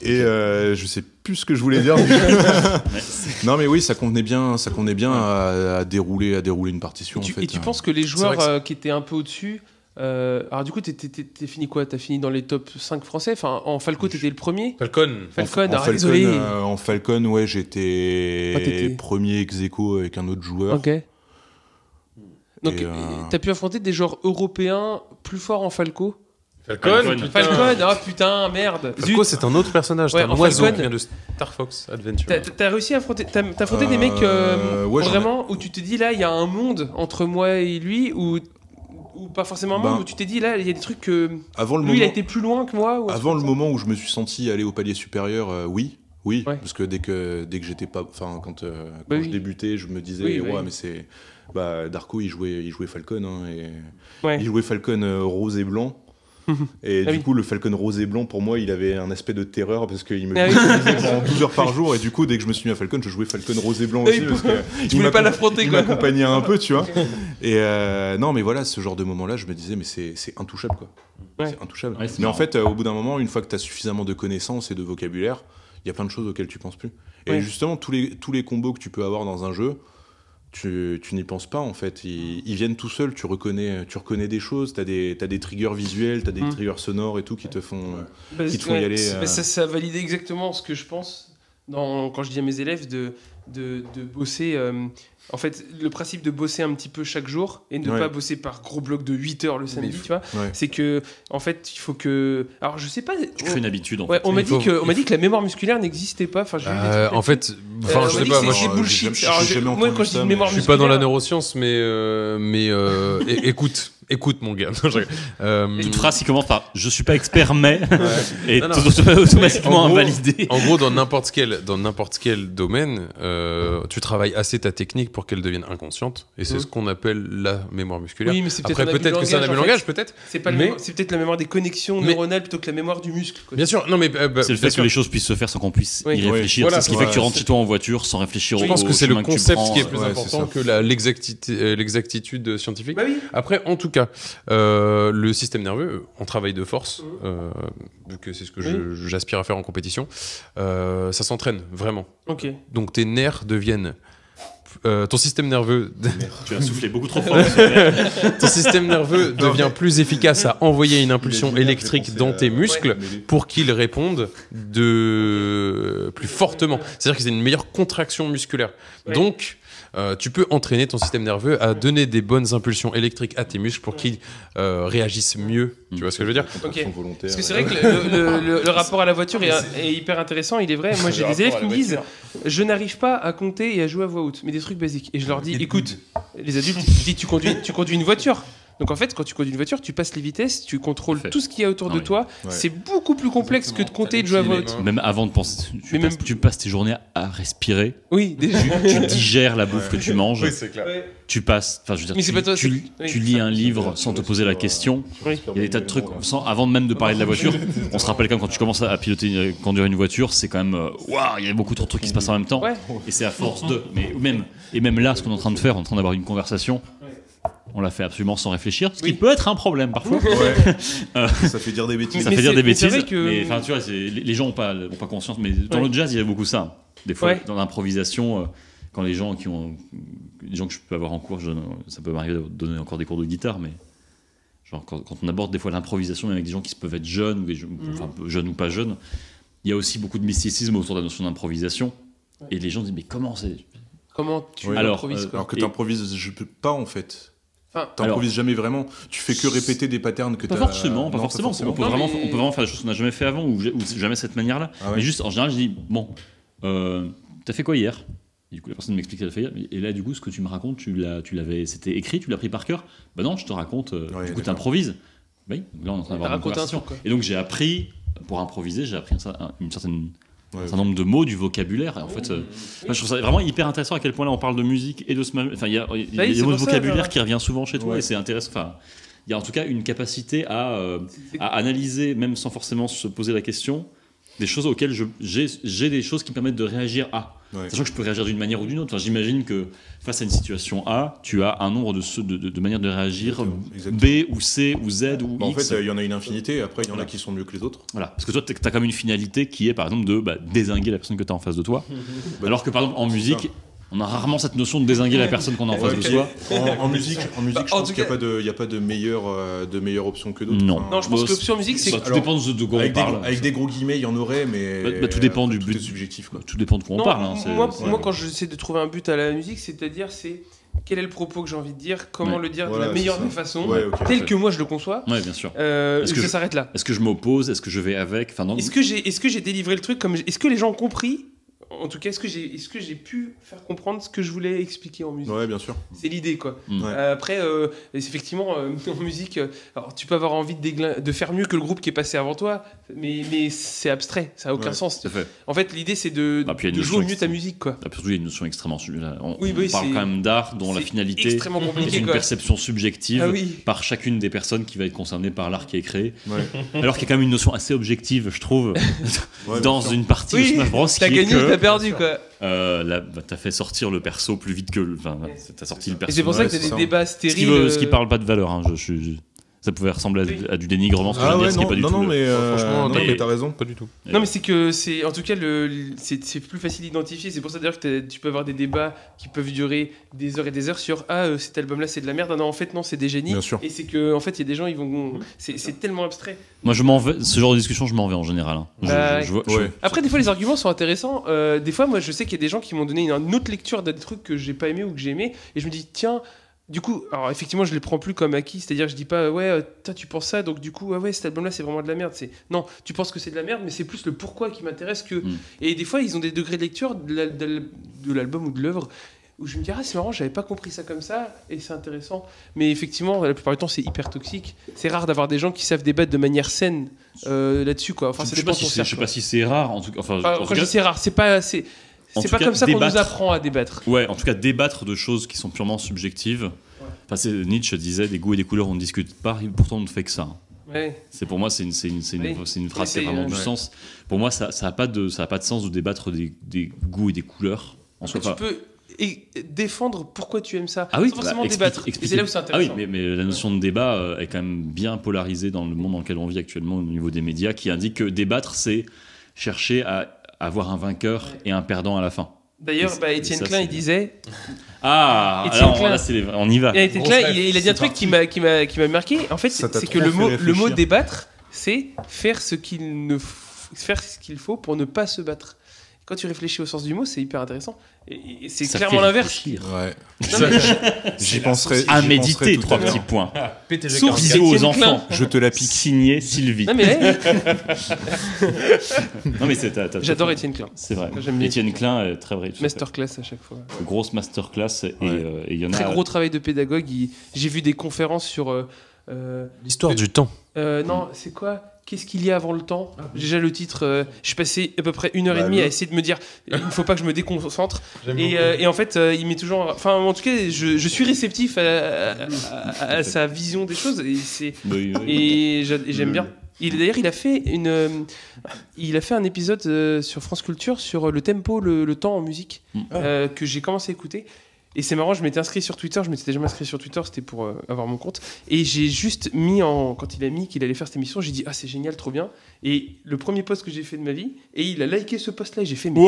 Et euh, je sais plus ce que je voulais dire. non mais oui, ça convenait bien, ça convenait bien à, à dérouler, à dérouler une partition Et tu, en fait. hein. et tu penses que les vrai joueurs que ça- euh, qui étaient un peu au-dessus. euh, alors du coup t'es- t'es- t'es t'es fini quoi T'as fini dans les top 5 français Enfin en Falco t'étais le premier Falcon. Falcon, en, alors Falcon, désolé. euh, en Falcon, ouais, j'étais Ah, t'étais- premier ex aequo avec un autre joueur. Ok. Donc Et, euh, t'as pu affronter des joueurs européens plus forts en Falco Falcon, putain. Falcon, ah putain, merde. Falco, c'est un autre personnage. Ouais, c'est un en oiseau Falcon- qui vient de Star Fox Adventure. T'as- T'as réussi à affronter, t'as t'as affronté des Euh, mecs euh, ouais, j'en ai- vraiment où tu te dis là il y a un monde entre moi et lui ou ou pas forcément un monde Ben, où tu t'es dit là il y a des trucs que lui Avant le il a moment, été plus loin que moi. ou un avant truc le comme moment où je me suis senti aller au palier supérieur, euh, oui. Oui, Ouais. parce que dès que dès que j'étais pas, enfin quand, euh, quand Bah oui. je débutais, je me disais Oui, ouais, oui. mais c'est bah Darko il jouait il jouait Falcon hein, et ça. Ouais. Il jouait Falcon euh, rose et blanc. Et Ah du oui. coup, le Falcon rose et blanc, pour moi, il avait un aspect de terreur parce qu'il me Ah oui. disait pendant 12 heures par jour. Et du coup, dès que je me suis mis à Falcon, je jouais Falcon rose et blanc Ah, aussi. il- parce que Tu voulais m'a- pas l'affronter il quoi. m'accompagnait un peu, tu vois. Et euh, non, mais voilà, ce genre de moment-là, je me disais, mais c'est c'est intouchable, quoi. Ouais. C'est intouchable. Ouais, c'est mais en marrant. fait, euh, au bout d'un moment, une fois que tu as suffisamment de connaissances et de vocabulaire, il y a plein de choses auxquelles tu penses plus. Et Ouais. justement, tous les, tous les combos que tu peux avoir dans un jeu, tu, tu n'y penses pas en fait. Ils, ils viennent tout seuls, tu reconnais, tu reconnais des choses, tu as des, t'as des triggers visuels, tu as des Mm. triggers sonores et tout qui te font. Bah, qui te font y ouais. aller, euh. Bah, ça, ça a validé exactement ce que je pense dans- quand je dis à mes élèves de, de, de bosser. euh, en fait, le principe de bosser un petit peu chaque jour et ne Ouais. pas bosser par gros bloc de 8 heures le samedi, tu vois, Ouais. c'est que, en fait, il faut que. Alors, je sais pas. Tu on- crées une habitude, en ouais, on m'a Il dit, faut- que- on il m'a dit que la mémoire musculaire n'existait pas. Enfin, j'ai eu des trucs Euh, en là-dessus. fait, enfin, Euh, je on m'a sais dit pas. que Moi, c'est- je c'est j'ai bullshit. jamais- j'ai Alors, jamais moi, entendu quand je ça, dis mais mémoire je suis musculaire, pas dans la neuroscience, mais euh, mais euh, é- écoute, Écoute, mon gars. Non, je rigole. Euh, Une phrase qui commence par Je suis pas expert, mais. et Non, non. tout- tout- automatiquement En gros- invalidé. En gros, dans n'importe quel, dans n'importe quel domaine, euh, tu travailles assez ta technique pour qu'elle devienne inconsciente, et c'est Mhm. ce qu'on appelle la mémoire musculaire. Oui, mais c'est peut-être Après, un abus de peut-être que c'est un langage, abus de en fait. langage, peut-être. C'est pas le Mais- mémoire- c'est peut-être la mémoire des connexions Mais- neuronales plutôt que la mémoire du muscle. quoi. Bien sûr. Non, mais euh, bah, C'est le fait bien que sûr. les choses puissent se faire sans qu'on puisse Oui. y réfléchir. Voilà, c'est ce qui ouais, fait que tu rentres c'est- chez toi en voiture sans réfléchir Je au pense que c'est le chemin tu concept prends, qui est euh, plus ouais, c'est important ça. que la- l'exactitude euh, l'exactitude scientifique. Bah oui. Après, en tout cas, euh, le système nerveux, en travail de force, euh, vu que c'est ce que je- j'aspire à faire en compétition, euh, ça s'entraîne vraiment. Ok. Donc tes nerfs deviennent. euh, ton système nerveux, Tu as soufflé beaucoup trop fort. sur l'air. ton système nerveux devient plus efficace à envoyer une impulsion nerfs, j'ai électrique pensé dans à- tes muscles Mais- pour qu'ils répondent de plus fortement. C'est-à-dire que c'est une meilleure contraction musculaire. Ouais. Donc, euh, tu peux entraîner ton système nerveux à donner des bonnes impulsions électriques à tes muscles pour qu'ils euh, réagissent mieux. Tu vois ce que je veux dire Ok. Son volontaire. Parce que c'est vrai que le, le- le- le rapport à la voiture est, est hyper intéressant, il est vrai. Moi, j'ai des élèves qui me disent Je n'arrive pas à compter et à jouer à voix haute, mais des trucs basiques. Et je leur dis Écoute, les adultes, je dis, tu conduis, tu conduis une voiture. Donc en fait, quand tu conduis une voiture, tu passes les vitesses, tu contrôles Fait. tout ce qu'il y a autour Non, de mais- toi. Ouais. C'est beaucoup plus complexe que de compter et de jouer à voix haute. Même avant de penser, tu, Mais passes, même- tu passes tes journées à respirer. Oui, déjà. Tu digères la bouffe que tu manges. c'est clair. Ouais. Tu passes. Enfin, je veux dire, Mais tu, c'est pas toi, tu- c'est- oui. tu lis un livre sans te poser la question. Oui. Il y a des tas de trucs. Sans, avant même de parler de la voiture, on se rappelle quand même quand tu commences à piloter, une- conduire une voiture, c'est quand même euh, waouh, il y a beaucoup trop de trucs qui se passent en même temps. Ouais. Et c'est à force de. Mais ou même et même là, ce qu'on est en train de faire, on est en train d'avoir une conversation. On l'a fait absolument sans réfléchir, ce qui Oui. peut être un problème parfois. Ça fait dire des bêtises. ça Mais fait dire c'est- des mais c'est bêtises. vrai que- Mais enfin, tu vois, c'est- les les gens n'ont pas, ont pas conscience. Mais dans Ouais. le jazz, il y avait beaucoup ça. Des fois, Ouais. dans l'improvisation, euh, quand les gens qui ont, les gens que je peux avoir en cours, je donne- ça peut m'arriver de donner encore des cours de guitare, mais genre quand, quand on aborde des fois l'improvisation, même avec des gens qui peuvent être jeunes, ou des gens- Mm. enfin, jeunes ou pas jeunes, il y a aussi beaucoup de mysticisme autour de la notion d'improvisation. Et les gens disent mais comment c'est Comment tu Oui. Alors, improvises euh, quoi. Alors que Et- t'improvises je peux pas en fait. Enfin, T'improvises jamais vraiment. Tu fais que répéter des patterns que Pas t'as. forcément, pas Non, forcément. On, peut Non, vraiment, mais- on peut vraiment faire des choses qu'on n'a jamais fait avant ou, ja- ou jamais cette manière-là. Ah ouais. Mais juste, en général, je dis Bon, euh, t'as fait quoi hier Et du coup, la personne m'explique qu'elle a fait hier. Et là, du coup, ce que tu me racontes, tu l'as, tu l'avais, c'était écrit, tu l'as pris par cœur. Bah non, je te raconte. euh, Ouais, du coup, d'accord. t'improvises. Oui, donc là, on est en train d'avoir une raconte un conversation. truc, quoi. Et donc, j'ai appris, pour improviser, j'ai appris un, cer- un- une certaine, Ouais. un certain nombre de mots, du vocabulaire. Et en fait, euh, moi, je trouve ça vraiment hyper intéressant à quel point là, on parle de musique et de ce. Enfin, il y a, il y a Bah oui, des c'est mots de pour ça, vocabulaire bah. qui revient souvent chez toi Ouais. et c'est intéressant. Enfin, il y a en tout cas une capacité à. euh, à analyser, même sans forcément se poser la question, des choses auxquelles je- j'ai j'ai des choses qui me permettent de réagir à. Ouais. Sachant que je peux réagir d'une manière ou d'une autre. Enfin, J'imagine que face à une situation A, tu as un nombre de, ce- de, de- de manières de réagir Exactement, B ou C ou Z ou Bah, en X. fait, euh, il y en a une infinité. Après, il y en a qui sont mieux que les autres. Voilà. Parce que toi, tu as comme une finalité qui est, par exemple, de bah, désinguer la personne que tu as en face de toi. Alors que, par exemple, en musique, on a rarement cette notion de désinguer la personne qu'on a en face de Ouais, soi. Bah, En, en musique, en musique, je en pense tout qu'il n'y a cas- pas de, il y a pas de meilleure, euh, de meilleure option que d'autres. Non. Enfin, Non, je Bah, pense que l'option musique, c'est Ça, tout Alors, dépend de de quoi on avec, des, parle. gros- avec des gros guillemets, il y en aurait, mais Bah, bah, tout dépend du tout but. est subjectif. Quoi. Tout dépend de quoi on Non, parle. hein, c'est- moi, c'est- moi, quand j'essaie de trouver un but à la musique, c'est-à-dire, c'est quel est le propos que j'ai envie de dire, comment Ouais. le dire de Voilà, la meilleure c'est des ça. façons, Ouais, ok, tel parfait. que moi je le conçois. Ouais, bien sûr. Euh, Est-ce Est-ce que que, je- ça s'arrête là Est-ce que je m'oppose Est-ce que je vais avec enfin, dans- Est-ce que j'ai est-ce que j'ai délivré le truc comme j- est-ce que les gens ont compris En tout cas, est-ce que j'ai est-ce que j'ai pu faire comprendre ce que je voulais expliquer en musique Ouais, bien sûr. C'est l'idée quoi. Mm. Ouais. Euh, après, euh, et c'est effectivement, euh, en musique, euh, alors, tu peux avoir envie de, déglin- de faire mieux que le groupe qui est passé avant toi, mais, mais c'est abstrait, ça a aucun Ouais. sens. Tout à fait. En fait, l'idée c'est de, Ah, puis il y a une de jouer au notion mieux qui- ta musique quoi. Ah, puis surtout, il y a une notion extrêmement. sub- là, On, Oui, on oui, parle c'est- quand même d'art dont la C'est finalité Extrêmement est compliqué une quoi. perception subjective Ah oui. par chacune des personnes qui va être concernée par l'art qui est créé. Ouais. Alors qu'il y a quand même une notion assez objective, je trouve, Ouais, dans bien sûr. une partie de Oui, Smash Bros. qui T'as est gagné ou que, t'as perdu quoi. euh, là, bah, t'as fait sortir le perso plus vite que. le- Enfin, voilà, t'as sorti le Et perso. c'est pour ça que c'est t'as des ça. débats hein. ce, qui stériles. veut- ce qui euh, parle pas de valeur. hein, je- je- je- ça pouvait ressembler à, à du dénigrement, ce que je Ah veux ouais, dire, ce qui est non, pas du non, tout non, le- mais euh, Franchement, non, t'as- mais t'as raison. Pas du tout. Non mais c'est que c'est en tout cas le, le- c'est c'est plus facile d'identifier. C'est pour ça d'ailleurs que t'as- tu peux avoir des débats qui peuvent durer des heures et des heures sur ah euh, cet album là c'est de la merde. Ah non en fait non c'est des génies. Bien sûr. Mmh. Et c'est que en fait il y a des gens ils vont c'est c'est tellement abstrait. Moi, je m'en vais. Ce genre de discussion, je m'en vais en général. hein. Je- Bah, je- je vois- je- Ouais. Après des fois les arguments sont intéressants. Euh, des fois moi je sais qu'il y a des gens qui m'ont donné une, une autre lecture d'un truc que j'ai pas aimé ou que j'ai aimé et je me dis tiens du coup alors effectivement je les prends plus comme acquis c'est-à-dire je dis pas ouais euh, toi tu penses ça donc du coup ah ouais cet album là c'est vraiment de la merde c'est non tu penses que c'est de la merde mais c'est plus le pourquoi qui m'intéresse que Mm. et des fois ils ont des degrés de lecture de la- de la- de l'album ou de l'œuvre où je me dis, ah, c'est marrant, j'avais pas compris ça comme ça, et c'est intéressant. Mais effectivement, la plupart du temps, c'est hyper toxique. C'est rare d'avoir des gens qui savent débattre de manière saine euh, là-dessus, quoi. Enfin, je ça sais dépend pas de si ton c'est- je sais cercle. pas si c'est rare, en tout cas. Enfin, Enfin, en tout quand je cas- dis c'est rare, c'est pas, c'est, En c'est tout pas cas, comme ça qu'on nous débattre. apprend à débattre. Ouais, en tout cas, débattre de choses qui sont purement subjectives. Enfin, c'est- Nietzsche disait des goûts et des couleurs, on ne discute pas, pourtant on ne fait que ça. Ouais. C'est pour moi, c'est une, c'est une, c'est une- Oui. c'est une phrase Oui, qui a c'est, vraiment du euh, sens. Pour moi, ça, ça a pas de, ça a pas de sens de débattre des, des goûts et des couleurs. En soi, tu Enfin, peux é- défendre pourquoi tu aimes ça. Ah oui, sans forcément bah, explique- débattre. Et expliquer- c'est là où c'est Ah oui, intéressant. mais, mais la notion de débat euh, est quand même bien polarisée dans le monde dans lequel on vit actuellement au niveau des médias, qui indique que débattre, c'est chercher à avoir un vainqueur Ouais. et un perdant à la fin. D'ailleurs, Et- bah, et Étienne ça, Klein, c'est- il disait. Ah, Étienne alors, Klein. là, c'est les- on y va. Et Étienne Grosse Klein, rêve, il, il a dit un c'est truc qui m'a, qui, m'a, qui m'a marqué. En fait, Ça t'a c'est trop que le fait mot, le mot réfléchir. débattre, c'est faire ce qu'il ne f- faire ce qu'il faut pour ne pas se battre. Quand tu réfléchis au sens du mot, c'est hyper intéressant. Et, et c'est Ça clairement fait l'inverse. réfléchir. Ouais. Non, mais- J'y penserai. À j'y penserai méditer, tout à trois l'heure. petits points. Ah, Source Bisous aux Étienne Klein. enfants. Je te la pique. Signé Sylvie. Non, mais hey, Non, mais c'est t'as- t'as- j'adore Étienne Klein. C'est vrai. J'aime bien Étienne Klein est très vrai. tout à fait. Masterclass à chaque fois. Grosse masterclass. Et Ouais. euh, et il y en a. Très gros travail de pédagogue. il- J'ai vu des conférences sur. euh, euh, L'histoire du temps. Euh, non, c'est quoi Qu'est-ce qu'il y a avant le temps J'ai Déjà le titre, euh, je suis passé à peu près une heure et Bah, demie le- à essayer de me dire, il ne faut pas que je me déconcentre. Et, euh, et en fait, euh, il met toujours... Enfin, en tout cas, je, je suis réceptif à, à- à- à sa vision des choses et, c'est- Oui, oui, oui. et j'a- et j'aime bien. Il- D'ailleurs, il a fait une, euh, il a fait un épisode euh, sur France Culture sur euh, le tempo, le, le temps en musique Mm. euh, que j'ai commencé à écouter. Et c'est marrant, je m'étais inscrit sur Twitter, je m'étais déjà inscrit sur Twitter, c'était pour euh, avoir mon compte. Et j'ai juste mis en. Quand il a mis qu'il allait faire cette émission, j'ai dit Ah, c'est génial, trop bien. Et le premier post que j'ai fait de ma vie, et il a liké ce post-là, et j'ai fait Mais Wow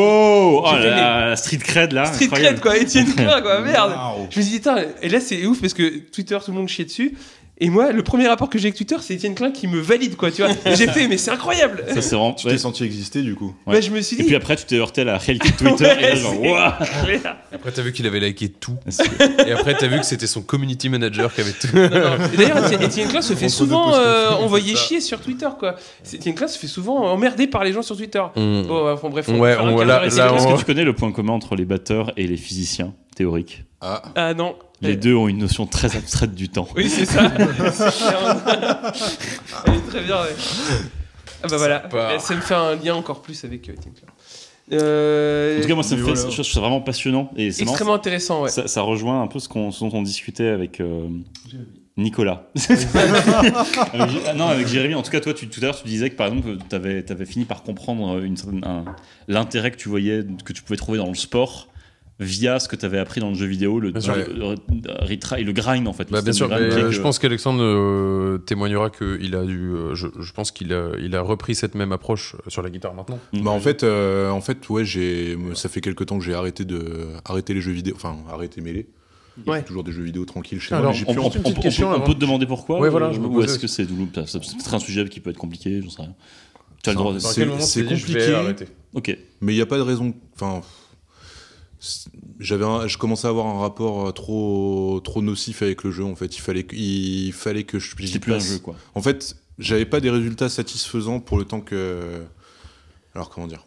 oh, J'ai fait la, la street cred là. street incroyable. cred, quoi, Étienne Klein, Ah, quoi, Ah, merde Waouh. Je me suis dit, putain, et là c'est ouf parce que Twitter, tout le monde chiait dessus. Et moi, le premier rapport que j'ai avec Twitter, c'est Étienne Klein qui me valide, quoi, tu vois. Et j'ai fait, mais c'est incroyable Ça c'est vraiment. Tu t'es ouais. senti exister du coup. Bah, Je me suis Et puis dit, après tu t'es heurté à la réalité de Twitter et là Ouais, genre c'est- waouh. Après, t'as vu qu'il avait liké tout. C'est- Et après, t'as vu que c'était son community manager qui avait tout. Non, non. Et D'ailleurs, Étienne- Étienne Klein se fait Entre deux souvent posts comme euh, ça. envoyer chier sur Twitter, quoi. C'est- Étienne Klein se fait souvent emmerder par les gens sur Twitter. Bon, euh, enfin bref, va Ouais, faire un on- quart là- d'heure, Étienne là, Klein. Est-ce on- que tu connais le point commun entre les batteurs et les physiciens théoriques Ah. Ah non. Les Eh, deux ont une notion très abstraite du temps. Oui, c'est ça. C'est clair. Elle est très bien, ouais. Ah bah voilà. part. Eh, Ça me fait un lien encore plus avec euh, Étienne Klein. Euh, En tout cas moi ça me Mais fait, voilà. je trouve ça vraiment passionnant et c'est marrant, extrêmement intéressant, ouais. ça, ça rejoint un peu ce, qu'on, ce dont on discutait avec euh, Nicolas. Avec Jé- ah non, avec Jérémy, en tout cas, toi, tu, tout à l'heure, tu disais que par exemple, tu avais, fini par comprendre euh, une certaine- un- l'intérêt que tu voyais, que tu pouvais trouver dans le sport via ce que tu avais appris dans le jeu vidéo, le, Bien sûr. le- le- le retry, le grind en fait. le Bah, bien sûr, système de mais, grind qui euh, est je que- pense qu'Alexandre euh, témoignera qu'il a dû. euh, je, je pense qu'il a, il a repris cette même approche euh, sur la guitare maintenant. Bah en fait, euh, en fait, ouais, j'ai, ça fait quelques temps que j'ai arrêté de, arrêter les jeux vidéo, enfin arrêté mêlé. Ouais. J'ai Toujours des jeux vidéo tranquilles chez moi. Alors, mais j'ai Ah, On, pu on- en- on- on- on peut, on peut te demander pourquoi hein. Ouais, voilà, ou- je me Ou posais est-ce que aussi. c'est douloureux Ça- C'est peut-être un sujet qui peut être compliqué, j'en sais rien. Tu as le droit de. C'est- c'est compliqué. Ok. Mais il n'y a pas de raison. Enfin, c'est- j'avais, un- je commençais à avoir un rapport euh, trop, trop nocif avec le jeu. En fait, il fallait, que- il fallait que je. j'y C'est plus un passe. jeu quoi. En fait, j'avais pas des résultats satisfaisants pour le temps que. Alors comment dire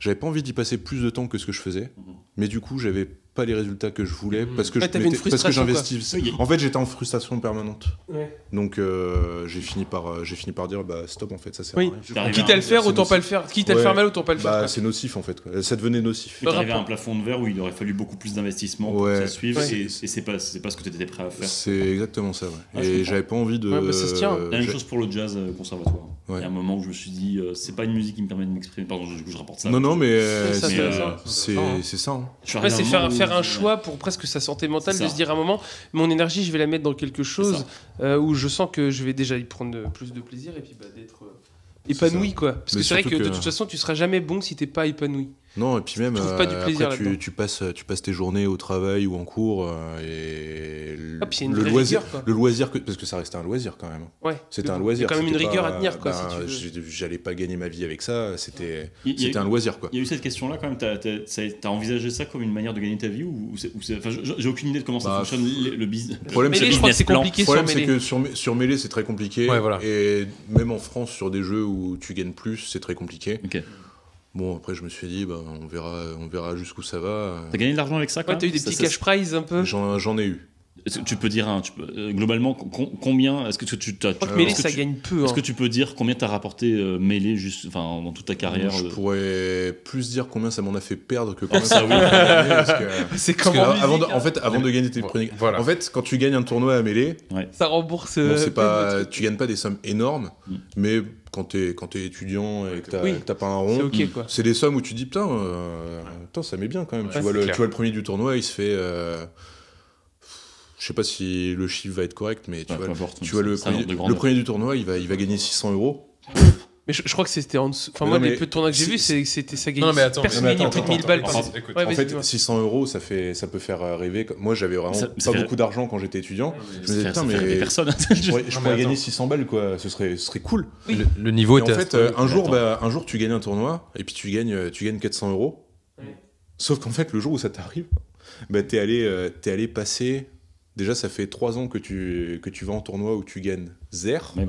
J'avais pas envie d'y passer plus de temps que ce que je faisais, Mhm. mais du coup, j'avais pas les résultats que je voulais parce que Ouais, je t'avais une mettais- parce que frustration, quoi. j'investissais. Oui, il y a- En fait, j'étais en frustration permanente. Ouais. Donc euh, j'ai fini par euh, j'ai fini par dire bah stop en fait, ça sert Oui. à rien. T'arrives Quitte à le faire, Eh C'est autant nocif. pas le faire. Quitte à le Ouais. faire mal, autant pas le faire. Bah, quoi. c'est nocif en fait, quoi. ça devenait nocif. Tu arrivé à un plafond de verre où il aurait fallu beaucoup plus d'investissement pour Ouais. que ça suive, Ouais. et, et c'est pas, c'est pas ce que tu étais prêt à faire. C'est exactement ça, ouais. Ah, je Et comprends. j'avais pas envie de. Ouais, bah, ça se tient. euh, La même j'ai- chose pour le jazz euh, conservatoire. Ouais. Il y a un moment où je me suis dit, euh, c'est pas une musique qui me permet de m'exprimer. Pardon, je, du coup, je rapporte ça. Non, non, mais euh, Ça, ça, c'est ça, euh, ça. c'est- c'est ça. hein. Je suis Ouais, arrivé à c'est un faire, moment où faire je un me suis dit, euh, choix pour presque sa santé mentale, C'est de ça. se dire à un moment, mon énergie, je vais la mettre dans quelque ça. chose euh, où je sens que je vais déjà y prendre de- plus de plaisir et puis bah, d'être euh, épanoui, quoi. Parce Mais que c'est vrai que, surtout de que- toute façon, tu seras jamais bon si t'es pas épanoui. Non, et puis même, trouve euh, pas du plaisir après, tu, là-dedans. tu passes, tu passes tes journées au travail ou en cours, euh, et l- Ah, puis il y a une le vraie loisir, rigueur, quoi. le loisir, que, parce que ça restait un loisir quand même. hein. Ouais. C'était Mais un bon, loisir. Il y a quand même une c'était rigueur pas- à tenir, quoi. ben, si tu veux. j'ai- J'allais pas gagner ma vie avec ça, c'était Il y, a- c'était un loisir, quoi. il y a eu cette question-là quand même. T'as, t'as- ça- t'as envisagé ça comme une manière de gagner ta vie ou, ou c'est- ou c'est- enfin, je- j'ai aucune idée de comment ça Bah, fonctionne le, le business. Le problème, Mêlée, c'est que je crois que c'est business plan. compliqué Le sur problème, c'est mêlée. que sur, mê- sur mêlée, c'est très compliqué. Ouais, voilà. Et même en France, sur des jeux où tu gagnes plus, c'est très compliqué. Ok. Bon, après, je me suis dit, bah, on verra, on verra jusqu'où ça va. T'as gagné de l'argent avec ça quand Ouais, t'as eu des même Ça, petits ça, cash prize un peu. J'en j'en ai eu. Est-ce que tu peux dire, hein, tu peux- euh, globalement, com- combien Est-ce que tu, tu- t'as- Je crois que est-ce Melee, que ça tu- gagne peu. Est-ce hein. que tu peux dire combien t'as rapporté euh, mêlé juste, enfin, dans toute ta carrière je euh, Ah, pourrais plus dire combien ça m'en a fait perdre que combien ça m'a fait gagner, parce que- C'est parce que comment avant de- en fait, hein. avant de gagner tes chroniques. Voilà. En fait, quand tu gagnes un tournoi à mêlée, Ça rembourse. bon, euh, c'est plein de pas, trucs. tu gagnes pas des sommes énormes, Mm. mais quand t'es quand t'es étudiant et que t'as Oui. que t'as pas un C'est rond, ok quoi. c'est Mm. des sommes où tu te dis putain, euh, putain, ça met bien quand même. Ouais, tu, vois c'est le, clair. tu vois le premier du tournoi, il se fait. euh, je sais pas si le chiffre va être correct, mais tu enfin, vois, peu importe, tu vois le, ça, ça, premier, de le grandeur. premier du tournoi, il va, il va gagner 600 euros. Mais je, je crois que c'était en dessous. Enfin, Mais moi, non, les mais peu de tournois que j'ai si- vus, c'est- c'était ça gagnait. Non, mais attends, Personne mais gagnait attends, plus de attends, 1000 balles par attends, mois. Écoute, Ouais, en vas-y, fait, dis-moi. 600 euros, ça, fait, ça peut faire euh, rêver. Moi, j'avais vraiment Ça- ça pas fait- beaucoup d'argent quand j'étais étudiant. Ça Je me fait- disais, putain, ça fait mais des personnes. je pourrais, je Non, mais pourrais attends. gagner 600 balles, quoi. Ce serait, ce serait cool. Le, le niveau et en était fait, euh, un, jour, bah, un jour, tu gagnes un tournoi et puis tu gagnes, euh, tu gagnes 400 euros. Ouais. Sauf qu'en fait, le jour où ça t'arrive, bah, t'es allé, euh, t'es allé passer. Déjà, ça fait 3 ans que tu, que tu vas en tournoi où tu gagnes zéro. Mais ouais,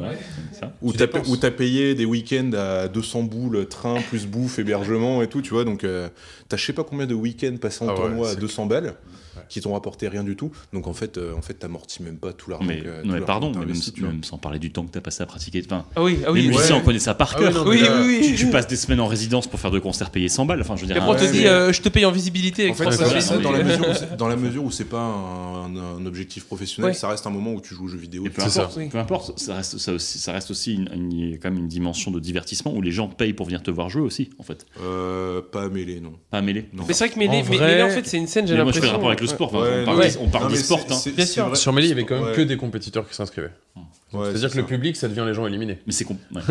ça. Où Tu t'as, dépenses. où t'as payé des week-ends à 200 boules, train plus bouffe, hébergement et tout, tu vois. Donc, euh, t'as je sais pas combien de week-ends passés en Ah ouais, tournoi à c'est 200 balles qui t'ont rapporté rien du tout. Donc, en fait, euh, en fait t'amortis même pas tout l'argent. Mais, que- tout non, mais l'argent pardon, que t'as mais même, investi, euh, tu vois. même sans parler du temps que t'as passé à pratiquer. Enfin, Ah oui, ah oui. les oui. musiciens, on connaît ça par Ah oui, cœur. non, mais Oui, là- oui, oui. tu, tu passes des semaines en résidence pour faire deux concerts payés 100 balles. Enfin, je veux Et dire, après, on un- te Ouais, dit, mais- euh, je te paye en visibilité avec En fait, France ça, ouais, ça, ouais. dans, la mesure où c'est- dans la mesure où c'est pas un, un- un objectif professionnel, Ouais. ça reste un moment où tu joues aux jeux vidéo. Et peu tu- ça. importe, Oui. peu importe, ça reste, ça aussi, ça reste aussi une, une- il y a quand même une dimension de divertissement où les gens payent pour venir te voir jouer aussi, en fait. Euh, pas mêlé, non. Pas mêlé. Non. Mais c'est vrai que En Melee, mais- vrai- Melee, en fait, c'est une scène, j'ai Mais moi, je l'impression. euh, fais le rapport avec le sport. enfin, on parle, ouais. des- on parle Non, mais des c'est- sports. hein. c'est- Bien c'est sûr. vrai. Sur Melee, il y avait quand même Ouais. que des compétiteurs qui s'inscrivaient. Ouais, C'est-à-dire c'est que le ça. public, ça devient les gens éliminés. Mais c'est con. ouais.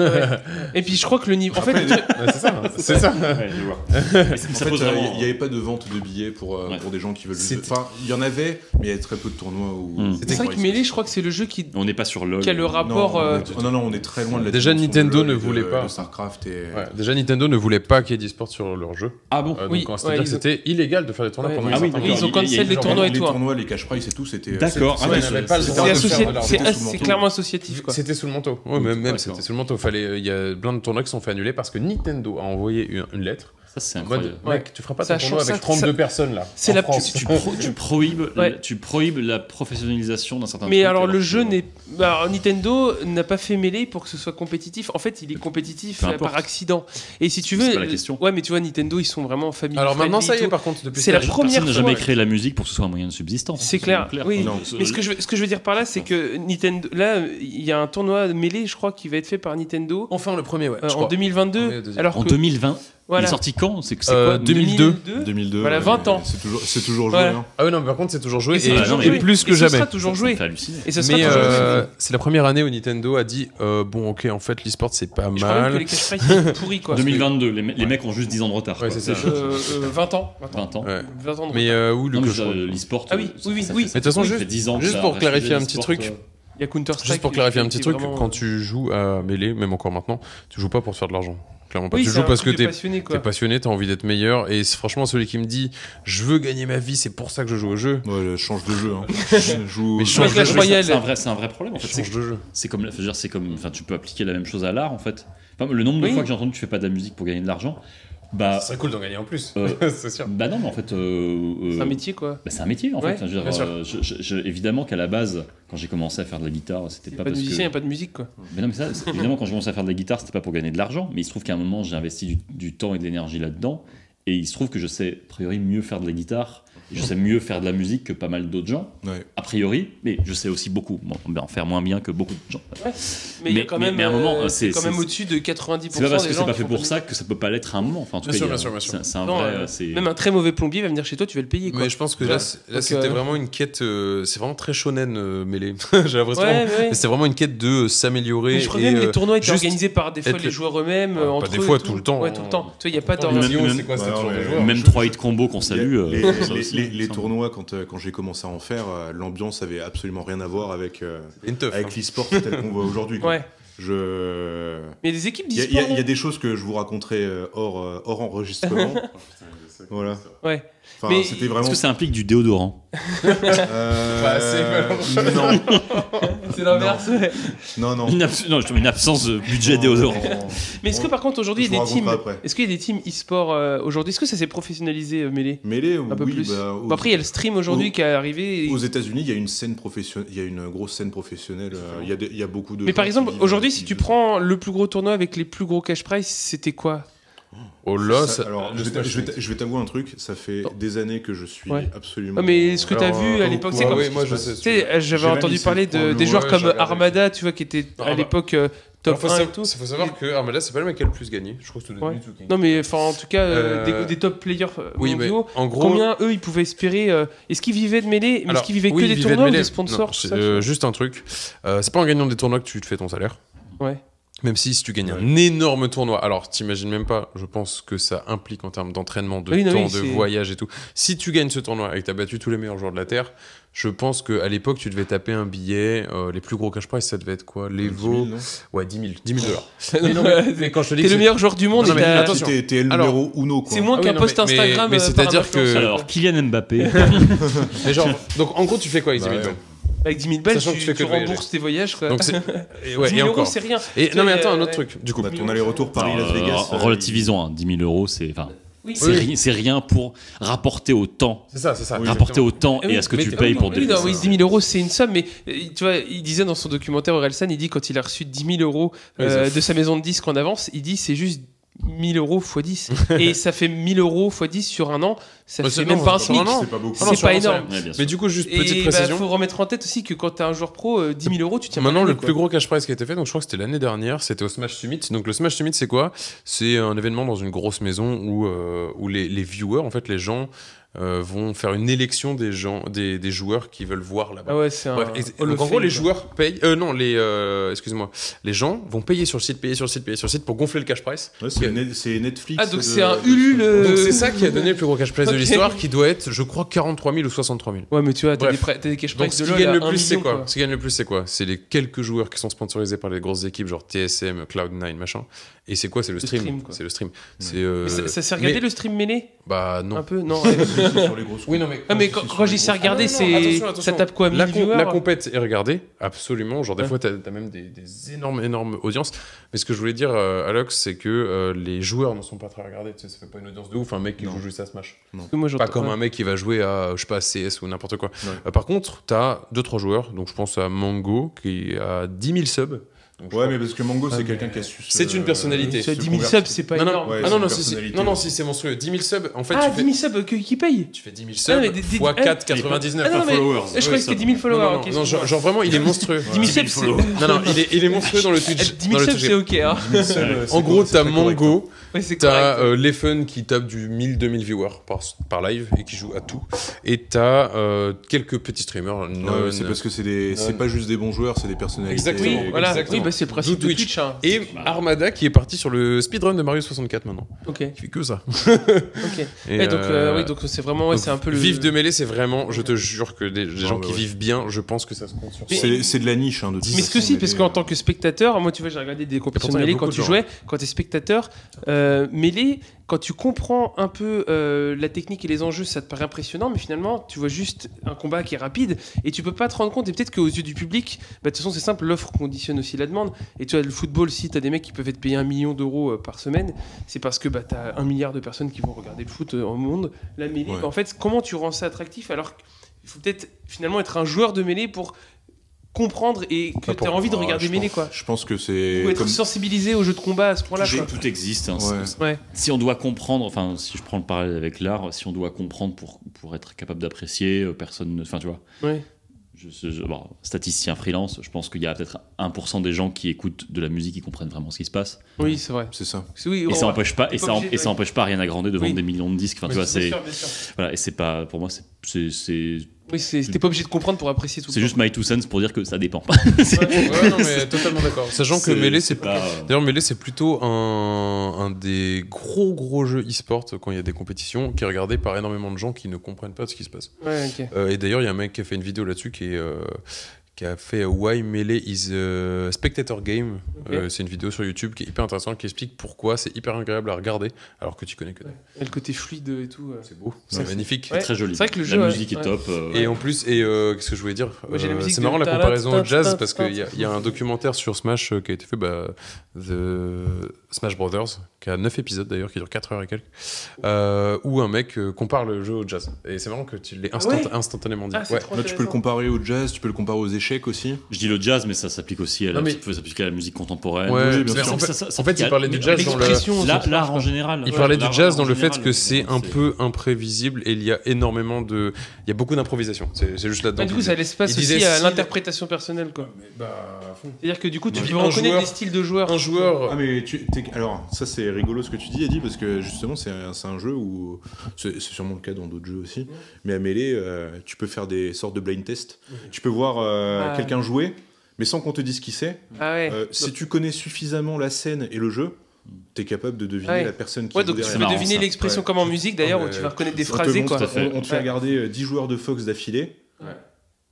Et puis, je crois que le niveau. En fait, le truc- Ouais, c'est ça. c'est ça. Ouais, je vois. Mais c'est- En ça fait, pose euh, vraiment- il n'y avait pas de vente de billets pour, euh, Ouais. pour des gens qui veulent juste. C'était- Enfin, il y en avait, mais il y avait très peu de tournois où. Hmm. c'est C'était vrai que Melee, je crois que c'est le jeu qui On n'est pas sur LOL. qui a le Non, rapport. on euh, est- non, non, on est très loin de la. Déjà, dimension de Nintendo LoL ne et de- voulait pas. De StarCraft et. Ouais. Déjà, Nintendo ne voulait pas qu'il y ait d'e-sport sur leur jeu. Ah bon Euh, donc, Oui, euh, c'est-à-dire ouais, que ils ont- c'était illégal de faire des tournois Ouais. pendant un Ah oui, certain d'accord. temps. Ils ont Il y a- il y a cancel les une tournois et les toi. tournois, les cash prize et tout, c'était. D'accord. Ah c'était- ouais, c'était- n'avait pas le c'était droit C'est de associé- faire de l'argent c'est sous le assez- c'est manteau. clairement associatif quoi. C'était sous le manteau. Ouais, même, même D'accord. c'était sous le manteau. Fallait, euh, il y a plein de tournois qui sont fait annuler parce que Nintendo a envoyé une, une lettre. Ça, c'est En mode, incroyable. Ouais. mec, tu feras pas Ça ton tournoi change- ça- avec 32 ça- personnes là. c'est en la- France. Tu, pro- tu prohibes la, Ouais. tu prohibes la professionnalisation d'un certain Mais truc, euh, alors le que- jeu n'est alors, Nintendo n'a pas fait mêler pour que ce soit compétitif. En fait, il est compétitif Peu euh, importe. par accident. Et si tu C'est veux, pas la question. ouais, mais tu vois, Nintendo ils sont vraiment famille. Alors maintenant, friendly ça y est, et tout. par contre, depuis C'est la que- première Personne n'a jamais fois. créé la musique pour que ce soit un moyen de subsistance. C'est clair. Oui. Non. Mais ce que je veux, ce que je veux dire par là, c'est que Nintendo, là, il y a un tournoi mêlé, je crois, qui va être fait par Nintendo Enfin, le premier, ouais. euh, je en crois. On est au 2022. deuxième. Alors En que 2020, il est voilà, sorti quand C'est que c'est Euh, quoi 2002. 2002. Voilà, ouais, 20 ans. C'est toujours, c'est toujours joué. Ouais. hein. Ah oui, non, mais par contre, c'est toujours joué Et et, c'est toujours et joué. plus que et ce jamais. sera toujours Ça me joué. fait halluciner. Et ce sera Mais toujours joué. euh, c'est la première année où Nintendo a dit euh, bon, ok, en fait, l'e-sport c'est pas Je crois même que mal. les cash prizes sont pourris quoi. 2022, les, me- les mecs ont juste 10 ans de retard. Ouais, quoi. c'est ça. Euh, euh, 20 ans. 20 ans. ans. Ouais. 20 ans de Mais euh, où le Non, mais que je je veux dire, crois. l'e-sport. Ah oui, ça- oui, oui, ça- oui. ça- Mais de toute façon, ça fait juste- 10 ans que juste ça pour reste clarifier le un petit sport, truc, euh, Il y a Counter Strike. Juste pour clarifier un petit truc, quand tu joues à Melee, même encore maintenant, tu joues pas pour te faire de l'argent. Clairement pas. tu joues parce que t'es passionné quoi. t'es passionné, t'as envie d'être meilleur. Et c'est- franchement, celui qui me dit je veux gagner ma vie, c'est pour ça que je joue au jeu. Ouais, je change de jeu. Hein. je joue. Mais je je joue- change Clash de jeu. Royale. C'est un vrai, c'est un vrai problème. En fait, Je c'est que change de jeu. c'est comme, la- je veux dire, c'est comme, enfin, tu peux appliquer la même chose à l'art en fait. Enfin, le nombre de Oui. fois que j'ai entendu tu fais pas de la musique pour gagner de l'argent, bah, serait cool d'en gagner en plus. Euh, c'est sûr. bah non, mais en fait, euh, euh, C'est un métier quoi. bah, c'est un métier en Ouais, fait. Enfin, je veux bien dire, sûr. euh, je- je- je- évidemment qu'à la base, quand j'ai commencé à faire de la guitare, c'était Il pas, n'y a pas de parce musicien, il n'y a que. pas de musique quoi. Mais non, mais ça, c'est- évidemment, quand j'ai commencé à faire de la guitare, c'était pas pour gagner de l'argent, mais il se trouve qu'à un moment, j'ai investi du, du temps et de l'énergie là-dedans, et il se trouve que je sais a priori mieux faire de la guitare, et je sais mieux faire de la musique que pas mal d'autres gens, Ouais. a priori, mais je sais aussi beaucoup, bon, ben, en faire moins bien que beaucoup de gens. Mais, il y a Mais- quand mais- même, mais à un moment, euh, euh, c'est c'est- quand c'est- même au-dessus de 90% C'est pas parce des que gens c'est pas qui fait font pour des- ça que ça peut pas l'être à un moment. Enfin, en tout Bien cas, sûr, il y a- bien sûr, bien sûr. C'est c'est un Non, vrai. euh, euh, c'est- Même un très mauvais plombier va venir chez toi, tu vas le payer quoi. Mais je pense que Ouais. là, c'est- là, Donc, c'était euh, vraiment une quête. euh, c'est vraiment très shonen euh, Melee. J'ai l'impression. Ouais, ouais, ouais. Mais C'est vraiment une quête de euh, s'améliorer. Mais je crois et, même les euh, tournois étaient juste organisés par des fois être- les joueurs eux-mêmes. euh, pas entre des eux et fois, tout le temps. Ouais, tout le temps. Tu vois, il n'y a pas Dans d'organisation. Yu-Gi-Oh, même- c'est quoi, c'est Ouais, toujours ouais, les ouais. joueurs. Même Je- 3 hits combo qu'on salue. euh, Les, ça les- aussi, les- ça les me- tournois, quand, euh, quand j'ai commencé à en faire, euh, l'ambiance avait absolument rien à voir avec, euh, Une teuf, hein. avec l'e-sport tel qu'on voit aujourd'hui. quoi. Ouais. Je... Mais il y a des équipes Il y, a- il y a- d'e-sport. il y a non Oh, des choses que je vous raconterai euh, hors, euh, hors enregistrement. Voilà. Ouais. Enfin, Mais- c'était Est-ce vraiment. que ça implique du déodorant Euh, Bah, c'est malheureux. non, C'est l'inverse. ouais. non, non. une, abs- non, je trouve une absence de budget Non, déodorant. non. Mais est-ce que par contre aujourd'hui il y Je a vous des raconte teams pas après. Est-ce qu'il y a des teams e-sport euh, aujourd'hui Est-ce que ça s'est professionnalisé euh, mêlé Mêlé, un peu oui, plus bah, aux- Bon, Après il y a le stream aujourd'hui aux- qui est arrivé. et- Aux États-Unis, il y a une scène professionnelle, il y a une grosse scène professionnelle. euh, Il y, a des- il y a beaucoup de. Mais gens par qui exemple vivent- aujourd'hui qui si tu vivent- prends le plus gros tournoi avec les plus gros cash prize, c'était quoi Oh là, ça- Ça- alors, je vais t'a- je vais t'a- je vais t'avouer un truc, ça fait Non. des années que je suis Ouais. absolument. Ouais, mais ce que t'as Alors, vu à euh, l'époque, ouais, c'est comme. ouais, moi, je sais. Tu sais, euh, j'avais J'ai même entendu essayé parler de de, prendre des le- joueurs ouais, comme j'ai regardé. Armada, tu vois, qui était Ah à bah. l'époque euh, top Alors, faut 1 et sa- tout. faut savoir que Armada, c'est pas le mec qui a le plus gagné. Je crois que c'est le Ouais. Mitsuki. Non, mais enfin, en tout cas, euh, Euh, des, des top players euh, Oui, mais mondiaux. en gros. Combien eux ils pouvaient espérer euh, Est-ce qu'ils vivaient de mêlée Mais Alors, est-ce qu'ils vivaient oui, que il des vivait de tournois ou mêlée. des sponsors Non, tout c'est, ça, tu euh, vois Juste un truc. Euh, c'est pas en gagnant des tournois que tu te fais ton salaire. Ouais. Même si, si tu gagnes un énorme tournoi, alors t'imagines même pas, je pense que ça implique en termes d'entraînement, de Oui, non, temps, oui, de c'est- voyage et tout. Si tu gagnes ce tournoi et que t'as battu tous les meilleurs joueurs de la Terre, je pense qu'à l'époque, tu devais taper un billet, euh, les plus gros cash prize, ça devait être quoi Les 10 000, veaux non Ouais, 10 000, 10 000 dollars. Mais non, mais- quand je te dis T'es le meilleur joueur du monde Non, et mais t'as- attends, Si t'es t'es le Alors- numéro uno, quoi. c'est moins Ah oui, qu'un non, post mais- Instagram. mais euh, par c'est-à-dire un influenceur, que- quoi. Alors, Kylian Mbappé, Mais genre, donc en gros, tu fais quoi avec 10 000 Bah ouais. balles Avec 10 000 balles, Sachant tu, que tu fais que tu de voyager. rembourses tes voyages. Quoi. Donc, c'est- et ouais, 10 et 000 euros, encore. c'est rien. euh, Et, non, mais attends, un autre Ouais. truc, du coup. Bah, ton aller-retour Alors, Paris-Las euh, Vegas. euh, relativisons, hein, 10 000 euros, c'est enfin, Oui, c'est ri- c'est rien pour rapporter au temps, C'est ça, c'est ça. rapporter au temps Eh et oui, à ce que mais tu t'es- payes ah pour Oui, des. non, oui, 10 000 euros, c'est une somme, mais euh, tu vois, il disait dans son documentaire Orelsan, il dit quand il a reçu 10 000 euros euh, Oui, ça- de sa maison de disques en avance, il dit c'est juste 1000 euros x 10. Et ça fait 1000 euros x 10 sur un an, ça Ouais, fait c'est- même non, pas un sur SMIC. un an. C'est pas beaucoup. C'est pas énorme. Ouais, bien sûr. Mais du coup, juste petite Et il précision. faut remettre en tête aussi que quand t'es un joueur pro, euh, 10 000 euros, tu tiens pas Maintenant, le l'année, plus quoi. gros cash prize qui a été fait, donc je crois que c'était l'année dernière, c'était au Smash Summit. Donc le Smash Summit, c'est quoi C'est un événement dans une grosse maison où, euh, où les, les viewers, en fait, les gens euh, vont faire une élection des, gens, des, des joueurs qui veulent voir là-bas. Ah ouais, c'est un. Bref, et- Hall donc of en gros, Fame, les quoi. joueurs payent, euh, non, les, euh, excuse-moi, les gens vont payer sur le site, payer sur le site, payer sur le site pour gonfler le cash prize. Ouais, c'est Net- c'est Netflix. Ah, donc de- c'est un Ulule. euh, Donc c'est ça qui a donné le plus gros cash prize Ok. de l'histoire, qui doit être, je crois, 43 000 ou 63 000. Ouais, mais tu vois, t'as des, Bref. prêts- t'as des cash Donc, prizes ce de qui LoL gagne à le 1 plus, c'est million, quoi Ce qui gagne le plus, c'est quoi C'est les quelques joueurs qui sont sponsorisés par les grosses équipes, genre TSM, Cloud9, machin. Et c'est quoi C'est le stream. stream, quoi. c'est le stream. C'est. euh, Mais ça, ça s'est regardé mais- le stream mêlé Bah Un non. peu Non. sur les grosses Oui, non, mais. Ah, mais quand, quand j'y sais regarder, Ah, non, non, c'est. attention, attention. Ça tape quoi La, 1000 com- la viewers compète est regardée, absolument. Genre, des Ouais. fois, t'as as même des, des énormes, énormes audiences. Mais ce que je voulais dire, euh, Alox, c'est que euh, les joueurs ne sont pas très regardés. Tu sais, ça fait pas une audience de ouf. Un mec qui Non. joue juste à Smash. Parce que moi, Pas j'entends- comme ouais. un mec qui va jouer à, je sais pas, CS ou n'importe quoi. Ouais. Euh, par contre, t'as 2-3 joueurs, donc je pense à Mango qui a 10 000 subs. Donc, je Ouais, crois- mais parce que Mango, Ah, c'est mais- quelqu'un qui a su. se- C'est une personnalité. Tu se as 10 000 convertir. subs, c'est pas Non, non, énorme. Ouais, ah c'est non, une non, si, si. personnalité. non, non, si c'est monstrueux. 10 000 subs, en fait, ah, tu, fais, 10 000 subs que- qui paye tu fais 10 000 Ah, subs mais des- des- fois eh, 4, Ah 99. non, mais followers. je croyais que c'était 10 000 Non, followers. non, non, ok, non, excuse-moi. genre, genre vraiment, il est monstrueux. 10 000 subs, c'est. non, non, il est, il est monstrueux dans le Eh, Twitch. 10 000 dans le subs, Twitch. c'est ok. Hein. Seul, c'est En gros, correct, t'as c'est très correct. hein. Mango, Ouais, c'est t'as correct. euh, les fun qui tapent du 1000-2000 viewers par, par live et qui jouent à tout. Et t'as euh, quelques petits streamers. Ouais, non c'est parce que c'est des, c'est Non. pas juste des bons joueurs, c'est des personnalités. Exactement. Oui, Et- voilà. exactement. Oui, bah, c'est le principe D'où de Twitch. Twitch. hein. Et Armada qui est parti sur le speedrun de Mario 64 maintenant. Ok, Qui fait que ça. ok. Et, Ouais, donc, euh, euh, oui, donc c'est vraiment, ouais, donc, c'est un peu le. Vivre de mêlée, c'est vraiment, je te jure que des, des gens bah qui ouais. vivent bien, je pense que ça se compte sur Mais- ça. C'est c'est de la niche. Hein, de toute Mais ce façon, que si, mais parce les- qu'en tant que spectateur, moi tu vois, j'ai regardé des compétitions de il y a mêlée beaucoup quand de tu gens. jouais, quand t'es spectateur, euh, mêlée, quand tu comprends un peu euh, la technique et les enjeux, ça te paraît impressionnant, mais finalement tu vois juste un combat qui est rapide et tu peux pas te rendre compte. Et peut-être qu'aux yeux du public, bah, de toute façon c'est simple, l'offre conditionne aussi la demande. Et tu vois, le football, si t'as des mecs qui peuvent être payés un million d'euros euh, par semaine, c'est parce que bah, t'as un milliard de personnes qui vont regarder le foot euh, en monde. La mêlée, Ouais. bah, en fait, comment tu rends ça attractif alors qu'il faut peut-être finalement être un joueur de mêlée pour comprendre et que Pas pour- t'as envie de Ah, regarder je mêlée pense- quoi. Je pense que Ou c'est. être comme- sensibilisé au jeu de combat à ce point-là. Tout- quoi. tout existe. hein, Ouais. c'est- Ouais. Si on doit comprendre, enfin, si je prends le parallèle avec l'art, si on doit comprendre pour, pour être capable d'apprécier, euh, personne, ne- enfin, tu vois. Ouais. Je, je- bon, statisticien freelance, je pense qu'il y a peut-être 1% des gens qui écoutent de la musique qui comprennent vraiment ce qui se passe. Oui, c'est vrai. C'est ça. C'est- Oui, oh, Et on- ça n'empêche pas, et pas ça, obligé de- et ça empêche pas rien à Grandet de vendre Oui. des millions de disques. Enfin, tu vois, Bien c'est sûr, bien sûr. voilà, et c'est pas, pour moi, c'est- c'est c'est- Oui, c'est- t'es pas obligé de comprendre pour apprécier tout. c'est le juste my two cents pour dire que ça dépend. Ouais, non, mais totalement d'accord. Sachant que C'est- mêlée, c'est pas. euh, D'ailleurs, Melee, c'est plutôt un, un des gros gros jeux e-sport quand il y a des compétitions qui est regardé par énormément de gens qui ne comprennent pas ce qui se passe. temps. Ouais, ok. Euh, et d'ailleurs, il y a un mec qui a fait une vidéo là-dessus qui est. euh, qui a fait Why Melee is a Spectator Game. Ok. Euh, c'est une vidéo sur YouTube qui est hyper intéressante, qui explique pourquoi c'est hyper agréable à regarder alors que tu connais que dalle. Et le côté fluide et tout. euh. C'est beau, Ça, c'est c'est- magnifique. Ouais, Très joli. c'est vrai que le la jeu, ouais, musique est ouais. top. euh, Et en plus, et euh, qu'est-ce que je voulais dire Ouais, j'ai la Euh, musique C'est de marrant la ta- comparaison ta- au jazz ta- parce ta- qu'il y, a- il y a un documentaire sur Smash euh, qui a été fait, bah, The Smash Brothers, qui a 9 épisodes d'ailleurs, qui dure 4 heures et quelques, euh, où un mec euh, compare le jeu au jazz. Et c'est marrant que tu l'aies instant- ouais instantanément dit. Ah, c'est Ouais. trop Là, tu peux le intéressant. comparer au jazz, tu peux le comparer aux échecs aussi. Je dis le jazz, mais ça s'applique aussi à la, Non, mais- ça peut s'appliquer à la musique contemporaine. Ouais, Oui, bien mais sûr. en fait- ça en fait, il s'applique à- parlait du mais- jazz dans le- L'expression, La- ça, L'art en général. Il Ouais, parlait du l'art jazz en dans le fait général, que c'est un c'est- peu imprévisible et il y a énormément de. Il y a beaucoup d'improvisation. C'est c'est juste là-dedans. Mais du qu'il coup, ça dit. laisse place Il aussi disait à si- l'interprétation personnelle, quoi. C'est-à-dire que du coup, tu Ouais. peux Un reconnaître joueur- des styles de joueurs. Bah, Un Ah joueur. euh, mais tu, t'es- alors ça c'est rigolo ce que tu dis Eddie parce que justement c'est un, c'est un jeu où c'est c'est sûrement le cas dans d'autres jeux aussi mais à mêlée euh, tu peux faire des sortes de blind tests tu peux voir euh, Ah. quelqu'un jouer mais sans qu'on te dise qui c'est Ah ouais. Euh, si tu connais suffisamment la scène et le jeu t'es capable de deviner Ouais. la personne qui Ouais, joue donc tu derrière. peux marrant, deviner ça. l'expression Ouais. comme en musique d'ailleurs, Ah, où mais- tu vas reconnaître des On te phrases, montre- quoi. à fait. on, on te fait Ouais. regarder euh, 10 joueurs de Fox d'affilée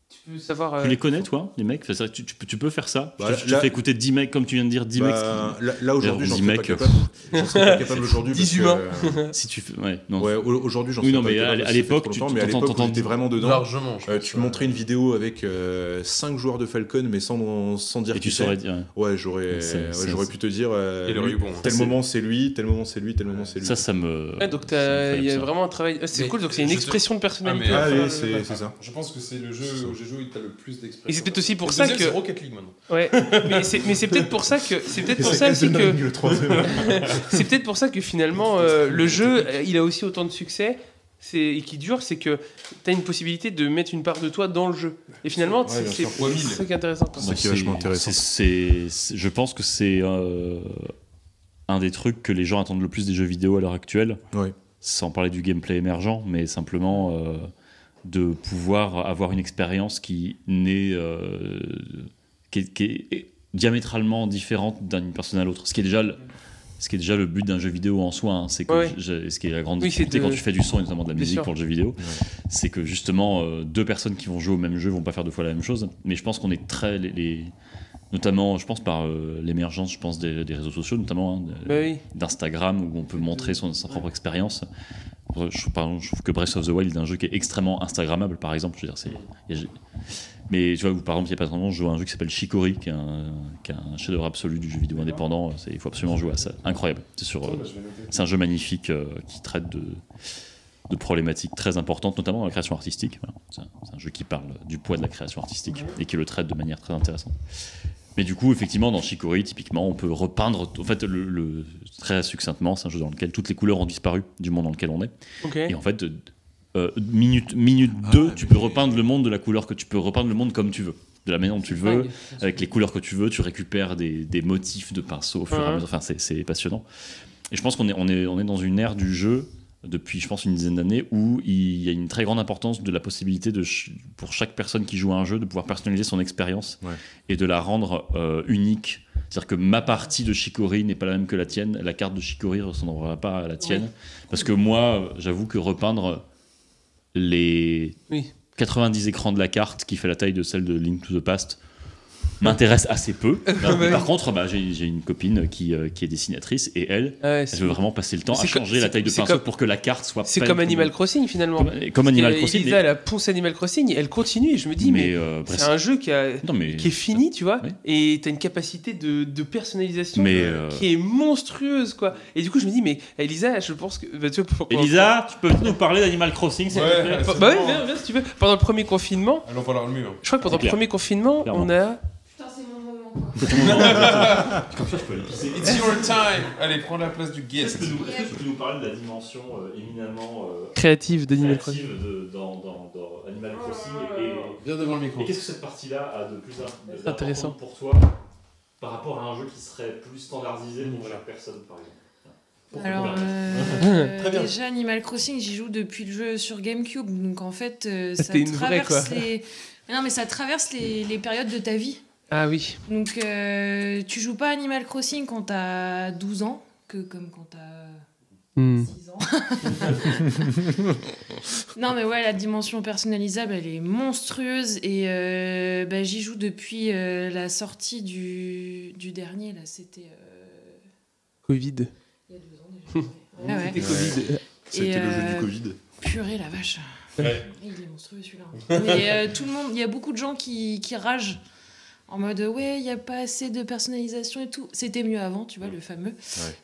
Tu peux savoir. euh, Tu les connais, toi, les mecs Enfin, c'est vrai que tu, tu peux- tu peux faire ça Bah, Tu- Tu là- fais écouter 10 mecs, comme tu viens de dire, 10 Bah, là, là, aujourd'hui D'ailleurs, dix j'en suis pas mecs, capable j'en serais pas capable aujourd'hui 10 parce humains. que, euh, mecs. qui- Si tu fais. Ouais, non. ouais, au- aujourd'hui j'en Oui, suis non, pas mais à- capable à parce que ça fait l'époque, trop tu- longtemps, tu mais à t'entends- l'époque t'entends- j'étais vraiment dedans Largement. je Euh, pense, tu ouais. montrais une vidéo avec 5 joueurs de Falcon, mais sans, sans dire Et tu qui saurais c'est. dire. Ouais, j'aurais C'est- ouais, c'est- j'aurais pu te dire. euh, Et le lui, ruban, hein. Tel Ça, moment c'est lui, tel moment c'est lui, tel moment c'est lui. Ça, ça me. Ouais, donc t'as- ça me fait il y a ça. vraiment un travail. Ah, C'est Mais cool, donc c'est une je te- expression de personnalité. Ah, mais- ah Enfin, oui, le- c'est c'est ça. Je pense que c'est le jeu où j'ai joué où t'as le plus d'expression. Et c'est peut-être aussi pour ça que. Rocket League maintenant. Ouais. mais c'est mais c'est peut-être pour ça que. C'est peut-être pour ça aussi que. Le troisième. C'est peut-être pour ça que finalement euh, le jeu, euh, il a aussi autant de succès c'est- et qui dure, c'est que tu as une possibilité de mettre une part de toi dans le jeu. Et finalement, Ouais, bien c'est sûr. c'est ça qui est intéressant. quoi. Bon, C'est qui est vachement intéressant. c'est- c'est- je pense que c'est euh, un des trucs que les gens attendent le plus des jeux vidéo à l'heure actuelle. Ouais. Sans parler du gameplay émergent, mais simplement euh, de pouvoir avoir une expérience qui n'est euh, qui, est- qui est diamétralement différente d'une personne à l'autre. Ce qui est déjà le, ce qui est déjà le but d'un jeu vidéo en soi, hein, c'est que Ouais. je- ce qui est la grande Oui, c'est difficulté de- quand tu fais du son et notamment de la Bien musique sûr. pour le jeu vidéo, c'est que justement euh, deux personnes qui vont jouer au même jeu vont pas faire deux fois la même chose. Mais je pense qu'on est très les, les- notamment, je pense par euh, l'émergence, je pense des, des réseaux sociaux notamment hein, de- Bah oui. d'Instagram où on peut montrer son, sa propre expérience. Euh, Je, trouve- par exemple, je trouve que Breath of the Wild est un jeu qui est extrêmement Instagrammable, par exemple. Je veux dire, c'est, il y a- mais tu vois, vous, par exemple, il n'y a pas très longtemps, je joue à un jeu qui s'appelle Chicory, qui est un, qui est un chef-d'œuvre absolu du jeu vidéo indépendant. C'est- Il faut absolument jouer à ça. Incroyable. C'est, sur, euh, c'est un jeu magnifique euh, qui traite de, de problématiques très importantes, notamment dans la création artistique. Voilà. C'est, un, c'est un jeu qui parle du poids de la création artistique et qui le traite de manière très intéressante. Mais du coup, effectivement, dans Chicory, typiquement, on peut repeindre. En fait, le, le- très succinctement, c'est un jeu dans lequel toutes les couleurs ont disparu du monde dans lequel on est. Ok. Et en fait, euh, euh, minute, minute 2, tu peux repeindre le monde de la couleur que tu peux repeindre le monde comme tu veux. De la manière dont tu le veux, Dingue. avec les couleurs que tu veux, tu récupères des, des motifs de pinceau au fur et Ouais. à mesure. Enfin, c'est- c'est passionnant. Et je pense qu'on est, on est, on est dans une ère du jeu depuis, je pense, une dizaine d'années où il y a une très grande importance de la possibilité de ch- pour chaque personne qui joue à un jeu de pouvoir personnaliser son expérience Ouais. et de la rendre euh, unique. C'est-à-dire que ma partie de Chicory n'est pas la même que la tienne, la carte de Chicory ne ressemblera pas à la tienne. Parce que moi, j'avoue que repeindre les Oui. 90 écrans de la carte qui fait la taille de celle de Link to the Past m'intéresse assez peu. Par- Ah Ouais. Par contre, bah, j'ai j'ai une copine qui, euh, qui est dessinatrice et elle, Ah ouais, elle c'est- veut vraiment passer le temps à C'est co- changer la c'est- taille de c'est pinceau comme- pour que la carte soit C'est peinte comme Animal Crossing finalement. comme, comme Animal Et Crossing. Elisa, elle a poncé Animal Crossing et elle continue. Je me dis, mais, euh, c'est bref, un jeu qui, a- non, mais- qui est fini, tu vois, Oui. et t'as une capacité de, de personnalisation Mais, euh, euh, qui est monstrueuse, quoi. Et du coup, je me dis, mais Elisa, je pense que. bah, tu vois, pour- Elisa, tu peux nous parler d'Animal Crossing, s'il te plaît Bah oui, viens, viens si tu veux. Pendant le premier confinement, Alors voilà le hein. mur. Je crois que pendant le Claire. premier confinement, Clairement. on a. Putain, c'est mon moment quoi. It's your time. Allez, prends la place du guest. tu peux nous parler de la dimension euh, éminemment Créative de dans, Animal Crossing et- Viens devant le Et micro. qu'est-ce que cette partie-là a de plus de- C'est intéressant. d'important pour toi par rapport à un jeu qui serait plus standardisé pour chaque personne, par exemple Alors, euh, déjà Animal Crossing, j'y joue depuis le jeu sur GameCube, donc en fait, euh, ça T'es une vraie, traverse quoi. les... Non, mais ça traverse les, les périodes de ta vie. Ah oui. Donc, euh, tu joues pas à Animal Crossing quand t'as 12 ans, que comme quand t'as Hmm. six ans. non, mais ouais, la dimension personnalisable, elle est monstrueuse. Et euh, bah, j'y joue depuis euh, la sortie du, du dernier. Là, c'était euh, Covid. il y a deux ans déjà. Ouais, ouais. C'était Et, le jeu euh, du Covid. Purée, la vache. Il est monstrueux celui-là. Mais euh, tout le monde, il y a beaucoup de gens qui, qui ragent en mode ouais, il n'y a pas assez de personnalisation et tout. C'était mieux avant, tu vois, le fameux.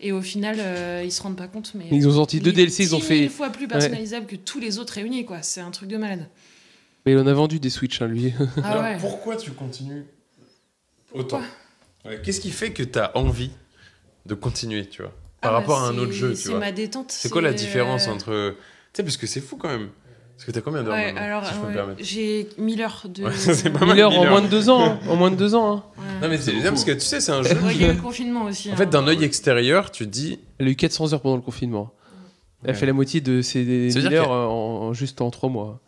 Et au final, euh, ils se rendent pas compte. Mais Ils ont sorti deux il est DLC, ils ont 10 fait. 000 fois plus personnalisable que tous les autres réunis, quoi. C'est un truc de malade. Mais il en a vendu des Switch, hein, lui. Ah ouais. Pourquoi tu continues autant Ouais, Qu'est-ce qui fait que tu as envie de continuer, tu vois Par Ah bah, rapport à un c'est- autre jeu, tu C'est vois ma détente. C'est quoi la différence euh, entre. Tu sais, parce que c'est fou quand même. Parce que t'as combien d'heures Ouais, maintenant, alors si je peux ouais, me permettre j'ai 1000 heures de. Ouais, c'est pas mal. Miller en Miller. moins de deux ans. hein, En moins de deux ans. hein. Ouais. Non, mais c'est bizarre parce que tu sais, c'est un jeu. Ouais, Il y a eu le confinement aussi. En fait, hein. d'un œil extérieur, tu te dis. Elle a eu 400 heures pendant le confinement. Elle a Ouais. fait la moitié de ses Ça veut dire Miller en, en- juste en 3 mois.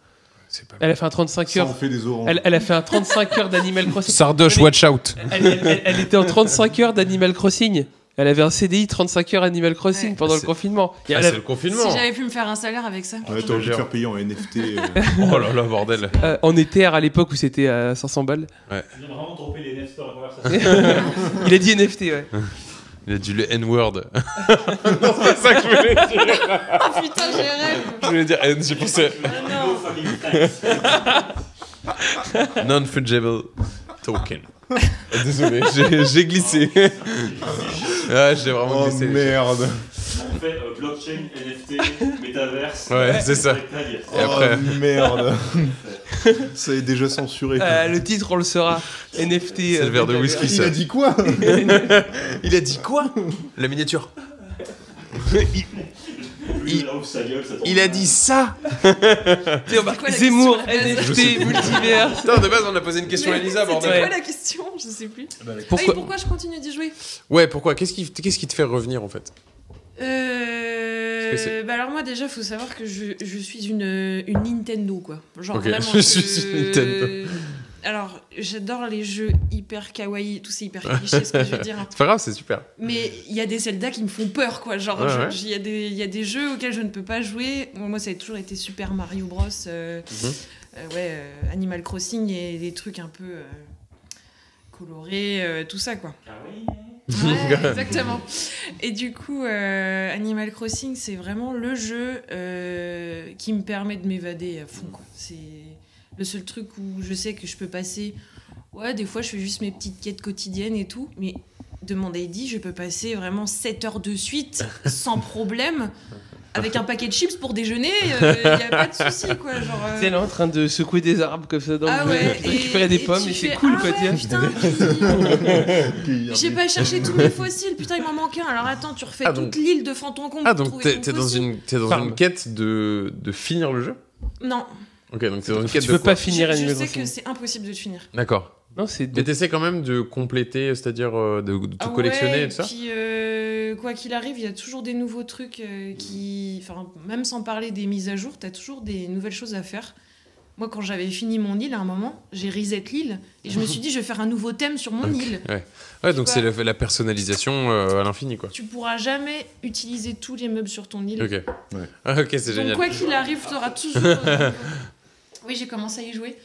C'est pas Elle a fait un 35 Ça en heures. fait des oranges. Elle, elle a fait un 35 heures d'Animal Crossing. Sardoche, watch out Elle, elle- elle- elle était en 35 heures d'Animal Crossing. Elle avait un CDI 35 heures Animal Crossing Ouais. pendant Ah, le c'est- confinement. Et elle C'est a- le Si confinement j'avais pu me faire un salaire avec ça. Ouais, te t'aurais pu jure. te faire payer en NFT. euh, Oh là là, bordel euh, en ETR à l'époque où c'était à 500 balles. Je viens de vraiment tromper les nefs dans la conversation. Il a dit NFT, ouais. Il a dit le N-word. Ah putain, j'ai rêve. Je voulais dire N, j'ai pensé Ah non. Non-fungible token. Désolé, j'ai- j'ai glissé. ah, j'ai vraiment Oh glissé. merde On fait euh, blockchain, NFT, métaverse. Ouais, c'est ça. Ah, Et après- Oh merde Ça est déjà censuré. Euh, le titre, on le saura. NFT. C'est le verre de whisky, Il ça. a dit quoi Il a dit quoi La miniature. Il... Là où sa gueule, ça tombe Il a bien. dit ça T'es remarqué, C'est quoi Zemmour, la question à la base Ah NFT, multivers. Putain, de base, on a posé une question à Elisa, C'était bordel. quoi la question Je sais plus. Ah oui, Pourquoi- Pourquoi, je continue d'y jouer Ouais, pourquoi Qu'est-ce qui, qu'est-ce qui te fait revenir, en fait Euh, Parce que c'est- bah alors moi déjà faut savoir que je, je suis une, une Nintendo quoi. Genre Ok, vraiment je que- suis une Nintendo. Alors j'adore les jeux hyper kawaii, tout c'est hyper cliché ce que je veux dire. hein. C'est pas grave, c'est super. Mais il y a des Zelda qui me font peur quoi. Genre Ouais, je- ouais. il y a des il y a des jeux auxquels je ne peux pas jouer. Bon, moi ça a toujours été Super Mario Bros. euh, Mhm. euh, ouais euh, Animal Crossing et des trucs un peu euh, colorés euh, tout ça quoi. Ouais, exactement. Et du coup, euh, Animal Crossing, c'est vraiment le jeu euh, qui me permet de m'évader à fond. quoi. C'est le seul truc où je sais que je peux passer. Ouais, des fois, je fais juste mes petites quêtes quotidiennes et tout, mais demande à Eddie, je peux passer vraiment 7 heures de suite sans problème. Avec un paquet de chips pour déjeuner, il n'y a pas de souci, quoi. Genre, euh, Elle est en train de secouer des arbres comme ça dans ah le ouais, jeu, récupérer des tu pommes, et c'est fais, cool ah quoi, ouais, tu vois. putain, puis- J'ai pas cherché tous mes fossiles, putain, il m'en manque un. Alors attends, tu refais Ah, donc- toute l'île de Fantoncombe. Ah, pour donc trouver t'es ton t'es dans, fossile. une, t'es dans Pardon. une quête de, de finir le jeu Non, Ok, donc t'es dans une Tu quête de peux quoi pas finir je, je Animal sais que Crossing. c'est impossible de le finir. D'accord. Non, c'est de- Mais t'essaies quand même de compléter, c'est-à-dire euh, de, de tout Ah ouais, collectionner et tout ça Puis euh, quoi qu'il arrive, il y a toujours des nouveaux trucs euh, qui. Enfin, même sans parler des mises à jour, t'as toujours des nouvelles choses à faire. Moi, quand j'avais fini mon île à un moment, j'ai reset l'île et je me suis dit, je vais faire un nouveau thème sur mon Ok. île. Ouais, donc tu c'est la, la personnalisation euh, à l'infini, quoi. Tu pourras jamais utiliser tous les meubles sur ton île. Ok. Ah, ok, c'est Donc génial. quoi qu'il arrive, tu auras toujours. euh, oui, j'ai commencé à y jouer.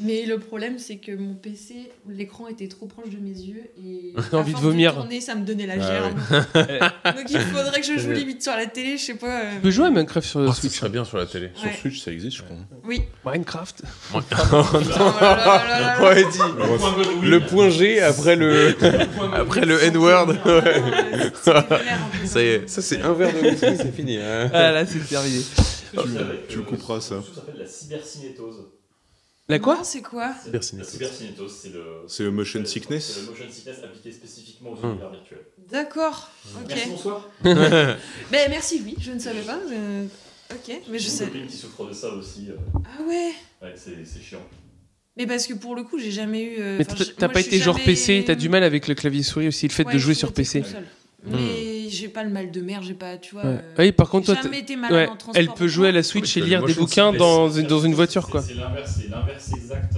Mais le problème, c'est que mon PC, l'écran était trop proche de mes yeux et. T'as à envie de force vomir. tourner, ça me donnait la Ah gerbe. Donc il faudrait que je joue limite sur la télé, je sais pas. euh, Tu peux jouer à Minecraft sur Oh, ça Switch. serait bien sur la télé. Sur ouais. Switch, ça existe, je crois. Oui. Minecraft. Oh là là là là là. Ouais, dit. Le point G après le, après le N-word. Ouais. Ouais, c'était Euh, galère, en hein. plus. Ça y est, ça c'est un verre de whisky, c'est fini. hein. Ah là, c'est terminé. Tu le savais que- Tu euh, le couperas, ça. Ça s'appelle la cybercinétose. La quoi Non, C'est quoi La cybercinétose, c'est le. C'est le motion C'est sickness. Euh, le motion sickness appliqué spécifiquement aux Hmm. univers virtuels. D'accord. Ok. Merci, bonsoir. Ben merci lui, je ne savais pas. je- Ok, mais je J'ai une sais. copine qui souffre de ça aussi. euh, Ah ouais. Ouais, c'est c'est chiant. Mais parce que pour le coup, j'ai jamais eu. euh, Mais enfin, t'as je- t'as moi, pas je suis été genre jamais- PC, t'as du mal avec le clavier souris aussi, le fait Ouais, de je jouer suis sur été PC. console. Mais j'ai pas le mal de mer, j'ai pas, tu vois. Ouais. Ah euh, Oui, par contre, j'ai toi, jamais été t'es- malade ouais, en transport. elle peut jouer à la Switch et Oui, lire moi, des je trouve bouquins que dans C'est- une, dans une voiture, c'est- quoi. C'est l'inverse, c'est l'inverse exact.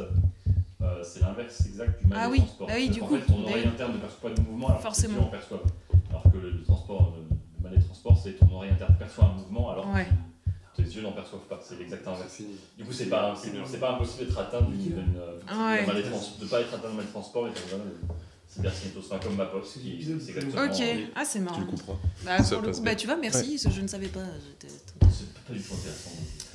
euh, c'est l'inverse exact du mal Ah de oui, transport. bah oui, du en coup, fait, ton bah oreille oui. interne ne perçoit pas de mouvement alors Forcément. que les yeux en perçoivent. Alors que le, le transport, euh, le, bah, les transports, c'est ton oreille interperçoit un mouvement alors Ouais. que tes yeux n'en perçoivent pas. C'est l'exact inverse. Du coup, c'est pas, c'est, c'est pas impossible d'être atteint d'une, d'une, euh, Ouais. d'un mal des trans- de pas être atteint d'un mal de transport et d'être atteint de cybercinétose. Enfin, comme ma poste qui c'est exactement. Ok, ah c'est marrant. Tu le comprends. Bah, Ça pour le passe coup, bien. bah tu vois, merci, ce- je ne savais pas. j'étais- C'est pas du tout intéressant.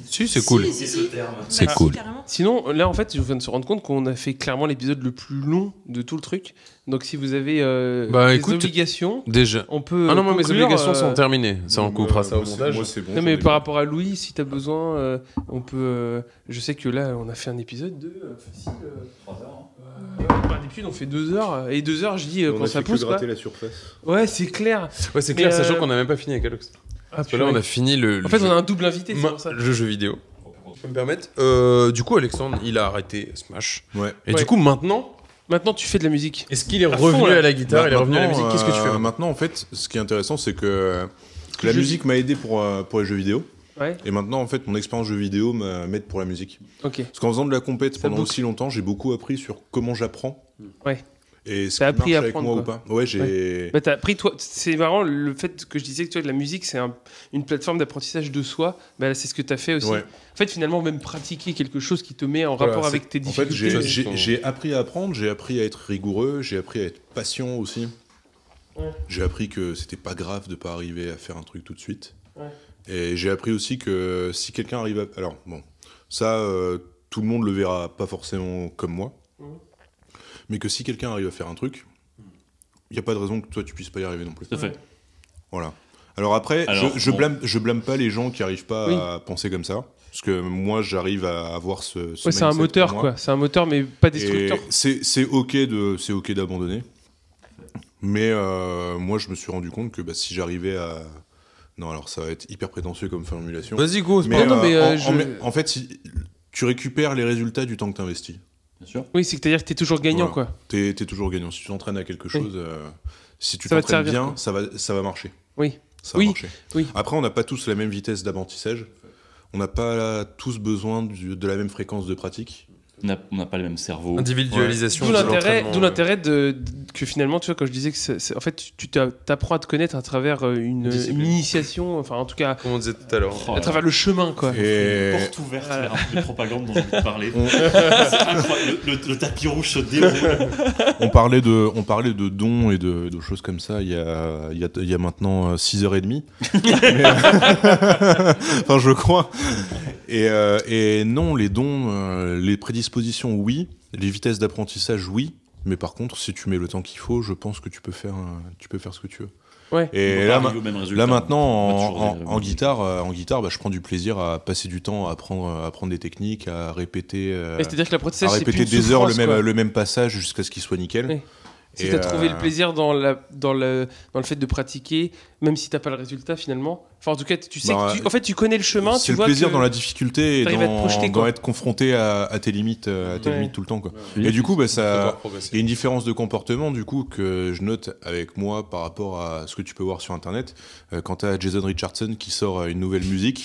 Si, c'est cool. Si, si, si. terme. C'est Bah, si, cool. carrément. Sinon, là, en fait, je viens de se rendre compte qu'on a fait clairement l'épisode le plus long de tout le truc. Donc, si vous avez euh, Bah, des écoute- obligations, Déjà. euh, on peut. Ah non, moi mes conclure, obligations euh, sont terminées. Ça, on Moi, coupera ça au moi, c'est- montage. Moi, c'est bon. Non, ça mais me par rapport à Louis, si t'as besoin, euh, on peut. euh, je sais que là, on a fait un épisode de. euh, facile. euh, Trois heures. hein. euh, par d'habitude, on fait deux heures. Et deux heures, je dis euh, On quand a ça fait que pousse. Quoi. gratter la surface. Ouais, c'est clair. Ouais, c'est Mais, clair, euh, sachant qu'on n'a même pas fini avec Alox. Parce que là, on a fini le. En fait, le- on a un double invité, c'est Ma- pour ça. le jeu vidéo. Je peux me permettre. Euh, du coup, Alexandre, il a arrêté Smash. Ouais. Et Ouais. du coup, maintenant, Maintenant, tu fais de la musique. est-ce qu'il est fond, revenu là. à la guitare Il est revenu à la Bah, Maintenant, musique. Qu'est-ce que tu fais euh, maintenant Maintenant, en fait, ce qui est intéressant, c'est que la je- musique m'a aidé pour, euh, pour les jeux vidéo. Ouais. Et maintenant, en fait, mon expérience jeu vidéo m'a- m'aide pour la musique. Ok. Parce qu'en faisant de la compète Ça pendant boucle. aussi longtemps, j'ai beaucoup appris sur comment j'apprends. Ouais. Et ce qui T'as appris marche à avec apprendre, moi ou pas. Ouais, j'ai. Bah, t'as appris, toi, c'est marrant le fait que je disais que toi, de la musique, c'est un- une plateforme d'apprentissage de soi. Bah, c'est ce que t'as fait aussi. Ouais. En fait, finalement, même pratiquer quelque chose qui te met en Voilà, rapport c'est- avec tes En fait, difficultés. j'ai- c'est j'ai ton- j'ai appris à apprendre, j'ai appris à être rigoureux, j'ai appris à être patient aussi. Ouais. J'ai appris que c'était pas grave de pas arriver à faire un truc tout de suite. Ouais. Et j'ai appris aussi que si quelqu'un arrive à. Alors, bon, ça, euh, tout le monde le verra pas forcément comme moi. Mhm. Mais que si quelqu'un arrive à faire un truc, il n'y a pas de raison que toi tu puisses pas y arriver non plus. Tout à fait. Voilà. Alors après, Alors, je, je bon. blâme, je blâme pas les gens qui arrivent pas Oui. à penser comme ça, parce que moi j'arrive à avoir ce. ce Ouais, c'est un mindset moteur, pour moi. quoi. C'est un moteur, mais pas Et destructeur. C'est c'est ok de, c'est ok d'abandonner. Mais euh, moi je me suis rendu compte que bah, si j'arrivais à, non alors ça va être hyper prétentieux comme formulation. Vas-y, go. c'est Mais, pas- non, euh, mais, euh, en, je- en- mais- en fait, si- tu récupères les résultats du temps que tu investis. Bien sûr. Oui, c'est-à-dire que t'es toujours gagnant, Voilà. quoi. T'es es toujours gagnant. Si tu t'entraînes à quelque chose, euh, si tu Ça va te t'entraînes servir, bien, quoi. ça va, ça va marcher. Oui. Ça va Oui. marcher. Oui. Après, on n'a pas tous la même vitesse d'apprentissage. On n'a pas tous besoin du- de la même fréquence de pratique. On n'a- on n'a pas le même cerveau. Individualisation. D'où de l'intérêt, l'entraînement, d'où euh. l'intérêt de, de- que finalement, tu vois, quand je disais que c'est, c'est- en fait, tu- tu t'a- t'apprends à te connaître à travers euh, une, Discipline. une initiation, enfin, en tout cas, Comme on disait tout à l'heure. Oh à là travers le chemin, quoi. Et porte ouverte Voilà. vers un peu de propagande dont je vais te parler. On- C'est incroyable. Le, le- le tapis rouge se déroule. on parlait de, on parlait de dons et de, de choses comme ça il y a, il y a, il y a maintenant euh, 6h30. enfin, je crois. Et, euh, et non, les dons, euh, les prédispositions, oui. Les vitesses d'apprentissage, oui. Mais par contre, si tu mets le temps qu'il faut, je pense que tu peux faire, euh, tu peux faire ce que tu veux. Ouais. On Et va là, arriver ma- au même résultat. là maintenant, On va en, toujours arriver en- au même en résultat. guitare, euh, en guitare bah, je prends du plaisir à passer du temps à apprendre, à apprendre des techniques, à répéter. euh, Et c'est-à-dire que l'apprentissage, à c'est plus répéter une des heures le souffrance, même, quoi. le même passage jusqu'à ce qu'il soit nickel. Oui. Si Et, t'as trouvé euh, le plaisir dans la, dans le, dans le fait de pratiquer, même si t'as pas le résultat finalement. Enfin, en tout cas, tu sais, Bah, que tu, en fait, tu connais le chemin, C'est tu le vois. plaisir que- dans la difficulté et t'arrives à te dans, projeter, dans quoi. être confronté à, à tes limites, euh, à tes Ouais. limites tout le temps. Quoi. Et du coup, bah, ça, il y a une différence de comportement du coup que je note avec moi par rapport à ce que tu peux voir sur Internet. Euh, quand tu Jason Richardson qui sort euh, une nouvelle musique,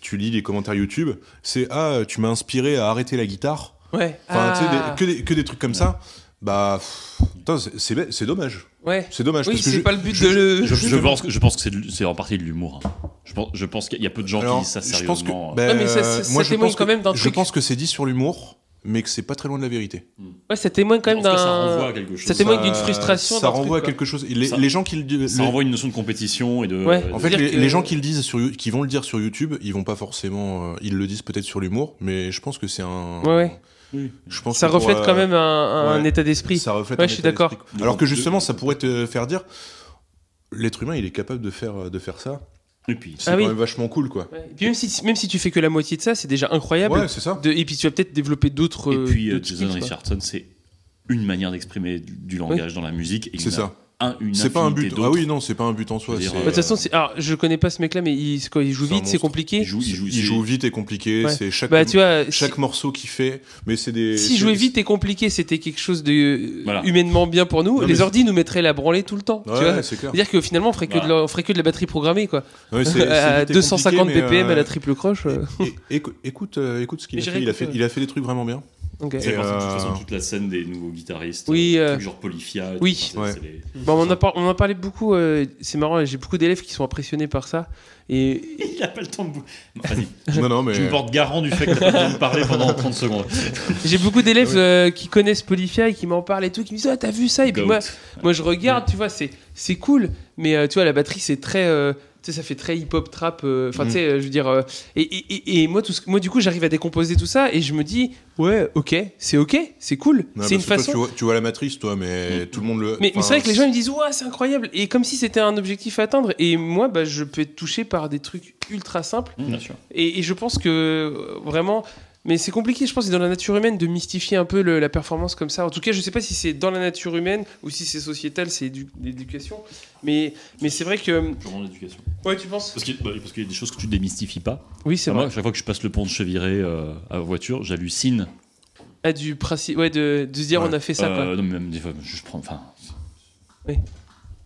tu lis les commentaires YouTube, c'est ah tu m'as inspiré à arrêter la guitare. Ouais. Enfin, tu sais, des- Ah. que, des, que des trucs comme ça. Bah, pff, putain, c'est- c'est bête- c'est dommage. Ouais. C'est dommage. Oui, parce que c'est je- pas le but je- de le. Je, je pense que, je pense que c'est de- c'est en partie de l'humour. hein. Je pense, je pense qu'il y a peu de gens Alors, qui disent ça je pense que- sérieusement. bah, Ouais, mais ça- ça- euh, ça moi, je témoigne pense quand que- même d'un Je truc. pense que c'est dit sur l'humour, mais que c'est pas très loin de la vérité. Ouais, ça témoigne quand même En tout cas, ça d'un. renvoie à quelque chose. ça témoigne d'une frustration, Ça d'un truc, renvoie quoi. à quelque chose. Les, Ça- les gens qui le, le- Ça renvoie une notion de compétition et de. Ouais. de- en fait, dire les, que- les gens qui le disent sur, You- qui vont le dire sur YouTube, ils vont pas forcément. euh, ils le disent peut-être sur l'humour, mais je pense que c'est un. Ouais, ouais. Oui. Je pense Ça que pour, reflète euh, quand même un, un ouais. état d'esprit. Ça reflète. Ouais, un je suis état d'accord. d'esprit. Alors que justement, euh, ça pourrait te faire dire. L'être humain, il est capable de faire, de faire ça. Et puis, C'est Ah quand oui. même vachement cool, quoi. Ouais. Et puis même si, même si tu fais que la moitié de ça, c'est déjà incroyable. Ouais, c'est ça. De- et puis tu vas peut-être développer d'autres. et puis euh, d'autres Jason skills, quoi. Richardson, c'est une manière d'exprimer du, du langage dans la musique. et il y C'est en a ça. un- une C'est pas un infinité but. Ah d'autres. oui, non, c'est pas un but en soi. Je veux dire, c'est- euh, Bah, De toute façon, c'est- alors, je connais pas ce mec-là, mais il, c'est quoi, il joue C'est un vite, c'est monstre. Il compliqué. joue, il joue, il joue vite et compliqué. Ouais. C'est chaque, Bah, tu vois, chaque morceau qu'il fait. Mais c'est des. si, c'est- si jouer vite et compliqué, c'était quelque chose de euh, Voilà. humainement bien pour nous, Non, mais les c'est- ordi nous mettraient la branlée tout le temps. tu vois. Ouais, c'est clair. C'est-à-dire que finalement, on ferait que, de la, Voilà. on ferait que de la batterie programmée, quoi. Ouais, c'est- c'est à vite et 250 compliqué, mais, BPM à euh, la triple croche. euh. é- é- écoute, euh, écoute ce qu'il Mais a j'ai fait. Il a fait, réécouté, il a fait des trucs vraiment bien. Ok. C'est Et, par exemple, de toute euh, façon toute la scène des nouveaux guitaristes. Oui, euh, euh, trucs genre Polyphia. et oui. tout, c'est- Ouais. c'est les- Bon, on, en par- on en parlait beaucoup, euh, c'est marrant, j'ai beaucoup d'élèves qui sont impressionnés par ça. Et Il a pas le temps de. bou- Non, Vas-y, Non, non, mais. je me porte garant du fait que t'as pas le temps de parler pendant 30 secondes. j'ai beaucoup d'élèves Ah euh, qui connaissent Polyphia et qui m'en parlent et tout, qui me disent Ah, t'as vu ça Et puis Bah Goat. moi, moi, je regarde, tu vois, c'est, c'est cool, mais euh, tu vois, la batterie, c'est très. euh, tu sais, ça fait très hip-hop trap. euh, Mm. Enfin, tu sais, euh, je veux dire. euh, et, et- et- et moi, tout ce- moi, du coup, j'arrive à décomposer tout ça et je me dis Ouais, ok, c'est ok, c'est cool. Non, c'est une parce façon. que toi, tu, vois, tu vois la matrice, toi, mais tout le monde le. Mais, mais c'est vrai que les gens enfin, ils me disent Ouah, c'est incroyable et comme si c'était un objectif à atteindre et moi bah, je peux être touché par des trucs ultra simples Mmh, Bien sûr. et, et je pense que euh, vraiment mais c'est compliqué je pense que c'est dans la nature humaine de mystifier un peu le- la performance comme ça en tout cas je sais pas si c'est dans la nature humaine ou si c'est sociétal c'est édu- l'éducation mais, mais c'est vrai que Je rends l'éducation. ouais tu penses Parce qu'il bah, parce qu'il y a des choses que tu démystifies pas. oui c'est Enfin, vrai moi, à chaque fois que je passe le pont de Cheviré euh, à voiture, j'hallucine. ah, du principe ouais de, de se dire Ouais. on a fait ça Euh, quoi non, mais même des fois, je prends. Enfin,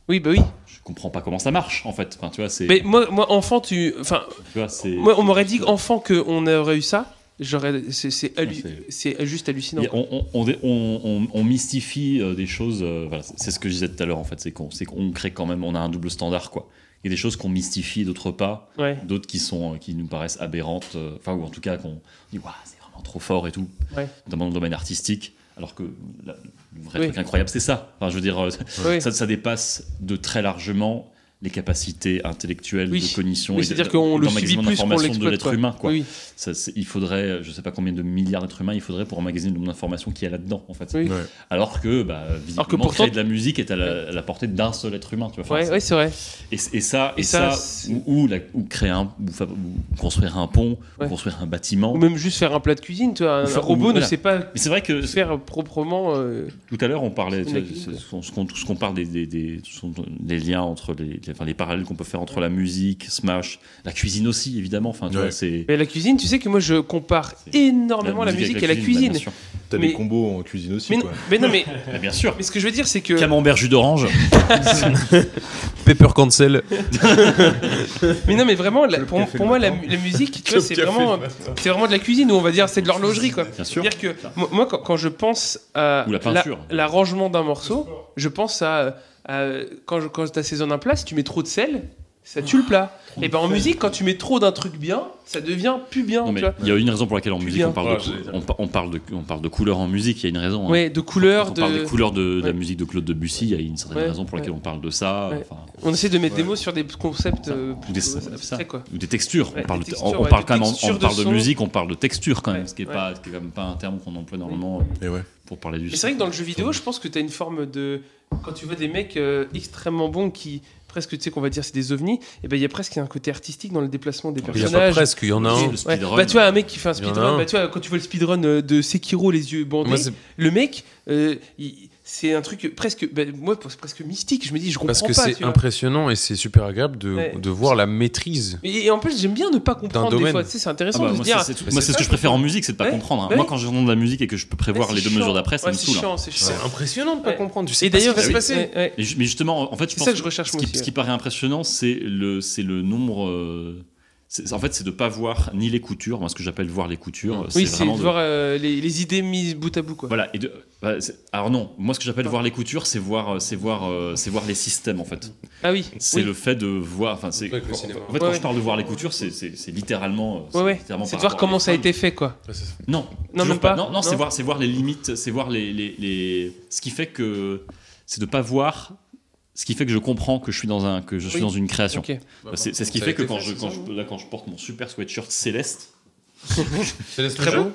oui bah oui je comprends pas comment ça marche en fait. Enfin, tu vois, c'est. mais moi, moi enfant tu enfin tu vois, c'est- moi on m'aurait dit enfant qu'on aurait eu ça j'aurais c'est c'est hallu- Ouais, c'est juste hallucinant Il y a- On, on- on dé- on- on- on mystifie euh, des choses. euh, voilà, c'est c'est ce que je disais tout à l'heure en fait. C'est qu'on c'est qu'on crée quand même. On a un double standard quoi. Il y a des choses qu'on mystifie, d'autres pas, Ouais. d'autres qui sont euh, qui nous paraissent aberrantes. euh, Enfin ou en tout cas qu'on dit waouh c'est vraiment trop fort et tout. Ouais. Notamment dans le domaine artistique. Alors que la- le vrai Oui. truc incroyable c'est ça. Enfin je veux dire euh, Oui. ça, ça dépasse de très largement les capacités intellectuelles Oui. de cognition Oui, et c'est-à-dire de- qu'on le d'emmagasinement subit plus qu'on d'informations de l'exploite, l'être quoi. humain quoi. Oui, Ça, c'est- il faudrait, euh, je sais pas combien de milliards d'êtres humains il faudrait pour emmagasiner le nombre d'informations qu'il y a là-dedans, en fait. Oui. Ouais. Alors que, bah, visiblement, que pourtant- créer de la musique est à la, à la portée d'un seul être humain, tu vois. Enfin, ouais, c'est- ouais, c'est vrai. et, et ça, et Et ça, ça, c'est- ou, ou la- ou créer un, ou, fa- ou construire un pont, ou Ouais. construire un bâtiment. Ou même juste faire un plat de cuisine, tu vois. Un, Enfin, robot ou- ne voilà. sait pas Mais c'est vrai que faire proprement. euh, tout à l'heure, on parlait, C'est tu vois, une c'est- ce qu'on- ce qu'on ce qu'on parle des, des, des- ce sont des liens entre les, les- enfin, les parallèles qu'on peut faire entre la musique, Smash, la cuisine aussi, évidemment. Enfin, tu Ouais. vois, c'est. Mais la cuisine, tu sais que moi je compare C'est- énormément la musique, avec à la cuisine. bah, bien sûr. T'as mais- des combos en cuisine aussi, mais, quoi. mais non, mais, Bah, bien sûr. mais ce que je veux dire, c'est que. Camembert jus d'orange. Pepper Cancel. Mais non, mais vraiment, la- pour, pour moi, la, la musique, tu vois, c'est vraiment, c'est vraiment de la cuisine, ou on va dire, c'est de l'horlogerie, quoi. Bien sûr. C'est-à-dire que moi, moi, quand, quand je pense à Ou la peinture. la- l'arrangement d'un morceau, je pense à, à- quand, je- quand tu assaisonnes un plat, si tu mets trop de sel, ça tue le plat. Et ben en musique, quand tu mets trop d'un truc bien, ça devient plus bien. Non, mais tu vois. il y a une raison pour laquelle en Tu musique viens. on parle, de, cou- on, pa- on parle de on parle de couleurs en musique, il y a une raison. hein. Ouais, de Quand couleurs, on de. parle des couleurs de, de la Ouais. musique de Claude Debussy, il y a une certaine Ouais, raison pour laquelle ouais. on parle de ça, Ouais. enfin, On essaie de mettre des Ouais. mots sur des concepts euh, ou, plutôt des, ça. abstraits, quoi. ou des textures. Ouais, on parle, des de- textures, on- on ouais, parle des quand même, on, textures de parle de, son. musique, on parle de texture quand même, Ouais, ce qui est ouais. pas, ce qui est quand même pas un terme qu'on emploie normalement euh, Et ouais. pour parler du. Ah Mais c'est vrai que dans le jeu vidéo, je pense que tu as une forme de. Quand tu vois des mecs euh, extrêmement bons qui, presque, tu sais, qu'on va dire c'est des ovnis, et ben il y a presque un côté artistique dans le déplacement des Il y a pas personnages. presque, il y en a Ouais. un. Le speedrun. Bah, tu vois, un mec qui fait un Il y en a speedrun, un. bah, tu vois, quand tu vois le speedrun euh, de Sekiro, les yeux bandés, Moi, c'est le mec, euh, il- c'est un truc presque. bah, moi, c'est presque mystique. Je me dis, je comprends parce que pas. c'est tu vois. impressionnant et c'est super agréable de, Ouais. de voir la maîtrise. Et, et en plus, j'aime bien ne pas comprendre des domaine. fois. Tu sais, c'est Ah intéressant bah, de se moi, dire. c'est- c'est tout- moi, c'est ce que je préfère en musique, c'est de pas Ouais, comprendre. hein. ouais. Moi, quand j'entends de la musique et que je peux Ouais, prévoir c'est les deux chiant. mesures d'après, ça Ouais, me c'est saoule. hein. chiant, c'est chiant. C'est impressionnant de pas Ouais. comprendre. Tu sais Et d'ailleurs, pas ce va qui se passer. va se passer. Ouais, ouais. Mais ju- mais justement, en fait, je C'est pense ça que je recherche, ce moi qui, aussi, ce qui ouais. paraît impressionnant, c'est le, c'est le nombre. euh, c'est- en fait, c'est de pas voir ni les coutures. Moi, ce que j'appelle voir les coutures, c'est Oui, c'est de vraiment. de- voir euh, les, les idées mises bout à bout, quoi. Voilà. Et de, voilà, c'est- alors non, moi, ce que j'appelle voir les coutures, c'est voir, euh, c'est voir, euh, c'est voir les systèmes, en fait. Ah oui. C'est oui. le fait de voir. Enfin, c'est. Avec le en fait, cinéma. quand Ouais, je parle de voir les coutures, c'est, c'est, c'est littéralement. euh, Ouais, ouais. littéralement C'est de par voir rapport à comment les ça a femmes. été fait, quoi. Non, Non, Toujours même pas. Non, non, c'est Non. voir, c'est voir les limites, c'est voir les, les, les- ce qui fait que c'est de pas voir, ce qui fait que je comprends que je suis dans un, que je suis Oui. dans une création. Bah, Ok. C'est c'est ce qui Ça a fait que été quand fait, je, c'est quand ça, je- là, quand je porte mon super sweatshirt céleste, C'est laisse Très le jeu bon.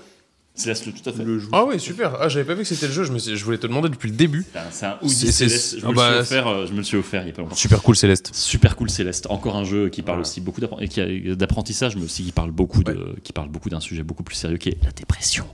céleste le tout à fait. Le jeu. Ah oui, super. Ah, j'avais pas vu que c'était le jeu. Je, me suis- je voulais te demander depuis le début. C'est un- C'est un hoodie C'est- c'est- céleste. Je ah me, bah, le suis offert, euh, je me le suis offert il y a pas longtemps. Super cool, Céleste. Super cool Céleste, encore un jeu qui parle aussi beaucoup d'appren- et qui a- d'apprentissage, mais aussi qui parle beaucoup de, qui parle beaucoup d'un sujet beaucoup plus sérieux qui est la dépression.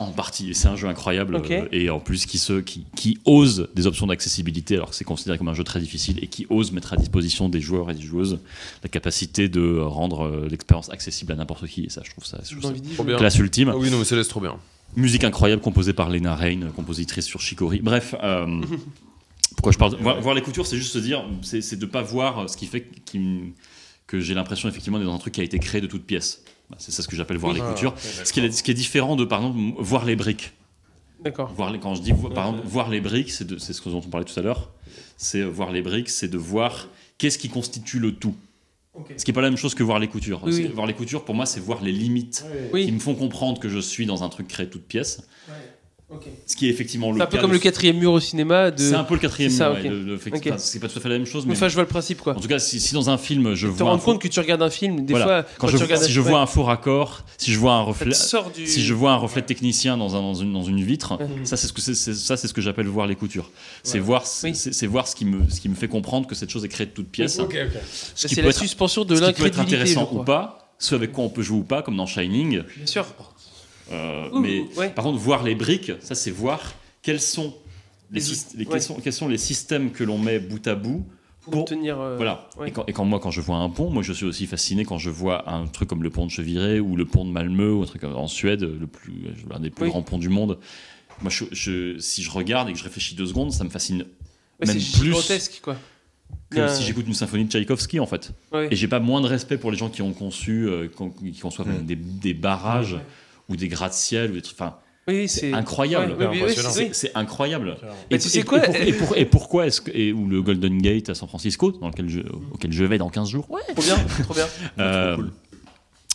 en partie, Et c'est un jeu incroyable Ok. euh, et en plus qui se, qui, qui ose des options d'accessibilité alors que c'est considéré comme un jeu très difficile et qui ose mettre à disposition des joueurs et des joueuses la capacité de euh, rendre euh, l'expérience accessible à n'importe qui et ça, je trouve ça, je J'ai trouve ça envie de dire. Trop bien. classe ultime. Ah oui, non, mais Céleste, trop bien. Musique incroyable composée par Lena Rain, compositrice sur Chicory. Bref, euh, pourquoi je parle de- voir, voir les coutures, c'est juste se dire, c'est c'est de pas voir ce qui fait qu'il que j'ai l'impression effectivement d'être dans un truc qui a été créé de toutes pièces. Bah, C'est ça ce que j'appelle voir les Ah, coutures. ce, qui est, ce qui est différent de, par exemple, m- voir les briques. D'accord. Voir les, quand je dis, vo- par exemple, voir les briques, c'est de- c'est ce dont on parlait tout à l'heure. C'est euh, voir les briques, c'est de voir qu'est-ce qui constitue le tout. Ok. Ce qui n'est pas la même chose que voir les coutures. Oui, C'est- oui. Voir les coutures, pour moi, c'est voir les limites qui Oui. me font comprendre que je suis dans un truc créé de toutes pièces. Ok. Ce qui est effectivement le C'est un peu cas comme de- le quatrième mur au cinéma. De... C'est un peu le quatrième. C'est ça, ouais, ok. le- le- effectivement, Ok. C'est pas tout à fait la même chose, mais Enfin, je vois le principe quoi. en tout cas, si, si dans un film, je Te vois. un rends faux- compte que tu regardes un film, des Voilà. fois, quand je, tu regardes si je ouais, vois un faux raccord, si je vois un ça reflet, te sort du. si je vois un reflet technicien dans, un- dans une, dans une vitre, Mhm. ça c'est ce que c'est- c'est- ça c'est ce que j'appelle voir les coutures. C'est Voilà. voir c'est Oui. c'est- c'est voir ce qui me ce qui me fait comprendre que cette chose est créée de toutes pièces. Ce qui C'est la peut être- suspension de ce qui peut être l'incrédulité. je intéressant crois. ou pas, ce avec quoi on peut jouer ou pas, comme dans Shining. Bien sûr. Euh, Ouh, mais ouais. par contre, voir les briques, ça c'est voir quels sont Les les, syst- outils, les- ouais. quels, sont, quels sont les systèmes que l'on met bout à bout Pour, pour tenir. euh, voilà. ouais. Et, quand, et quand moi, quand je vois un pont, moi je suis aussi fasciné quand je vois un truc comme le pont de Cheviré ou le pont de Malmö ou un truc comme- en Suède, le plus, l'un des plus Oui. grands ponts du monde. Moi, je, je- si je regarde et que je réfléchis deux secondes, ça me fascine Ouais, même c'est plus gigantesque quoi. que Bien. si j'écoute une symphonie de Tchaïkovski en fait. Ouais. Et j'ai pas moins de respect pour les gens qui ont conçu, euh, con- qui conçoivent même des, des barrages ou des gratte-ciel ou des trucs. Enfin, Oui, c'est incroyable. Ouais, oui, oui, oui, Impressionnant. c'est- C'est- C'est incroyable. Mais Bah, tu sais quoi, et, pour- et pour- et pourquoi est-ce que et, ou le Golden Gate à San Francisco, dans lequel je, auquel je vais dans 15 jours. oui, Trop bien, trop bien. Euh,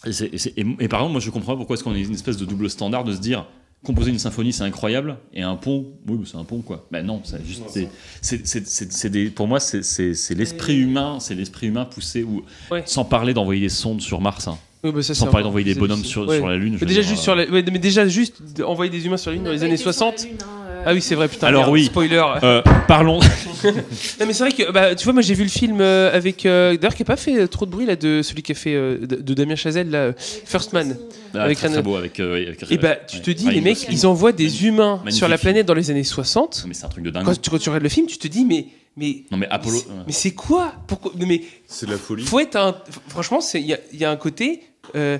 et, c'est- et c'est- et- et par exemple, moi je comprends pas pourquoi est-ce qu'on a une espèce de double standard de se dire composer une symphonie c'est incroyable et un pont, oui mais c'est un pont quoi. Ben non, c'est juste c'est- c'est- c'est- c'est- c'est des- pour moi c'est- c'est c'est l'esprit humain, c'est l'esprit humain poussé ou Ouais. sans parler d'envoyer des sondes sur Mars, hein. Oui, bah, ça, c'est sans parler d'envoyer des c'est- bonhommes c'est- sur, ouais. sur la Lune. Mais je veux déjà dire, juste euh, sur la... ouais, mais déjà juste d- envoyer des humains sur la Lune dans les années 60. hein, euh, Ah oui, c'est vrai, putain. Alors merde, oui. Spoiler. euh, parlons. Non, mais c'est vrai que, bah, tu vois, moi j'ai vu le film euh, avec. euh, D'ailleurs, qui a pas fait euh, trop de bruit, là, de celui qui a fait. euh, de, de Damien Chazelle, là. euh. First Man. Avec avec très, un- très beau avec. euh, oui, avec- Et bah, tu te ouais. dis, Ouais, les il- mecs, ils envoient des Magnifique. humains sur la Magnifique. planète dans les années 60. Non, Mais c'est un truc de dingue. Quand tu, quand tu regardes le film, tu te dis, mais. Mais, Non mais Apollo. euh, mais c'est- mais c'est quoi Pourquoi mais- Mais C'est de la folie. faut être un. Franchement, c'est- il y a, il y a un côté. euh,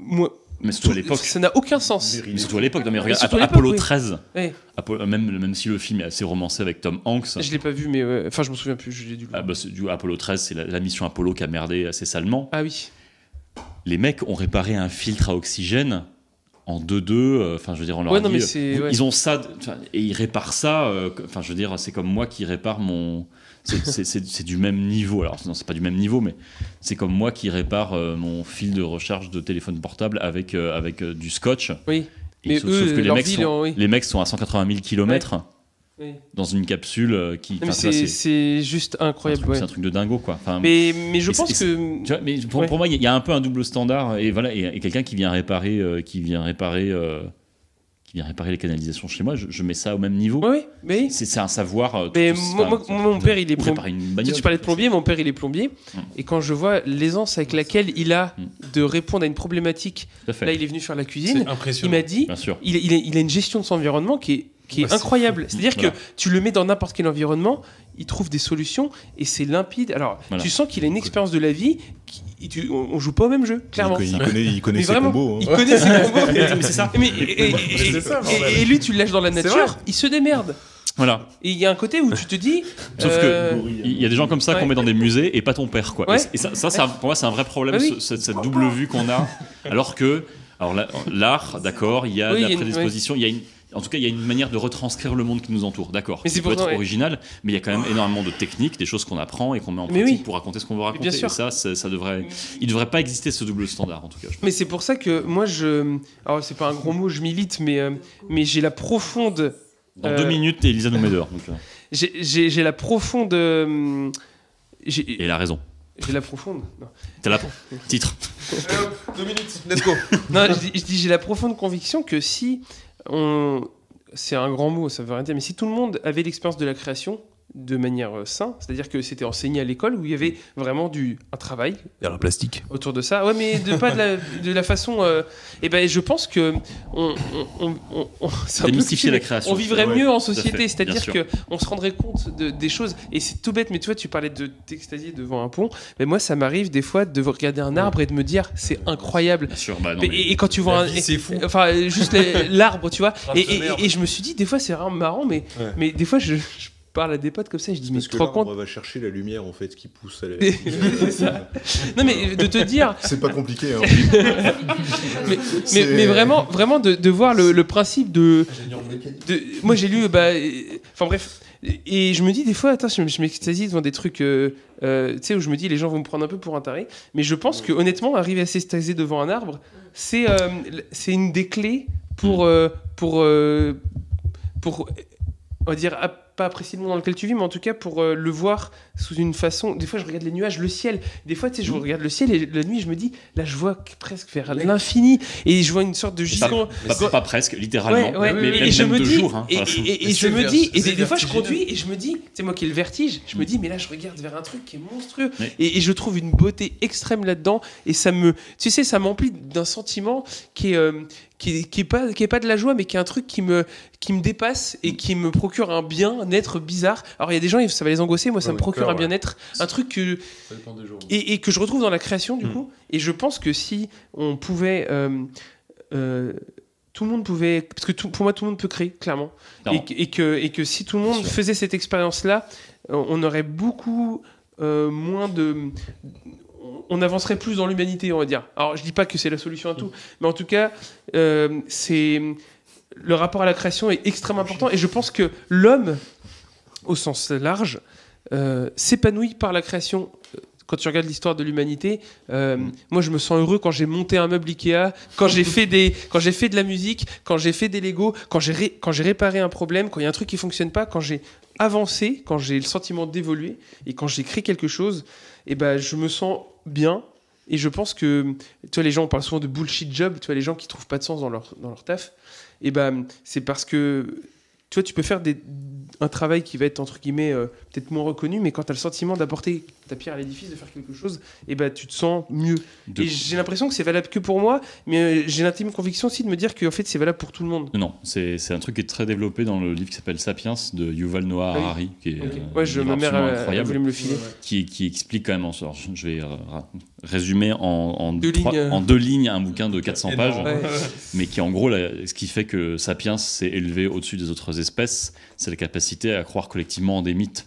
moi, Mais surtout à tout- l'époque. Ça n'a aucun sens. Mais surtout à l'époque, non mais regarde, surtout à l'époque, Apollo oui. 13. Ouais. Apollo- même, même si le film est assez romancé avec Tom Hanks. Je l'ai pas vu, mais. ouais, Enfin, je me souviens plus, je l'ai dû le voir. Ah bah, c'est du Apollo 13, c'est la, la mission Apollo qui a merdé assez salement. Ah oui. Les mecs ont réparé un filtre à oxygène en 2-2. euh, Enfin, je veux dire, on leur Ouais, a non, dit, mais euh, c'est- ouais. Ils ont ça, de- enfin, et ils réparent ça. euh, que- Enfin, je veux dire, c'est comme moi qui répare mon. c'est- C'est c'est- c'est du même niveau. Alors, non, c'est pas du même niveau, mais c'est comme moi qui répare euh, mon fil de recharge de téléphone portable avec, euh, avec euh, du scotch. Oui. Et Mais sauf, eux, sauf que les leur mecs, vie, sont, leur- oui. les mecs sont à 180 000 km Oui. dans une capsule euh, qui. Non, mais enfin, tu vois, c'est- c'est- c'est juste c'est un, incroyable. truc- ouais. c'est un truc de dingo, quoi. Enfin, Mais, mais je Et pense c'est- que. tu vois, mais pour, Ouais. pour moi, il y, a un peu un double standard. Et voilà, et, et quelqu'un qui vient réparer, euh, qui vient réparer, euh, qui vient réparer les canalisations chez moi, je, je mets ça au même niveau. Oui, mais. C'est c'est un savoir. euh, tout- Mais tout- moi, enfin, moi- c'est- moi, mon père, il est ou plombier. réparer une Tu, bagnole. sais, tu parlais de plombier, mon père, il est plombier. Mm. Et quand je vois l'aisance avec laquelle il a Mm. de répondre à une problématique, Tout à fait. là, il est venu faire la cuisine, C'est il impressionnant. m'a dit Bien sûr. il, il a, il a une gestion de son environnement qui est, qui est Bah, c'est incroyable. C'est-à-dire Voilà. que tu le mets dans n'importe quel environnement, il trouve des solutions et c'est limpide. Alors, Voilà. tu sens qu'il a une expérience de la vie, qui- et tu- on, on joue pas au même jeu, clairement. Il connaît, il connaît Mais ses vraiment, combos. hein. Il connaît ses combos. Mais c'est ça. Mais- et, et- et- c'est ça, et- bordel. et lui, tu le lâches dans la nature, il se démerde. Voilà. Et il y a un côté où tu te dis. Sauf euh, que il y a des gens comme ça qu'on Ouais. met dans des musées et pas ton père, quoi. Ouais. Et c- Et ça, ça, c'est un- pour moi, c'est un vrai problème, Bah oui. ce- cette, cette double vue qu'on a. Alors que, alors là, l'art, d'accord, il y a Oui, de il y a la une- prédisposition, il y a une. En tout cas, il y a une manière de retranscrire le monde qui nous entoure, d'accord. Mais c'est qui peut pourtant, être ouais. original, mais il y a quand même énormément de techniques, des choses qu'on apprend et qu'on met en Mais pratique oui. pour raconter ce qu'on veut raconter. bien sûr. Et ça, ça, ça devrait, il devrait pas exister ce double standard, en tout cas. je pense. Mais c'est pour ça que moi, je. Alors, c'est pas un gros mot, je milite, mais, euh, mais j'ai la profonde. Dans Euh, deux minutes, t'es Elisa Nomeder. donc, euh, J'ai- J'ai j'ai la profonde. euh, J'ai et elle a raison. j'ai la profonde. Non, T'as la titre. Non, je dis- je dis j'ai la profonde conviction que si on. C'est un grand mot, ça veut rien dire, mais si tout le monde avait l'expérience de la création de manière euh, saine, c'est-à-dire que c'était enseigné à l'école où il y avait vraiment du, un travail Vers plastique. autour de ça. Ouais, mais de pas de la, de la façon. euh, eh ben, je pense que on, on, on, on- c'est un peu cliché, Démystifier la mais création. Ah On vivrait Ouais, mieux en tout à fait, société, bien c'est-à-dire sûr. que on se rendrait compte de- des choses. Et c'est tout bête, mais tu vois, tu parlais de t'extasier devant un pont. Mais moi, ça m'arrive des fois de regarder un arbre et de me dire, c'est incroyable. Bien sûr. Bah, non, Mais- mais- et, et quand tu vois un, et- C'est fou. enfin juste les- l'arbre, tu vois. Ah, Et, de et- merde. et je me suis dit, des fois, c'est vraiment marrant, mais mais des fois, je, je parle à des potes comme ça, je dis, mais Parce tu que te là, rends compte on va chercher la lumière en fait qui pousse à la. C'est ça. Non, mais de te dire, C'est pas compliqué. hein. mais, mais, C'est- mais vraiment, vraiment de, de voir le, le principe de, de- Moi, j'ai lu. bah, euh, Enfin, bref. Et je me dis des fois, attends, je, je m'extasie devant des trucs, euh, euh, tu sais, où je me dis les gens vont me prendre un peu pour un taré. Mais je pense que honnêtement, arriver à s'extasier devant un arbre, c'est euh, l- c'est une des clés pour euh, pour euh, pour on va dire ap- pas apprécier le monde dans lequel tu vis, mais en tout cas pour euh, le voir sous une façon. Des fois, je regarde les nuages, le ciel. Des fois, tu sais, je Mm. regarde le ciel et la nuit, je me dis, là, je vois que- presque vers l'infini et je vois une sorte de Pas, gigant. pas- pas presque, littéralement. Ouais, ouais, mais et même, je même me de dis, jour. hein. et, Enfin, et- et- et Mais je c'est me dis, et verti- des, des fois je vertigineux. conduis et je me dis, c'est moi qui ai le vertige, je me Mm. dis, mais là je regarde vers un truc qui est monstrueux, Ouais. et, et je trouve une beauté extrême là-dedans, et ça me, tu sais, ça m'emplit d'un sentiment qui est, euh, qui, est- qui est pas, qui est pas de la joie, mais qui est un truc qui me, qui me dépasse et qui me procure un bien-être bizarre. Alors il y a des gens, ça va les engosser, moi ça Ouais, me mais procure peur, un ouais. bien-être, un truc que, Ça dépend des jours. Hmm. et, et que je retrouve dans la création du Mm. coup. Et je pense que si on pouvait, euh, euh, tout le monde pouvait, parce que tout- pour moi tout le monde peut créer clairement, et, Clairement. que- et que et que si tout le Bien monde sûr. faisait cette expérience là, on aurait beaucoup euh, moins de on avancerait plus dans l'humanité, on va dire. Alors, je dis pas que c'est la solution à tout, mais en tout cas, euh, c'est le rapport à la création est extrêmement important. Et je pense que l'homme, au sens large, euh, s'épanouit par la création. Quand tu regardes l'histoire de l'humanité, euh, moi je me sens heureux quand j'ai monté un meuble Ikea, quand j'ai fait des, quand j'ai fait de la musique, quand j'ai fait des Lego, quand j'ai ré- quand j'ai réparé un problème, quand il y a un truc qui fonctionne pas, quand j'ai avancé, quand j'ai le sentiment d'évoluer et quand j'ai créé quelque chose, et ben je me sens bien. Et je pense que, tu vois, les gens, on parle souvent de bullshit job, tu vois, les gens qui trouvent pas de sens dans leur, dans leur taf, et ben c'est parce que, tu vois, tu peux faire des, un travail qui va être, entre guillemets, euh, peut-être moins reconnu, mais quand tu as le sentiment d'apporter ta pierre à l'édifice, de faire quelque chose, et ben tu te sens mieux. De- Et j'ai l'impression que c'est valable que pour moi, mais euh, j'ai l'intime conviction aussi de me dire que, en fait, c'est valable pour tout le monde. Non, c'est c'est un truc qui est très développé dans le livre qui s'appelle Sapiens de Yuval Noah Ah oui. Harari, qui est Ok. euh, Ouais, je, un livre ma mère absolument elle- elle voulait me le filer. qui, qui explique quand même en alors, je- je vais euh, ra- résumer en, en Deux trois- lignes, euh. en deux lignes un bouquin de 400 pages, hein. Ouais. mais qui en gros, là, ce qui fait que Sapiens s'est élevé au-dessus des autres espèces, c'est la capacité à croire collectivement en des mythes.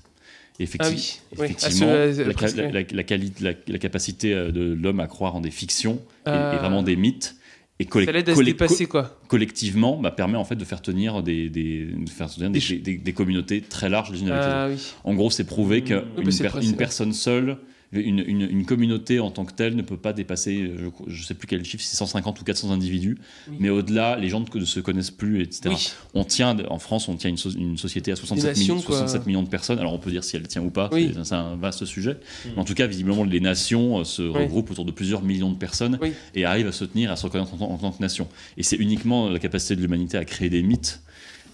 Et effecti- Ah oui, oui. effectivement, Ah, ce- euh, la, ca- presque, ouais. la- la quali- la- la capacité euh, de l'homme à croire en des fictions et- Ah. et, vraiment des mythes. Et colle- Ça l'aide à se colle- dépasser, quoi. collectivement bah, permet en fait de faire tenir des, des, de faire tenir Des des, ch- des- des communautés très larges les unes avec les autres. Ah oui. En gros, c'est prouvé qu'une Oui, bah, c'est le principe. personne seule, une, une- une communauté en tant que telle ne peut pas dépasser, euh, je ne sais plus quel chiffre, 650 ou 400 individus, Oui. mais au-delà, les gens ne se connaissent plus, etc. Oui, On tient, en France, on tient une, so- une société à 67, Des nations, millions- 67 quoi. millions de personnes. Alors on peut dire si elle tient ou pas, Oui. Mm. c'est- c'est un vaste sujet. Mais en tout cas, visiblement, les nations euh, se regroupent autour de plusieurs millions de personnes Oui. et arrivent à se tenir, à se reconnaître en, tant- en tant que nation. Et c'est uniquement la capacité de l'humanité à créer des mythes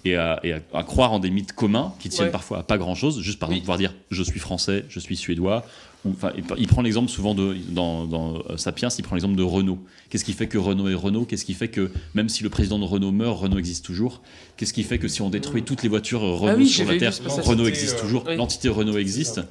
et à, et à- à croire en des mythes communs qui tiennent Ouais. parfois à pas grand-chose, juste par Oui. exemple pouvoir dire je suis français, je suis suédois. Ou- Enfin, il- il prend l'exemple souvent de, dans, dans, euh, Sapiens, il prend l'exemple de Renault. Qu'est-ce qui fait que Renault est Renault Qu'est-ce qui fait que même si le président de Renault meurt, Renault existe toujours Qu'est-ce qui fait que si on détruit toutes les voitures euh, Renault Ah oui, sur j'avais la vu Terre, ce passage. Renault L'entité, existe euh, toujours, oui. l'entité Renault existe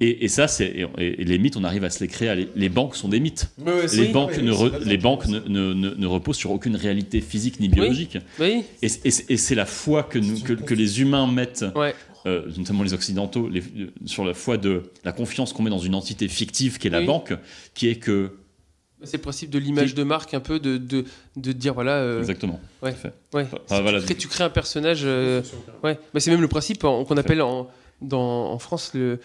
et, et ça, c'est et, et les mythes, on arrive à se les créer. à Les, les banques sont des mythes. les, banques ne re- les banques ne, ne- ne- ne reposent sur aucune réalité physique ni biologique. Bah oui. Et, c- et c- et c'est la foi que, nous- que, que les humains mettent, Ouais. euh, notamment les occidentaux, les- euh, sur la foi de la confiance qu'on met dans une entité fictive qui est la Oui. banque, qui est que C'est le principe de l'image de marque, un peu de, de, de dire voilà. euh, exactement. ouais. tout à fait. ouais. Ah, voilà. Tu crées- tu crées un personnage. euh, ouais. Bah, c'est même le principe en- qu'on appelle en, dans, en France le.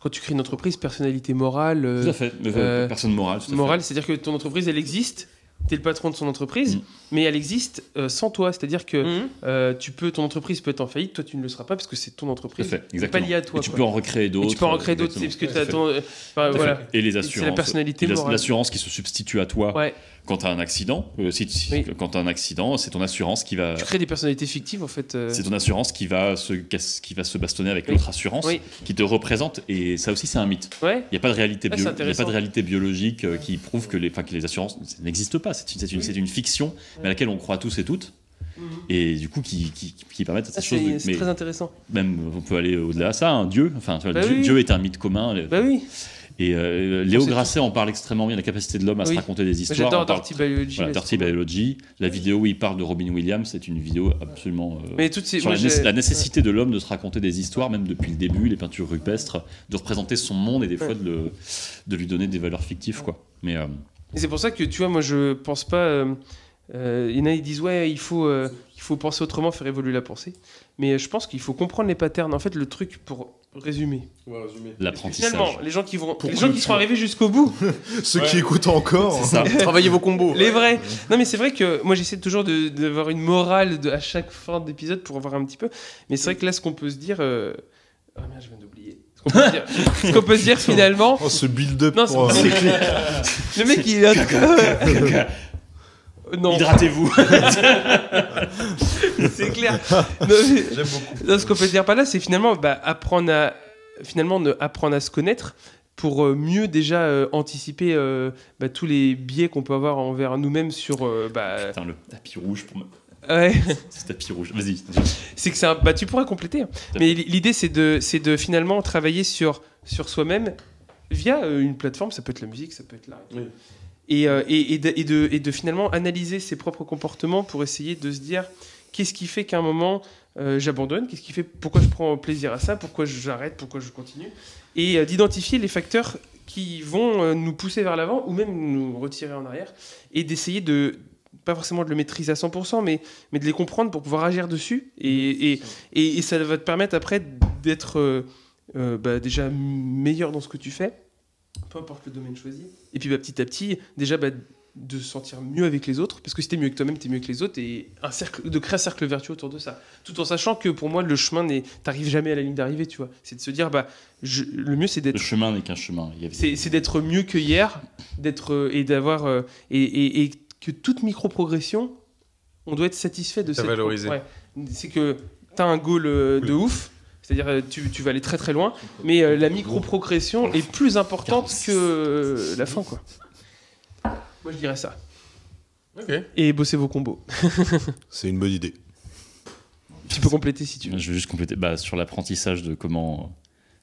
Quand tu crées une entreprise, personnalité morale. euh, Tout à fait. euh, Personne morale. tout à fait. morale, c'est-à-dire que ton entreprise, elle existe. T'es le patron de son entreprise, Mm. mais elle existe euh, sans toi. C'est-à-dire que euh, tu peux, ton entreprise peut être en faillite, toi tu ne le seras pas parce que c'est ton Tout à entreprise. fait. C'est pas Exactement. lié à toi. Et tu quoi. peux en recréer Et d'autres. tu peux en recréer d'autres, c'est exactement. parce que Tout tu à as ton. fait. euh, enfin, Tout à voilà. fait. Et les assurances. personnalité Et l'as- morale. L'assurance qui se substitue à toi Ouais. quand tu as un accident. euh, si- si- Oui. Quand tu as un accident, c'est ton assurance qui va. Tu crées des personnalités fictives en fait. euh, C'est ton assurance qui va se, casse- qui va se bastonner avec Oui. l'autre assurance Oui. qui te représente. Et ça aussi, c'est un mythe. Ouais. Il n'y a, pas de réalité Ah, c'est bio- il y a pas intéressant. de réalité biologique euh, qui prouve que les, enfin, que les assurances ça n'existe pas. C'est une, c'est une, c'est une fiction mais à laquelle on croit tous et toutes. Et du coup, qui, qui, qui permettent à Ah, ces choses. Mhm. c'est de- c'est Mais très intéressant. même, on peut aller au-delà de ça. hein, Dieu, enfin, tu vois, Bah Dieu, oui. Dieu est un mythe commun. les- Bah oui. Et euh, Léo Grasset en parle extrêmement bien, la capacité de l'homme à Oui. se raconter des Moi, histoires. J'adore On parle- Dirty Biology. voilà, mais Dirty Biology. La vidéo où il parle de Robin Williams, c'est une vidéo absolument. euh, Mais toutes ces. sur moi, la, né- j'ai- la nécessité de l'homme de se raconter des histoires, même depuis le début, les peintures rupestres, de représenter son monde et des fois de, le- de lui donner des valeurs fictives, quoi. Mais euh, Et c'est pour ça que tu vois, moi je pense pas. euh, euh, il y en a ils disent ouais, il faut, euh, il faut penser autrement, faire évoluer la pensée. Mais euh, je pense qu'il faut comprendre les patterns. En fait, le truc pour résumer. l'apprentissage. Finalement, les gens qui vont, Pour les gens qui clôturer. seront arrivés jusqu'au bout, Ceux qui écoutent encore. Ça, Travaillez vos combos. les vrais. Non mais c'est vrai que moi j'essaie toujours de- d'avoir une morale de, à chaque fin d'épisode pour avoir un petit peu. Mais c'est vrai que là, ce qu'on peut se dire. euh, Ah merde, je viens d'oublier. Ce qu'on peut se dire- ce qu'on peut se dire finalement, Oh, ce build-up Non, pour. c'est- euh, le mec il est. non. hydratez-vous. c'est clair. Non, mais- Non, ce qu'on peut dire par là, c'est finalement bah, apprendre à finalement ne- apprendre à se connaître pour euh, mieux déjà euh, anticiper euh, bah, tous les biais qu'on peut avoir envers nous-mêmes sur euh, bah, Putain, le tapis rouge pour moi. ouais. Ce tapis rouge. Vas-y. c'est que c'est un- bah, tu pourras compléter hein. mais l- l'idée c'est de c'est de finalement travailler sur sur soi-même via euh, une plateforme ça peut être la musique ça peut être l'art et tout. et, euh, et, et de, et de- et de finalement analyser ses propres comportements pour essayer de se dire qu'est-ce qui fait qu'à un moment euh, j'abandonne qu'est-ce qui fait pourquoi je prends plaisir à ça pourquoi j'arrête pourquoi je continue et euh, d'identifier les facteurs qui vont euh, nous pousser vers l'avant ou même nous retirer en arrière et d'essayer de pas forcément de le maîtriser à 100% mais mais de les comprendre pour pouvoir agir dessus. Et, et, et, et ça va te permettre après d'être euh, euh, bah, déjà meilleur dans ce que tu fais, peu importe le domaine choisi. Et puis bah, petit à petit, déjà bah, de se sentir mieux avec les autres, parce que si t'es mieux que toi-même, t'es mieux que les autres, et un cercle, de créer un cercle vertueux autour de ça. Tout en sachant que pour moi, le chemin, n'est- t'arrives jamais à la ligne d'arrivée, tu vois. C'est de se dire, bah, je- le mieux c'est Le d'être chemin n'est qu'un chemin. Il y avait- c'est c'est d'être mieux que hier, d'être euh, et d'avoir euh, et, et- et que toute micro progression, on doit être satisfait de T'as cette. valorisé. Ouais. C'est que t'as un goal euh, de ouf, c'est-à-dire euh, tu, tu vas aller très très loin, mais euh, la micro progression est plus importante que euh, la fin quoi. Moi je dirais ça. Ok. Et bosser vos combos. C'est une bonne idée. Tu peux compléter si tu veux. Je vais juste compléter bah, sur l'apprentissage de comment,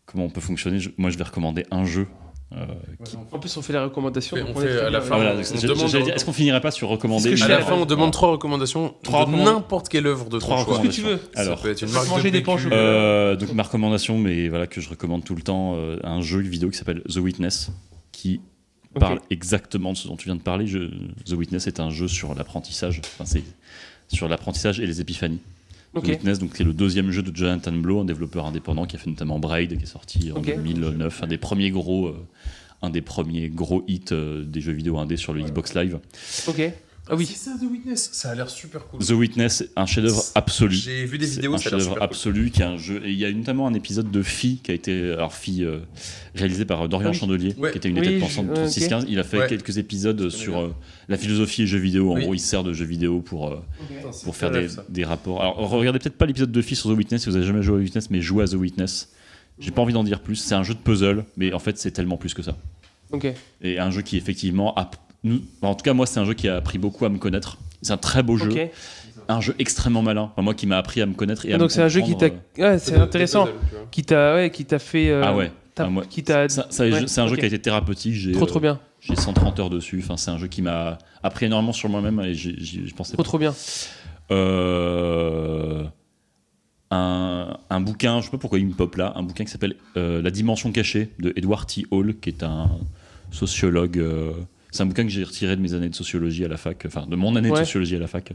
comment on peut fonctionner. je- moi, je vais recommander un jeu. euh, qui- En plus on fait les recommandations. Ouais, donc on est fait très à la bien, fin. Ah, ouais. voilà, on c'est- demande- j'allais dire, Est-ce qu'on finirait pas sur recommander Parce que À je la suis fin, on demande trois recommandations Trois de recommandations. n'importe quelle œuvre de Trois ton Ce choix. que tu veux. Alors, ça peut être une Je marque vais manger de des PQ, pains au chocolat. euh, Euh, donc ma recommandation, mais voilà que je recommande tout le temps, euh, un jeu vidéo qui s'appelle The Witness, qui Ok. parle exactement de ce dont tu viens de parler. Je- The Witness est un jeu sur l'apprentissage, enfin, c'est sur l'apprentissage et les épiphanies. Ok. The Witness, donc c'est le deuxième jeu de Jonathan Blow, un développeur indépendant qui a fait notamment Braid, qui est sorti en Ok. 2009, un des premiers gros, euh, un des premiers gros hits euh, des jeux vidéo indé sur le Xbox Live. Ok. Ah oui. C'est ça The Witness, ça a l'air super cool. The Witness, un chef-d'œuvre absolu. J'ai vu des C'est vidéos, un ça a l'air chef-d'œuvre super cool. absolu qui est un jeu. Et il y a notamment un épisode de Phi qui a été, alors Phi euh, réalisé par euh, Dorian Ah oui. Chandelier, Ouais. qui était une Oui, tête je- pensante de ouais, 3615. Il a fait Ouais. quelques épisodes sur bien. euh, la philosophie et jeux vidéo. En Oui. gros, il sert de jeux vidéo pour euh, Putain, c'est pour faire très des, rêve, ça. des rapports. Alors regardez peut-être pas l'épisode de Phi sur The Witness si vous avez jamais joué à The Witness, mais jouez à The Witness. J'ai pas envie d'en dire plus. C'est un jeu de puzzle, mais en fait c'est tellement plus que ça. Ok. Et un jeu qui effectivement, a- nous- en tout cas moi c'est un jeu qui a appris beaucoup à me connaître. C'est un très beau jeu Ok. Ah, un jeu extrêmement malin. Enfin, moi qui m'a appris à me connaître et à Donc me c'est un jeu qui t'a. comprendre, Ouais, c'est intéressant. Des puzzles, tu vois. qui t'a ouais, qui t'a fait euh, euh, Ah ouais. t'a- Ah, moi- qui t'a Ça- ça, Euh, Ouais, C'est un jeu ok. qui a été thérapeutique. J'ai trop trop euh, bien J'ai 130 heures dessus. Enfin, c'est un jeu qui m'a appris énormément sur moi-même et j'ai- j'ai- je pensais trop pas. trop bien Euh, un, un bouquin, je sais pas pourquoi il me pop là, un bouquin qui s'appelle euh, La dimension cachée de Edward T. Hall, qui est un sociologue. euh, c'est un bouquin que j'ai retiré de mes années de sociologie à la fac, enfin de mon année Ouais. de sociologie à la fac.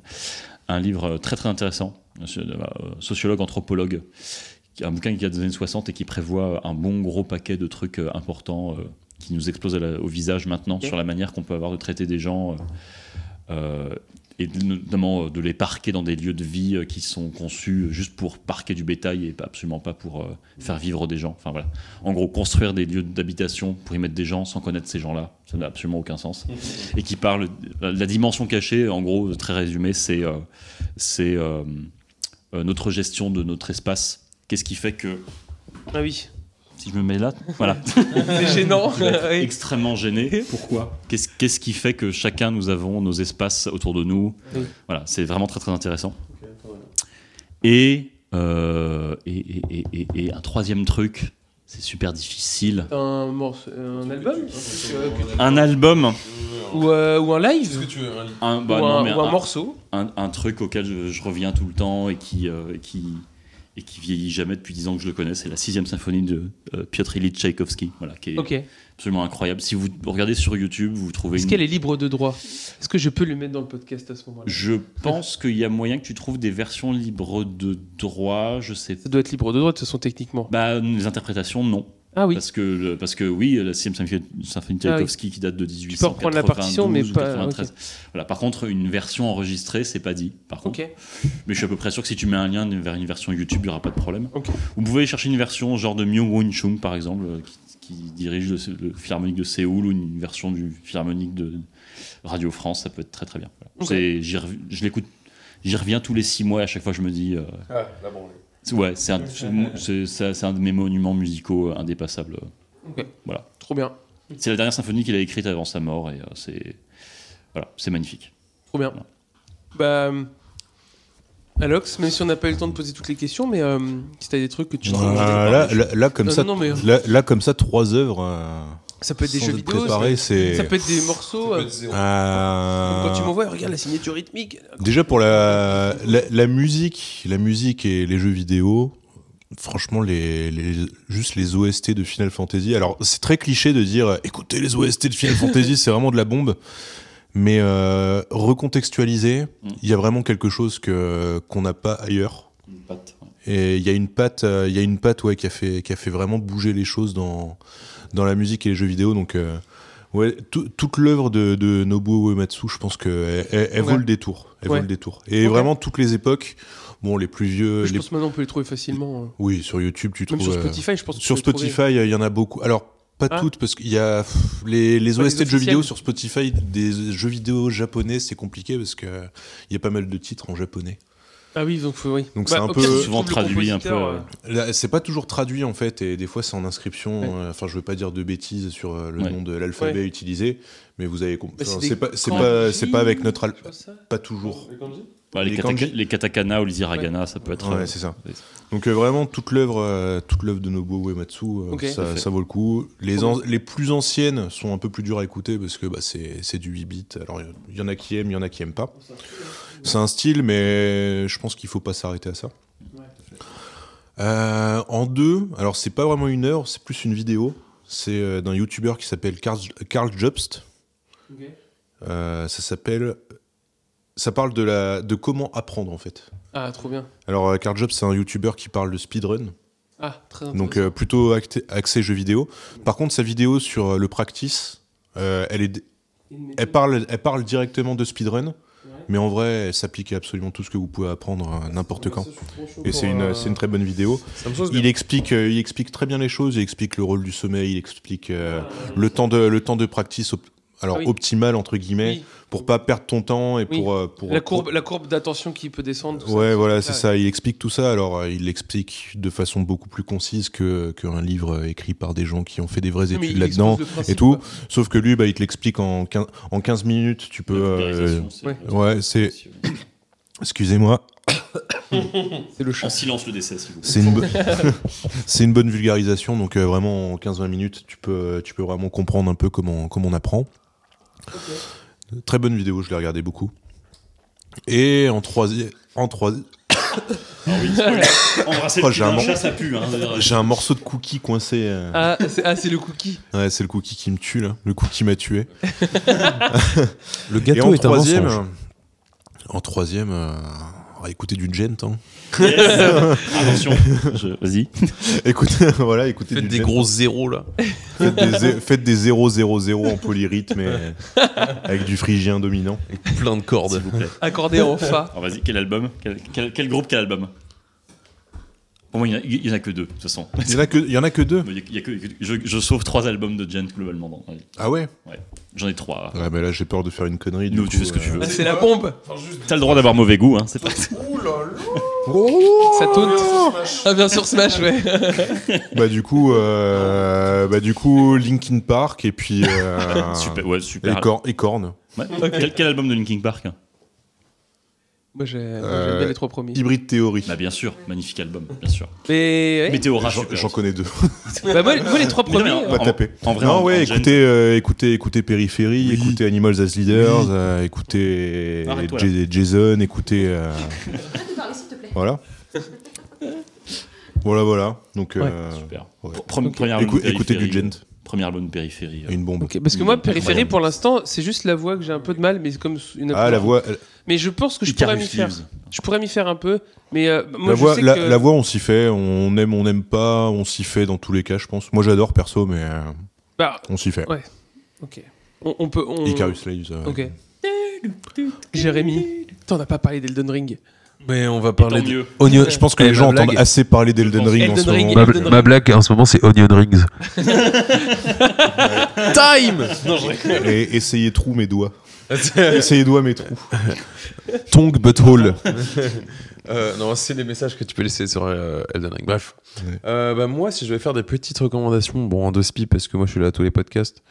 Un livre euh, très très intéressant, un so- euh, sociologue anthropologue, qui- un bouquin qui date des années 60 et qui prévoit un bon gros paquet de trucs euh, importants euh, qui nous explosent à la- au visage maintenant sur la manière qu'on peut avoir de traiter des gens. euh, euh, et de- notamment euh, de les parquer dans des lieux de vie euh, qui sont conçus juste pour parquer du bétail et pas- absolument pas pour euh, faire vivre des gens. Enfin voilà. En gros, construire des lieux d'habitation pour y mettre des gens sans connaître ces gens-là, ça n'a absolument aucun sens. Et qui parle la, la dimension cachée, en gros, très résumé, c'est euh, c'est euh, euh, notre gestion de notre espace. Qu'est-ce qui fait que ah oui si je me mets là, voilà, c'est gênant je vais être Ouais. extrêmement gêné. Pourquoi Qu'est-ce qu'est-ce qui fait que chacun nous avons nos espaces autour de nous Oui. Voilà, c'est vraiment très très intéressant. Et, euh, et, et- et- et- et un troisième truc C'est super difficile. Un, morceau- un album Un album, ou, euh, ou un live tu veux un un, bah, ou, non, un, mais ou un un- morceau un, un truc auquel je, je reviens tout le temps et qui, euh, et qui, et qui vieillit jamais depuis 10 ans que je le connais, c'est la sixième symphonie de euh, Piotr Ilyich Tchaïkovski, voilà, qui est Ok. Est-ce absolument incroyable. Si vous regardez sur YouTube, vous trouvez une... qu'elle est libre de droit Est-ce que je peux le mettre dans le podcast à ce moment-là Je pense qu'il y a moyen que tu trouves des versions libres de droit, je sais pas. Ça doit être libre de droit de toute façon techniquement. Bah, les interprétations, non. Ah oui. Ah Parce, que, le- parce que oui, la 6 symphonie de Tchaïkovski qui date de 1892 reprendre la partition, mais ou pas- 93. Voilà, par contre, une version enregistrée, c'est pas dit. Par contre, Ok. Mais je suis à peu près sûr que si tu mets un lien vers une version YouTube, il n'y aura pas de problème. Ok. Vous pouvez aller chercher une version genre de Myung Woon Chung, par exemple, euh, qui, qui dirige le, le Philharmonique de Séoul ou une version du Philharmonique de Radio France. Ça peut être très très bien. Voilà. Ok. C'est- j'y rev- Je l'écoute, j'y reviens tous les six mois. et À chaque fois, je me dis. euh, Ah, c'est- Ouais, c'est un, c'est mon- c'est- c'est- c'est un de mes monuments musicaux euh, indépassables. Trop bien. C'est la dernière symphonie qu'il a écrite avant sa mort et euh, c'est voilà, c'est magnifique. Trop bien. Bah. euh, Alox, même si on n'a pas eu le temps de poser toutes les questions, mais euh, si t'as des trucs que tu te Voilà, là, là- là, comme Non, ça, non, non, mais- là, là, comme ça, trois œuvres. euh, ça peut être des sans jeux être vidéo, ça, préparées, c'est. ça peut être des morceaux. euh, Euh, Quand tu m'envoies, regarde la signature rythmique. Déjà pour la, la, la musique, la musique et les jeux vidéo, franchement, les, les- juste les OST de Final Fantasy. Alors, c'est très cliché de dire euh, écoutez les OST de Final Fantasy, c'est vraiment de la bombe. Mais euh, recontextualisé, Mm. il y a vraiment quelque chose que qu'on n'a pas ailleurs. Et il y a une patte, euh, il y a une patte ouais, qui, a fait, qui a fait vraiment bouger les choses dans, dans la musique et les jeux vidéo. Donc, euh, ouais, tout- toute l'œuvre de, de Nobuo Uematsu, je pense qu'elle elle, elle Ouais. vaut le détour. Elle Ouais. vaut le détour. Et Ok. vraiment, toutes les époques, bon, les plus vieux. je Euh, les- pense maintenant on peut les trouver facilement. euh. Oui, sur YouTube, tu Même trouves. sur euh, Spotify, je pense. que tu sur peux trouver. Spotify, il y en a beaucoup. Alors, pas Ah. toutes, parce qu'il y a pff, les, les Pas les OST de jeux vidéo officiels. sur Spotify, des jeux vidéo japonais, c'est compliqué parce que il y a pas mal de titres en japonais. Ah oui, donc faut- oui. Donc c'est un au peu- euh, pire, tu Souvent trouves le traduit un peu, compositeur, euh, ouais. Là, C'est pas toujours traduit en fait, et des fois c'est en inscription. euh, Enfin, je veux pas dire de bêtises sur euh, le Ouais. nom de l'alphabet utilisé, mais vous avez compris. Bah, c'est Enfin, des C'est pas, c'est kanji, pas, c'est pas avec notre je alphabet. vois ça. Pas toujours. Bah, les, Les kataka- kanji. les katakana ou les hiragana, ça peut être. Ouais, euh, c'est ça. ouais. Donc euh, vraiment toute l'œuvre, euh, toute l'œuvre de Nobuo Uematsu, euh, Ok. ça, Parfait. ça vaut le coup. Les, an- les plus anciennes sont un peu plus dures à écouter parce que bah, c'est c'est du 8 bits. Alors il y en a qui aiment, il y en a qui aiment pas. C'est un style, mais je pense qu'il faut pas s'arrêter à ça. Euh, en deux, alors c'est pas vraiment une heure, c'est plus une vidéo. C'est euh, d'un youtubeur qui s'appelle Carl, Carl Jobst. Ok. Euh, ça s'appelle, ça parle de la, de comment apprendre en fait. Ah, trop bien. Alors euh, Carl Jobs, c'est un youtubeur qui parle de speedrun, Ah, très intéressant. donc euh, plutôt acté- axé jeux vidéo. Par contre, sa vidéo sur euh, le practice, euh, elle, est, elle, parle, elle parle directement de speedrun, mais en vrai, elle s'applique à absolument tout ce que vous pouvez apprendre euh, n'importe quand. Et c'est euh, une, c'est une très bonne vidéo. Il explique, euh, il explique très bien les choses, il explique le rôle du sommeil, il explique euh, le, temps de, le temps de practice op- alors Ah oui. optimal, entre guillemets, Oui. pour pas perdre ton temps et Oui. pour, euh, pour... La pour- courbe, la courbe d'attention qui peut descendre. tout ça, Ah. Ouais, tout voilà, c'est ouais. ça. Il explique tout ça. Alors, euh, il l'explique de façon beaucoup plus concise que qu'un livre euh, écrit par des gens qui ont fait des vraies Non, mais études il là-dedans expose le principe, et tout. quoi. Sauf que lui, bah, il te l'explique en 15, en 15 minutes. Tu peux. la euh, vulgarisation, c'est- ouais. ouais, c'est. Excusez-moi. C'est le En chat. silence le décès, s'il vous plaît. C'est une, bo- c'est une bonne vulgarisation. Donc, euh, vraiment, en 15-20 minutes, tu peux, euh, tu peux vraiment comprendre un peu comment, comment on apprend. Très bonne vidéo, je l'ai regardée beaucoup. Et en troisième. En troisième. Ah oui, spoil. Embrasser Oh, le j'ai un putain de chat, mor- ça pue. hein. J'ai un morceau de cookie coincé. euh, Ah, c'est ah, c'est le cookie. Ouais, c'est le cookie qui me tue, là. Le cookie m'a tué. Le Et en gâteau est un troisième. mensonge. euh, En troisième, euh, on va écouter du gent. Hein. Yes. Attention, Je- vas-y. Écoutez, voilà, écoutez Faites du des gent. gros zéros là. Faites des, zé- faites des 0 0 0 en polyrythme et, euh, avec du phrygien dominant. Plein de S'il cordes. vous plaît. Accordé en fa. Alors vas-y, quel album quel, quel- quel groupe, quel album Pour moi, il y en a- il n'y en, a que deux, de toute façon. Il y en a que, il y en a que deux. Il y a- il y a que- il y a que- je, je sauve trois albums de Gent globalement. dans- ouais. Ah ouais J'en ai trois. Ouais, mais là, j'ai peur de faire une connerie. Ah, Du Nous, coup, euh. tu fais ce que tu veux. Ah, c'est la bombe. T'as le droit d'avoir mauvais goût, hein, c'est pas. Oh, Ça tourne. Ah, bien sûr, Smash, ouais. Euh, Bah, du coup, euh, bah, du coup, Linkin Park et puis. euh, Super, ouais, Et, super. Cor- et Korn. Ouais. Quel, quel album de Linkin Park hein Moi, j'ai- moi, j'aime Euh, bien les trois premiers. Hybride théorie. Bah, bien sûr, magnifique album, bien sûr. Mais, ouais. Ah, Météora, J'en- super. J'en connais deux. Bah, moi, moi, les trois Mais non, premiers. mais hein. On va En- taper. en vrai, non, en- ouais, en écoutez, euh, écoutez, écoutez Périphérie, écoutez Animals as Leaders, euh, écoutez Arrête-toi J- Jason, écoutez. euh, Arrête de parler, s'il te plaît. voilà. Voilà, voilà. Donc, euh, Super. ouais. Pre- Premier album Écou- de écoutez du Périphérie. Gent Premier album de Périphérie. euh. et une bombe. Ok, parce que moi, périphérie, pour l'instant, c'est juste la voix que j'ai un peu de mal, mais comme une Ah, la voix, la, Mais je pense que je pourrais Icarus m'y faire. Leaves. Je pourrais m'y faire un peu, mais euh, moi, je voix, sais la, que... la voix, on s'y fait. On aime, on n'aime pas. On s'y fait dans tous les cas, je pense. Moi, j'adore perso, mais euh, Bah, on s'y fait. Ouais. ok. On, on peut. On... Icarus Lives. euh, Ok. Jérémy, t'en as pas parlé d'Elden Ring. Mais on va Et tant parler. mieux. Oignon- je pense que Eh, les gens ma blague. entendent assez parler d'Elden pense. Ring en Elden ce Ring, moment. Elden Ring. blague en ce moment, c'est Onion Rings. Time Et essayez trou mes doigts. Euh, Essayez doigts mes trous. Tongue butthole. Euh, non, c'est les messages que tu peux laisser sur euh, Elden Ring. Bref. Ouais. Euh, bah, moi, si je vais faire des petites recommandations, bon, en deux spi, parce que moi, je suis là à tous les podcasts.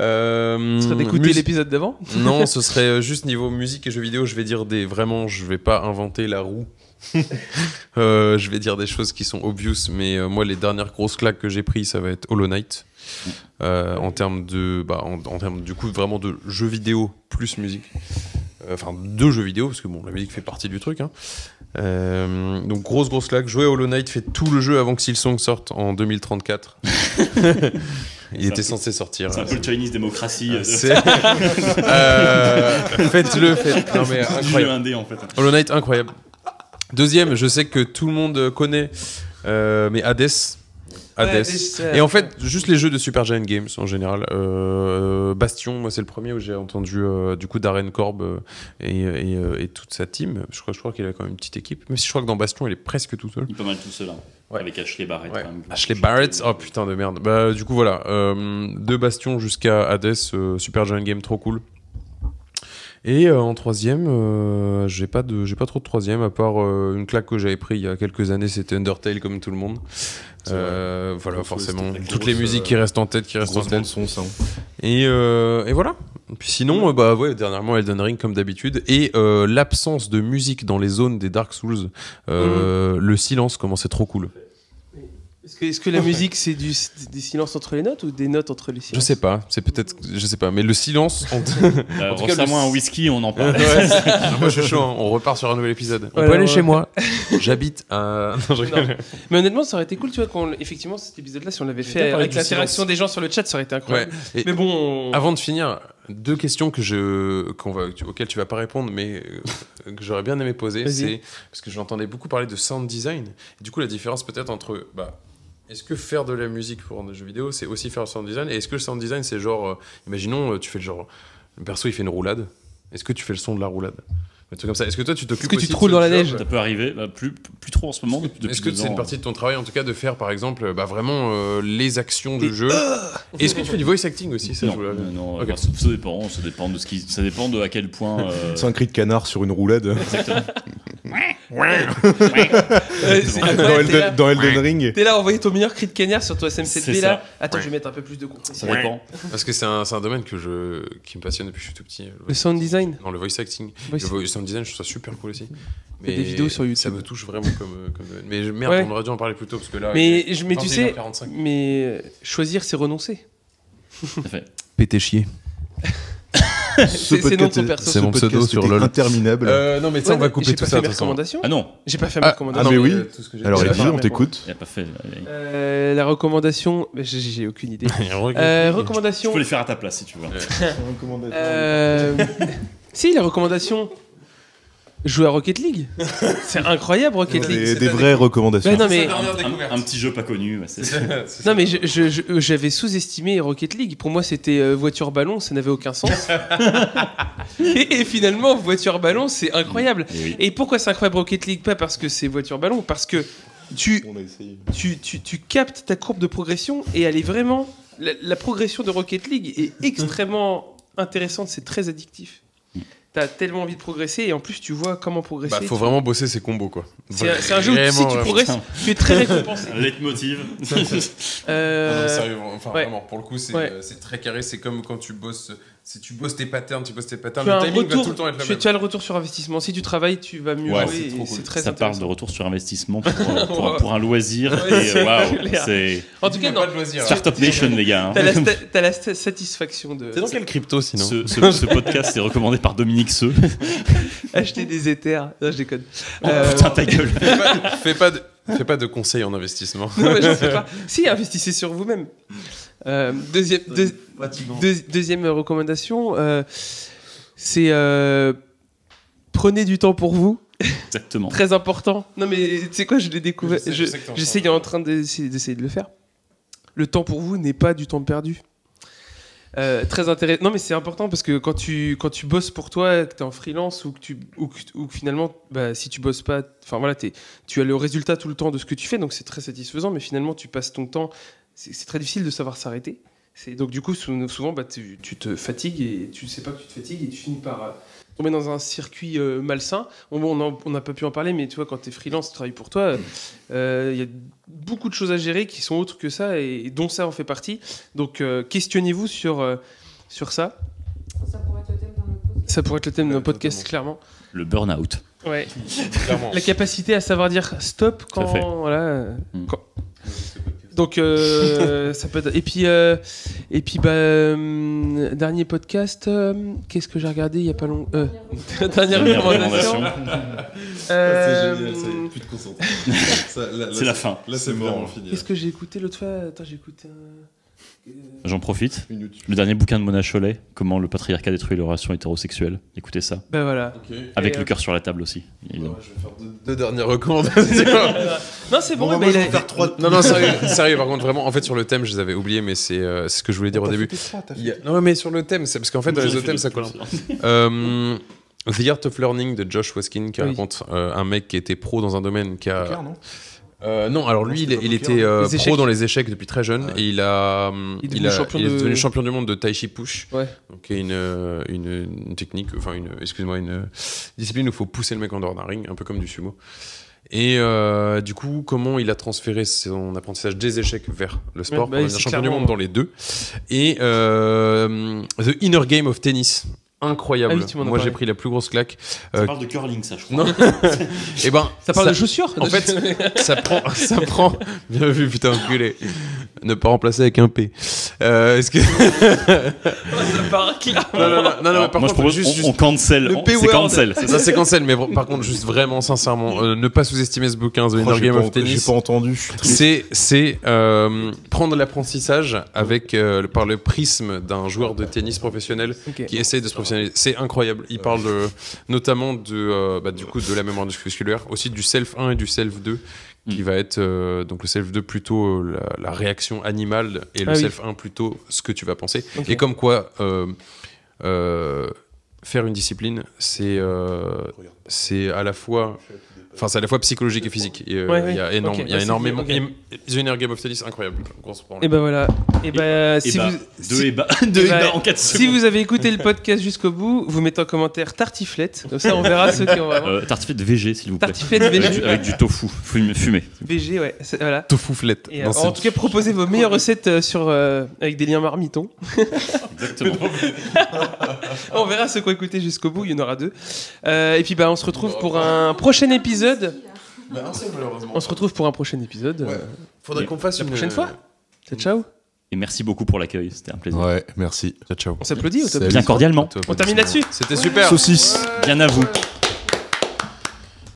Euh, Ce serait d'écouter mus- l'épisode d'avant. Non, ce serait euh, juste niveau musique et jeux vidéo, je vais dire des. Vraiment, je vais pas inventer la roue. Euh, je vais dire des choses qui sont obvious, mais euh, moi, les dernières grosses claques que j'ai prises, ça va être Hollow Knight. Euh, en termes de. Bah, en, en termes du coup, vraiment de jeux vidéo plus musique. Euh, Enfin, deux jeux vidéo, parce que bon, la musique fait partie du truc. hein. Euh, donc, grosse, grosse claque. Jouer à Hollow Knight, fait tout le jeu avant que Silsong sorte en 2034. Il C'est était un peu- censé sortir. C'est un peu le Chinese démocratie Euh, c'est- Euh, Faites-le, faites. Non mais du jeu incroyable. indé en fait. Hollow Knight, incroyable. Deuxième, je sais que tout le monde connaît, euh, mais Hades. Hades. Et en fait, juste les jeux de Super Giant Games en général. Euh, Bastion, moi c'est le premier où j'ai entendu euh, du coup Darren Korb euh, et, et, euh, et toute sa team. Je crois, je crois qu'il a quand même une petite équipe. Même si je crois que dans Bastion, il est presque tout seul. Il est pas mal tout seul. hein. Ouais. Avec Ashley Barrett. hein. Ouais. quand même. Ashley Barrett, oh putain de merde. Bah, du coup, voilà. euh, de Bastion jusqu'à Hades, euh, Super Giant Game, trop cool. Et euh, en troisième, euh, j'ai pas, de- j'ai pas trop de troisième, à part euh, une claque que j'avais pris il y a quelques années, c'était Undertale, comme tout le monde. Euh, voilà, Grosse, forcément. c'était la Toutes les grosse, musiques euh, qui restent en tête, qui restent en Grosse tête. bande son, ça. hein. Et, euh, et voilà. Puis sinon, euh, bah ouais, dernièrement Elden Ring comme d'habitude et euh, l'absence de musique dans les zones des Dark Souls, Mm. euh, le silence, comment c'est trop cool. Est-ce que, est-ce que la musique, c'est du, c'est des silences entre les notes ou des notes entre les Je silences sais pas, c'est peut-être, Mmh. je sais pas, mais le silence. On... Euh, En tout cas, le- Resserre-moi un whisky, on en parle. Ouais, c'est- Ah, moi je suis chaud, hein. on repart sur un nouvel épisode. On Ouais, peut aller ouais. chez moi, j'habite à. Non, je rigole. Mais honnêtement, ça aurait été cool, tu vois, quand, effectivement, cet épisode-là, si on l'avait fait parlé avec du l'interaction silence. des gens sur le chat, ça aurait été Ouais. incroyable. Et Ah, Mais bon, on- Avant de finir, deux questions que je, qu'on va, tu- auxquelles tu vas pas répondre, mais euh, que j'aurais bien aimé poser, Vas-y. c'est parce que j'entendais beaucoup parler de sound design. Du coup, la différence peut-être entre, bah, est-ce que faire de la musique pour un jeu vidéo, c'est aussi faire le sound design Et est-ce que le sound design, c'est genre, euh, imaginons, euh, tu fais le genre, le perso il fait une roulade, est-ce que tu fais le son de la roulade Un truc comme ça. Est-ce que toi tu t'occupes que tu aussi te de roules ce dans la job neige Ça peut arriver, bah, plus, plus trop en ce moment. Depuis Est-ce que deux c'est ans. une partie de ton travail, en tout cas, de faire, par exemple, euh, bah, vraiment euh, les actions de jeu Est-ce que tu fais du voice acting aussi ça, je euh, non, voulais- non, non, Ok. bah, ça, ça dépend, ça dépend de ce qui, ça dépend de à quel point. euh, C'est un cri de canard sur une roulade. Euh, c'est dans, incroyable, t'es là- Elden, dans Elden Ring. T'es là, envoyer ton meilleur cri de canard sur ton SMCP là. C'est ça. Attends, je vais mettre un peu plus de compression. ça dépend. Parce que c'est un, c'est un domaine que je, qui me passionne depuis que je suis tout petit. Le sound design. Non, le voice acting. Voice- Le vo- sound design, je trouve ça super cool aussi. y a des vidéos sur Ça YouTube. me touche vraiment comme, euh, comme domaine. Mais je- merde, Ouais. on aurait dû en parler plus tôt parce que là. Mais il est je- mais tu 21, sais- 45. Mais euh, choisir, c'est renoncer. Tout à fait. Pété chier. C'est c'est non de son perso. c'est mon podcast pseudo sur était LOL. Interminable. Euh, non, mais ça, on Ouais, va mais couper j'ai tout pas fait ça. de mes toute façon. recommandations. Ah non, J'ai pas fait Ah, mes ah, Ah, recommandations. mais oui. euh, tout ce que j'ai Alors, dit, Elise, c'est on pas- t'écoute. il a pas fait. Tu Euh, la recommandation, bah, j'ai j'ai aucune idée. Euh, recommandation. peux les faire à ta place si tu veux. Euh, Si la recommandation, jouer à Rocket League. C'est incroyable Rocket League. Des, des vraies recommandations. Ouais, non mais Un, un- un petit jeu pas connu, bah, c'est ça. non mais je- je- je- j'avais sous-estimé Rocket League. Pour moi c'était euh, voiture ballon, ça n'avait aucun sens. et, et finalement voiture ballon, c'est incroyable. Et Eh oui. Et pourquoi c'est incroyable Rocket League Pas parce que c'est voiture ballon, parce que tu, On a essayé. tu, tu, tu captes ta courbe de progression et elle est vraiment. La, la progression de Rocket League est extrêmement intéressante, c'est très addictif. T'as tellement envie de progresser et en plus tu vois comment progresser. Bah, faut vraiment bosser ses combos, quoi. C'est un- c'est un jeu où si Vraiment, tu vraiment. progresses, Putain. tu es très récompensé. Un Leitmotiv. Euh, Ah Non, non, sérieux, enfin ouais. vraiment, pour le coup, c'est Ouais. euh, c'est très carré. C'est comme quand tu bosses Si tu bosses tes patterns, tu bosses tes patterns, Tu as, le un timing va tout retour, le temps être le tu, même. tu as le retour sur investissement. Si tu travailles, tu vas mieux Ouais, jouer. c'est et trop C'est cool. très ça parle de intéressant. retour sur investissement pour, pour- pour- pour un loisir. et, euh, waouh, c'est En tout Il y cas, a non. pas de loisir. Startup Nation, les gars. hein. T'as la, sta- t'as la sta- satisfaction de C'est dans quelle crypto sinon Ce, ce- ce podcast est recommandé par Dominique Seux. acheter des éthers. Non, je déconne. Oh, Euh, putain, ta gueule. fais, pas, fais pas de, fais pas de conseils en investissement. Non, mais je sais pas. Si, investissez sur vous-même. Euh, deuxième, deux- deux- deuxième recommandation, euh, c'est euh, prenez du temps pour vous. Exactement. Très important. Non, mais tu sais quoi, je l'ai découvert. Je sais- Je- je sais que t'es en train J'essaye de- en train d'essayer d'essayer de le faire. Le temps pour vous n'est pas du temps perdu. Euh, très intéressant. Non, mais c'est important parce que quand tu, quand tu bosses pour toi, que tu es en freelance ou que, tu, ou que, ou que finalement, bah, si tu bosses pas, enfin voilà, t'es- tu as le résultat tout le temps de ce que tu fais, donc c'est très satisfaisant, mais finalement, tu passes ton temps. C'est c'est très difficile de savoir s'arrêter. C'est- Donc, du coup, sou- souvent, bah, tu, tu te fatigues et tu sais pas que tu te fatigues et tu finis par euh, tomber dans un circuit euh, malsain. Bon, bon, on en- on n'a pas pu en parler, mais tu vois, quand tu es freelance, tu travailles pour toi, euh, euh, il y a beaucoup de choses à gérer qui sont autres que ça et, et dont ça en fait partie. Donc, euh, questionnez-vous sur, euh, sur ça. Ça pourrait être le thème d'un autre podcast. Ça pourrait être le thème d'un Ouais, podcast, clairement. Le burn-out. Ouais. Clairement. La capacité à savoir dire stop à fait. quand. Voilà. euh, Mm. quand- Donc, euh, ça peut être. Et puis, euh, et puis bah, hum, dernier podcast, euh, qu'est-ce que j'ai regardé il n'y a pas longtemps Dernière Dernière recommandation. Ah, Euh, c'est génial, ça y est, plus de concentration. Ça, là, là, C'est la fin. Là, c'est C'est vraiment mort. fini. Qu'est-ce que j'ai écouté l'autre fois Attends, j'ai écouté un- euh, J'en profite. Une YouTube. Le dernier bouquin de Mona Cholet, Comment le patriarcat détruit les relations hétérosexuelles. Écoutez ça. Ben voilà. Ok. Avec Et, le euh, cœur sur la table aussi. évidemment. je vais faire deux, deux dernières recommandations. Non, c'est bon, Bon, bah, mais moi, il je a- vais faire trois. non, non, sérieux, sérieux, par contre, vraiment, en fait, sur le thème, je les avais oubliés, mais c'est euh, c'est ce que je voulais dire au début. Il y a- Non, mais sur le thème, c'est parce qu'en fait, dans les autres thèmes, ça colle. un peu. Euh, The Art of Learning de Josh Waskin qui Oui. Ah, raconte euh, un mec qui était pro dans un domaine qui a Claire, non Euh, non, alors lui, il, c'était pas il poker, était euh, Les pro échecs. dans les échecs depuis très jeune Ah ouais. et il a, hum, Il est il devenu a- champion il est de- devenu champion du monde de Tai Chi Push, Ouais. donc qui est une, euh, une, une technique, enfin une, excuse-moi, une euh, discipline où il faut pousser le mec en dehors d'un ring, un peu comme du sumo. Et euh, du coup, comment il a transféré son apprentissage des échecs vers le sport bah, pour il devenir s'est champion du clairement- monde dans les deux. Et euh, The Inner Game of Tennis, incroyable. Ah oui, tu m'en as Moi, j'ai parlé. pris la plus grosse claque. Ça Euh, parle de curling, ça, je crois. Non. et ben, Ça parle de chaussures en fait, ça prend, ça prend. Bien vu, putain, enculé. Ne pas remplacer avec un P. Euh, est-ce que. Non, non, non, non, non, mais par Moi, je contre, propose, juste, on, on cancel. Le On- P C'est word. cancel. juste- ça c'est cancel, mais vra- par contre, juste vraiment, sincèrement, euh, ne pas sous-estimer ce bouquin, The Oh, Inner j'ai Game pas of ent- J'ai Tennis. pas entendu. je suis triste. C'est c'est euh, prendre l'apprentissage avec euh, le- par le prisme d'un joueur de tennis professionnel Ok. qui essaye de se professionnaliser. C'est incroyable. Il parle de- notamment de, euh, bah, du coup, de la mémoire musculaire, aussi du self 1 et du self 2, qui va être euh, donc le self 2 plutôt euh, la, la réaction animale et le Ah oui. self 1 plutôt ce que tu vas penser. Ok. Et comme quoi, euh, euh, faire une discipline, c'est euh, c'est à la fois Enfin, c'est à la fois psychologique et physique. Et, euh, Il Ouais, ouais. y a, énorme- Ok, il y a ouais, énormément. c'est- ok. et- The Inner Game of Tennis, incroyable. Gros support. Et ben voilà. Et ben Et si bah, vous. Deux si- et bas deux eh et ben, bas en 4 Si secondes. vous avez écouté le podcast jusqu'au bout, vous mettez en commentaire tartiflette. Comme ça, on verra ceux qui ont vraiment. Euh, tartiflette VG, s'il vous plaît. Tartiflette Avec du, VG. avec du tofu fumé. fumé. VG, ouais. c'est- Voilà. Tofouflette. Et, euh, Non, c'est- en tout cas, proposez vos meilleures recettes euh, sur, euh, avec des liens marmitons. Exactement. On verra ceux qui ont écouté jusqu'au bout, il y en aura deux. Euh, et puis, bah, on se retrouve pour un prochain épisode. Bah, On se retrouve pour un prochain épisode. Ouais. Faudrait qu'on fasse euh, La une- euh, prochaine fois Ciao, ciao. Et merci beaucoup pour l'accueil. C'était un plaisir. Ouais, merci. Ciao, ciao. On s'applaudit au top. Salut. Bien cordialement. On termine là-dessus. C'était super. Saucisse. Bien à vous.